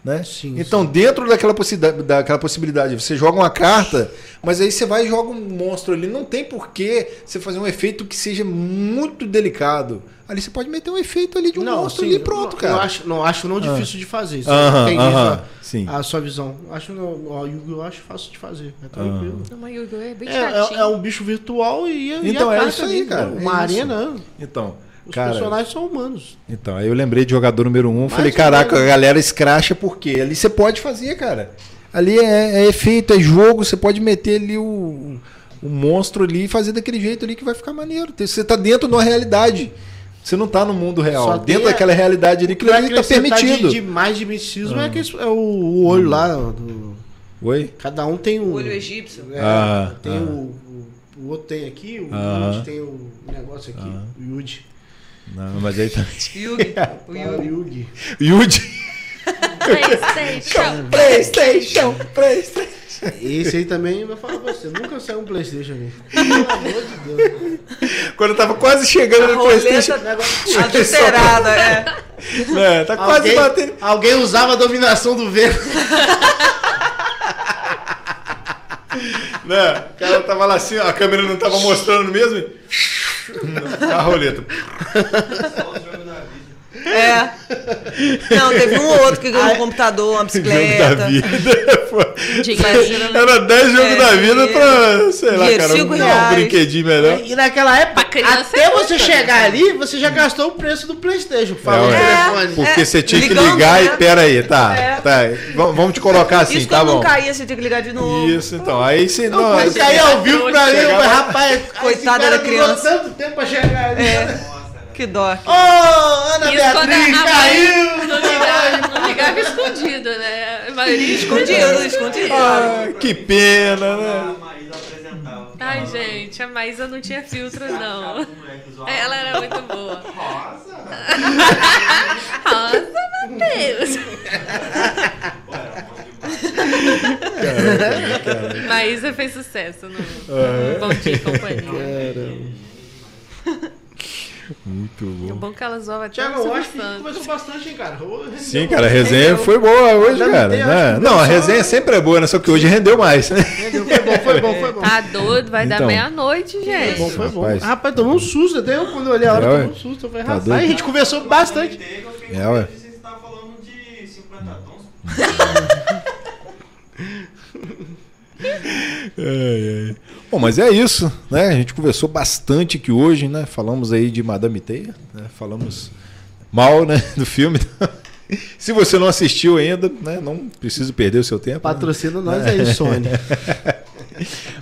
S1: Né?
S3: Sim,
S1: então, dentro daquela, possi- daquela possibilidade, você joga uma carta, mas aí você vai e joga um monstro ali. Não tem porquê você fazer um efeito que seja muito delicado. Ali você pode meter um efeito ali de um monstro
S3: sim,
S1: ali e pronto,
S3: eu,
S1: cara.
S3: Eu acho, não, acho não difícil de fazer. Isso
S1: Ah. Aham,
S3: tem
S1: aham, sim.
S3: isso, a, a sua visão. Acho não, ó, Yu-Gi-Oh! eu acho fácil de fazer.
S1: Ah.
S3: É tranquilo.
S4: Não, mas Yu-Gi-Oh! é bem
S3: É,
S4: chatinho.
S3: é, é um bicho virtual e, e
S1: Então,
S3: a
S1: é
S3: carta
S1: isso aí,
S3: ali,
S1: cara,
S3: né?
S1: é
S3: Uma
S1: isso.
S3: arena.
S1: Então,
S3: Os
S1: cara,
S3: personagens são humanos.
S1: então, aí eu lembrei de jogador número um, falei,
S3: um
S1: caraca, a galera escracha porque ali você pode fazer, cara. Ali é, é efeito, é jogo, você pode meter ali o, o monstro ali e fazer daquele jeito ali que vai ficar maneiro. Você tá dentro de uma realidade. Você não tá no mundo real.
S3: Só tem
S1: dentro
S3: a-
S1: daquela realidade ali que
S3: Pra
S1: ali tá
S3: acrescentar
S1: permitido.
S3: De, de mais de misticismo é, que isso- é o, o olho lá. do-
S1: Oi?
S3: cada um tem um.
S2: O olho egípcio.
S3: é,
S1: Ah,
S3: tem
S1: ah.
S3: o, o, o outro tem aqui, o
S1: Ah.
S3: Yud tem o negócio aqui. O Yud.
S1: Não, mas aí tá.
S2: Yugi. O
S3: Ah, o
S2: Yugi.
S3: Yugi.
S1: Yudi!
S4: PlayStation.
S1: Playstation! Playstation!
S3: Esse aí também vai falar pra você. Nunca saiu um Playstation ali. Pelo amor de Deus. cara.
S1: Quando eu tava quase chegando
S2: A
S1: no Playstation.
S2: roleta tá adulterada, é.
S1: É, tá quase
S3: Alguém,
S1: batendo.
S3: alguém usava a dominação do vento.
S1: Né? O cara tava lá assim, ó, a câmera não tava mostrando mesmo.
S3: Hum.
S1: e- A roleta.
S6: Só o jogo da vida.
S2: É. Não, teve um ou outro que ganhou um computador,
S1: Jogo da
S2: uma bicicleta.
S1: vida. pô.
S4: Dinheiro.
S1: Era 10 jogos
S2: É,
S1: da vida
S2: dinheiro.
S1: pra, sei lá,
S2: Dinheiro,
S1: cara,
S2: cinco
S1: um, um
S2: reais.
S1: brinquedinho melhor.
S3: E naquela época,
S4: Pra criança é
S3: até você
S4: custa,
S3: chegar
S4: né?
S3: ali, você já gastou o preço do Playstation. Falou
S1: É,
S3: no
S2: ué.
S3: telefone.
S1: Porque
S2: É,
S1: você tinha que
S2: ligando,
S1: ligar
S2: né?
S1: e pera aí, tá,
S2: É.
S1: tá. Vamos, vamos te colocar assim,
S2: Isso
S1: tá
S2: quando
S1: bom?
S2: não caía, você tinha que ligar de novo.
S1: Isso, então. Aí você. Não,
S3: Não, Isso aí ao vivo pra mim,
S1: Chegava-
S3: mas, rapaz,
S2: Coitada
S3: esse cara
S2: da
S3: durou
S2: criança. É,
S3: tanto tempo pra chegar ali.
S2: Que dó.
S3: Ô, Ana
S4: É. Isso quando a
S3: Beatriz,
S4: mãe
S3: caiu!
S4: Não ligava, não ligava escondido, né? A maioria
S2: Escondido,
S3: é.
S2: escondido.
S1: Ah, que pena, né?
S6: A Maísa apresentava.
S4: Ai,
S6: Falava,
S4: gente, a Maísa não tinha filtro,
S6: "Cara,
S4: não.
S6: o moleque zoava."
S4: Ela era muito boa.
S6: Nossa!
S4: Rosa Matheus.
S6: Pô, era bom demais.
S4: Maísa fez sucesso no no Bom Dia e Companhia.
S1: Muito
S4: É bom que ela zoava até
S3: Thiago,
S4: o
S3: eu
S4: Silvio
S3: acho que
S4: Santos.
S3: conversou bastante, hein, cara. Ô,
S1: Sim, cara, a resenha
S2: Rendeu.
S1: foi boa hoje,
S3: Já me
S1: cara.
S3: dei,
S1: né?
S3: acho que
S1: Não, a
S3: deu só-
S1: resenha sempre é boa, né? Só que hoje rendeu mais, né?
S3: Entendeu? Foi bom, foi bom, foi bom.
S4: Tá doido, vai dar
S1: Então.
S4: meia-noite,
S3: Foi bom,
S4: gente.
S3: foi bom.
S1: Rapaz.
S3: Rapaz, tomou um susto, até eu quando eu olhei a hora,
S1: É,
S3: tomei
S1: ué.
S3: um susto. Eu falei,
S1: Tá
S3: rapaz,
S1: doido.
S3: a gente conversou bastante.
S6: Eu fiquei
S1: É, ué.
S6: com medo de vocês estar falando de 50 tons.
S1: É, é. Bom, mas é isso, né? A gente conversou bastante aqui hoje, né? Falamos aí de Madame Teia, né? Falamos mal, né? Do filme. Se você não assistiu ainda, né? Não precisa perder o seu tempo. né?
S3: Patrocina nós aí, Sony.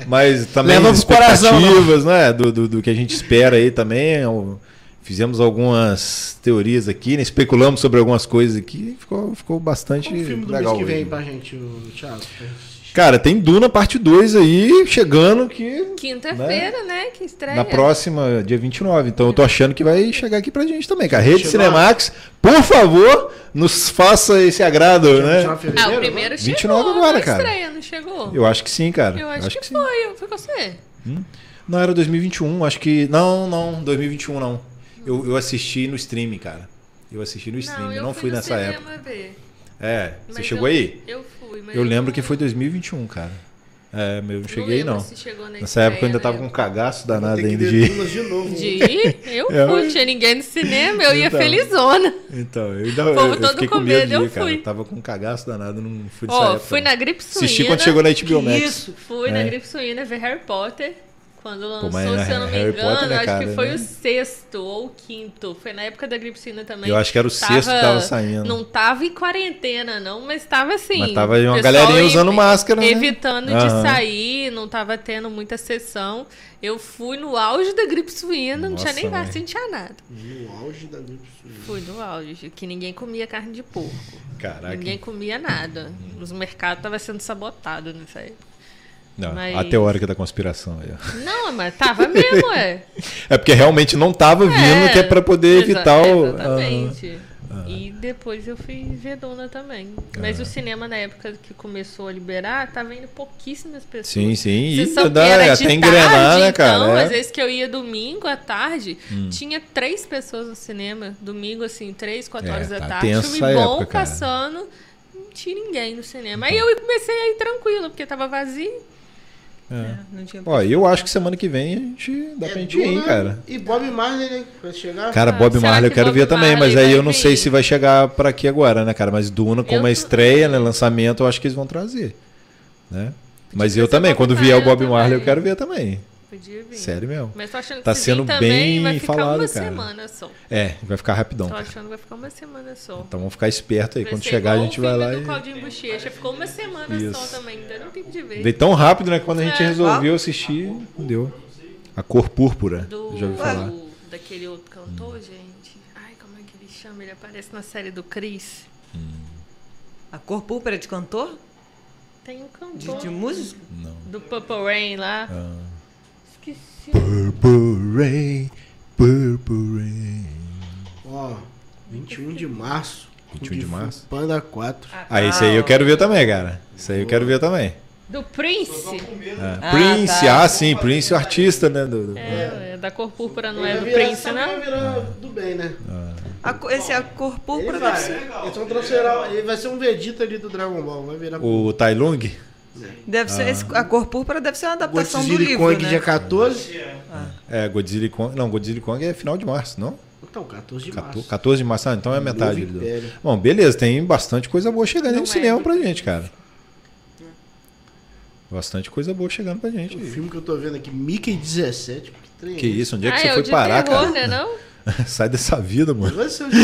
S1: Mas também
S3: Leva
S1: as
S3: pro coração,
S1: expectativas, né? Do, do, do que a gente espera aí também. É um, Fizemos algumas teorias aqui, né? Especulamos sobre algumas coisas aqui. Ficou, ficou bastante
S3: Qual o Um filme do mês
S1: legal
S3: que vem
S1: hoje. né?
S3: pra gente, o Thiago? pra gente assistir?
S1: Cara, tem Duna parte 2 aí chegando que
S4: Quinta-feira, né? Que estreia.
S1: Na próxima, dia 29. Então eu tô achando que vai chegar aqui pra gente também, cara. Rede Cinemax, por favor, nos faça esse agrado,
S3: Tirar
S1: né?
S4: Ah, o
S3: fevereiro,
S4: primeiro
S1: 29
S4: chegou.
S1: agora,
S4: não
S1: cara.
S4: estreia, não chegou?
S1: Eu acho que sim, cara.
S4: Eu acho, que, foi. Eu fui com você.
S1: Não, era 2021, acho que. Não, não, 2021 não. Eu, eu assisti no stream, cara. Eu assisti no stream, não,
S4: eu
S1: fui,
S4: no
S1: nessa
S4: cinema
S1: época.
S4: ver.
S1: É, você
S4: Mas
S1: chegou
S4: eu-
S1: aí?
S4: Eu fui, mas
S1: Eu lembro que foi 2021, cara. É, mas eu não cheguei,
S4: lembro
S1: não.
S4: se chegou na
S1: Nessa época eu ainda
S4: estreia,
S1: tava com um
S4: né?
S1: cagaço
S3: Vou
S1: danado
S3: ter que
S1: ainda de.
S3: ver Dunas de novo.
S4: De ir? Eu
S1: É.
S4: fui, tinha ninguém no cinema, eu ia
S1: Então.
S4: felizona.
S1: Então, eu ainda
S4: povo
S1: eu, eu
S4: todo
S1: fiquei
S4: com
S1: com medo,
S4: medo, eu
S1: de ir, cara.
S4: fui.
S1: Eu tava com um cagaço danado, não fui nessa
S4: Ó,
S1: época.
S4: fui
S1: não.
S4: na gripe suína.
S1: Assisti quando chegou na HBO
S2: Que
S1: Max.
S2: isso?
S4: Fui
S1: É.
S4: na gripe suína ver Harry Potter. Quando lançou,
S1: mas
S4: se eu não me
S1: Harry
S4: engano,
S1: Potter, né,
S4: acho
S1: cara,
S4: que foi
S1: né?
S4: o sexto ou o quinto. Foi na época da gripsina também.
S1: Eu acho que era o sexto que tava saindo.
S4: Não tava em quarentena, não, mas tava assim.
S1: Mas tava uma
S4: pessoal
S1: galerinha
S4: evi-
S1: usando máscara, né?
S4: Evitando de
S1: Aham.
S4: sair, não tava tendo muita sessão. Eu fui no auge da gripe suína, não tinha
S1: Nossa,
S4: nem
S1: mãe.
S4: vacina, não tinha nada.
S3: No auge da gripe suína.
S4: Fui no auge, que ninguém comia carne de porco.
S1: Caraca. Uhum.
S4: Ninguém comia nada. Os mercados estavam sendo sabotados nessa época.
S1: Não,
S4: mas-
S1: A teórica da conspiração aí, ó.
S4: Não, mas tava mesmo, é.
S1: É porque realmente não tava vindo, que é pra poder
S4: exa-
S1: evitar o. Ah.
S4: Exatamente. E depois eu fui vedona também. Mas
S1: Ah.
S4: o cinema, na época que começou a liberar, tava indo pouquíssimas pessoas.
S1: Sim, sim.
S4: Você
S1: E
S4: soube que
S1: dá-
S4: era de
S1: até
S4: tarde,
S1: engrenar, né, cara?
S4: Então,
S1: É. Hum.
S4: às vezes que eu ia domingo à tarde, tinha três pessoas no cinema. Domingo, assim, três, quatro
S1: É,
S4: horas da
S1: tá
S4: tarde.
S1: tenso
S4: Filme
S1: a
S4: bom
S1: época, cara. Então.
S4: passando. Não tinha ninguém no cinema. Aí eu comecei a ir tranquilo, porque tava vazio.
S2: É, Não tinha
S1: Ó, eu acho que semana que vem a gente dá pra gente ir, um, hein,
S3: É Duna
S1: cara.
S3: E Bob Marley, né? Vai chegar.
S1: É Cara,
S4: Ah,
S1: Bob
S4: será
S1: Marley eu
S4: que
S1: quero
S4: Bob
S1: ver também, mas
S4: Marley
S1: aí
S4: vai
S1: eu não sei
S4: vir?
S1: se vai chegar pra aqui agora, né, cara? Mas Duna, como
S4: Eu
S1: é
S4: tô-
S1: estreia, né? Lançamento, eu acho que eles vão trazer. Né? Mas eu
S4: trazer
S1: também,
S4: Bob
S1: quando vier o
S4: Marley
S1: Bob Marley, eu
S4: né, também.
S1: quero ver também.
S4: Podia vir.
S1: Sério mesmo.
S4: Mas tô achando que
S1: Tá
S4: se vir
S1: sendo
S4: também,
S1: bem
S4: vai ficar
S1: falado,
S4: uma
S1: cara.
S4: semana só.
S1: É, vai ficar rapidão.
S4: Tô
S1: cara.
S4: achando que vai ficar uma semana só.
S1: Então vamos ficar esperto aí.
S4: Vai
S1: Quando
S4: ser
S1: chegar, a
S4: igual o
S1: gente vai
S4: filme
S1: lá
S4: do
S1: e.
S4: Claudinho Bochecha. Ficou uma semana
S1: Isso.
S4: só também, ainda não tempo de ver.
S1: Veio tão rápido, né? que Quando a gente
S4: É.
S1: resolveu assistir, não deu. A cor púrpura.
S4: Do,
S1: Já ouvi falar. Hum.
S4: daquele outro cantor, gente. Ai, como é que ele chama? Ele aparece na série do Chris.
S2: A cor púrpura é de cantor?
S4: Tem um
S2: De,
S4: cantor
S2: de músico?
S4: do Purple Rain lá.
S1: Ah.
S4: Esqueci.
S1: Purple Rain, Purple Rain.
S3: Ó, 21 de março.
S1: 21 de março?
S3: Panda 4.
S1: Ah, isso aí eu quero ver também, cara. Isso aí eu quero ver também.
S4: Do Prince.
S6: Uh.
S1: Ah, Prince,
S2: tá.
S1: ah, sim, Prince, o artista, né? do- do-
S4: É, é, da cor púrpura não é do Prince,
S3: Vai
S4: não?
S3: virar do bem, né?
S2: A co- esse é a cor
S3: Ele
S2: púrpura
S3: vai.
S2: deve ser,
S3: Eles vão transferar. Ele vai ser um Vegeta ali do Dragon Ball. Vai virar.
S1: O Tai Lung?
S2: deve ser esse-
S1: Ah.
S2: a cor púrpura deve ser uma adaptação do
S3: Godzilla e
S2: livro,
S3: Kong,
S2: né?
S3: dia 14.
S1: É, Godzilla e Kong. Não, Godzilla e Kong é final de março, não?
S3: Então, 14 de
S1: Quator-
S3: março.
S1: 14 de março, ah, então é metade.
S3: Novo
S1: do-
S3: Império.
S1: Bom, beleza, tem bastante coisa boa chegando aí no
S4: Não é.
S1: cinema pra gente, cara. Bastante coisa boa chegando pra gente.
S3: O filme que eu tô vendo aqui, Mickey 17. Que trem.
S1: Que isso, onde é que
S4: ah,
S1: você
S4: é
S1: foi
S4: o de
S1: parar,
S4: terror,
S1: cara?
S4: né, não?
S1: Sai dessa vida, mano.
S3: Vai ser o dia.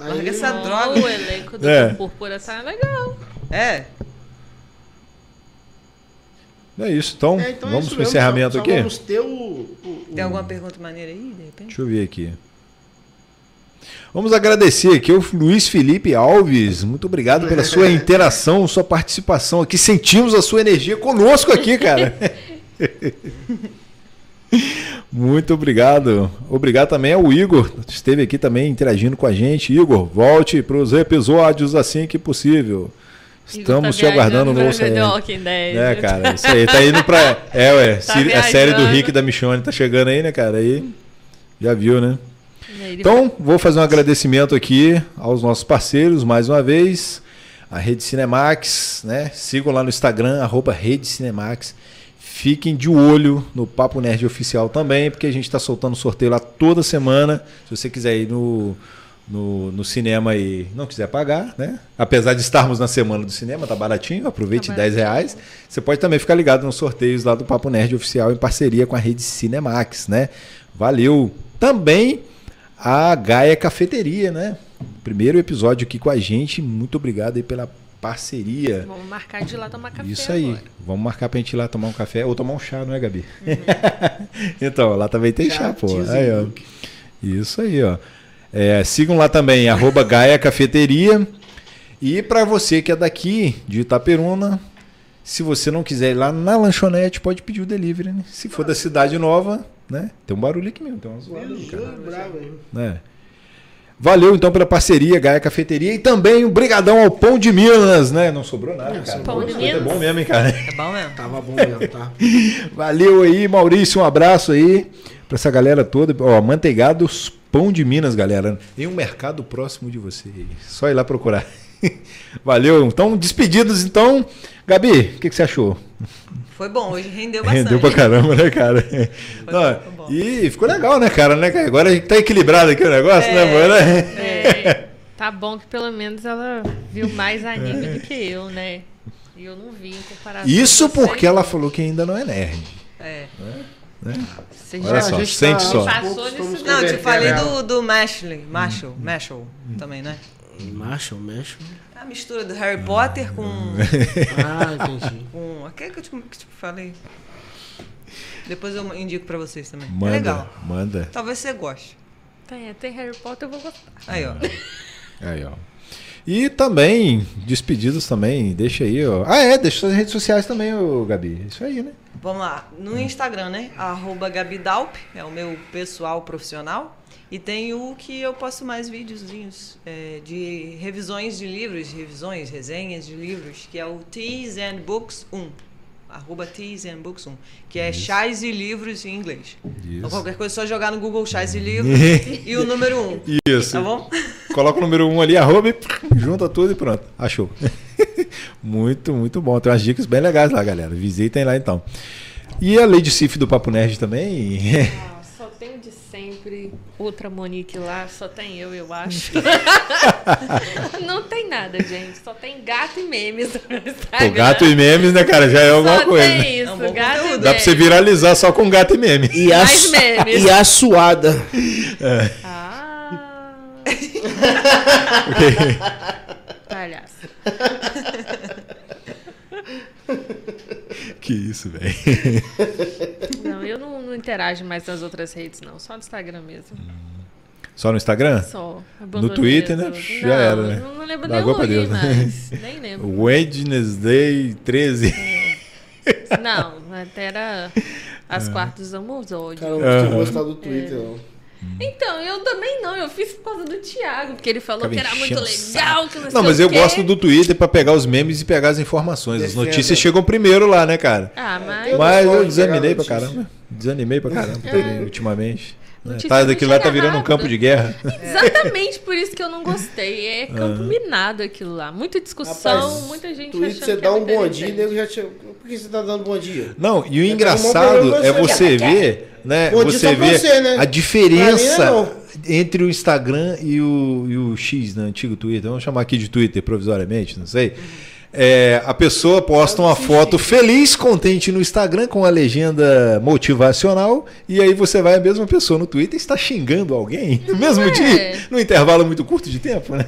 S2: Larga
S3: Aí, é,
S2: essa
S4: Não,
S2: droga.
S4: O elenco do
S1: É.
S4: Cor Púrpura tá legal.
S2: É.
S1: É isso, então,
S3: É, então é
S1: vamos
S3: isso
S1: pro
S3: mesmo,
S1: encerramento
S3: só- só
S1: aqui?
S3: Vamos ter o. o- o-
S2: Tem alguma pergunta maneira aí, de repente?
S1: Deixa eu ver aqui. Vamos agradecer aqui o Luiz Felipe Alves. Muito obrigado pela sua interação, sua participação aqui. Sentimos a sua energia conosco aqui, cara. Muito obrigado. Obrigado também ao Igor, que esteve aqui também interagindo com a gente. Igor, volte para os episódios assim que possível. Estamos
S4: Igor
S1: te
S4: tá
S1: aguardando no
S4: viajando pra ver The
S1: oceano.
S4: Walking Dead.
S1: É, cara, isso aí. Tá indo pra. É, ué.
S4: Tá
S1: se- a série do
S4: viajando.
S1: Rick e da Michonne tá chegando aí, né, cara? Aí. Já viu, né?
S4: E aí ele
S1: Então, vou fazer um agradecimento aqui aos nossos parceiros, mais uma vez. A Rede Cinemax, né? Sigam lá no Instagram, arroba Rede Cinemax. Fiquem de olho no Papo Nerd Oficial também, porque a gente está soltando sorteio lá toda semana. Se você quiser ir no, no, no cinema e não quiser pagar, né? Apesar de estarmos na semana do cinema, tá baratinho, aproveite
S4: Tá
S1: 10 reais. Você pode também ficar ligado nos sorteios lá do Papo Nerd Oficial em parceria com a Rede Cinemax, né? Valeu! Também a Gaia Cafeteria, né? Primeiro episódio aqui com a gente. Muito obrigado aí pela parceria.
S4: Vamos marcar de ir lá tomar café
S1: É. Isso aí.
S4: agora.
S1: Vamos marcar pra gente ir lá tomar um café ou tomar um chá, não é, Gabi?
S4: Uhum.
S1: então, lá também tem chá,
S3: Chá,
S1: pô.
S3: teas
S1: Aí,
S3: e
S1: ó.
S3: milk.
S1: Isso aí, ó. É, sigam lá também, arroba Gaia Cafeteria. E pra você que é daqui, de Itaperuna, se você não quiser ir lá na lanchonete, pode pedir o delivery, né? Se for da cidade nova, né? Tem um barulho aqui mesmo, tem uma zoada
S3: Meu
S1: ali,
S3: Deus,
S1: cara
S3: bravo, hein?
S1: né? Valeu então pela parceria, Gaia Cafeteria e também um brigadão ao Pão de Minas, né? Não sobrou nada, cara.
S4: Pão de
S1: Nossa,
S4: Minas.
S1: É bom mesmo, hein, cara.
S2: É bom mesmo.
S3: Tava bom mesmo, tá?
S1: Valeu aí, Maurício, um abraço aí pra essa galera toda. Ó, manteigados Pão de Minas, galera. Em um mercado próximo de você. Só ir lá procurar. Valeu. Então, despedidos então. Gabi, o que, que você achou?
S2: Foi bom, hoje rendeu bastante.
S1: Rendeu pra caramba, né, cara? Não,
S2: bom, foi bom.
S1: e ficou legal, né, cara? Né, cara? Agora a gente tá equilibrado aqui o negócio, né, mano?
S4: É, tá bom que pelo menos ela viu mais anime do que eu, né? E eu não vi em comparação.
S1: É. Isso
S4: com vocês.
S1: porque ela falou que ainda não é nerd.
S2: É, É.
S4: Você
S1: Olha
S4: já
S1: só,
S3: a gente
S1: sente
S3: tá-
S1: só.
S3: aos
S4: Passou
S3: poucos,
S4: nisso
S3: estamos
S4: tudo.
S2: Não, eu
S3: convertendo
S2: te falei
S3: ela.
S2: do, do Mashley. Marshall. Marshall também, né?
S3: Macho, mexe.
S2: A mistura do Harry Potter com.
S3: Ah, entendi.
S2: com aquele que eu te, que te falei. Depois eu indico pra vocês também. É
S1: Manda,
S2: legal.
S1: manda.
S2: Talvez você goste.
S4: Tem, tem Harry Potter, eu vou gostar.
S2: Aí, ó.
S1: Aí, ó. E também, despedidos também, deixa aí, ó. Ah, é, deixa suas redes sociais também, ô, Gabi. Isso aí, né?
S2: Vamos lá. No Instagram, né? Arroba Gabi Dalp, é o meu pessoal profissional. E tem o que eu posto mais videozinhos é, de revisões de livros, revisões, resenhas de livros, que é o Teas and Books 1. Arroba Teas and Books 1. Que é chás e livros em inglês. Então qualquer coisa é só jogar no Google chás e livros e o número 1.
S1: Isso.
S2: Tá bom?
S1: Coloca o número 1 um ali, arroba, e junta tudo e pronto. Achou. muito, muito bom. Tem umas dicas bem legais lá, galera. Visitem lá então. E a Lady Sif do Papo Nerd também?
S4: Ah, Só tem de sempre outra Monique lá, só tem eu, eu acho. Não tem nada, gente. Só tem gato e memes no meu Instagram.
S1: Pô, gato e memes, né, cara? Já é alguma
S4: Só
S1: coisa. né?
S4: tem
S2: É um
S4: isso,
S2: bom
S4: gato e
S2: conteúdo.
S4: memes.
S1: Dá pra você viralizar só com gato e meme.
S3: E a,
S4: Mais
S3: su-
S4: memes.
S3: e a suada.
S4: Ah. Palhaço.
S1: Que isso, velho.
S4: Não, eu não, não interajo mais nas outras redes, não. Só no Instagram mesmo.
S1: Só no Instagram?
S4: Só. Abandonei
S1: Hum. Twitter,
S4: as
S1: né?
S4: outras.
S1: Já
S4: não,
S1: era, né?
S4: Não lembro
S1: Largou pra
S4: nem o
S1: Deus,
S4: Ui
S1: né?
S4: mais. Nem lembro.
S1: Wednesday 13.
S4: Não, até era
S1: É.
S4: as quartas do Amozódio.
S3: Cara, eu não tinha gostado do Twitter. não.
S4: Então, eu também não. Eu fiz por causa do Thiago, porque ele falou
S1: Ficava
S4: que era muito
S1: enchendo o
S4: legal, que não, sei
S1: Não, mas
S4: o
S1: eu
S4: quê.
S1: gosto do Twitter pra pegar os memes e pegar as informações. As
S3: Defenda.
S1: notícias chegam primeiro lá, né, cara?
S4: Ah, mas...
S3: Eu
S1: Mas
S3: não gosto
S1: eu
S3: de
S1: desanimei pra
S3: pegar É. notícia.
S1: caramba. Desanimei pra caramba também, ultimamente. Né?
S4: Notícia
S1: Tá,
S4: não
S1: daquilo lá tá
S4: chega
S1: virando um
S4: rápido.
S1: campo de guerra.
S4: Exatamente por isso que eu não gostei. É campo minado aquilo lá. Muita discussão, muita gente
S3: Twitter,
S4: achando
S3: você
S4: que é
S3: dá
S4: era
S3: um bom dia,
S4: interessante.
S3: nego já te... Por que você tá dando bom dia?
S1: Não, e o
S3: Eu
S1: engraçado
S3: tenho um
S1: é
S3: problema com isso.
S1: você ver, né?
S3: Vou dizer
S1: Você
S3: só pra
S1: ver
S3: você, né?
S1: a
S3: Pra
S1: diferença
S3: mim,
S1: entre o Instagram e o, e o X, né? Antigo Twitter. Vamos chamar aqui de Twitter provisoriamente, não sei. É, a pessoa posta uma foto feliz, contente no Instagram com a legenda motivacional, e aí você vai a mesma pessoa no Twitter e está xingando alguém no mesmo
S4: é.
S1: dia, num intervalo muito curto de tempo, né?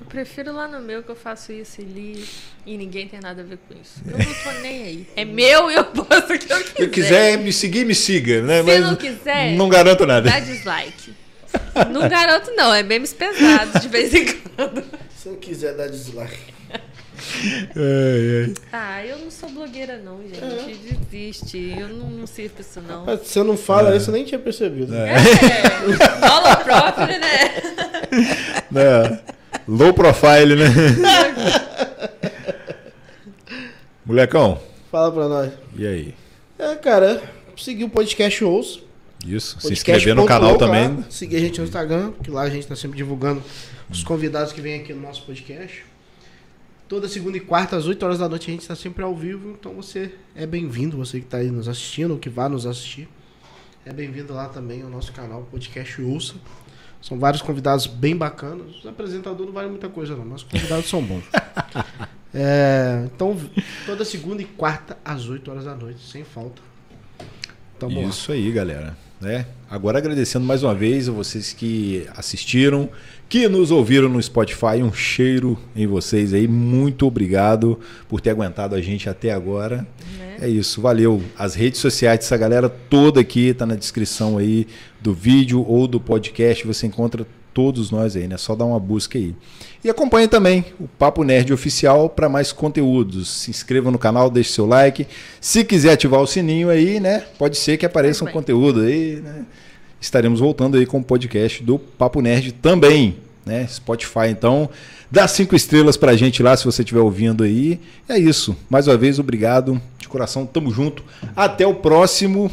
S4: Eu prefiro lá no meu que eu faço isso ali e ninguém tem nada a ver com isso. Eu não tô nem aí. É meu e eu posto o que eu quiser.
S1: Se quiser me seguir, me siga, né?
S4: é. Se não quiser,
S1: não garanto nada.
S4: Dá dislike. Não garanto não, é memes pesados de vez em quando.
S3: Se eu quiser dar dislike.
S1: Ai, ai.
S4: Ah, eu não sou blogueira não, gente. Desiste. Eu não, não sirvo pra isso não.
S3: Mas você não fala isso, eu nem tinha percebido.
S4: É, bola própria, né?
S1: né? Low profile, né? Molecão,
S3: Fala pra nós.
S1: e aí?
S3: É, cara, seguir o podcast Ouço.
S1: Isso, se
S3: Podcast
S1: inscrever no
S3: ponto
S1: canal
S3: louco,
S1: também.
S3: lá. Seguir a gente no Instagram, que lá a gente tá sempre divulgando os convidados que vêm aqui no nosso podcast. Toda segunda e quarta, às 8 horas da noite, a gente está sempre ao vivo, então você é bem-vindo, você que está aí nos assistindo, ou que vai nos assistir. É bem-vindo lá também ao nosso canal, Podcast Ouça. São vários convidados bem bacanas. Os apresentadores não valem muita coisa, não, mas os convidados são bons. É, então, toda segunda e quarta, às 8 horas da noite, sem falta. Tamo Então, lá.
S1: Isso aí, galera. né? Agora agradecendo mais uma vez a vocês que assistiram, que nos ouviram no Spotify. Um cheiro em vocês aí. Muito obrigado por ter aguentado a gente até agora. É isso, valeu. As redes sociais dessa galera toda aqui tá na descrição aí do vídeo ou do podcast. Você encontra todos nós aí, né? Só dá uma busca aí. E acompanhe também o Papo Nerd Oficial para mais conteúdos. Se inscreva no canal, deixe seu like. Se quiser ativar o sininho aí, né? Pode ser que apareça um
S4: Também.
S1: conteúdo aí, né? Estaremos voltando aí com o podcast do Papo Nerd também, né? Spotify, então. Dá cinco estrelas pra gente lá se você estiver ouvindo aí. É isso. Mais uma vez, obrigado. De coração, tamo junto. Até o próximo